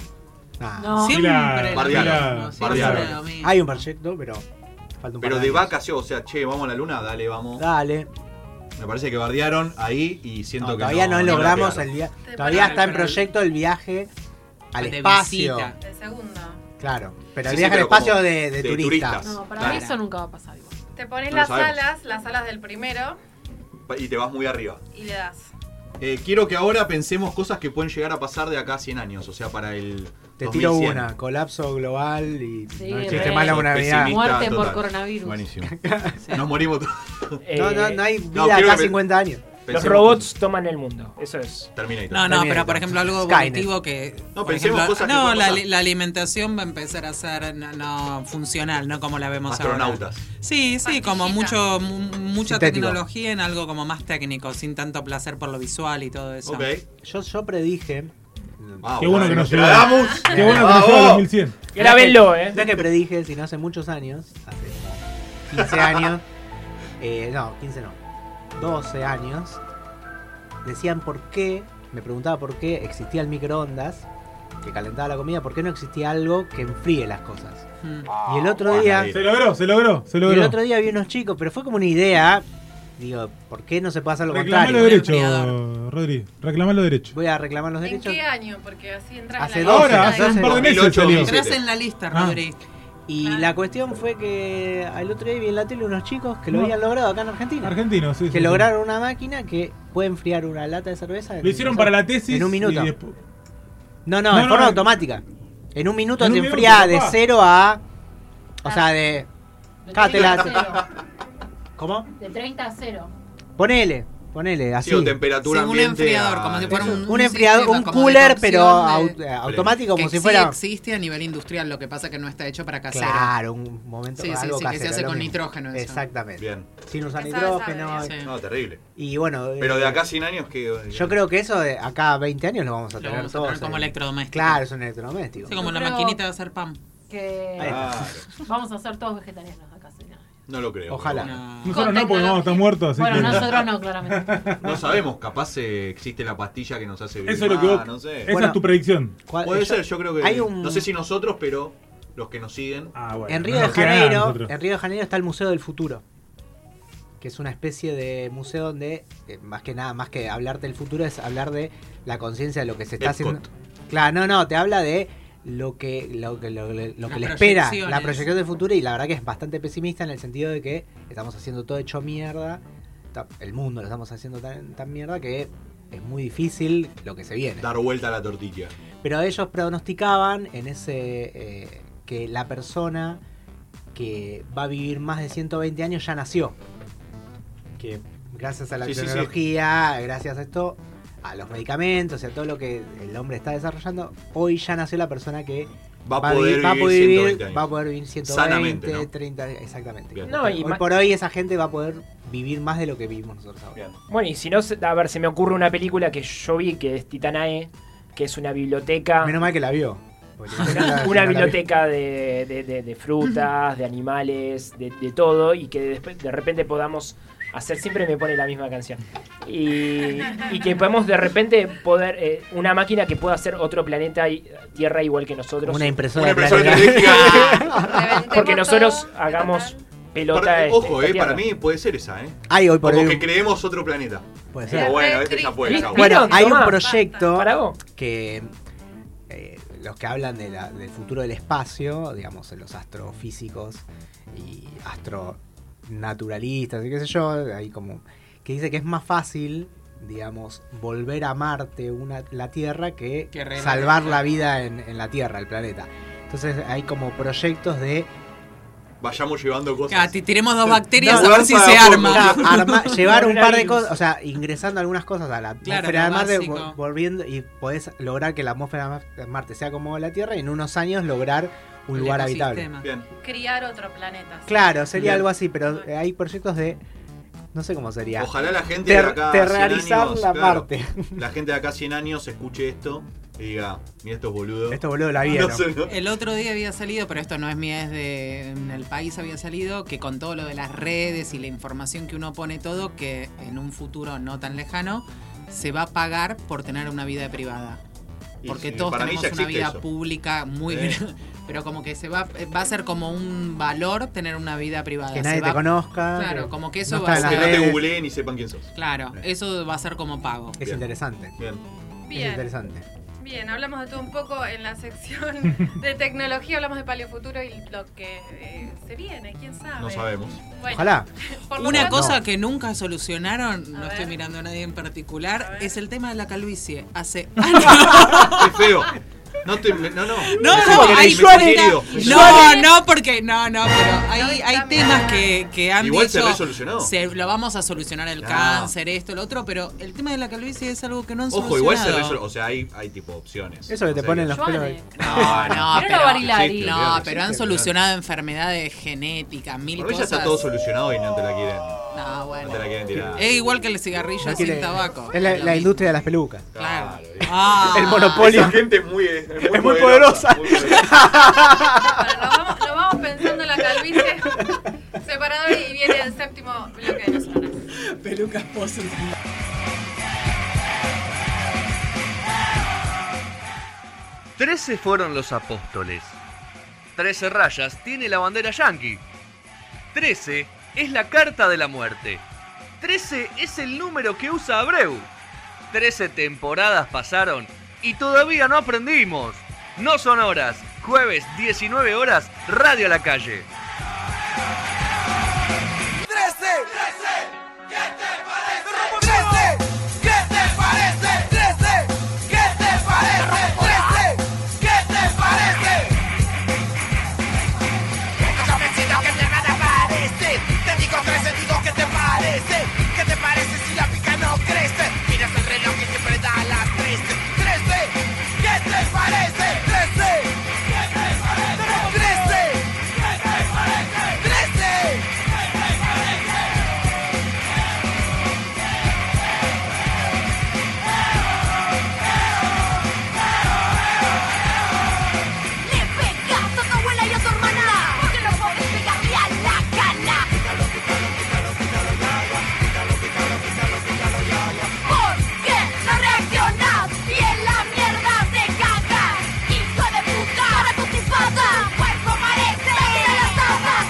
Speaker 3: No.
Speaker 2: Siempre
Speaker 3: Mira,
Speaker 2: Bardearon,
Speaker 3: mira.
Speaker 2: bardearon. Bardearon.
Speaker 3: Hay un proyecto, pero falta un
Speaker 2: Pero
Speaker 3: par
Speaker 2: de
Speaker 3: años.
Speaker 2: vacación, o sea, che, vamos a la luna, dale, vamos.
Speaker 3: Dale.
Speaker 2: Me parece que bardearon ahí y siento que
Speaker 3: Todavía no, logramos
Speaker 2: bardearon.
Speaker 3: el viaje.
Speaker 21: Te
Speaker 3: Todavía
Speaker 21: paran
Speaker 3: está en
Speaker 21: para el-
Speaker 3: proyecto el viaje al
Speaker 21: De
Speaker 3: espacio.
Speaker 21: visita. De segundo.
Speaker 3: Claro. Pero
Speaker 2: Sí, sí,
Speaker 3: el viaje
Speaker 2: pero
Speaker 3: al espacio
Speaker 2: como
Speaker 3: de, de
Speaker 2: de
Speaker 3: turistas.
Speaker 2: turistas.
Speaker 17: No, para
Speaker 2: Claro.
Speaker 17: mí eso nunca va a pasar igual.
Speaker 21: Te pones
Speaker 2: No lo
Speaker 21: las
Speaker 2: sabemos.
Speaker 21: alas, las alas del primero,
Speaker 2: Y te vas muy arriba.
Speaker 21: y le das.
Speaker 2: Eh, quiero que ahora pensemos cosas que pueden llegar a pasar de acá a 100 años, o sea, para el.
Speaker 3: Te tiro
Speaker 2: 2100.
Speaker 3: una, colapso global y
Speaker 17: Sí,
Speaker 3: no
Speaker 17: re.
Speaker 3: existe más la humanidad.
Speaker 2: Pesimista
Speaker 17: Muerte por
Speaker 2: total.
Speaker 17: coronavirus.
Speaker 2: Buenísimo. Nos morimos todos.
Speaker 3: No, no, no hay
Speaker 4: no,
Speaker 3: vida
Speaker 4: creo
Speaker 3: acá
Speaker 4: que-
Speaker 3: 50 años.
Speaker 4: Los robots toman el mundo. Eso es.
Speaker 2: Terminator.
Speaker 33: No, no, pero por ejemplo algo
Speaker 4: Skynet.
Speaker 33: positivo que...
Speaker 4: No,
Speaker 33: por
Speaker 4: pensemos
Speaker 33: ejemplo,
Speaker 4: cosas que
Speaker 33: No,
Speaker 4: pueden
Speaker 33: la,
Speaker 4: pasar.
Speaker 33: la alimentación va a empezar a ser no, no, funcional, no como la vemos
Speaker 2: Astronautas.
Speaker 33: ahora. Sí, sí, como mucho mu- mucha
Speaker 3: Sintético.
Speaker 33: tecnología en algo como más técnico, sin tanto placer por lo visual y todo eso.
Speaker 3: Yo, yo predije.
Speaker 2: Ah,
Speaker 18: Qué bueno que nos llegó.
Speaker 33: ¡Vamos!
Speaker 18: Qué bueno que nos llegó el 2100.
Speaker 4: Grábenlo, eh.
Speaker 3: Ya que predije, si no hace muchos años, hace 15 años, eh, no, 15 no, 12 años, decían por qué, me preguntaba por qué existía el microondas que calentaba la comida, por qué no existía algo que enfríe las cosas. Y el otro
Speaker 2: Ah,
Speaker 3: día.
Speaker 18: Se logró, se logró, se
Speaker 3: Mm. Y el
Speaker 18: logró.
Speaker 3: otro día vi unos chicos, pero fue como una idea. Digo, ¿por qué no se puede hacer lo
Speaker 18: Reclamá
Speaker 3: contrario?
Speaker 18: los derechos, Rodri. Reclamá los derechos.
Speaker 3: Voy a reclamar los
Speaker 21: ¿En
Speaker 3: derechos.
Speaker 21: qué año? Porque así entras
Speaker 3: Hace
Speaker 21: en la
Speaker 3: dos,
Speaker 21: lista
Speaker 18: hace un par de meses 2008, salió. 2007.
Speaker 33: Entras en la lista,
Speaker 18: Ah.
Speaker 33: Rodri.
Speaker 3: Y la cuestión fue que al otro día vi en la tele unos chicos que lo
Speaker 18: No.
Speaker 3: habían logrado acá en Argentina.
Speaker 18: Argentinos, sí.
Speaker 3: que
Speaker 18: sí, sí.
Speaker 3: lograron una máquina que puede enfriar una lata de cerveza. en-
Speaker 18: Lo hicieron para la tesis.
Speaker 3: En un minuto.
Speaker 18: y despu-
Speaker 3: No, no,
Speaker 18: No,
Speaker 3: en
Speaker 18: no,
Speaker 3: forma
Speaker 18: no.
Speaker 3: automática. En un minuto
Speaker 18: En
Speaker 3: te
Speaker 18: un minuto,
Speaker 3: enfría de
Speaker 18: papá.
Speaker 3: cero a. O sea, de.
Speaker 8: Ah.
Speaker 17: De 30 a
Speaker 3: Cátela.
Speaker 17: 0.
Speaker 3: ¿Cómo?
Speaker 17: De 30 a cero.
Speaker 3: Ponele, ponele, así.
Speaker 2: Sí, o temperatura
Speaker 3: Según
Speaker 2: ambiente.
Speaker 3: enfriador,
Speaker 2: a-
Speaker 3: como si fuera
Speaker 2: Eso.
Speaker 3: un enfriador,
Speaker 11: sistema
Speaker 3: un
Speaker 11: como de
Speaker 3: cooler, pero
Speaker 11: cocción de-
Speaker 3: au- eh, automático, como
Speaker 11: que
Speaker 3: si
Speaker 11: sí
Speaker 3: fuera.
Speaker 11: existe a nivel industrial, lo que pasa que no está hecho para casero.
Speaker 3: Claro, un momento
Speaker 11: Sí, sí,
Speaker 3: algo
Speaker 11: sí, que se
Speaker 3: casero,
Speaker 11: hace
Speaker 3: lo
Speaker 11: con
Speaker 3: mismo.
Speaker 11: nitrógeno eso.
Speaker 3: Exactamente.
Speaker 2: Bien.
Speaker 3: Sin usar
Speaker 11: Esa-
Speaker 3: nitrógeno.
Speaker 11: esa-
Speaker 3: eh.
Speaker 2: No, terrible.
Speaker 3: Y bueno. eh,
Speaker 2: Pero de acá a 100 años, que.
Speaker 3: Yo creo que eso de acá a 20 años lo vamos a
Speaker 33: Lo
Speaker 3: tener
Speaker 33: vamos a
Speaker 3: todos.
Speaker 33: tener como
Speaker 3: eh.
Speaker 33: electrodoméstico.
Speaker 3: Claro, es un electrodoméstico.
Speaker 33: Sí, como una
Speaker 17: Pero-
Speaker 33: maquinita de hacer pan.
Speaker 17: Que
Speaker 3: Claro.
Speaker 17: vamos a ser todos vegetarianos acá. señor.
Speaker 2: No lo creo.
Speaker 3: Ojalá.
Speaker 18: Nosotros no, porque vamos a estar muertos. Así
Speaker 17: Bueno,
Speaker 18: que...
Speaker 17: nosotros no, claramente.
Speaker 2: No sabemos, capaz eh, existe la pastilla que nos hace vivir.
Speaker 18: Eso es lo que
Speaker 2: más,
Speaker 18: vos-
Speaker 2: no sé.
Speaker 18: Esa es tu predicción.
Speaker 3: ¿Cuál-
Speaker 2: Puede
Speaker 3: yo-
Speaker 2: ser, yo creo que.
Speaker 3: hay un-
Speaker 2: No sé si nosotros, pero los que nos siguen.
Speaker 18: Ah, bueno.
Speaker 3: En Río, de Janeiro, en Río de Janeiro está el Museo del Futuro, que es una especie de museo donde, eh, más que nada, más que hablar del futuro, es hablar de la conciencia de lo que se está
Speaker 2: Epcot.
Speaker 3: haciendo. Claro, no, no, te habla de lo que lo que, lo, lo- lo que
Speaker 33: Las
Speaker 3: le espera,
Speaker 33: proyecciones.
Speaker 3: la proyección del futuro, y la verdad que es bastante pesimista en el sentido de que estamos haciendo todo hecho mierda, ta- el mundo lo estamos haciendo tan, tan mierda que es muy difícil lo que se viene.
Speaker 2: Dar vuelta a la tortilla.
Speaker 3: Pero ellos pronosticaban en ese eh, que la persona que va a vivir más de 120 años ya nació. Que gracias a la
Speaker 2: Sí, sí, sí.
Speaker 3: tecnología, gracias a esto, a los medicamentos y a todo lo que el hombre está desarrollando, hoy ya nació la persona que
Speaker 2: Va a poder
Speaker 3: va a
Speaker 2: vivir
Speaker 3: poder
Speaker 2: 120 años.
Speaker 3: va a poder vivir 120,
Speaker 2: Sanamente, ¿no?
Speaker 3: 30, exactamente.
Speaker 2: Bien.
Speaker 4: No, y
Speaker 3: hoy
Speaker 4: ma-
Speaker 3: por hoy esa gente va a poder vivir más de lo que vivimos nosotros ahora.
Speaker 4: Bueno, y si no, se- a ver, se me ocurre una película que yo vi que es Titanae, que es una biblioteca.
Speaker 3: Menos mal que la vio. porque si no,
Speaker 4: una,
Speaker 3: si no
Speaker 4: una
Speaker 3: la vio.
Speaker 4: biblioteca de, de- de- de frutas, de animales, de, de todo, y que después- de repente podamos hacer, siempre me pone la misma canción, y, y que podemos de repente poder, eh, una máquina que pueda hacer otro planeta y Tierra igual que nosotros.
Speaker 3: Una
Speaker 2: Una
Speaker 3: impresora
Speaker 2: impresora tecnológica.
Speaker 4: Porque nosotros hagamos pelota.
Speaker 2: Para-
Speaker 4: este,
Speaker 2: ojo,
Speaker 4: esta
Speaker 2: eh, para
Speaker 4: Tierra.
Speaker 2: mí puede ser esa, ¿eh?
Speaker 3: Ay, hoy por
Speaker 2: Como
Speaker 3: hoy-
Speaker 2: que creemos otro planeta.
Speaker 3: Puede
Speaker 2: Como,
Speaker 3: ser.
Speaker 2: Bueno, este ya fue. chau.
Speaker 3: Bueno,
Speaker 4: Mirá,
Speaker 3: hay un
Speaker 4: tomá.
Speaker 3: proyecto
Speaker 4: Para vos.
Speaker 3: que eh, los que hablan de la- del futuro del espacio, digamos, los astrofísicos y astronaturalistas y qué sé yo, hay como que dice que es más fácil, digamos, volver a Marte una, la Tierra que,
Speaker 33: Que re-
Speaker 3: salvar la vida en, en la Tierra, el planeta. Entonces hay como proyectos de
Speaker 2: vayamos llevando cosas.
Speaker 1: Ya, te tiremos dos bacterias
Speaker 2: No,
Speaker 1: a ver si
Speaker 2: para
Speaker 1: se
Speaker 2: por-
Speaker 1: arma.
Speaker 2: no,
Speaker 3: Arma- llevar un par de
Speaker 2: Coronavirus.
Speaker 3: cosas, o sea, ingresando algunas cosas a la atmósfera
Speaker 1: lo
Speaker 3: de Marte,
Speaker 1: básico.
Speaker 3: vo- volviendo y podés lograr que la atmósfera de Marte sea como la Tierra y en unos años lograr un
Speaker 1: El
Speaker 3: lugar habitable.
Speaker 1: ecosistema.
Speaker 7: Criar otro planeta. sí.
Speaker 3: Claro, sería
Speaker 2: Bien.
Speaker 3: algo así, pero eh, hay proyectos de. No sé cómo sería.
Speaker 2: Ojalá la gente
Speaker 3: Ter-
Speaker 2: de acá. 100
Speaker 3: Terrarizar
Speaker 2: años,
Speaker 3: la
Speaker 2: claro,
Speaker 3: Marte.
Speaker 2: La gente de acá 100 años escuche esto y diga: Mira estos boludos.
Speaker 3: Estos boludos la vieron.
Speaker 2: No sé, ¿no?
Speaker 11: El otro día había salido, pero esto no es mía, es de en el país había salido, que con todo lo de las redes y la información que uno pone todo, que en un futuro no tan lejano, se va a pagar por tener una vida privada.
Speaker 2: Y
Speaker 11: Porque
Speaker 2: sí,
Speaker 11: todos
Speaker 2: para mí
Speaker 11: tenemos
Speaker 2: ya
Speaker 11: una
Speaker 2: existe
Speaker 11: vida
Speaker 2: eso.
Speaker 11: pública muy
Speaker 2: Eh.
Speaker 11: gran- pero como que se va, va a ser como un valor tener una vida privada.
Speaker 3: Que
Speaker 11: Se
Speaker 3: nadie te
Speaker 11: va-
Speaker 3: conozca.
Speaker 11: Claro, como que eso
Speaker 3: no
Speaker 11: va a
Speaker 3: está en
Speaker 2: Que
Speaker 3: las
Speaker 2: no te
Speaker 3: redes.
Speaker 2: googleen y sepan quién sos.
Speaker 11: Claro, eso va a ser como pago.
Speaker 3: Es interesante.
Speaker 2: Bien.
Speaker 7: Bien.
Speaker 3: Es interesante.
Speaker 7: Bien, hablamos de todo un poco en la sección de tecnología, hablamos de paleofuturo y lo que eh, se viene, quién sabe.
Speaker 2: No sabemos.
Speaker 7: Bueno,
Speaker 3: Ojalá.
Speaker 7: por lo
Speaker 11: Una
Speaker 7: pronto-
Speaker 11: cosa que nunca solucionaron, no estoy
Speaker 7: ver.
Speaker 11: mirando a nadie en particular, es el tema de la calvicie. Hace años.
Speaker 2: Qué feo. No te. No, no.
Speaker 11: No,
Speaker 2: Me
Speaker 11: no,
Speaker 2: siento
Speaker 11: hay
Speaker 2: querido, me siento
Speaker 11: no,
Speaker 2: querido.
Speaker 11: no, no, porque no, no, pero hay, hay temas que, que han
Speaker 2: Igual se
Speaker 11: dicho
Speaker 2: resolucionó.
Speaker 11: se- lo vamos a solucionar el cáncer, esto, lo otro, pero el tema de la calvicie es algo que no han
Speaker 2: Ojo, igual
Speaker 11: solucionado.
Speaker 2: se resuelve. O sea, hay, hay tipo opciones.
Speaker 3: Eso que te
Speaker 2: O sea,
Speaker 3: ponen los pelos.
Speaker 2: Joanes.
Speaker 3: de-
Speaker 11: No,
Speaker 2: No, Pero
Speaker 11: pero,
Speaker 2: la Barilari.
Speaker 11: no,
Speaker 2: Sí,
Speaker 11: pero
Speaker 2: sí,
Speaker 11: han
Speaker 2: sí,
Speaker 11: solucionado enfermedades genéticas, mil
Speaker 2: Por mí ya
Speaker 11: cosas.
Speaker 2: está todo solucionado y no te la quieren.
Speaker 11: No, bueno.
Speaker 2: No te la quieren
Speaker 17: Eh,
Speaker 2: tirar.
Speaker 11: Es igual que el cigarrillo
Speaker 3: No
Speaker 11: sin
Speaker 3: quiere-
Speaker 11: tabaco.
Speaker 3: Es la, la industria de las pelucas.
Speaker 11: Claro. Ah.
Speaker 3: El monopolio.
Speaker 2: Esa gente es muy, es muy
Speaker 3: Es muy
Speaker 2: poderosa.
Speaker 3: poderosa.
Speaker 2: muy poderosa.
Speaker 7: Bueno, lo vamos, lo vamos pensando en la calvicie separador y viene el séptimo bloque de nosotros.
Speaker 11: Pelucas positivas.
Speaker 6: Trece fueron los apóstoles. Trece rayas tiene la bandera yanqui. Trece es la carta de la muerte. Trece es el número que usa Abreu. Trece temporadas pasaron y todavía no aprendimos. No son horas. Jueves 19 horas, Radio a la calle.
Speaker 12: 13, 13, ¿qué te parece? 13, ¿qué te parece? 13, ¿qué te parece? 13, ¿qué te parece? Esta jovencita que te nada parece. Te digo 13, digo que te parece. ¿Qué te parece si la pica no crece? Miras el reloj que siempre da las 13. 13, ¿qué te parece? 13, ¿qué te parece? 13, ¿qué te parece? 13.
Speaker 34: Le pegas a tu abuela y a tu hermana Porque no podés pegarle a la gana Porque no reaccionas y en la mierda te cagas Hijo de puta, para tu tipada Tu cuerpo parece de las asas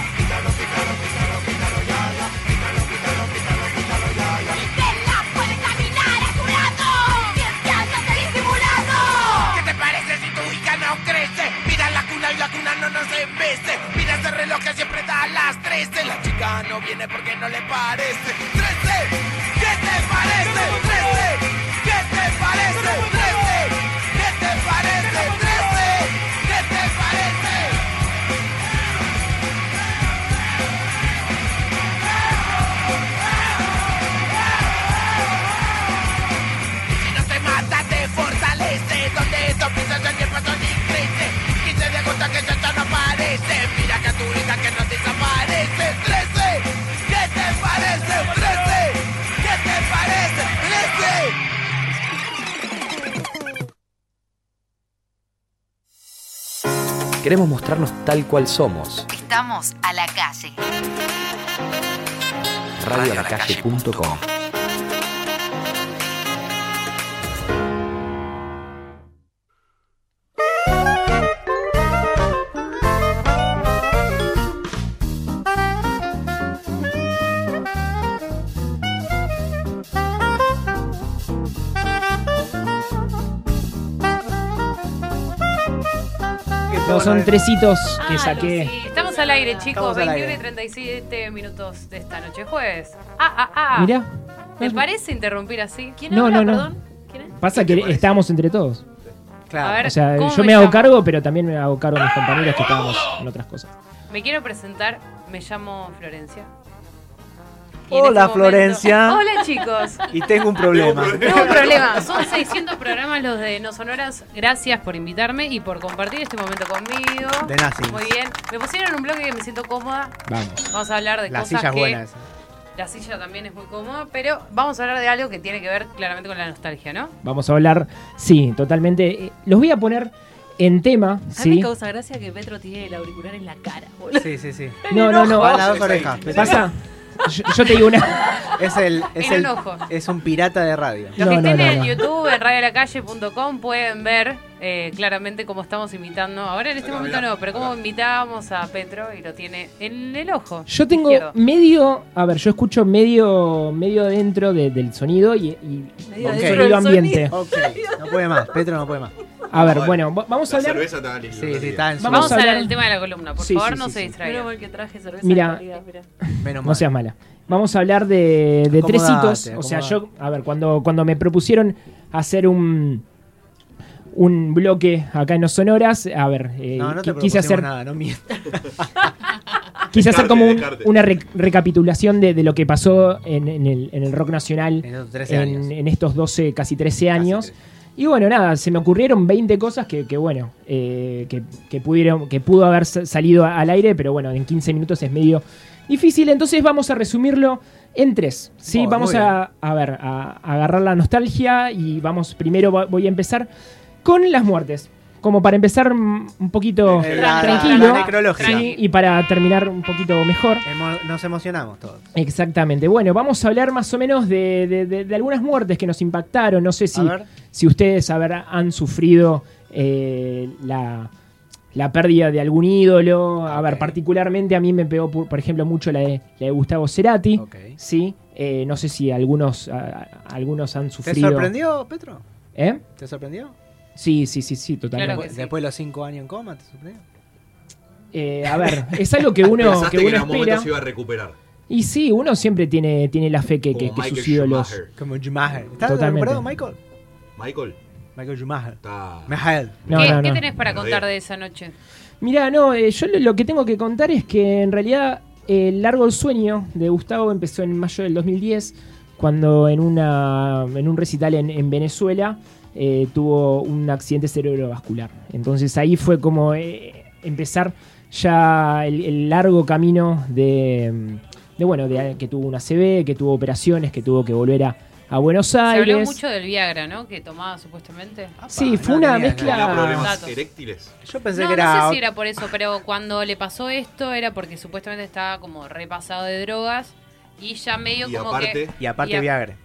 Speaker 34: Y te la puedes caminar a tu lado Si es que andas de disimulado
Speaker 12: ¿Qué te parece si tu hija no crece? Mira la cuna y la cuna no nos embeste. Mira ese reloj que siempre da a las 13. La chica no viene porque no le parece. 13, ¿qué te parece? 13, ¿qué te parece? 13, ¿qué te parece? 13, ¿qué te parece? Si no te mata, te fortalece. Donde esto piensa ya que pasó ni crece. 15 de agosto que ya ya no aparece. Mira que tu hija que no desaparece. 13, ¿qué te parece? 13, ¿qué te parece? 13.
Speaker 24: Queremos mostrarnos tal cual somos.
Speaker 16: Estamos a la calle.
Speaker 24: Radioalacalle.com
Speaker 4: No, son tresitos que
Speaker 7: Ah,
Speaker 4: saqué.
Speaker 7: Lucy, Estamos al aire, chicos.
Speaker 4: Estamos al
Speaker 7: 21
Speaker 4: aire.
Speaker 7: y 37 minutos de esta noche jueves. Ah, ah, ah.
Speaker 4: Mirá.
Speaker 7: ¿Me parece interrumpir así? ¿Quién
Speaker 4: No,
Speaker 7: habla,
Speaker 4: no, no.
Speaker 7: perdón? ¿Quién es?
Speaker 4: Pasa que estábamos entre todos.
Speaker 7: Claro. A ver,
Speaker 4: o sea,
Speaker 7: ¿cómo
Speaker 4: yo
Speaker 7: me
Speaker 4: me hago
Speaker 7: llamo?
Speaker 4: cargo, pero también me hago cargo de mis compañeros que estábamos en otras cosas.
Speaker 17: Me quiero presentar, me llamo Florencia. Y en
Speaker 3: Hola
Speaker 17: este momento-
Speaker 3: Florencia.
Speaker 17: Hola chicos.
Speaker 3: Y tengo un problema.
Speaker 17: Tengo un problema. Son 600 programas los de No Sonoras. Gracias por invitarme y por compartir este momento conmigo.
Speaker 3: De Nazis.
Speaker 17: Muy bien. Me pusieron un bloque que me siento cómoda.
Speaker 3: Vamos.
Speaker 17: Vamos a hablar de
Speaker 3: La
Speaker 17: cosas
Speaker 3: silla es
Speaker 17: que...
Speaker 3: buena esa.
Speaker 17: La silla también es muy cómoda, pero vamos a hablar de algo que tiene que ver claramente con la nostalgia, ¿no?
Speaker 4: Vamos a hablar, sí, totalmente. Eh, Los voy a poner en tema,
Speaker 17: A mí
Speaker 4: ¿sí?
Speaker 17: me causa gracia que Petro tiene el auricular en la cara, boludo.
Speaker 3: Sí, sí, sí.
Speaker 17: El
Speaker 4: No, no, no.
Speaker 17: enojo. Ah,
Speaker 3: Van las dos orejas.
Speaker 4: Pasa. Yo, yo te digo una.
Speaker 3: Es el, es
Speaker 17: El
Speaker 3: el-
Speaker 17: enojo.
Speaker 3: es un pirata de radio.
Speaker 17: Los que estén en YouTube, en radiolacalle.com, pueden ver eh, claramente cómo estamos invitando. Ahora en este
Speaker 4: Acá,
Speaker 17: momento
Speaker 4: mirá,
Speaker 17: no, pero cómo invitábamos a Petro y lo tiene en el ojo.
Speaker 4: Yo tengo
Speaker 17: izquierdo.
Speaker 4: medio. A ver, yo escucho medio medio dentro de- del sonido y, y-
Speaker 17: Medio
Speaker 4: un
Speaker 3: Ok.
Speaker 4: sonido ambiente.
Speaker 3: Ok, No puede más, Petro no puede más.
Speaker 4: A ver, bueno, va- vamos a hablar.
Speaker 3: Sí, sí, está en su-
Speaker 17: Vamos, a hablar
Speaker 4: hablar-
Speaker 17: del tema de la columna, por
Speaker 4: Sí,
Speaker 17: favor,
Speaker 4: sí,
Speaker 17: no
Speaker 4: sí,
Speaker 17: se
Speaker 4: sí.
Speaker 17: distraigan.
Speaker 4: Mira. de calidad,
Speaker 3: Menos
Speaker 4: No seas mala. Vamos a hablar de, de tres
Speaker 3: Acomodate,
Speaker 4: hitos. O sea, yo,
Speaker 3: acomodate.
Speaker 4: a ver, cuando, cuando me propusieron hacer un un bloque acá en los sonoras, a ver, eh,
Speaker 3: No, no
Speaker 4: qui-
Speaker 3: te
Speaker 4: quise hacer
Speaker 3: nada, no mientas.
Speaker 4: Quise hacer
Speaker 3: Descarte,
Speaker 4: como un-
Speaker 3: descarte.
Speaker 4: una re- recapitulación de, de lo que pasó en, en el, en el rock nacional
Speaker 3: En estos 13 años.
Speaker 4: en estos 12, casi 13 años. Y bueno, nada, se me ocurrieron 20 cosas que, que bueno, eh, que, que pudieron, que pudo haber sa- salido a- al aire, pero bueno, en 15 minutos es medio difícil. Entonces vamos a resumirlo en tres. ¿sí?
Speaker 3: Oh,
Speaker 4: vamos
Speaker 3: muy
Speaker 4: a, a ver, a, a agarrar la nostalgia y vamos, primero va- voy a empezar con las muertes. Como para empezar mm, un poquito
Speaker 3: Eh, la-
Speaker 4: tranquilo
Speaker 3: la necrológica.
Speaker 4: sí, y para terminar un poquito mejor.
Speaker 3: Emo- Nos emocionamos todos.
Speaker 4: Exactamente. Bueno, vamos a hablar más o menos de, de- de- de algunas muertes que nos impactaron. No sé si,
Speaker 3: A ver.
Speaker 4: si ustedes a ver, han sufrido eh, la, la pérdida de algún ídolo. A ver, particularmente a mí me pegó, por, por ejemplo, mucho la de, la de Gustavo Cerati. ¿sí? Eh, no sé si algunos, a- a- algunos han
Speaker 3: ¿Te
Speaker 4: sufrido.
Speaker 3: sorprendió, Petro?
Speaker 4: ¿Eh?
Speaker 3: ¿Te sorprendió?
Speaker 4: Sí, sí, sí, sí, totalmente.
Speaker 3: Después- Después de los cinco años en coma, ¿te sorprendió?
Speaker 4: Eh, a ver, es algo que uno, que
Speaker 2: Pensaste que,
Speaker 4: uno
Speaker 2: en algún momento
Speaker 4: espera.
Speaker 2: se iba a recuperar.
Speaker 4: Y sí, uno siempre tiene, tiene la fe que, que-
Speaker 2: Como
Speaker 4: que sus
Speaker 2: Michael
Speaker 4: ídolos.
Speaker 2: Schumacher.
Speaker 3: Como Schumacher. ¿Estás
Speaker 4: Totalmente.
Speaker 3: recuperado, Michael?
Speaker 2: Michael.
Speaker 3: Michael Schumacher. Michael.
Speaker 4: No,
Speaker 17: ¿Qué,
Speaker 4: no,
Speaker 17: qué
Speaker 4: no.
Speaker 17: tenés para contar de esa noche?
Speaker 4: Mirá, no, eh, yo lo, lo que tengo que contar es que en realidad el Largo el Sueño de Gustavo empezó en mayo del 2010, cuando en, una, en un recital en, en Venezuela eh, tuvo un accidente cerebrovascular. Entonces ahí fue como eh, empezar ya el, el largo camino de, mm, de, bueno, de, que tuvo una CB, que tuvo operaciones, que tuvo que volver a, a Buenos
Speaker 17: Se
Speaker 4: Aires.
Speaker 17: habló mucho del Viagra, ¿no? Que tomaba supuestamente.
Speaker 4: Sí, fue una mezcla.
Speaker 2: Tenía problemas
Speaker 17: Datos.
Speaker 2: eréctiles.
Speaker 3: Yo
Speaker 17: no, no sé si era por eso, pero cuando le pasó esto era porque supuestamente estaba como repasado de drogas y ya medio
Speaker 3: Y
Speaker 17: como
Speaker 3: aparte,
Speaker 17: que...
Speaker 3: y aparte
Speaker 17: a-
Speaker 3: Viagra.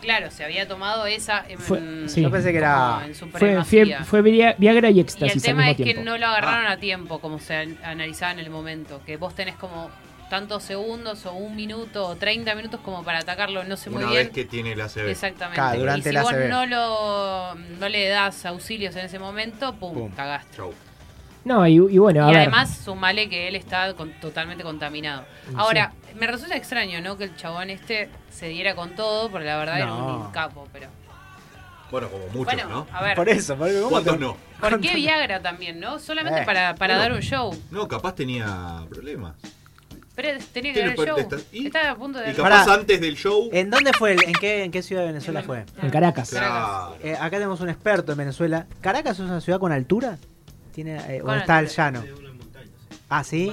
Speaker 17: Claro, se había tomado esa... em, en-
Speaker 4: Fue, sí.
Speaker 3: Yo pensé que era-
Speaker 17: Mm, como en su
Speaker 4: Fue,
Speaker 17: supremacía.
Speaker 4: fue- fue Via- Viagra y
Speaker 17: Y el
Speaker 4: éxtasis al
Speaker 17: tema
Speaker 4: mismo
Speaker 17: es que
Speaker 4: tiempo.
Speaker 17: no lo agarraron a tiempo, como se an- analizaba en el momento. Que vos tenés como tantos segundos o un minuto o 30 minutos como para atacarlo, no sé
Speaker 2: Una
Speaker 17: muy
Speaker 2: vez
Speaker 17: bien.
Speaker 2: que tiene la CB.
Speaker 17: Exactamente.
Speaker 3: Claro, durante
Speaker 17: y si
Speaker 3: la
Speaker 17: vos
Speaker 3: ACV.
Speaker 17: no, lo, no le das auxilios en ese momento, pum,
Speaker 3: Pum.
Speaker 17: cagaste.
Speaker 4: No, y, y bueno, a
Speaker 17: y
Speaker 4: ver.
Speaker 17: además, sumale que él está con- totalmente contaminado.
Speaker 4: Sí.
Speaker 17: Ahora, me resulta extraño, ¿no? Que el chabón este se diera con todo, porque la verdad era
Speaker 2: No.
Speaker 17: un capo, pero.
Speaker 2: Bueno, como muchos,
Speaker 17: Bueno,
Speaker 2: ¿no?
Speaker 17: a ver.
Speaker 3: Por eso, por eso.
Speaker 2: ¿Cuántos no?
Speaker 17: ¿Por qué Viagra también, no? Solamente
Speaker 2: Eh,
Speaker 17: para, para
Speaker 2: bueno.
Speaker 17: dar un show.
Speaker 2: No, capaz tenía problemas.
Speaker 17: Pero tenía que dar
Speaker 2: Tiene
Speaker 17: el show.
Speaker 2: protestas. Y-
Speaker 17: Estaba a punto de
Speaker 2: Y
Speaker 17: dar-
Speaker 2: capaz
Speaker 3: Pará.
Speaker 2: antes del show.
Speaker 3: ¿En dónde fue? el- en, qué, ¿En qué ciudad de Venezuela fue?
Speaker 4: En Caracas.
Speaker 2: Claro.
Speaker 3: Eh, acá tenemos un experto en Venezuela. ¿Caracas es una ciudad con altura? ¿Tiene, eh, ¿O
Speaker 4: Con
Speaker 3: está el
Speaker 4: altura.
Speaker 3: llano? Ah, ¿sí?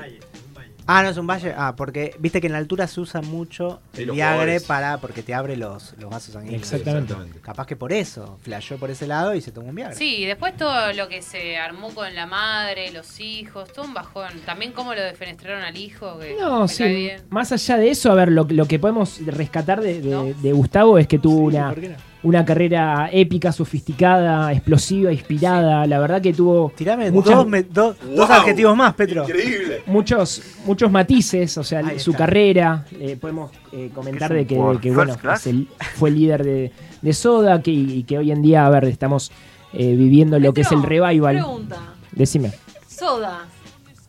Speaker 3: Ah, no es un valle. Ah, porque viste que en la altura se usa mucho
Speaker 4: Sí,
Speaker 3: el
Speaker 4: los
Speaker 3: Viagre
Speaker 4: jugadores.
Speaker 3: para porque te abre los, los vasos sanguíneos.
Speaker 4: Exactamente.
Speaker 3: Capaz que por eso, flasheó por ese lado y se tomó un Viagre.
Speaker 17: Sí, y después todo lo que se armó con la madre, los hijos, todo un bajón. También cómo lo defenestraron al hijo. Que
Speaker 4: No,
Speaker 17: me
Speaker 4: sí.
Speaker 17: cae bien.
Speaker 4: Más allá de eso, a ver, lo, lo que podemos rescatar de, de- de Gustavo es que tuvo una,
Speaker 3: ¿por qué no?
Speaker 4: una carrera épica, sofisticada, explosiva, inspirada. La verdad que tuvo.
Speaker 3: Tirame
Speaker 4: muchas-
Speaker 3: dos, me- do- dos adjetivos más, Petro. Increíble.
Speaker 4: Muchos, muchos matices, o sea,
Speaker 3: Ahí
Speaker 4: su
Speaker 3: está.
Speaker 4: carrera. eh, podemos eh, comentar de que, de que, bueno, es el- fue líder de, de Soda que, y que hoy en día, a ver, estamos eh, viviendo lo que es el revival.
Speaker 35: Pregunta.
Speaker 4: Decime.
Speaker 35: Soda.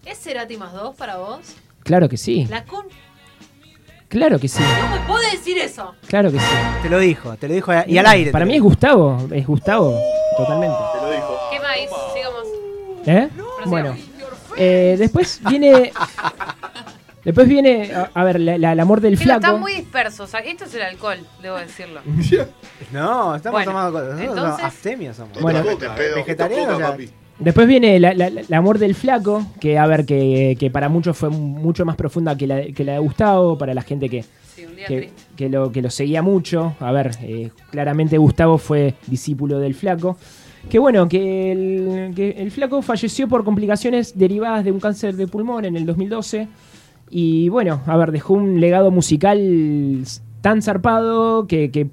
Speaker 35: ¿Es Cerati más dos para vos?
Speaker 4: Claro que sí.
Speaker 35: La con...
Speaker 4: Claro que sí.
Speaker 35: No me puedo decir eso.
Speaker 4: Claro que sí.
Speaker 3: Te lo dijo, te lo dijo a- y al aire.
Speaker 4: Para mí es Gustavo, es Gustavo, totalmente.
Speaker 17: ¿Qué más? Sigamos.
Speaker 4: ¿Eh? Bueno, Eh, después viene. Después viene, a, a ver, la- la- el amor del
Speaker 17: Pero
Speaker 4: flaco.
Speaker 17: están muy dispersos. Esto es el alcohol, debo decirlo.
Speaker 3: No, estamos
Speaker 17: Bueno,
Speaker 3: tomando cosas. Nosotros somos
Speaker 17: entonces-
Speaker 3: abstemios somos.
Speaker 4: Bueno,
Speaker 3: vegetarianos. ya-
Speaker 4: Después viene la- la- la- el amor del flaco, que a ver, que, que para muchos fue mucho más profunda que la, que la de Gustavo, para la gente que, que, que lo, que lo seguía mucho. A ver, eh, claramente Gustavo fue discípulo del flaco. Que bueno, que el, que el flaco falleció por complicaciones derivadas de un cáncer de pulmón en el 2012. Y bueno, a ver, dejó un legado musical tan zarpado que, que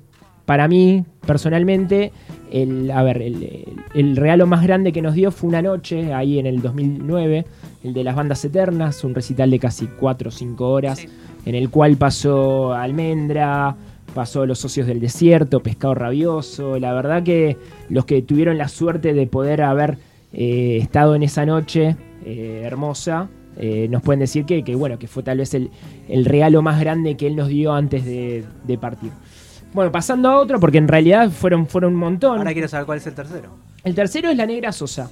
Speaker 4: para mí, personalmente, el, a ver, el, el- el regalo más grande que nos dio fue una noche ahí en el 2009, el de las bandas eternas, un recital de casi 4 o 5 horas, en el cual pasó Almendra, pasó Los Socios del Desierto, Pescado Rabioso. La verdad que los que tuvieron la suerte de poder haber eh, estado en esa noche eh, hermosa, eh, nos pueden decir que, que, bueno, que fue tal vez el, el regalo más grande que él nos dio antes de, de partir. Bueno, pasando a otro, porque en realidad fueron, fueron un montón.
Speaker 12: Ahora quiero saber cuál es el tercero.
Speaker 4: El tercero es la Negra Sosa.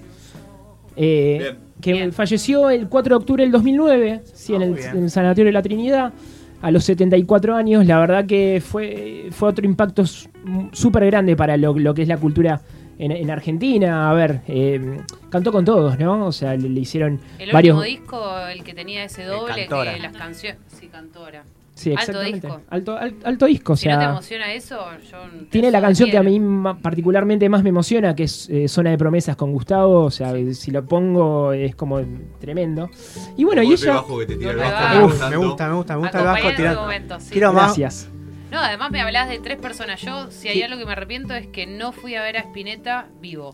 Speaker 4: eh, que falleció el 4 de octubre del 2009, sí,
Speaker 17: Ah,
Speaker 4: en, el, en el Sanatorio de la Trinidad, a los 74 años. La verdad que fue, fue otro impacto s- m- súper grande para lo, lo que es la cultura en, en Argentina. A ver, eh, cantó con todos, ¿no? O sea, le, le hicieron
Speaker 17: El
Speaker 4: varios.
Speaker 17: último disco, el que tenía ese doble,
Speaker 4: Cantora.
Speaker 17: que las canciones. Sí, cantora.
Speaker 4: Sí,
Speaker 17: Alto
Speaker 4: exactamente.
Speaker 17: disco.
Speaker 4: Alto, al- alto disco, o
Speaker 17: si no te
Speaker 4: sea,
Speaker 17: emociona eso, yo. no te
Speaker 4: Tiene la
Speaker 17: soy
Speaker 4: canción que a
Speaker 17: fiel.
Speaker 4: mí ma- particularmente más me emociona, que es eh, Zona de Promesas con Gustavo. O sea, si lo pongo es como tremendo. Y bueno, y
Speaker 2: Golpe
Speaker 4: ella.
Speaker 2: bajo que te tira el
Speaker 17: Golpe
Speaker 2: bajo,
Speaker 4: bajo.
Speaker 2: tanto.
Speaker 3: Me gusta, me gusta, me gusta el bajo
Speaker 17: Acompañar en
Speaker 3: tirando.
Speaker 17: algún momento, sí.
Speaker 3: Quiero más.
Speaker 4: Gracias.
Speaker 17: No, además me hablás de tres personas. Yo, si hay algo que me arrepiento, es que no fui a ver a Spinetta vivo.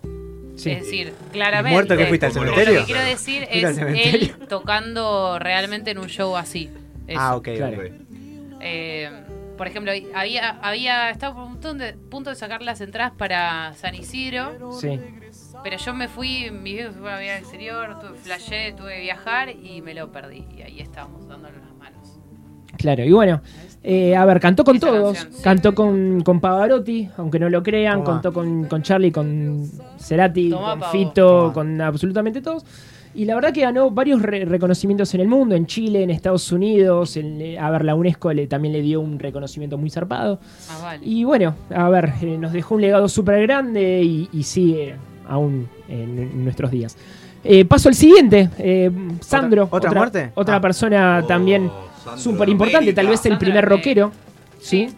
Speaker 3: Sí.
Speaker 17: Es decir, claramente.
Speaker 3: ¿Muerto que fuiste al
Speaker 17: Pero
Speaker 3: cementerio?
Speaker 17: Lo que quiero decir
Speaker 3: ¿Fuiste al
Speaker 17: es
Speaker 3: cementerio?
Speaker 17: él tocando realmente en un show así. Eso.
Speaker 3: Ah, ok,
Speaker 4: Claro.
Speaker 3: ok.
Speaker 17: Eh, por ejemplo, había, había estado por un montón de- punto de sacar las entradas para San Isidro.
Speaker 4: Sí.
Speaker 17: Pero yo me fui, mis viejos se fueron a viajar al exterior, tuve, flashé, tuve que viajar y me lo perdí. Y ahí estábamos dándole las manos.
Speaker 4: Claro, y bueno. eh, a ver, cantó con todos.
Speaker 17: canción, sí.
Speaker 4: Cantó con, con Pavarotti, aunque no lo crean.
Speaker 17: Tomá.
Speaker 4: Contó con, con Charlie, con Cerati,
Speaker 17: Tomá,
Speaker 4: con
Speaker 17: pavo.
Speaker 4: Fito, con absolutamente todos. Y la verdad que ganó varios re- reconocimientos en el mundo, en Chile, en Estados Unidos. en- eh, a ver, la UNESCO le, también le dio un reconocimiento muy zarpado.
Speaker 17: Más Ah, vale.
Speaker 4: Y bueno, a ver, eh, nos dejó un legado súper grande y, y sigue aún en, en nuestros días. Eh, paso al siguiente, eh, Sandro.
Speaker 3: ¿Otra- otra muerte? Ah.
Speaker 4: Otra persona también súper importante, tal vez el primer rockero, ¿sí?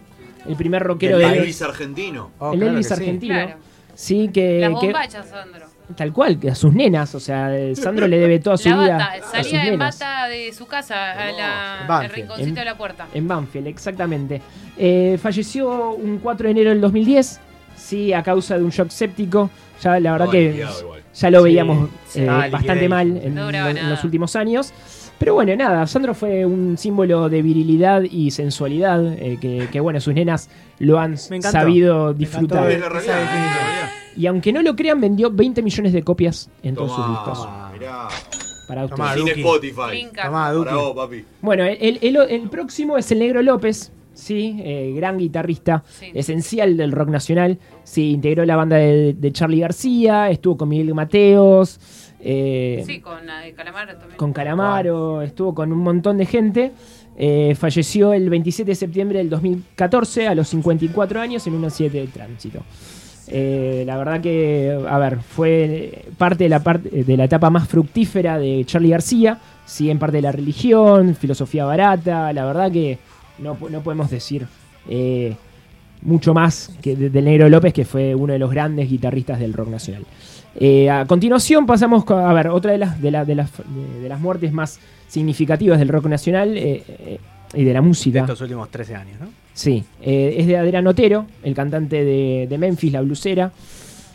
Speaker 4: El primer rockero
Speaker 2: El
Speaker 4: de-
Speaker 2: Elvis argentino.
Speaker 3: Oh,
Speaker 4: el Elvis argentino.
Speaker 17: Claro.
Speaker 4: Sí,
Speaker 3: Eh,
Speaker 4: que,
Speaker 17: Las
Speaker 4: que-
Speaker 17: bombachas, Sandro.
Speaker 4: tal cual, que a sus nenas, o sea, eh, Sandro le debe toda su
Speaker 17: La
Speaker 4: vida
Speaker 17: bata,
Speaker 4: a sus
Speaker 17: salía de
Speaker 4: nenas.
Speaker 17: mata de su casa a la-
Speaker 4: En Banfield.
Speaker 17: al rinconcito
Speaker 4: En-
Speaker 17: de la puerta.
Speaker 4: En Banfield, exactamente. Eh, falleció un 4 de enero del 2010, sí, a causa de un shock séptico. Ya la verdad
Speaker 12: Estaba
Speaker 4: que
Speaker 12: liquidado igual.
Speaker 4: ya lo
Speaker 12: Sí,
Speaker 4: veíamos
Speaker 12: sí.
Speaker 4: eh,
Speaker 12: Ah,
Speaker 4: bastante
Speaker 12: liquidation.
Speaker 4: mal en,
Speaker 12: No
Speaker 4: lo-
Speaker 12: duraba
Speaker 4: en
Speaker 12: nada.
Speaker 4: los últimos años. Pero bueno, nada, Sandro fue un símbolo de virilidad y sensualidad eh, que, que, bueno, sus nenas lo han
Speaker 12: encantó.
Speaker 4: sabido
Speaker 12: Me
Speaker 4: disfrutar.
Speaker 12: encantó esa Esa definición. definición.
Speaker 4: Y aunque no lo crean, vendió 20 millones de copias en
Speaker 17: Ah,
Speaker 4: todos sus
Speaker 2: Tomá,
Speaker 4: discos.
Speaker 2: Ah, Mirá.
Speaker 4: Para ustedes.
Speaker 2: Sin Spotify.
Speaker 17: Linka.
Speaker 3: Tomá, Duki.
Speaker 2: Para vos, papi.
Speaker 4: Bueno, el, el- el próximo es el Negro López, ¿sí? Eh, gran guitarrista, esencial del rock nacional. Sí, integró la banda de, de Charlie García, estuvo con Miguel Mateos, eh,
Speaker 17: Sí, con la de Calamar también.
Speaker 4: con Calamaro, estuvo con un montón de gente. Eh, falleció el 27 de septiembre del 2014 a los 54 años en un accidente de tránsito. Eh, la verdad que, a ver, fue parte de la, parte de la etapa más fructífera de Charlie García, sí, en parte de la religión, filosofía barata, la verdad que no, po- no podemos decir eh, mucho más que de- del Negro López, que fue uno de los grandes guitarristas del rock nacional. Eh, a continuación pasamos co- a, ver otra de las, de, la- de las, de- de las muertes más significativas del rock nacional eh, eh, y de la música.
Speaker 12: Estos últimos 13 años, ¿no?
Speaker 4: Sí, eh, es de Adrián Otero, el cantante de, de Memphis, la blusera.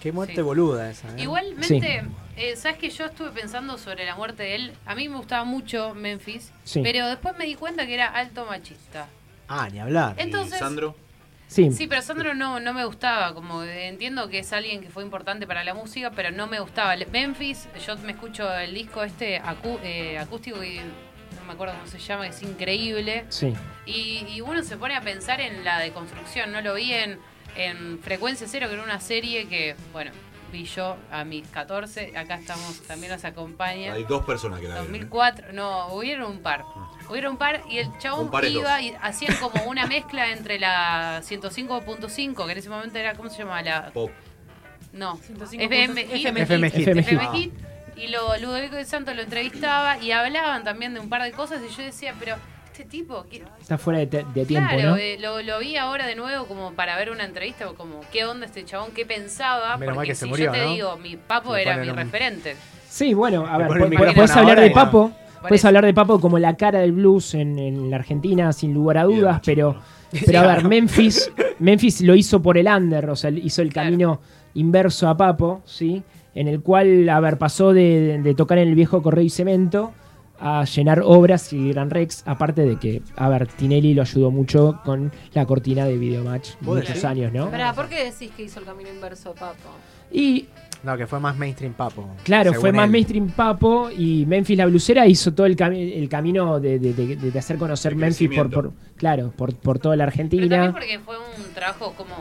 Speaker 12: Qué muerte boluda
Speaker 4: Em,
Speaker 12: esa. ¿eh?
Speaker 17: Igualmente, eh, ¿sabes que Yo estuve pensando sobre la muerte de él. A mí me gustaba mucho Memphis,
Speaker 12: Sí.
Speaker 17: pero después me di cuenta que era alto machista.
Speaker 12: Ah, ni hablar.
Speaker 17: Entonces- ¿Y Sandro?
Speaker 4: Sí.
Speaker 17: pero Sandro no, no me gustaba. Como eh, entiendo que es alguien que fue importante para la música, pero no me gustaba. Le- Memphis, yo me escucho el disco este acú- eh, acústico y no me acuerdo cómo se llama, es increíble.
Speaker 4: Sí.
Speaker 17: Y, y uno se pone a pensar en la deconstrucción. No lo vi en, en Frecuencia Cero, que era una serie que, bueno, vi yo a mis 14. Acá estamos, también nos acompaña.
Speaker 2: Hay dos personas que la vieron.
Speaker 17: 2004, no, hubieron un par. Hubieron un par y el chabón
Speaker 2: Un par es
Speaker 17: iba
Speaker 2: dos.
Speaker 17: y hacían como una mezcla entre la 105.5, que en ese momento era, ¿cómo se llamaba? La,
Speaker 2: Pop.
Speaker 17: no,
Speaker 7: 105.5.
Speaker 17: FM,
Speaker 7: FM
Speaker 17: FM
Speaker 7: hit.
Speaker 17: hit.
Speaker 7: FM
Speaker 17: FM hit.
Speaker 7: hit.
Speaker 17: Y lo, Ludovico de Santo lo entrevistaba y hablaban también de un par de cosas. Y yo decía, pero este tipo, ¿qué-
Speaker 4: Está fuera de, te- de tiempo,
Speaker 17: claro,
Speaker 4: ¿no?
Speaker 17: eh, lo, lo vi ahora de nuevo como para ver una entrevista, o como qué onda este chabón, qué pensaba.
Speaker 4: Menos mal
Speaker 17: porque
Speaker 4: que
Speaker 17: si
Speaker 4: se murió,
Speaker 17: yo te
Speaker 4: ¿no?
Speaker 17: digo, mi papo
Speaker 4: Le
Speaker 17: era mi
Speaker 4: ponen un-
Speaker 17: referente.
Speaker 4: Sí, bueno, a
Speaker 17: Le
Speaker 4: ver,
Speaker 17: ponen el
Speaker 4: pu-
Speaker 17: micrófono
Speaker 4: puedes hablar
Speaker 17: ahora
Speaker 4: de
Speaker 17: y-
Speaker 4: Papo,
Speaker 17: Por
Speaker 4: puedes
Speaker 17: eso.
Speaker 4: hablar de Papo como la cara del blues en, en la Argentina, sin lugar a dudas, pero, pero a ver, Memphis, Memphis lo hizo por el under, o sea, hizo el camino inverso a Papo, ¿sí? En el cual, a ver, pasó de, de tocar en el viejo correo y cemento a llenar obras y Gran Rex, aparte de que, a ver, Tinelli lo ayudó mucho con la cortina de Videomatch,
Speaker 3: ¿Puede
Speaker 4: muchos
Speaker 3: ser?
Speaker 4: años, ¿no?
Speaker 7: Pará, ¿por qué decís que hizo el camino inverso, Papo?
Speaker 4: Y
Speaker 3: No, que fue más mainstream papo.
Speaker 4: Claro,
Speaker 3: según
Speaker 4: fue más
Speaker 3: él.
Speaker 4: mainstream Papo y Memphis la blusera hizo todo el, cami- el camino de, de- de- de hacer conocer Memphis por, por- claro, por, por toda la
Speaker 17: Pero también
Speaker 4: Argentina.
Speaker 17: porque fue un trabajo como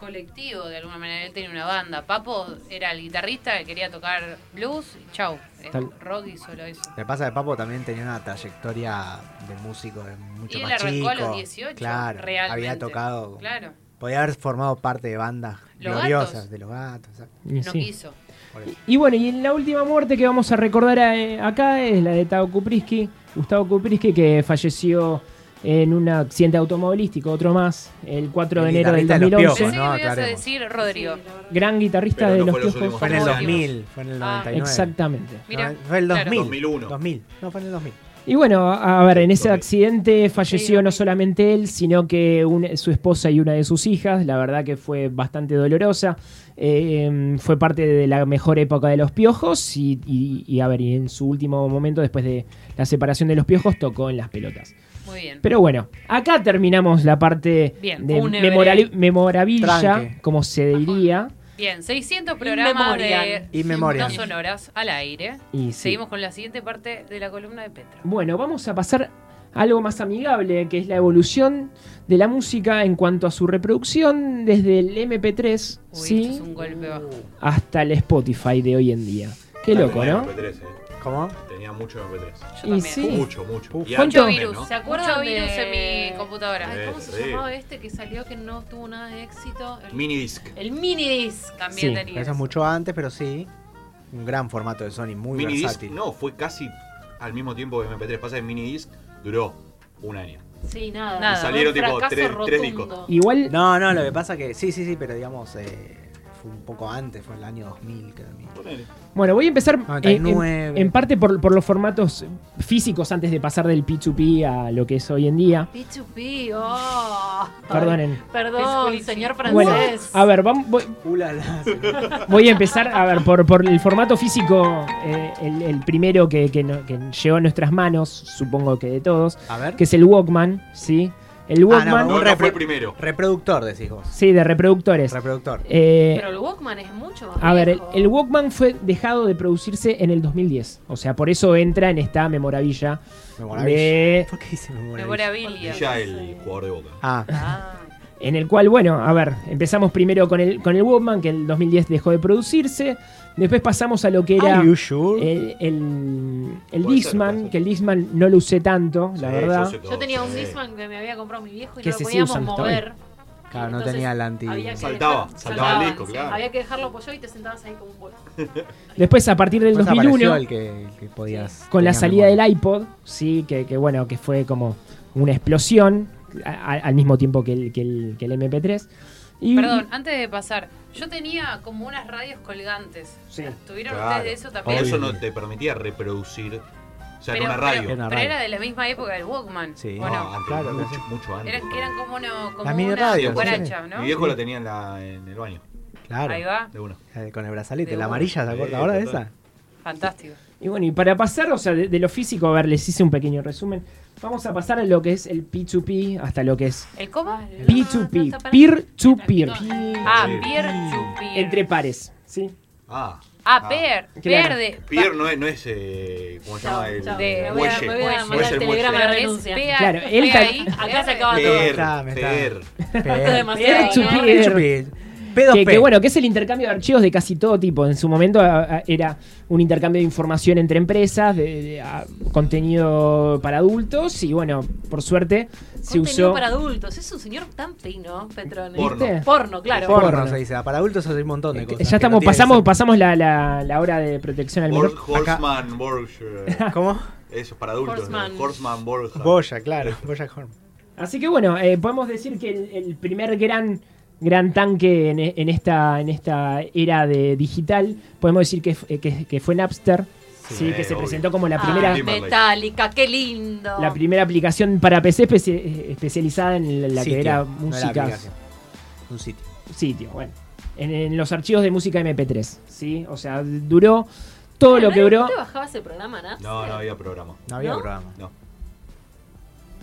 Speaker 17: colectivo, de alguna manera. Él tenía una banda. Papo era el guitarrista, que quería tocar blues, y chau. eh,
Speaker 3: Tal-
Speaker 17: Rock y solo eso.
Speaker 3: Lo que pasa es que Papo también tenía una trayectoria de músico de mucho
Speaker 17: Y él
Speaker 3: más
Speaker 17: arrancó
Speaker 3: chico.
Speaker 17: a los 18,
Speaker 3: claro,
Speaker 17: realmente.
Speaker 3: había tocado.
Speaker 17: Claro.
Speaker 3: Podía haber formado parte de bandas
Speaker 17: Los
Speaker 3: gloriosas
Speaker 17: Gatos.
Speaker 3: de los gatos. exacto.
Speaker 4: Y No sí. quiso.
Speaker 3: Por eso.
Speaker 4: Y bueno, y la última muerte que vamos a recordar eh, acá es la de Tao Kupriski, Gustavo Kupriski, que falleció en un accidente automovilístico, otro más, el 4 de
Speaker 3: El
Speaker 4: enero del
Speaker 3: guitarrista de los
Speaker 4: 2011.
Speaker 3: Piojos, ¿no?
Speaker 17: ¿Qué ibas a
Speaker 3: Aclaremos.
Speaker 17: decir, Rodrigo?
Speaker 4: Gran guitarrista
Speaker 3: Pero
Speaker 4: de
Speaker 3: no
Speaker 4: los
Speaker 3: fue los
Speaker 4: Piojos.
Speaker 3: últimos Fue en el famosos. 2000, fue en el Ah. 99.
Speaker 4: Exactamente.
Speaker 3: Mirá, No, Ah, fue el claro. 2000,
Speaker 4: 2001.
Speaker 3: 2000. No, fue en el 2000.
Speaker 4: Y bueno, a a ver, en ese accidente falleció no solamente él, sino que un- su esposa y una de sus hijas. La verdad que fue bastante dolorosa. Eh, fue parte de la mejor época de los piojos. Y, y- y a ver, y en su último momento, después de la separación de los piojos, tocó en las pelotas.
Speaker 17: Muy bien.
Speaker 4: Pero bueno, acá terminamos la parte
Speaker 17: Bien,
Speaker 4: de
Speaker 17: fúnebre.
Speaker 4: memorali- memorabilia,
Speaker 17: Tranque.
Speaker 4: como se diría.
Speaker 17: Bien, 600 programas de
Speaker 4: Memorial. Y Memorial.
Speaker 17: no sonoras al aire.
Speaker 4: Y sí.
Speaker 17: Seguimos con la siguiente parte de la columna de Petra.
Speaker 4: Bueno, vamos a pasar a algo más amigable, que es la evolución de la música en cuanto a su reproducción desde el MP3
Speaker 17: Uy,
Speaker 4: ¿sí?
Speaker 17: esto es un golpe bajo.
Speaker 4: hasta el Spotify de hoy en día. Qué loco,
Speaker 2: Tenía
Speaker 4: ¿no?
Speaker 2: MP3, eh.
Speaker 3: ¿Cómo?
Speaker 2: Tenía mucho MP3.
Speaker 4: Yo Y también. sí.
Speaker 2: Mucho, mucho. Y
Speaker 4: ¿Cuánto-
Speaker 2: antes,
Speaker 4: virus?
Speaker 2: ¿no?
Speaker 17: ¿Se acuerda
Speaker 7: Mucho
Speaker 17: virus eh.
Speaker 7: de-
Speaker 17: en mi computadora?
Speaker 7: Ay, ¿Cómo
Speaker 2: Sí,
Speaker 7: se
Speaker 2: sí.
Speaker 7: llamaba este que salió que no tuvo nada de éxito? El,
Speaker 2: Minidisc.
Speaker 7: el minidisc.
Speaker 17: También
Speaker 3: sí,
Speaker 17: tenía.
Speaker 3: Eso es mucho antes, pero sí. Un gran formato de Sony, muy
Speaker 2: Minidisc,
Speaker 3: versátil.
Speaker 2: no, fue casi al mismo tiempo que MP3. Pasa que Minidisc duró un año.
Speaker 7: Sí, nada.
Speaker 2: Nada. Y salieron
Speaker 7: Fue un
Speaker 2: tipo
Speaker 7: fracaso
Speaker 2: tres- tres
Speaker 7: rotundo.
Speaker 2: discos.
Speaker 4: Igual.
Speaker 3: No, no, lo que pasa que. Sí, sí, sí, pero digamos. eh, fue un poco antes, fue el año 2000. Que Ah,
Speaker 4: Bueno, voy a empezar eh, en,
Speaker 3: 99.
Speaker 4: en parte por, por los formatos físicos antes de pasar del P2P a lo que es hoy en día.
Speaker 7: Pichupi, oh.
Speaker 4: Perdonen.
Speaker 7: Perdón, señor francés.
Speaker 4: Bueno, a ver, vamos, voy, voy a em- empezar a ver por, por el formato físico, eh, el, el primero que, que no- que llegó a nuestras manos, supongo que de todos,
Speaker 3: A ver. Ah,
Speaker 4: que es el Walkman, ¿sí? El Walkman,
Speaker 3: primero. Reproductor, decís vos.
Speaker 4: sí, de reproductores.
Speaker 3: Reproductor.
Speaker 4: Eh,
Speaker 7: Pero el Walkman es mucho más
Speaker 4: a ver, el,
Speaker 7: viejo.
Speaker 4: el Walkman fue dejado de producirse en el 2010, o sea, por eso entra en esta memorabilia.
Speaker 3: Memorabilia.
Speaker 4: de-
Speaker 3: ¿Por qué dice
Speaker 17: Memorabilia. Ah,
Speaker 2: Ya el jugador de boca.
Speaker 3: Ah.
Speaker 4: Ah. En el cual, bueno, a ver, empezamos primero con el, con el Walkman, que en el 2010 dejó de producirse. Después pasamos a lo que era
Speaker 3: Are you sure?
Speaker 4: el, el, el
Speaker 3: Puede ser,
Speaker 4: Discman, que el Discman no lo usé tanto, la
Speaker 3: Sí,
Speaker 4: verdad.
Speaker 3: yo sé todo.
Speaker 7: Yo tenía un
Speaker 3: Sí.
Speaker 7: Discman que me había comprado mi viejo y
Speaker 4: eh, Que
Speaker 7: no
Speaker 4: se
Speaker 7: lo
Speaker 4: sigue
Speaker 7: podíamos
Speaker 4: usando hasta
Speaker 7: mover.
Speaker 3: Claro, no
Speaker 7: Entonces,
Speaker 3: tenía el anti.
Speaker 7: había que dejar-
Speaker 3: saltaban,
Speaker 7: saltaban,
Speaker 3: sí.
Speaker 7: sí. Había que dejarlo apoyado y te sentabas ahí como un boludo.
Speaker 4: Después, a partir del
Speaker 3: Después apareció
Speaker 4: 2001,
Speaker 3: el que, el que podías.
Speaker 4: con la
Speaker 3: tenía
Speaker 4: salida
Speaker 3: memoria.
Speaker 4: del iPod, sí, que, que bueno, que fue como una explosión a- a- al mismo tiempo que el, que el, que el MP3. Y
Speaker 17: Perdón, antes de pasar, yo tenía como unas radios colgantes. ¿Tuvieron ustedes de eso también?
Speaker 2: Pero eso no te permitía reproducir. O sea,
Speaker 17: pero,
Speaker 2: en una radio.
Speaker 17: Pero, pero era de la misma época del Walkman.
Speaker 2: Sí,
Speaker 17: ¿o no?
Speaker 2: antes,
Speaker 3: Claro,
Speaker 2: mucho,
Speaker 3: sí.
Speaker 2: mucho antes.
Speaker 17: Eran, que eran como, una- como
Speaker 3: Las mini
Speaker 17: una
Speaker 3: radios,
Speaker 17: cucaracha, ¿no?
Speaker 2: Mi viejo la tenía en, la- en el baño.
Speaker 3: Claro.
Speaker 17: Ahí va.
Speaker 2: De uno.
Speaker 3: Eh, Con el brazalete,
Speaker 17: De
Speaker 3: la
Speaker 17: uno.
Speaker 3: amarilla, ¿te acuerdas
Speaker 2: Sí,
Speaker 3: ahora de
Speaker 2: total.
Speaker 3: esa?
Speaker 17: Fantástico.
Speaker 4: Y bueno, y para pasar, o sea, de, de lo físico, a ver, les hice un pequeño resumen. Vamos a pasar a lo que es el P2P hasta lo que es
Speaker 17: ¿El cómo?
Speaker 4: P2P, peer-to-peer.
Speaker 17: Ah, Pierre Chupir.
Speaker 4: Entre pares, ¿sí.
Speaker 2: Ah.
Speaker 17: Ah, Pierre,
Speaker 4: Claro.
Speaker 17: verde.
Speaker 2: Pier no es, no es eh, ¿cómo se llama? El
Speaker 17: chao.
Speaker 2: muelle.
Speaker 17: Me voy a- me voy a
Speaker 2: Muelle,
Speaker 17: mandar
Speaker 2: es el
Speaker 17: el
Speaker 2: muelle.
Speaker 17: telegrama de renuncia. Pea-
Speaker 4: Claro,
Speaker 17: pea
Speaker 4: él ca-
Speaker 17: ahí,
Speaker 7: Acá se acaba todo.
Speaker 2: Per,
Speaker 3: Está, me está-
Speaker 2: per.
Speaker 3: Per.
Speaker 7: demasiado,
Speaker 4: eh, Peer-to-peer. Que,
Speaker 3: P2P.
Speaker 4: que, bueno, que es el intercambio de archivos de casi todo tipo. En su momento a- a- era un intercambio de información entre empresas, de, de, a- contenido para adultos y bueno, por suerte se
Speaker 36: Contenido
Speaker 4: usó...
Speaker 36: para adultos. Es un señor tan fino, Petrone.
Speaker 4: Porno.
Speaker 36: Porno, claro.
Speaker 3: Porno, se dice. "Ah, Para adultos hay un montón de cosas.
Speaker 4: Eh, Ya estamos, pasamos, pasamos la, la- la hora de protección al menor.
Speaker 2: Hor- Horseman Borgia.
Speaker 3: ¿Cómo?
Speaker 2: Eso es para adultos.
Speaker 4: Horseman.
Speaker 2: ¿no? Horseman Borgia.
Speaker 3: Boya, claro. Boya Horn.
Speaker 4: Así que bueno, eh, podemos decir que el, el primer gran gran tanque en, e- en esta en esta era de digital, podemos decir que, f- eh, que, que fue Napster, sí,
Speaker 36: Sí,
Speaker 4: que se
Speaker 36: obvio.
Speaker 4: presentó como la
Speaker 36: Ah,
Speaker 4: primera
Speaker 36: Metallica, qué lindo.
Speaker 4: la primera aplicación para PC espe- eh, especializada en la, la
Speaker 3: Sitio,
Speaker 4: que era
Speaker 3: no era
Speaker 4: música
Speaker 3: aplicación. Un sitio.
Speaker 4: sitio, bueno, en, en los archivos de música MP3, ¿sí? O sea, duró todo lo que
Speaker 36: ¿No-
Speaker 4: duró.
Speaker 36: ¿No te bajabas el programa, Nat?
Speaker 2: No, no había programa.
Speaker 3: No había
Speaker 36: ¿No?
Speaker 3: programa.
Speaker 2: No.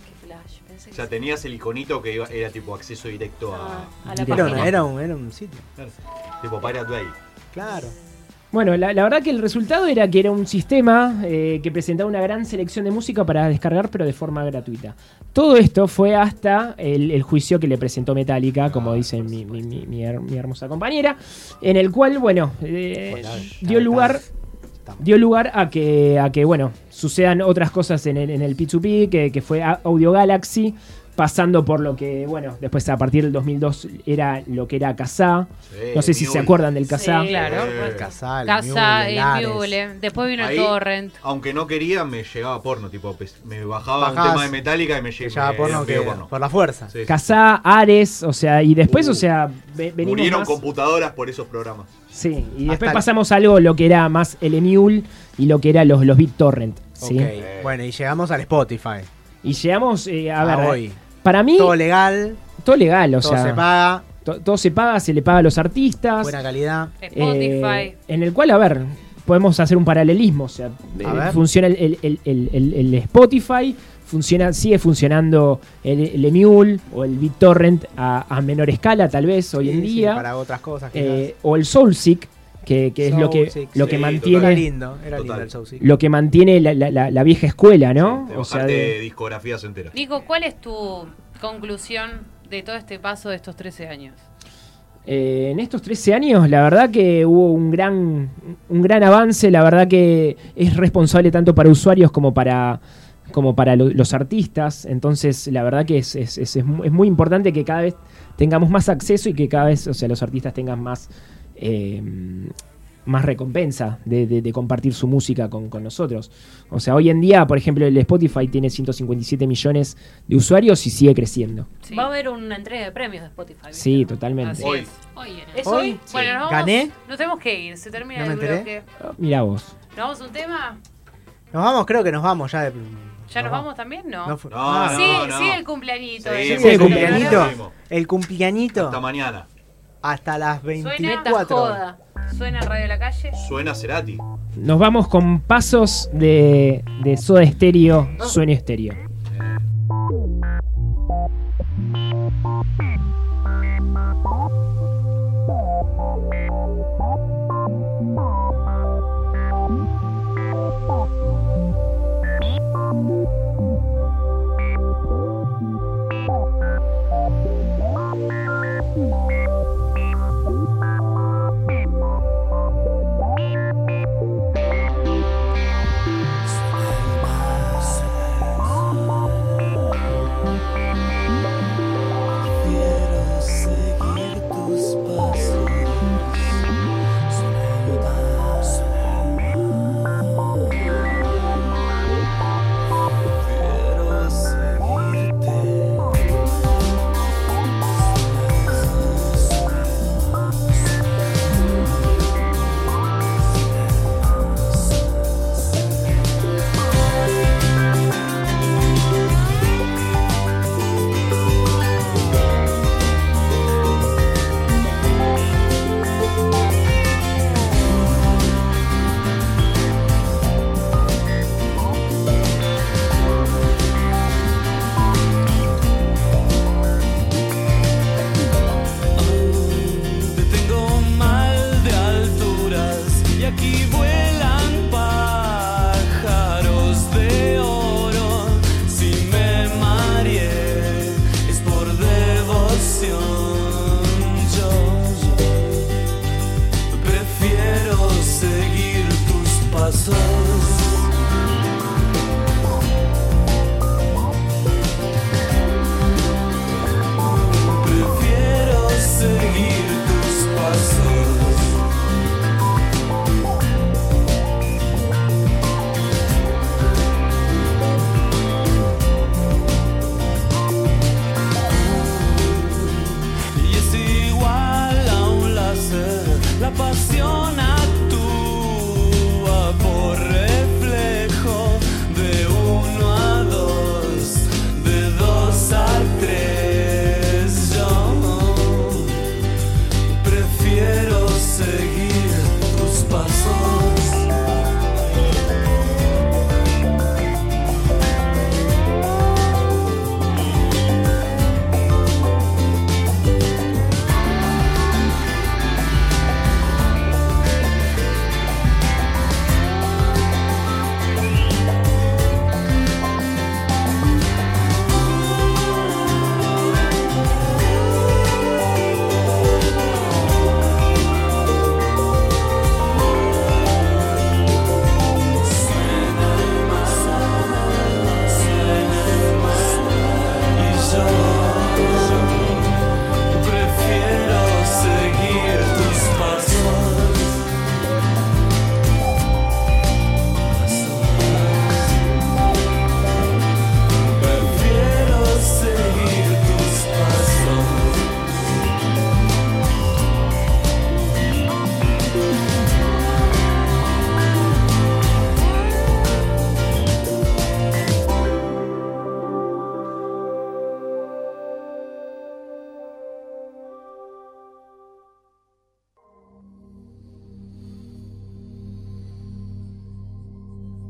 Speaker 36: Qué flash. Pensé
Speaker 2: O sea, tenías el iconito que iba- era tipo acceso directo a.
Speaker 36: a
Speaker 3: Era, una- era un, era un sitio.
Speaker 2: Tipo Pirate Bay.
Speaker 3: Claro.
Speaker 4: Bueno, la, la verdad que el resultado era que era un sistema eh, que presentaba una gran selección de música para descargar, pero de forma gratuita. Todo esto fue hasta el, el juicio que le presentó Metallica, como dice mi, mi- mi- mi her- mi hermosa compañera, en el cual, bueno, eh, dio lugar... Dio lugar a que, a que, bueno, sucedan otras cosas en el, en el P2P, que, que fue a- Audio Galaxy, pasando por lo que, bueno, después a partir del 2002 era lo que era Kazaa. no sé si se
Speaker 2: Mule.
Speaker 4: acuerdan del Kazaa.
Speaker 17: Sí, claro.
Speaker 2: Eh,
Speaker 17: Casa, el Mule. eh. Después vino
Speaker 2: Ahí,
Speaker 17: el Torrent.
Speaker 2: Aunque no quería, me llegaba porno. Tipo, pues, me bajaba
Speaker 3: Bajás,
Speaker 2: un tema de Metallica y me llegaba
Speaker 3: llegaba porno que- por la fuerza. Uh.
Speaker 2: Sí, sí.
Speaker 4: Casá, Ares, o sea, y después, o sea, ve- venimos
Speaker 2: Murieron
Speaker 4: más-
Speaker 2: computadoras por esos programas.
Speaker 4: Sí, y después
Speaker 2: Hasta-
Speaker 4: pasamos algo lo que era más el Emule y lo que era los, los BitTorrent, ¿sí?
Speaker 3: Ok. Bueno, y llegamos al Spotify.
Speaker 4: Y llegamos eh, a,
Speaker 3: A
Speaker 4: ver,
Speaker 3: hoy.
Speaker 4: para mí
Speaker 3: Todo legal.
Speaker 4: todo legal, o
Speaker 3: todo
Speaker 4: sea,
Speaker 3: se paga.
Speaker 4: to- todo se paga, se le paga a los artistas.
Speaker 3: Buena calidad.
Speaker 4: eh, en el cual, a ver, podemos hacer un paralelismo, o sea, eh,
Speaker 3: ver.
Speaker 4: funciona el, el- el- el- el- el Spotify, funciona, sigue funcionando el, el Emule o el BitTorrent a, a menor escala, tal vez, hoy en
Speaker 3: Sí, sí,
Speaker 4: día.
Speaker 3: para otras cosas.
Speaker 4: Eh,
Speaker 3: quizás.
Speaker 4: o el Soulseek, que, que es lo que,
Speaker 3: Soulseek,
Speaker 4: lo
Speaker 3: sí,
Speaker 4: que
Speaker 3: total.
Speaker 4: mantiene
Speaker 3: Era lindo, era lindo el Soulseek.
Speaker 4: lo que mantiene la, la- la- la vieja escuela, ¿no?
Speaker 2: Te
Speaker 4: o sea,
Speaker 2: bajaste
Speaker 4: de-
Speaker 2: discografías enteras.
Speaker 17: Nico, ¿cuál es tu conclusión de todo este paso de estos 13 años?
Speaker 4: eh, en estos 13 años, la verdad que hubo un gran, un gran avance, la verdad que es responsable tanto para usuarios como para como para lo- los artistas, entonces la verdad que es, es- es- es mu- es muy importante que cada vez tengamos más acceso y que cada vez, o sea, los artistas tengan más eh, más recompensa de, de- de compartir su música con, con nosotros. O sea, hoy en día, por ejemplo, el Spotify tiene 157 millones de usuarios y sigue creciendo.
Speaker 36: Va a haber una entrega de premios de Spotify. ¿viste?
Speaker 4: Sí, totalmente.
Speaker 36: Así es. Hoy era.
Speaker 17: ¿Es
Speaker 36: Hoy,
Speaker 17: hoy?
Speaker 36: sí.
Speaker 17: Bueno, nos vamos,
Speaker 3: ¿Gané?
Speaker 17: Nos tenemos que ir. Se termina
Speaker 3: No me
Speaker 17: el
Speaker 3: enteré.
Speaker 17: bloque.
Speaker 4: Mira vos.
Speaker 17: ¿Nos vamos a un tema?
Speaker 3: Nos vamos, creo que nos vamos ya. de-
Speaker 17: ¿Ya nos vamos también? No.
Speaker 3: No fu- No,
Speaker 2: no,
Speaker 17: sí,
Speaker 2: no.
Speaker 17: sí, el cumpleañito.
Speaker 2: Sí,
Speaker 17: eh.
Speaker 3: Sí, el
Speaker 2: Seguimos,
Speaker 3: cumpleañito.
Speaker 2: seguimos.
Speaker 3: El cumpleañito.
Speaker 2: Hasta mañana.
Speaker 3: Hasta las
Speaker 17: Suena
Speaker 3: 24.
Speaker 17: Suena Radio La Calle.
Speaker 2: Suena Cerati.
Speaker 4: Nos vamos con pasos de, de Soda Estéreo, Sueño Estéreo.
Speaker 12: Sueños.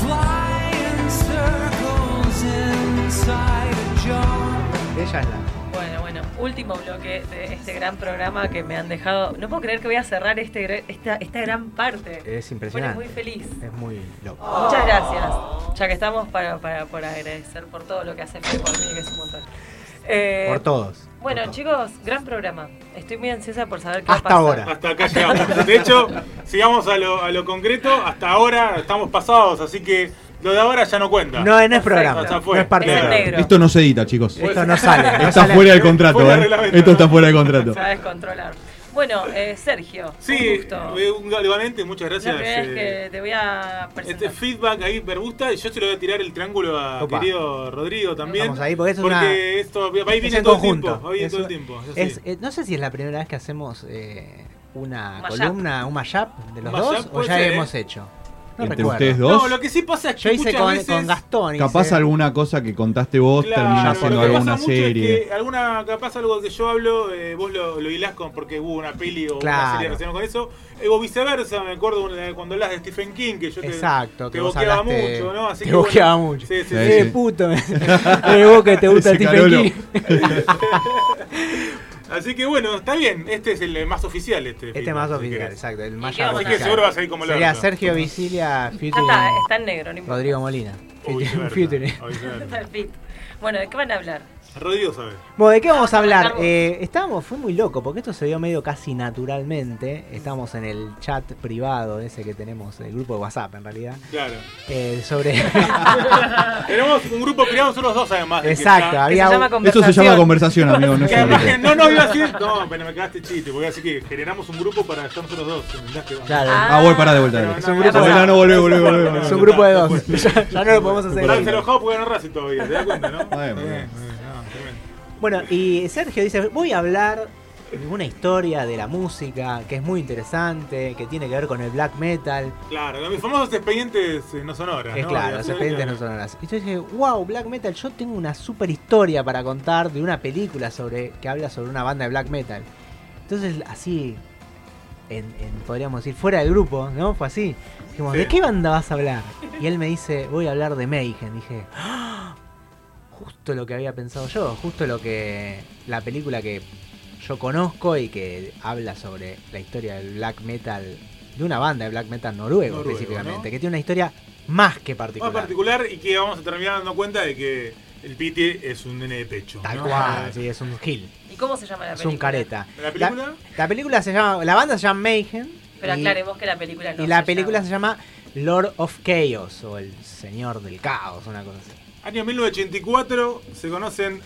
Speaker 12: Fly in circles inside a jar.
Speaker 3: Ella es la.
Speaker 8: Bueno, bueno, último bloque de este gran programa que me han dejado. No puedo creer que voy a cerrar este, gra- esta, esta gran parte.
Speaker 3: Es impresionante.
Speaker 8: Me pone muy feliz.
Speaker 3: Es muy loco.
Speaker 8: Muchas gracias. Ya que estamos para, para, por agradecer por todo lo que hacen por mí, que es un montón. Eh,
Speaker 3: Por todos.
Speaker 8: Bueno, chicos, gran programa. Estoy muy ansiosa por saber qué va a
Speaker 3: Hasta
Speaker 8: pasar.
Speaker 3: ahora.
Speaker 28: Hasta acá llegamos. De hecho, sigamos a lo, a lo concreto, hasta ahora estamos pasados, así que lo de ahora ya no cuenta.
Speaker 3: No, no es programa,
Speaker 28: Ya fue.
Speaker 3: no es parte Es del el programa. negro.
Speaker 2: Esto no se edita, chicos.
Speaker 3: Esto no sale, no
Speaker 2: Pues- Está
Speaker 3: sale.
Speaker 2: fuera del contrato,
Speaker 28: Fuera del
Speaker 2: ¿eh?
Speaker 28: reglamento,
Speaker 2: Esto está
Speaker 28: ¿no?
Speaker 2: fuera del contrato.
Speaker 8: Sabes controlar. Bueno, eh, Sergio, un
Speaker 28: Sí,
Speaker 8: gusto.
Speaker 28: eh, un- igualmente, muchas
Speaker 8: La
Speaker 28: gracias.
Speaker 8: primera vez
Speaker 28: eh,
Speaker 8: que te voy a presentar.
Speaker 28: Este feedback ahí me gusta y yo se lo voy a tirar el triángulo a
Speaker 3: Opa.
Speaker 28: querido Rodrigo también.
Speaker 3: Estamos ahí, porque es una-
Speaker 28: esto ahí
Speaker 3: es
Speaker 28: viene
Speaker 3: en
Speaker 28: todo
Speaker 3: conjunto.
Speaker 28: el tiempo. ahí viene
Speaker 3: Es
Speaker 28: todo el
Speaker 3: un-
Speaker 28: tiempo. es
Speaker 3: es-
Speaker 28: así.
Speaker 3: eh, no sé si es la primera vez que hacemos eh, una
Speaker 28: Mashup.
Speaker 3: columna, un mashup de los
Speaker 28: Mashup
Speaker 3: dos, o
Speaker 28: puede
Speaker 3: ya
Speaker 28: ser,
Speaker 3: hemos
Speaker 28: ¿eh?
Speaker 3: hecho. No
Speaker 2: ¿Entre
Speaker 3: recuerdo.
Speaker 2: ustedes dos? No,
Speaker 28: lo que sí pasa es que
Speaker 3: Yo hice
Speaker 28: muchas
Speaker 3: con,
Speaker 28: veces-
Speaker 3: con Gastón.
Speaker 2: Capaz
Speaker 3: hice-
Speaker 2: alguna cosa que contaste vos
Speaker 28: Claro,
Speaker 2: termina
Speaker 28: lo
Speaker 2: siendo
Speaker 28: que pasa
Speaker 2: alguna
Speaker 28: mucho es
Speaker 2: serie.
Speaker 28: que alguna, capaz algo que yo hablo, eh, vos lo, lo hilás con, porque hubo una peli o
Speaker 3: Claro.
Speaker 28: una serie relacionada con eso. Eh, o viceversa, me acuerdo una- cuando hablas de Stephen King, que yo te,
Speaker 3: Exacto,
Speaker 28: te
Speaker 3: que vos
Speaker 28: boqueaba
Speaker 3: hablaste-
Speaker 28: mucho, ¿no? Así
Speaker 3: te
Speaker 28: que bueno,
Speaker 3: boqueaba mucho.
Speaker 28: Sí, sí, sí.
Speaker 3: Eh, puto, me- eh, vos que te gusta
Speaker 2: Ese
Speaker 3: Stephen
Speaker 2: Carolo.
Speaker 3: King.
Speaker 28: Así que bueno, está bien. Este es el más oficial. Este,
Speaker 3: Este más oficial, exacto. El más
Speaker 28: Así que
Speaker 3: oficial.
Speaker 28: seguro va a salir como lo
Speaker 3: Sería Sergio Visilia,
Speaker 8: Ya
Speaker 3: featuring
Speaker 8: está, está en negro, no importa.
Speaker 3: Rodrigo Molina.
Speaker 28: Uy, qué verga.
Speaker 3: Featuring.
Speaker 8: Perfecto. Bueno, ¿de qué van a hablar?
Speaker 28: Rodrigo sabe.
Speaker 3: Bueno, ¿de qué vamos a hablar?
Speaker 8: Arrancamos.
Speaker 3: Eh, estábamos, fue muy loco, porque esto se dio medio casi naturalmente. Estábamos en el chat privado ese que tenemos, el grupo de WhatsApp en realidad.
Speaker 28: Claro.
Speaker 3: eh, sobre.
Speaker 28: Tenemos un grupo privado, nosotros dos además. de que
Speaker 3: Exacto,
Speaker 28: está-
Speaker 3: había un-
Speaker 2: Eso se llama conversación, amigo. No, es
Speaker 28: Que
Speaker 2: un-
Speaker 28: además que no nos iba a decir. No, pero me cagaste el chiste, porque así que generamos un grupo para estar nosotros dos. ¿entendés? Que vamos.
Speaker 3: Claro.
Speaker 2: Ah, voy para de vuelta. de vuelta.
Speaker 3: Es un grupo de-
Speaker 2: Ah, no, volvé, volvé, volvé, volvé.
Speaker 3: Es un grupo de dos. ya, ya no lo podemos hacer.
Speaker 28: Pero se enojó porque ganó Racing todavía, ¿te das cuenta, no?
Speaker 3: Bueno, y Sergio dice, voy a hablar de una historia de la música que es muy interesante, que tiene que ver con el black metal.
Speaker 28: Claro, los famosos expedientes eh, no sonoras.
Speaker 3: Es
Speaker 28: ¿no?
Speaker 3: claro, los
Speaker 28: Obligación,
Speaker 3: expedientes no
Speaker 28: claro.
Speaker 3: son horas. Y yo dije, wow, black metal, yo tengo una super historia para contar de una película sobre que habla sobre una banda de black metal. Entonces, así, en, en- podríamos decir, fuera del grupo, ¿no? Fue así. Dijimos,
Speaker 28: Sí.
Speaker 3: ¿de qué banda vas a hablar? Y él me dice, voy a hablar de Mayhem. Dije, "Ah, justo lo que había pensado yo, justo lo que. La película que yo conozco y que habla sobre la historia del black metal, de una banda de black metal noruego,
Speaker 28: Noruego,
Speaker 3: específicamente,
Speaker 28: ¿no?
Speaker 3: que tiene una historia más que
Speaker 28: Más
Speaker 3: particular.
Speaker 28: particular y que vamos a terminar dando cuenta de que el Piti es un nene de pecho.
Speaker 3: Tal
Speaker 28: ¿no?
Speaker 3: cual, sí, es un gil.
Speaker 8: ¿Y cómo se llama la
Speaker 3: Es un
Speaker 8: película?
Speaker 3: careta.
Speaker 28: ¿La película?
Speaker 3: La película se llama. La banda se llama Mayhem.
Speaker 8: Pero
Speaker 3: y-
Speaker 8: aclaremos que la película no
Speaker 3: y la
Speaker 8: se
Speaker 3: película se llama Lord of Chaos o el Señor del Caos, una cosa así.
Speaker 28: Año 1984, se conocen.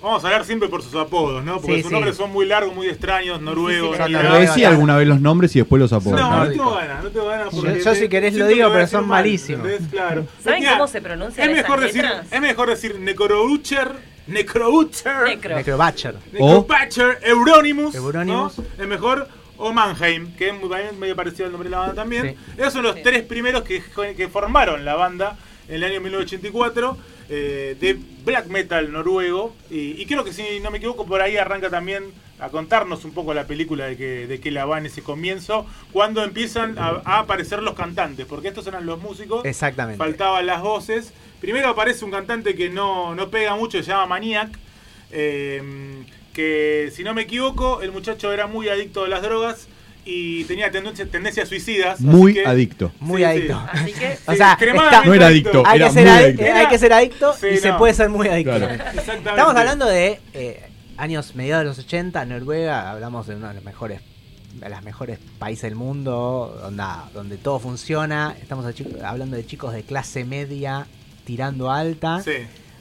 Speaker 28: Vamos a hablar siempre por sus apodos, ¿no? Porque
Speaker 3: Sí,
Speaker 28: sus
Speaker 3: sí.
Speaker 28: norbres son muy largos, muy extraños, noruegos.
Speaker 3: Son
Speaker 28: no,
Speaker 2: Pero decí alguna vez los nombres y después los apodos.
Speaker 28: no, no
Speaker 2: ¿no?
Speaker 28: tengo ganas, no tengo ganas.
Speaker 3: Yo-
Speaker 28: porque
Speaker 3: yo
Speaker 28: te-
Speaker 3: si querés lo
Speaker 28: siento
Speaker 3: digo,
Speaker 28: que voy a
Speaker 3: pero
Speaker 28: decir
Speaker 3: son
Speaker 28: mal,
Speaker 3: malísimos.
Speaker 28: ¿entendés? Claro.
Speaker 8: ¿Saben
Speaker 28: Mirá,
Speaker 8: cómo se pronuncian
Speaker 28: es
Speaker 8: esas
Speaker 28: mejor decir,
Speaker 8: letras?
Speaker 28: Es mejor decir Necroucher, Necroucher,
Speaker 8: Necro.
Speaker 3: Necrobatcher.
Speaker 28: Necrobatcher, Euronymous.
Speaker 3: Euronymous.
Speaker 28: ¿no? Es mejor. o Mannheim, que es muy- también medio parecido al nombre de la banda también. Esos son los tres primeros que, que formaron la banda en el año 1984 eh, de black metal noruego. Y, y creo que si no me equivoco, por ahí arranca también a contarnos un poco la película de que, de que la va en ese comienzo, cuando empiezan a, a aparecer los cantantes, porque estos eran los músicos.
Speaker 29: Exactamente.
Speaker 28: Faltaban las voces. Primero aparece un cantante que no, no pega mucho, se llama Maniac. eh, que si no me equivoco, el muchacho era muy adicto a las drogas y tenía tendencias, tendencias suicidas. así
Speaker 30: Muy
Speaker 28: que-
Speaker 30: adicto.
Speaker 28: Sí,
Speaker 30: Muy
Speaker 28: sí.
Speaker 30: adicto.
Speaker 28: Así que,
Speaker 3: O sea,
Speaker 28: extremadamente
Speaker 3: está-
Speaker 30: No era adicto,
Speaker 3: Hay,
Speaker 30: era
Speaker 3: que ser
Speaker 30: muy
Speaker 3: adi-
Speaker 30: adicto.
Speaker 3: eh, hay que ser adicto
Speaker 30: Sí,
Speaker 3: y se
Speaker 30: no.
Speaker 3: puede ser muy adicto.
Speaker 30: Claro.
Speaker 28: Exactamente.
Speaker 3: Estamos hablando de eh, años mediados de los 80, Noruega, hablamos de uno de los mejores de las mejores países del mundo, onda, donde todo funciona. Estamos a chi- hablando de chicos de clase media tirando a alta.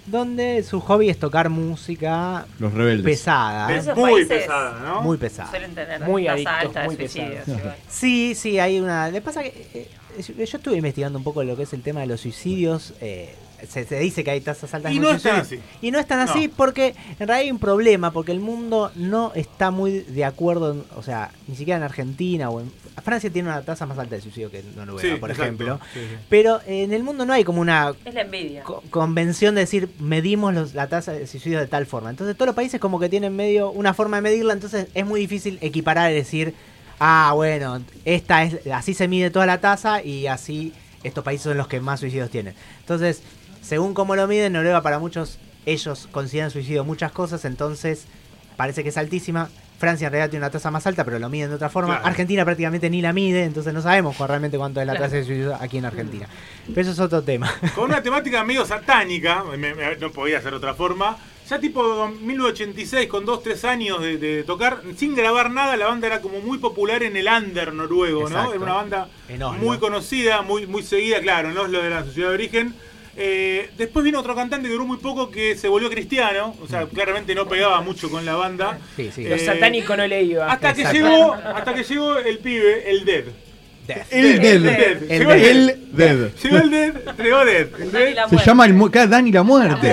Speaker 3: Donde su hobby es tocar música
Speaker 30: Los rebeldes.
Speaker 3: pesada.
Speaker 30: Es
Speaker 3: ¿eh?
Speaker 30: muy Esos países pesada, ¿no?
Speaker 3: Muy pesada.
Speaker 17: Suelen tener
Speaker 3: Muy
Speaker 17: tasa
Speaker 3: adictos,
Speaker 17: alta de
Speaker 3: muy
Speaker 17: suicidios,
Speaker 3: pesados.
Speaker 17: igual.
Speaker 3: Sí, sí, hay una. Le pasa que eh, eh, yo estuve investigando un poco lo que es el tema de los suicidios. eh, se, se dice que hay tasas altas
Speaker 28: Y
Speaker 3: de
Speaker 28: no es tan
Speaker 3: suicidios.
Speaker 28: así.
Speaker 3: Y no es tan
Speaker 28: No.
Speaker 3: así porque en realidad hay un problema, porque el mundo no está muy de acuerdo, en- o sea, ni siquiera en Argentina o en. Francia tiene una tasa más alta de suicidio que Noruega,
Speaker 28: Sí,
Speaker 3: por
Speaker 28: exacto.
Speaker 3: ejemplo.
Speaker 28: Sí, sí.
Speaker 3: Pero eh, en el mundo no hay como una
Speaker 17: Es la envidia.
Speaker 3: co- convención de decir medimos los- la tasa de suicidio de tal forma. Entonces todos los países como que tienen medio una forma de medirla, entonces es muy difícil equiparar y decir, ah, bueno, esta es así se mide toda la tasa y así estos países son los que más suicidios tienen. Entonces, según cómo lo miden, Noruega para muchos ellos consideran suicidio muchas cosas, entonces parece que es altísima. Francia en realidad tiene una tasa más alta, pero lo miden de otra forma.
Speaker 29: Claro.
Speaker 3: Argentina prácticamente ni la mide, entonces no sabemos cuál- realmente cuánto es la
Speaker 28: Claro.
Speaker 3: tasa de suicidio aquí en Argentina. Pero eso es otro tema.
Speaker 28: con una temática medio satánica, me- me- no podía hacer otra forma. Ya tipo 1986, con 2, 3 años de, de tocar, sin grabar nada, la banda era como muy popular en el under noruego, ¿no?
Speaker 3: Exacto.
Speaker 28: Era una banda
Speaker 3: En Oslo.
Speaker 28: muy conocida, muy, muy seguida, claro, no es lo de la sociedad de origen. Eh, después vino otro cantante que duró muy poco que se volvió cristiano, o
Speaker 30: Mm.
Speaker 28: sea, claramente no pegaba mucho con la banda.
Speaker 3: Sí, sí.
Speaker 28: Eh,
Speaker 4: Lo satánico no le iba.
Speaker 28: Hasta que, llegó, hasta que llegó el pibe, el Dead.
Speaker 30: El Dead. El
Speaker 28: Llegó
Speaker 30: Dead. El Dead.
Speaker 28: Llegó el Dead, llegó Dead. ¿entendés?
Speaker 30: Se llama el mu- claro, Dani la muerte.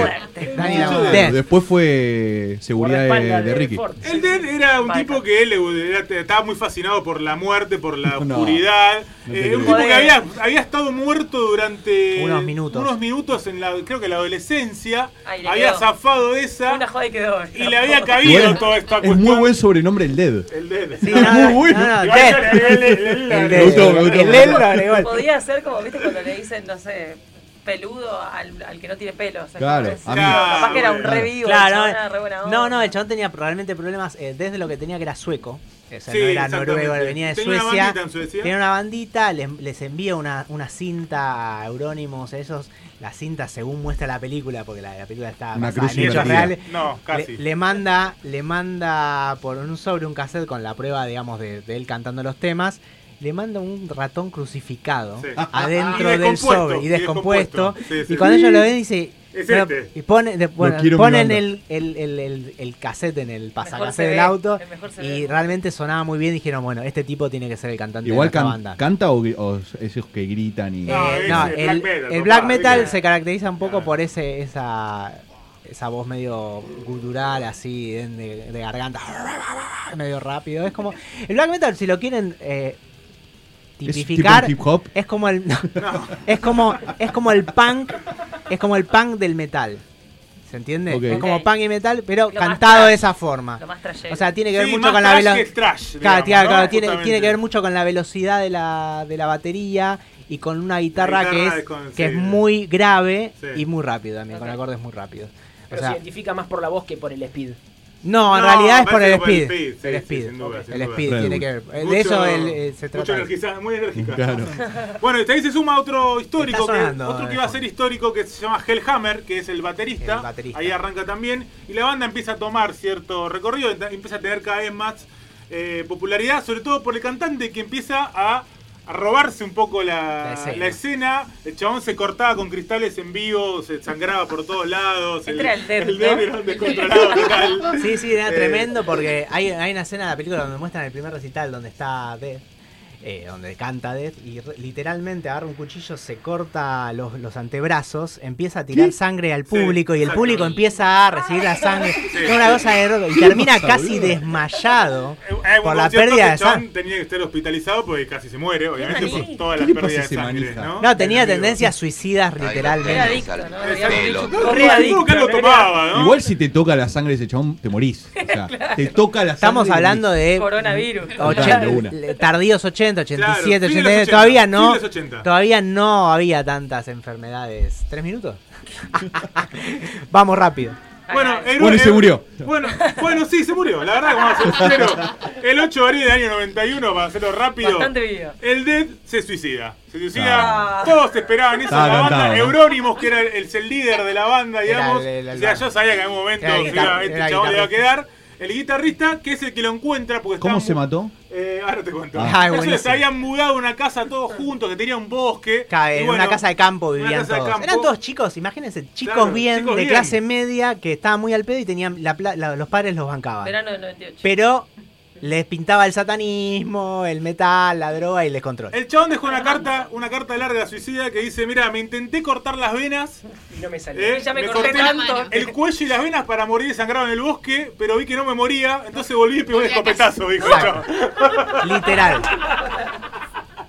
Speaker 28: Dani la
Speaker 30: Claro,
Speaker 28: muerte.
Speaker 30: Después fue seguridad eh, de,
Speaker 28: espalda
Speaker 30: de Ricky.
Speaker 28: El Dead era un tipo que él era- estaba muy fascinado por la muerte, por la
Speaker 30: No,
Speaker 28: oscuridad.
Speaker 30: no
Speaker 28: Eh,
Speaker 30: te creo.
Speaker 28: un tipo que había, había estado muerto durante
Speaker 3: Unos minutos.
Speaker 28: unos minutos en la, creo que la adolescencia.
Speaker 17: Ahí le
Speaker 28: había
Speaker 17: quedó.
Speaker 28: zafado de esa.
Speaker 17: Una joda y quedó.
Speaker 28: Y le había
Speaker 30: Igual
Speaker 28: cabido
Speaker 30: es-
Speaker 28: toda esta
Speaker 30: Es
Speaker 28: cuestión.
Speaker 30: muy buen sobrenombre el Dead.
Speaker 28: El Dead.
Speaker 30: Sí, no, Muy bueno. no, no,
Speaker 28: Igual
Speaker 30: Dead.
Speaker 28: yo le agregué el Dead, el Dead.
Speaker 30: El Dead. Me gustó, me gustó.
Speaker 3: El Dead lo agregó el-
Speaker 17: Podía ser como, viste, cuando le dicen, no sé, peludo al, al que no tiene pelo. O sea,
Speaker 3: Claro,
Speaker 17: como
Speaker 3: a
Speaker 17: que-
Speaker 3: mí.
Speaker 17: Capaz que era un
Speaker 3: Claro.
Speaker 17: revivo.
Speaker 3: Claro, eh.
Speaker 17: Claro,
Speaker 3: no, No, no, el chabón tenía realmente problemas eh, desde lo que tenía que era sueco. O sea,
Speaker 28: Sí,
Speaker 3: no era
Speaker 28: exactamente.
Speaker 3: noruego, venía de
Speaker 28: Tenía una
Speaker 3: Suecia.
Speaker 28: bandita en Suecia.
Speaker 3: Tenía una bandita, les, les envía una, una cinta a Euronymous, esos. La cinta según muestra la película, porque la, la película está
Speaker 30: Una
Speaker 3: basada
Speaker 30: cruz
Speaker 3: en hechos
Speaker 30: invertida.
Speaker 3: reales.
Speaker 28: No, casi.
Speaker 3: Le, le manda, le manda por un sobre un cassette con la prueba, digamos, de, de él cantando los temas. Le manda un ratón crucificado
Speaker 30: Sí.
Speaker 3: adentro
Speaker 28: Ah, Y
Speaker 3: del
Speaker 28: descompuesto,
Speaker 3: sobre y
Speaker 28: y
Speaker 3: descompuesto.
Speaker 28: descompuesto. Sí, sí.
Speaker 3: Y cuando ellos lo ven, dice.
Speaker 28: Es
Speaker 3: "Pero
Speaker 28: este".
Speaker 3: y pone, de- bueno,
Speaker 30: quiero en mi
Speaker 3: ponen
Speaker 30: banda.
Speaker 3: el, el, el, el- el cassette en el
Speaker 17: se
Speaker 3: pasacassette
Speaker 17: ve,
Speaker 3: del auto
Speaker 17: el mejor se
Speaker 3: y
Speaker 17: ve.
Speaker 3: realmente sonaba muy bien. Dijeron, bueno, este tipo tiene que ser el cantante
Speaker 30: Igual
Speaker 3: de la
Speaker 30: can-
Speaker 3: banda.
Speaker 30: canta o, o esos que gritan y.
Speaker 3: Eh, no, el, el black metal,
Speaker 30: papá, ¿viste?
Speaker 3: se caracteriza un poco por ese esa esa voz medio gutural así de, de- de garganta medio rápido es como el black metal si lo quieren eh,
Speaker 30: ¿Es tipo
Speaker 3: tipificar
Speaker 30: hip hop?
Speaker 3: es como el es como es como el punk es como el punk del metal ¿Se entiende?
Speaker 30: Ok.
Speaker 3: Es como punk y metal, pero
Speaker 17: más
Speaker 3: cantado de
Speaker 17: trash,
Speaker 3: esa forma.
Speaker 17: lo más trashero.
Speaker 3: o sea, tiene que ver
Speaker 17: Sí,
Speaker 3: mucho
Speaker 17: más
Speaker 3: con la
Speaker 17: trash
Speaker 3: velocidad.
Speaker 17: que trash,
Speaker 3: Claro,
Speaker 17: digamos,
Speaker 3: claro,
Speaker 17: ¿no?
Speaker 3: claro, tiene, tiene
Speaker 17: Justamente.
Speaker 3: que ver mucho con la velocidad de la, de la batería y con una guitarra,
Speaker 4: guitarra
Speaker 3: que,
Speaker 4: es
Speaker 3: es,
Speaker 4: con-
Speaker 3: que
Speaker 4: sí.
Speaker 3: es muy grave
Speaker 4: Sí.
Speaker 3: y muy rápido también, con acordes muy rápidos. O
Speaker 4: Pero se
Speaker 3: sea,
Speaker 4: identifica más por la voz que por el speed.
Speaker 3: no, en
Speaker 4: No,
Speaker 3: realidad es por el
Speaker 4: parece que
Speaker 3: speed.
Speaker 4: por el speed, sí,
Speaker 3: el
Speaker 4: sí,
Speaker 3: speed,
Speaker 4: sin duda, sin
Speaker 3: el
Speaker 4: duda.
Speaker 3: speed
Speaker 4: Red
Speaker 3: tiene
Speaker 4: Bull.
Speaker 3: que ver. eh,
Speaker 28: Mucho-
Speaker 3: de eso el- eh, se
Speaker 28: Mucho
Speaker 3: trata.
Speaker 28: energizada, muy enérgica.
Speaker 30: Claro.
Speaker 28: Bueno, y ahí se suma otro histórico,
Speaker 3: Está
Speaker 28: que-
Speaker 3: sonando, eh,
Speaker 28: otro que iba a ser histórico que se llama Hellhammer, que es el baterista. Ahí arranca también. Y la banda empieza a tomar cierto recorrido, ent- empieza a tener cada vez más eh, popularidad, sobre todo por el cantante que empieza a, a robarse un poco la, la
Speaker 3: La
Speaker 28: escena.
Speaker 3: escena.
Speaker 28: El chabón se cortaba con cristales en vivo, se sangraba por todos lados.
Speaker 17: Entra el dedo,
Speaker 28: dedo
Speaker 17: ¿no?
Speaker 28: era un descontrolado total.
Speaker 3: Sí, sí, era
Speaker 28: Eh,
Speaker 3: tremendo porque hay, hay una escena de la película donde muestran el primer recital donde está Death eh, donde canta Death, y re- literalmente agarra un cuchillo, se corta los, los antebrazos, empieza a tirar sangre al público y el
Speaker 1: exacto.
Speaker 3: público empieza a recibir la sangre.
Speaker 1: Sí.
Speaker 3: Es Una cosa de rock, y
Speaker 1: ¿Qué
Speaker 3: termina
Speaker 1: pasa,
Speaker 3: casi
Speaker 1: boludo?
Speaker 3: desmayado
Speaker 28: Hay eh, un
Speaker 3: por la
Speaker 28: concierto
Speaker 3: pérdida
Speaker 28: que
Speaker 3: de
Speaker 28: Chan
Speaker 3: sangre.
Speaker 28: tenía que estar hospitalizado porque casi se muere, obviamente,
Speaker 3: manija.
Speaker 28: por todas
Speaker 3: ¿Qué
Speaker 28: las
Speaker 3: le pasa a
Speaker 28: pérdidas
Speaker 3: ese
Speaker 28: de sangre,
Speaker 3: manija?
Speaker 28: ¿no?
Speaker 3: No, tenía tendencias suicidas
Speaker 28: Era
Speaker 3: literalmente.
Speaker 28: adicto, ¿no? Exacto. Re adicto, Nunca lo ¿no? tomaba, ¿no?
Speaker 30: Igual si te toca la sangre de ese chabón, te morís. O sea, te toca la sangre.
Speaker 3: Estamos hablando de
Speaker 17: Coronavirus.
Speaker 3: ochen-
Speaker 30: De una.
Speaker 3: le- tardíos 80, 87,
Speaker 30: Claro, fines de los
Speaker 3: 89,
Speaker 30: 80,
Speaker 3: todavía no,
Speaker 30: fines de los 80.
Speaker 3: todavía no había tantas enfermedades. ¿Tres minutos? Vamos rápido.
Speaker 28: Bueno, el-
Speaker 3: Bueno, y
Speaker 28: el-
Speaker 3: se murió.
Speaker 28: Bueno, bueno, sí, se murió. La verdad, vamos a ser sinceros, El 8 de abril del año 91, para hacerlo rápido.
Speaker 17: Bastante video.
Speaker 28: El Dead se suicida. Se suicida.
Speaker 17: Ah.
Speaker 28: Todos esperaban eso.
Speaker 30: Estaba
Speaker 28: la banda,
Speaker 30: cantado, ¿no?
Speaker 28: Eurónimos, que era el, es el líder de la banda,
Speaker 30: Era
Speaker 28: digamos.
Speaker 30: el- el- el-
Speaker 28: o sea, yo sabía que en algún momento
Speaker 30: Era el
Speaker 28: se
Speaker 30: guitar-
Speaker 28: iba- este
Speaker 30: era el
Speaker 28: chabón le iba a
Speaker 30: guitarrista.
Speaker 28: quedar. El guitarrista, que es el que lo encuentra, porque
Speaker 30: ¿Cómo
Speaker 28: estaba
Speaker 30: se mató?
Speaker 28: eh, ahora te cuento.
Speaker 30: Ah. Ay,
Speaker 28: Ellos
Speaker 30: buenísimo.
Speaker 28: se habían mudado a una casa todos juntos, que tenía un bosque.
Speaker 3: Cae,
Speaker 28: y
Speaker 3: en
Speaker 28: bueno,
Speaker 3: una casa de campo
Speaker 28: una
Speaker 3: vivían
Speaker 28: casa de
Speaker 3: todos.
Speaker 28: campo.
Speaker 3: Eran todos chicos, imagínense, chicos
Speaker 28: Claro,
Speaker 3: bien,
Speaker 28: chicos
Speaker 3: de
Speaker 28: bien.
Speaker 3: clase media, que estaban muy al pedo y tenían la pla- la- los padres los bancaban.
Speaker 17: Verano del 98.
Speaker 3: Pero les pintaba el satanismo, el metal, la droga y les control.
Speaker 28: El chabón dejó una carta, una carta larga suicida que dice, mira, me intenté cortar las venas.
Speaker 4: Y no me salió.
Speaker 28: Ya me, corté,
Speaker 17: tanto.
Speaker 28: el cuello y las venas para morir sangrado en el bosque, pero vi que no me moría, entonces volví y pegué un
Speaker 3: Volví a
Speaker 28: escopetazo, dijo.
Speaker 3: Exacto. Literal.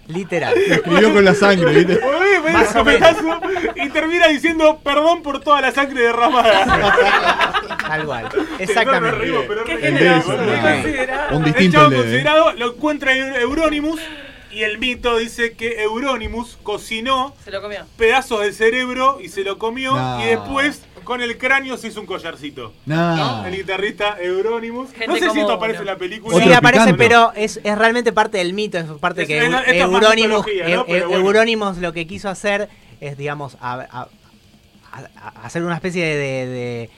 Speaker 3: Literal.
Speaker 30: Escribió con la sangre, ¿viste?
Speaker 28: Volví y pegué un
Speaker 30: Más o
Speaker 28: escopetazo y termina diciendo perdón por toda la sangre derramada.
Speaker 3: Tal cual.
Speaker 28: Exactamente.
Speaker 30: El Death es una- un distinto
Speaker 28: El
Speaker 30: el
Speaker 28: chavo
Speaker 30: Death, ¿eh?
Speaker 28: considerado lo encuentra en Euronymous y el mito dice que Euronymous cocinó
Speaker 17: Se lo comió.
Speaker 28: pedazos del cerebro y se lo comió
Speaker 30: No.
Speaker 28: y después con el cráneo se hizo un collarcito.
Speaker 30: No.
Speaker 28: El guitarrista Euronymous. No
Speaker 17: Gente
Speaker 28: sé si
Speaker 17: como
Speaker 28: esto aparece en
Speaker 17: uno.
Speaker 28: la película.
Speaker 3: Sí, aparece, pero es, es realmente parte del mito, es parte
Speaker 28: Es-
Speaker 3: que
Speaker 28: es la- esto es más
Speaker 3: Euronymous,
Speaker 28: mitología, ¿no?
Speaker 3: Eu-
Speaker 28: Pero
Speaker 3: Eu-
Speaker 28: bueno.
Speaker 3: Euronymous lo que quiso hacer es, digamos, a- a- a- a- hacer una especie de, de-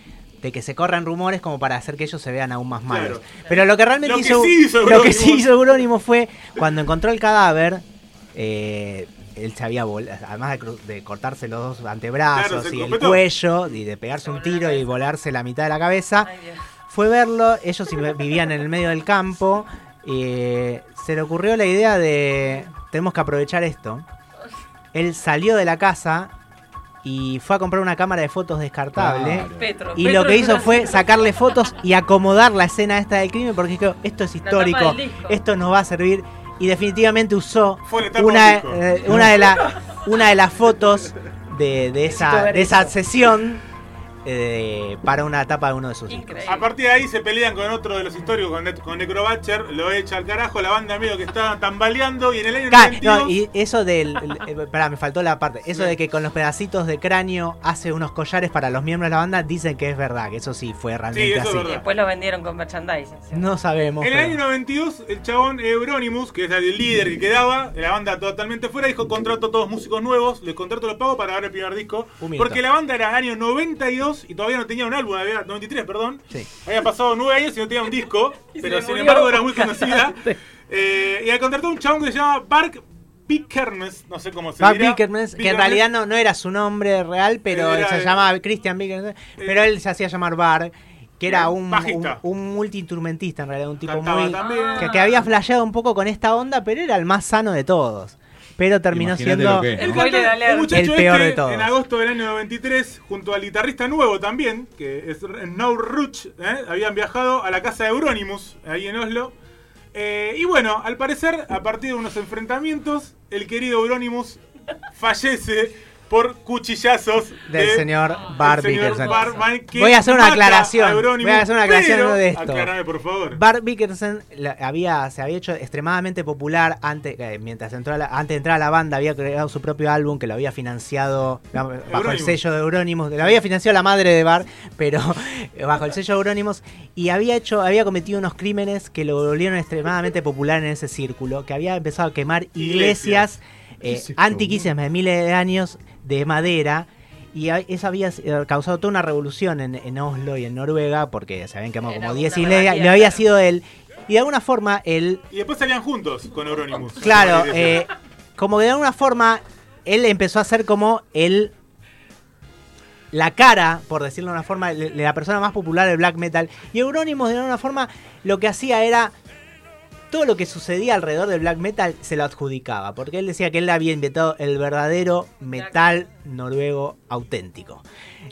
Speaker 3: de que se corran rumores como para hacer que ellos se vean aún más malos.
Speaker 1: Claro.
Speaker 3: Pero lo que realmente
Speaker 1: Lo que
Speaker 3: hizo,
Speaker 1: sí hizo
Speaker 3: lo que sí
Speaker 1: Euronymous.
Speaker 3: hizo Euronymous fue cuando encontró el cadáver. eh, él se había vol- además de, cru- de cortarse los dos antebrazos
Speaker 1: Claro, se
Speaker 3: y el
Speaker 1: completó.
Speaker 3: cuello y de pegarse un tiro y volarse la mitad de la cabeza, fue verlo, ellos iba- vivían en el medio del campo, eh, se le ocurrió la idea de, tenemos que aprovechar esto. Él salió de la casa y fue a comprar una cámara de fotos descartable.
Speaker 17: Claro. Petro,
Speaker 3: y
Speaker 17: Petro
Speaker 3: lo que
Speaker 17: es
Speaker 3: hizo
Speaker 17: una-
Speaker 3: fue sacarle fotos y acomodar la escena esta del crimen porque dijo, esto es
Speaker 17: tapa del
Speaker 3: histórico,
Speaker 17: disco.
Speaker 3: esto nos va a servir. Y definitivamente usó
Speaker 28: Fue la tapa
Speaker 3: una,
Speaker 28: del disco.
Speaker 3: eh, una, de la, una de las fotos de, de
Speaker 28: Necesito
Speaker 3: esa,
Speaker 28: ver
Speaker 3: de esa
Speaker 28: eso.
Speaker 3: sesión eh, para una etapa de uno de sus discos.
Speaker 28: A partir de ahí se pelean con otro de los históricos, con, Ne- con Necrobatcher, lo echa al carajo, la banda medio que está tambaleando y en el año
Speaker 3: Ca-
Speaker 28: 92...
Speaker 3: no, y eso del. el- eh, pará, me faltó la parte. Eso de que con los pedacitos de cráneo hace unos collares para los miembros de la banda, dicen que es verdad, que eso sí fue realmente así.
Speaker 17: Después lo vendieron con merchandising.
Speaker 3: No sabemos.
Speaker 28: En el
Speaker 3: pero-
Speaker 28: año 92, el chabón eh, Euronymous, que era el líder que quedaba, de la banda totalmente fuera, dijo: Contrato a todos músicos nuevos, les contrato los pago para grabar el primer disco.
Speaker 3: minuto.
Speaker 28: Porque la banda era año 92 y todavía no tenía un álbum, había 93, perdón.
Speaker 3: Sí.
Speaker 28: Había pasado 9 años y no tenía un disco,
Speaker 3: Y
Speaker 28: pero
Speaker 3: se
Speaker 28: sin
Speaker 3: murió.
Speaker 28: embargo era muy conocida. Eh, y al contrató a un chabón que se llama Bark Pickernes, no sé cómo se
Speaker 3: Mark
Speaker 28: dirá.
Speaker 3: Bickermans, que en realidad no, no era su nombre real, pero
Speaker 28: Era
Speaker 3: se
Speaker 28: el-
Speaker 3: llamaba Christian Bickermans, pero él se hacía llamar Bar, que era
Speaker 28: Bien,
Speaker 3: un, un,
Speaker 28: bajista.
Speaker 3: un multiinstrumentista en realidad, un tipo
Speaker 28: Cantaba
Speaker 3: muy.
Speaker 28: también.
Speaker 3: Que, que había flasheado un poco con esta onda, pero era el más sano de todos. Pero terminó
Speaker 30: Imagínate
Speaker 3: siendo
Speaker 30: lo que es,
Speaker 28: El, cantante- el muchacho
Speaker 3: el peor
Speaker 28: este,
Speaker 3: de todos.
Speaker 28: en agosto del año 93, junto al guitarrista nuevo también, que es No Ruch, ¿eh? habían viajado a la casa de Euronymous, ahí en Oslo. Eh, y bueno, al parecer, a partir de unos enfrentamientos, el querido Euronymous fallece por cuchillazos
Speaker 3: del
Speaker 28: de-
Speaker 3: señor Bar
Speaker 28: del Eh, señor
Speaker 3: Bickermans.
Speaker 28: Barman, que
Speaker 3: Voy a hacer una
Speaker 28: mata a
Speaker 3: aclaración.
Speaker 28: Euronymous,
Speaker 3: voy a hacer una
Speaker 28: pero-
Speaker 3: aclaración de esto.
Speaker 28: aclarame, por favor.
Speaker 3: Bart Bickerson la- había, se había hecho extremadamente popular antes, eh, mientras entró a la, antes de entrar a la banda, había creado su propio álbum que lo había financiado digamos, bajo el
Speaker 1: Euronymous.
Speaker 3: sello de Euronymous, lo había financiado la madre de Bart, pero eh, bajo el sello de Euronymous, y había hecho, había cometido unos crímenes que lo volvieron extremadamente popular en ese círculo, que había empezado a quemar iglesias,
Speaker 1: ¿Qué
Speaker 3: eh,
Speaker 1: es esto,
Speaker 3: antiquísimas de miles de años de madera. Y a- eso había eh, causado toda una revolución en, en Oslo y en Noruega, porque se habían quemado como 10
Speaker 28: una
Speaker 3: iglesias, y
Speaker 28: anarquía,
Speaker 3: lo había sido él. Y de alguna forma, él,
Speaker 28: Y después salían juntos con Euronymous.
Speaker 3: claro,
Speaker 28: Así que-
Speaker 3: eh, como que de alguna forma, él empezó a ser como el. La cara, por decirlo de una forma, de de la persona más popular del black metal. Y Euronymous, de alguna forma, lo que hacía era todo lo que sucedía alrededor del black metal se lo adjudicaba, porque él decía que él había inventado el verdadero metal noruego auténtico.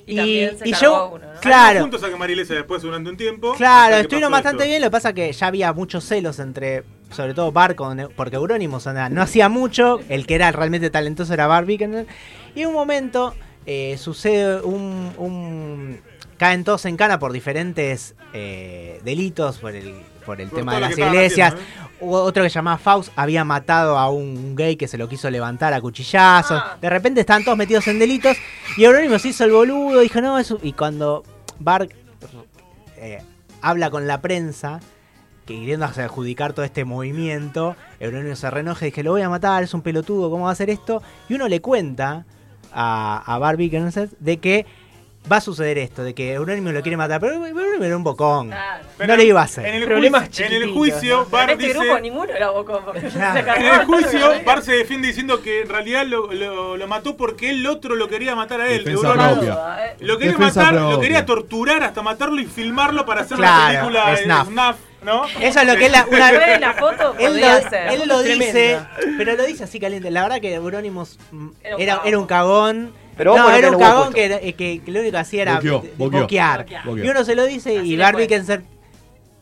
Speaker 28: Y
Speaker 3: y, y yo, claro,
Speaker 28: Juntos a que Marilesa después durante un tiempo.
Speaker 3: Claro,
Speaker 28: hasta que
Speaker 3: estuvieron
Speaker 28: pasó
Speaker 3: bastante
Speaker 28: esto.
Speaker 3: bien, lo que pasa que ya había muchos celos entre, sobre todo Barco, porque Eurónimo sonaba- no hacía mucho, el que era realmente talentoso era Bart Bickner, y en un momento eh, sucede un, un- caen todos en cana por diferentes eh, delitos, por el, por el
Speaker 1: Por
Speaker 3: tema
Speaker 1: todo
Speaker 3: de
Speaker 1: lo
Speaker 3: las
Speaker 1: que estaban
Speaker 3: iglesias.
Speaker 1: haciendo,
Speaker 3: Hubo Otro que se llamaba Faust había matado a un gay que se lo quiso levantar a cuchillazos. De repente estaban todos metidos en delitos. Y Eurónimo se hizo el boludo, dijo, no, eso. Y cuando Bark eh, habla con la prensa, que queriendo adjudicar todo este movimiento, Euronio se renoja y dice, lo voy a matar, es un pelotudo, ¿cómo va a hacer esto? Y uno le cuenta a, a Barbie Kernset de que va a suceder esto, de que Euronio lo quiere matar, pero Euronio era un bocón.
Speaker 28: Pero
Speaker 3: no le iba a hacer.
Speaker 28: En el, juicio, en el juicio, Bar
Speaker 17: en este
Speaker 28: dice.
Speaker 17: grupo ninguno era bocón. porque se
Speaker 28: En
Speaker 17: agarraba
Speaker 28: el
Speaker 17: todo
Speaker 28: juicio,
Speaker 17: y-
Speaker 28: Bar se defiende diciendo que en realidad lo, lo- lo mató porque el otro lo quería matar a él.
Speaker 30: Defensa
Speaker 28: Euronymous.
Speaker 30: propia.
Speaker 28: Lo quería
Speaker 30: Defensa
Speaker 28: matar, lo
Speaker 30: propia.
Speaker 28: quería torturar hasta matarlo y filmarlo para hacer
Speaker 30: Claro,
Speaker 28: la película eh,
Speaker 30: Snuff.
Speaker 28: Snuff, ¿no?
Speaker 3: Eso es lo que es la, una
Speaker 28: vez
Speaker 3: él
Speaker 17: podría
Speaker 3: lo,
Speaker 17: ser.
Speaker 3: él lo
Speaker 17: Tremenda.
Speaker 3: dice, pero lo dice así caliente. La verdad que Euronymous mm,
Speaker 17: Era un
Speaker 3: era,
Speaker 17: cagón.
Speaker 3: era un cagón.
Speaker 1: Pero vos
Speaker 3: no,
Speaker 1: ponete
Speaker 3: era
Speaker 1: el
Speaker 3: un
Speaker 1: huevo
Speaker 3: cagón que, eh, que- que lo único que hacía era
Speaker 1: Boqueó,
Speaker 3: de- de
Speaker 1: boqueó,
Speaker 3: boquear.
Speaker 1: boqueó.
Speaker 3: Y uno se lo dice y
Speaker 1: le
Speaker 3: Barbie
Speaker 1: fue.
Speaker 3: Kenser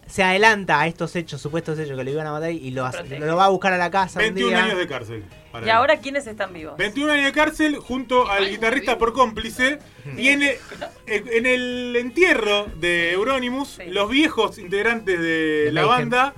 Speaker 3: se adelanta a estos hechos, supuestos hechos que lo iban a matar y lo, hace-
Speaker 17: protege.
Speaker 3: lo va a buscar a la casa. un
Speaker 28: 21
Speaker 3: día.
Speaker 28: años de cárcel. para
Speaker 17: ¿Y
Speaker 28: él.
Speaker 17: ahora quiénes están vivos?
Speaker 28: 21 años de cárcel junto al guitarrista por cómplice. Y en el, en el entierro de Euronymous, los viejos integrantes de, la
Speaker 6: Mayhem.
Speaker 28: banda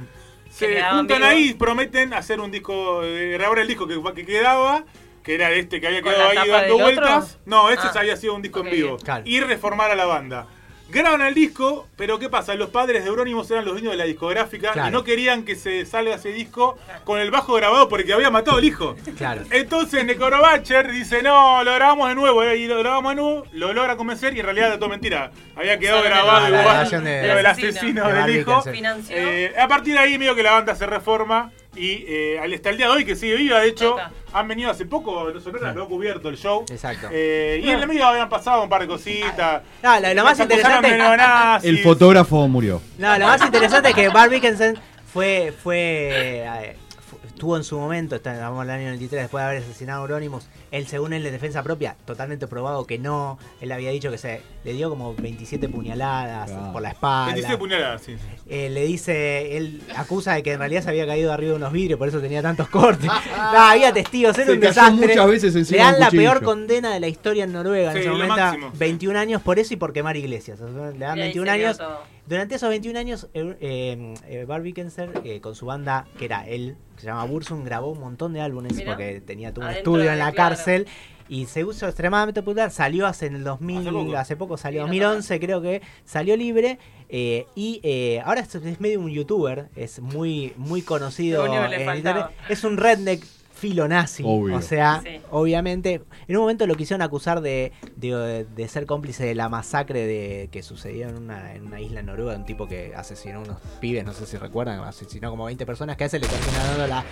Speaker 28: se
Speaker 6: quedaban
Speaker 28: juntan
Speaker 6: vivos.
Speaker 28: ahí y prometen hacer un disco, eh, grabar el disco que, que quedaba, que era este que había
Speaker 6: ¿Con
Speaker 28: quedado
Speaker 6: la
Speaker 28: ahí
Speaker 6: tapa
Speaker 28: dando
Speaker 6: del otro?
Speaker 28: vueltas. No, ese
Speaker 6: Ah.
Speaker 28: había sido un disco
Speaker 6: Ok.
Speaker 28: en vivo.
Speaker 6: Claro.
Speaker 28: Y reformar a la banda. Graban el disco, pero ¿qué pasa? Los padres de Euronymous eran los dueños de la discográfica
Speaker 6: Claro.
Speaker 28: y no querían que se salga ese disco con el bajo grabado porque había matado al hijo.
Speaker 3: Claro.
Speaker 28: Entonces Necorobacher dice, no, lo grabamos de nuevo, eh, y lo grabamos de nuevo, lo logra convencer y en realidad era todo mentira. Había quedado
Speaker 6: Solamente
Speaker 28: grabado
Speaker 6: la
Speaker 28: igual
Speaker 6: grabación de-
Speaker 28: lo del
Speaker 6: del asesino.
Speaker 28: asesino
Speaker 6: De
Speaker 28: del
Speaker 6: Barbie
Speaker 28: hijo.
Speaker 6: Cancer. Financió.
Speaker 28: Eh, a partir de ahí medio que la banda se reforma y eh, al- hasta el día de hoy que sigue viva, de hecho, han venido hace poco, los sonoras lo ha cubierto el show.
Speaker 3: Exacto.
Speaker 28: Eh,
Speaker 3: Ah.
Speaker 28: y en la medio habían pasado un par de cositas.
Speaker 3: No, lo- lo Ah, más
Speaker 28: Los acusaron
Speaker 3: interesante-
Speaker 28: de neonazis.
Speaker 30: El fotógrafo murió.
Speaker 3: No, lo más interesante es que Barbie Kensen fue, fue, eh, fu- estuvo en su momento, estábamos en el año 93, después de haber asesinado a Euronymous, él según él de defensa propia, totalmente probado que no, él había dicho que se le dio como 27 puñaladas por la espalda.
Speaker 28: 27 puñaladas, sí.
Speaker 3: Eh, le dice, él acusa de que en realidad se había caído arriba de unos vidrios, por eso tenía tantos cortes. No, había testigos, era
Speaker 30: Se
Speaker 3: un
Speaker 30: cayó
Speaker 3: desastre.
Speaker 30: muchas veces encima
Speaker 3: Le
Speaker 30: de
Speaker 3: dan
Speaker 30: un
Speaker 3: la
Speaker 30: cuchillo.
Speaker 3: peor condena de la historia en Noruega
Speaker 30: Sí,
Speaker 3: en ese
Speaker 30: lo
Speaker 3: momento.
Speaker 30: máximo.
Speaker 3: 21 años por eso y por quemar iglesias. O sea, Le dan
Speaker 30: Y ahí
Speaker 3: 21
Speaker 30: se quedó
Speaker 3: años.
Speaker 30: todo.
Speaker 3: Durante esos 21 años, eh, eh, eh, Bart Wickenser, eh, con su banda, que era él, que se llama Bursum, grabó un montón de álbumes
Speaker 30: Mirá.
Speaker 3: porque tenía tuvo un
Speaker 30: Adentro
Speaker 3: estudio
Speaker 30: de-
Speaker 3: en la
Speaker 30: claro.
Speaker 3: cárcel. Y se hizo extremadamente popular, salió hace en el 2000, hace poco, salió, 2011 creo que, salió libre. eh, y eh, ahora es, es medio un youtuber, es muy muy conocido
Speaker 30: Lo único que le
Speaker 3: en
Speaker 30: faltaba.
Speaker 3: internet. Es un redneck filonazi,
Speaker 30: Obvio.
Speaker 3: o sea, obviamente. En un momento lo quisieron acusar de, de, de ser cómplice de la masacre de, que sucedió en una, en una isla noruega, un tipo que asesinó a unos pibes, no sé si recuerdan, asesinó como 20 personas, que a ese le terminaron dando la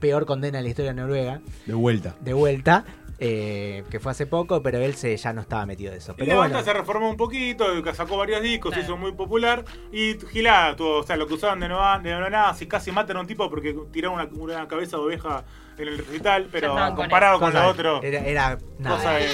Speaker 3: peor condena de la historia de Noruega,
Speaker 30: De vuelta.
Speaker 3: de vuelta, eh, que fue hace poco, pero él se, ya no estaba metido de eso.
Speaker 28: y la
Speaker 3: Pero
Speaker 28: banda
Speaker 3: bueno,
Speaker 28: se reformó un poquito, eh, que sacó varios discos, se hizo muy popular. Y Gilá, todo, o sea, lo acusaban de no de neonazis, casi matan a un tipo porque tiraron una, una cabeza de oveja en el recital, pero
Speaker 3: estaban con
Speaker 28: comparado
Speaker 3: él.
Speaker 28: con,
Speaker 3: Cosa-
Speaker 28: lo otro.
Speaker 3: era- era nada.
Speaker 28: cosa de-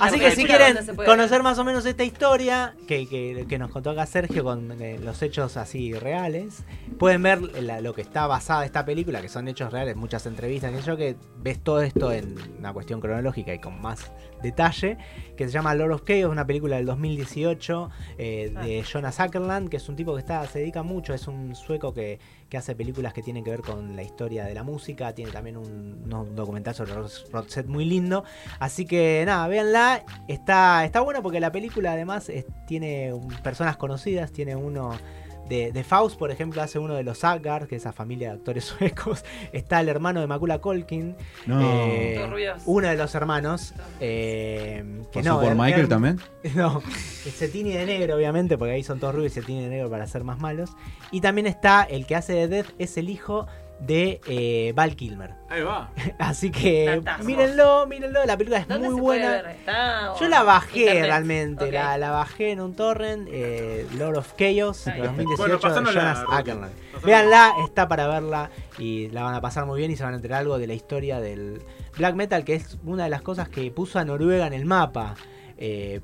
Speaker 3: Así
Speaker 28: Ok,
Speaker 3: que si
Speaker 28: escucha,
Speaker 3: quieren
Speaker 28: ¿dónde se puede
Speaker 3: conocer más o menos esta historia que, que- que nos contó acá Sergio con eh, los hechos así reales, pueden ver la- lo que está basada esta película, que son hechos reales, muchas entrevistas, que yo que ves todo esto en una cuestión cronológica y con más detalle, que se llama Lord of Chaos, una película del 2018 eh,
Speaker 28: Ah.
Speaker 3: de Jonas Ackerland, que es un tipo que está, se dedica mucho, es un sueco que, que hace películas que tienen que ver con la historia de la música, tiene también un, no, un documental sobre Ros- Roxette muy lindo, así que nada, véanla, está, está bueno porque la película además es- tiene un- personas conocidas, tiene uno... De, de Faust, por ejemplo, hace uno de los Asgard, que es esa familia de actores suecos. Está el hermano de Macula Colkin.
Speaker 30: No.
Speaker 3: eh,
Speaker 30: Turbios.
Speaker 3: uno de los hermanos. eh, que
Speaker 30: ¿Pasó
Speaker 3: no,
Speaker 30: por
Speaker 3: era-
Speaker 30: Michael
Speaker 3: era-
Speaker 30: también?
Speaker 3: No, se tiene de negro, obviamente, porque ahí son todos rubios y se tiene de negro para ser más malos. Y también está el que hace de Death, es el hijo de eh, Val Kilmer.
Speaker 28: Ahí va.
Speaker 3: Así que
Speaker 28: Fantasmo.
Speaker 3: mírenlo, mírenlo, la película es muy buena. Yo la bajé realmente,
Speaker 28: Ok.
Speaker 3: la, la bajé en un torrent, eh, Lord of Chaos, de
Speaker 28: Bueno,
Speaker 3: 2018 de
Speaker 28: pasándosla,
Speaker 3: Jonas
Speaker 28: Rodri,
Speaker 3: Ackerman. Véanla, está para verla y la van a pasar muy bien y se van a enterar algo de la historia del black metal, que es una de las cosas que puso a Noruega en el mapa eh,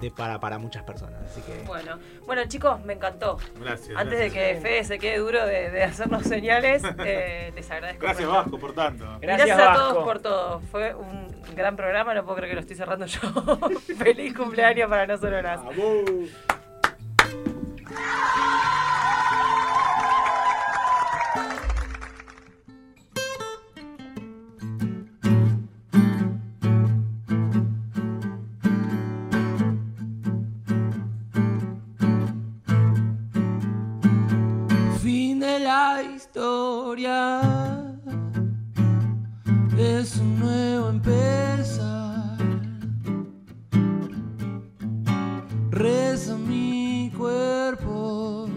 Speaker 3: de, para, para muchas personas. Así que
Speaker 17: Bueno, bueno chicos, me encantó.
Speaker 28: Gracias.
Speaker 17: Antes de que Fede se quede duro de, de hacernos señales, eh, les agradezco.
Speaker 28: Gracias,
Speaker 17: mucho.
Speaker 28: Vasco, por tanto.
Speaker 17: Gracias, a todos por todo. Fue un gran programa, no puedo creer que lo estoy cerrando yo. Feliz cumpleaños para no sonoras.
Speaker 25: fin de la historia es un nuevo empezar. Reza mi cuerpo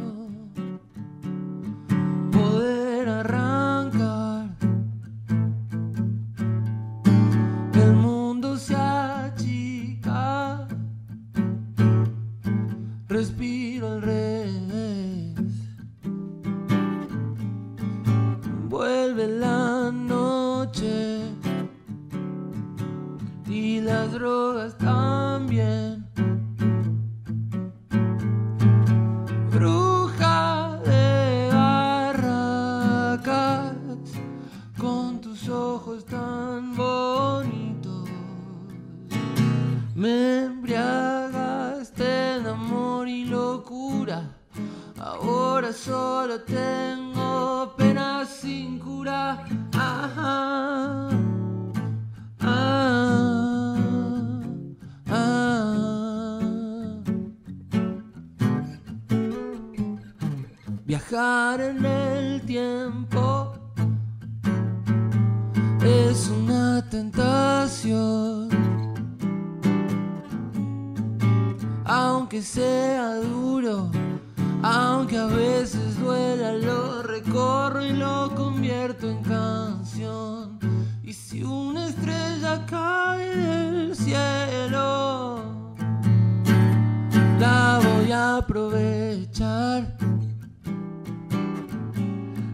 Speaker 25: poder arrancar. El mundo se achica. Respiro al revés. Vuelve la noche y las drogas también. Bruja de barracas con tus ojos tan bonitos, me embriagaste de amor y locura. Ahora solo tengo penas sin cura. Ajá. Ah, ah. Viajar en el tiempo es una tentación. Aunque sea duro. Aunque a veces duela, lo recorro y lo convierto en canción. Y si una estrella cae del cielo, la voy a aprovechar.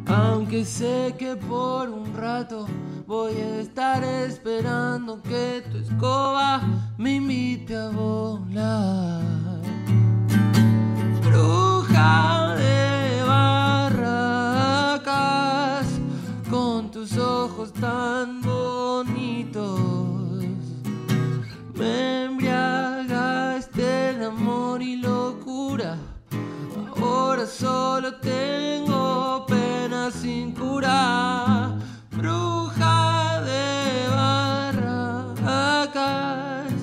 Speaker 25: Aunque sé que por un rato voy a estar esperando que tu escoba me invite a volar bruja de barracas, con tus ojos tan bonitos. Me embriagaste en amor y locura, ahora solo tengo pena sin cura. Bruja de barracas,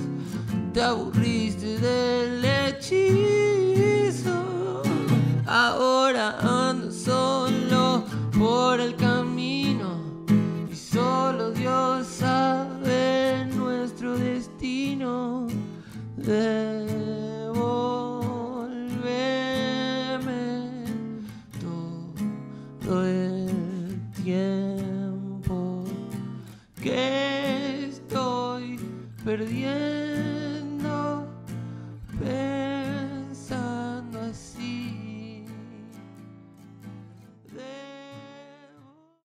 Speaker 25: te aburriste del hechizo. Ahora ando solo por el camino y solo Dios sabe nuestro destino. Devolveme todo el tiempo que estoy perdiendo.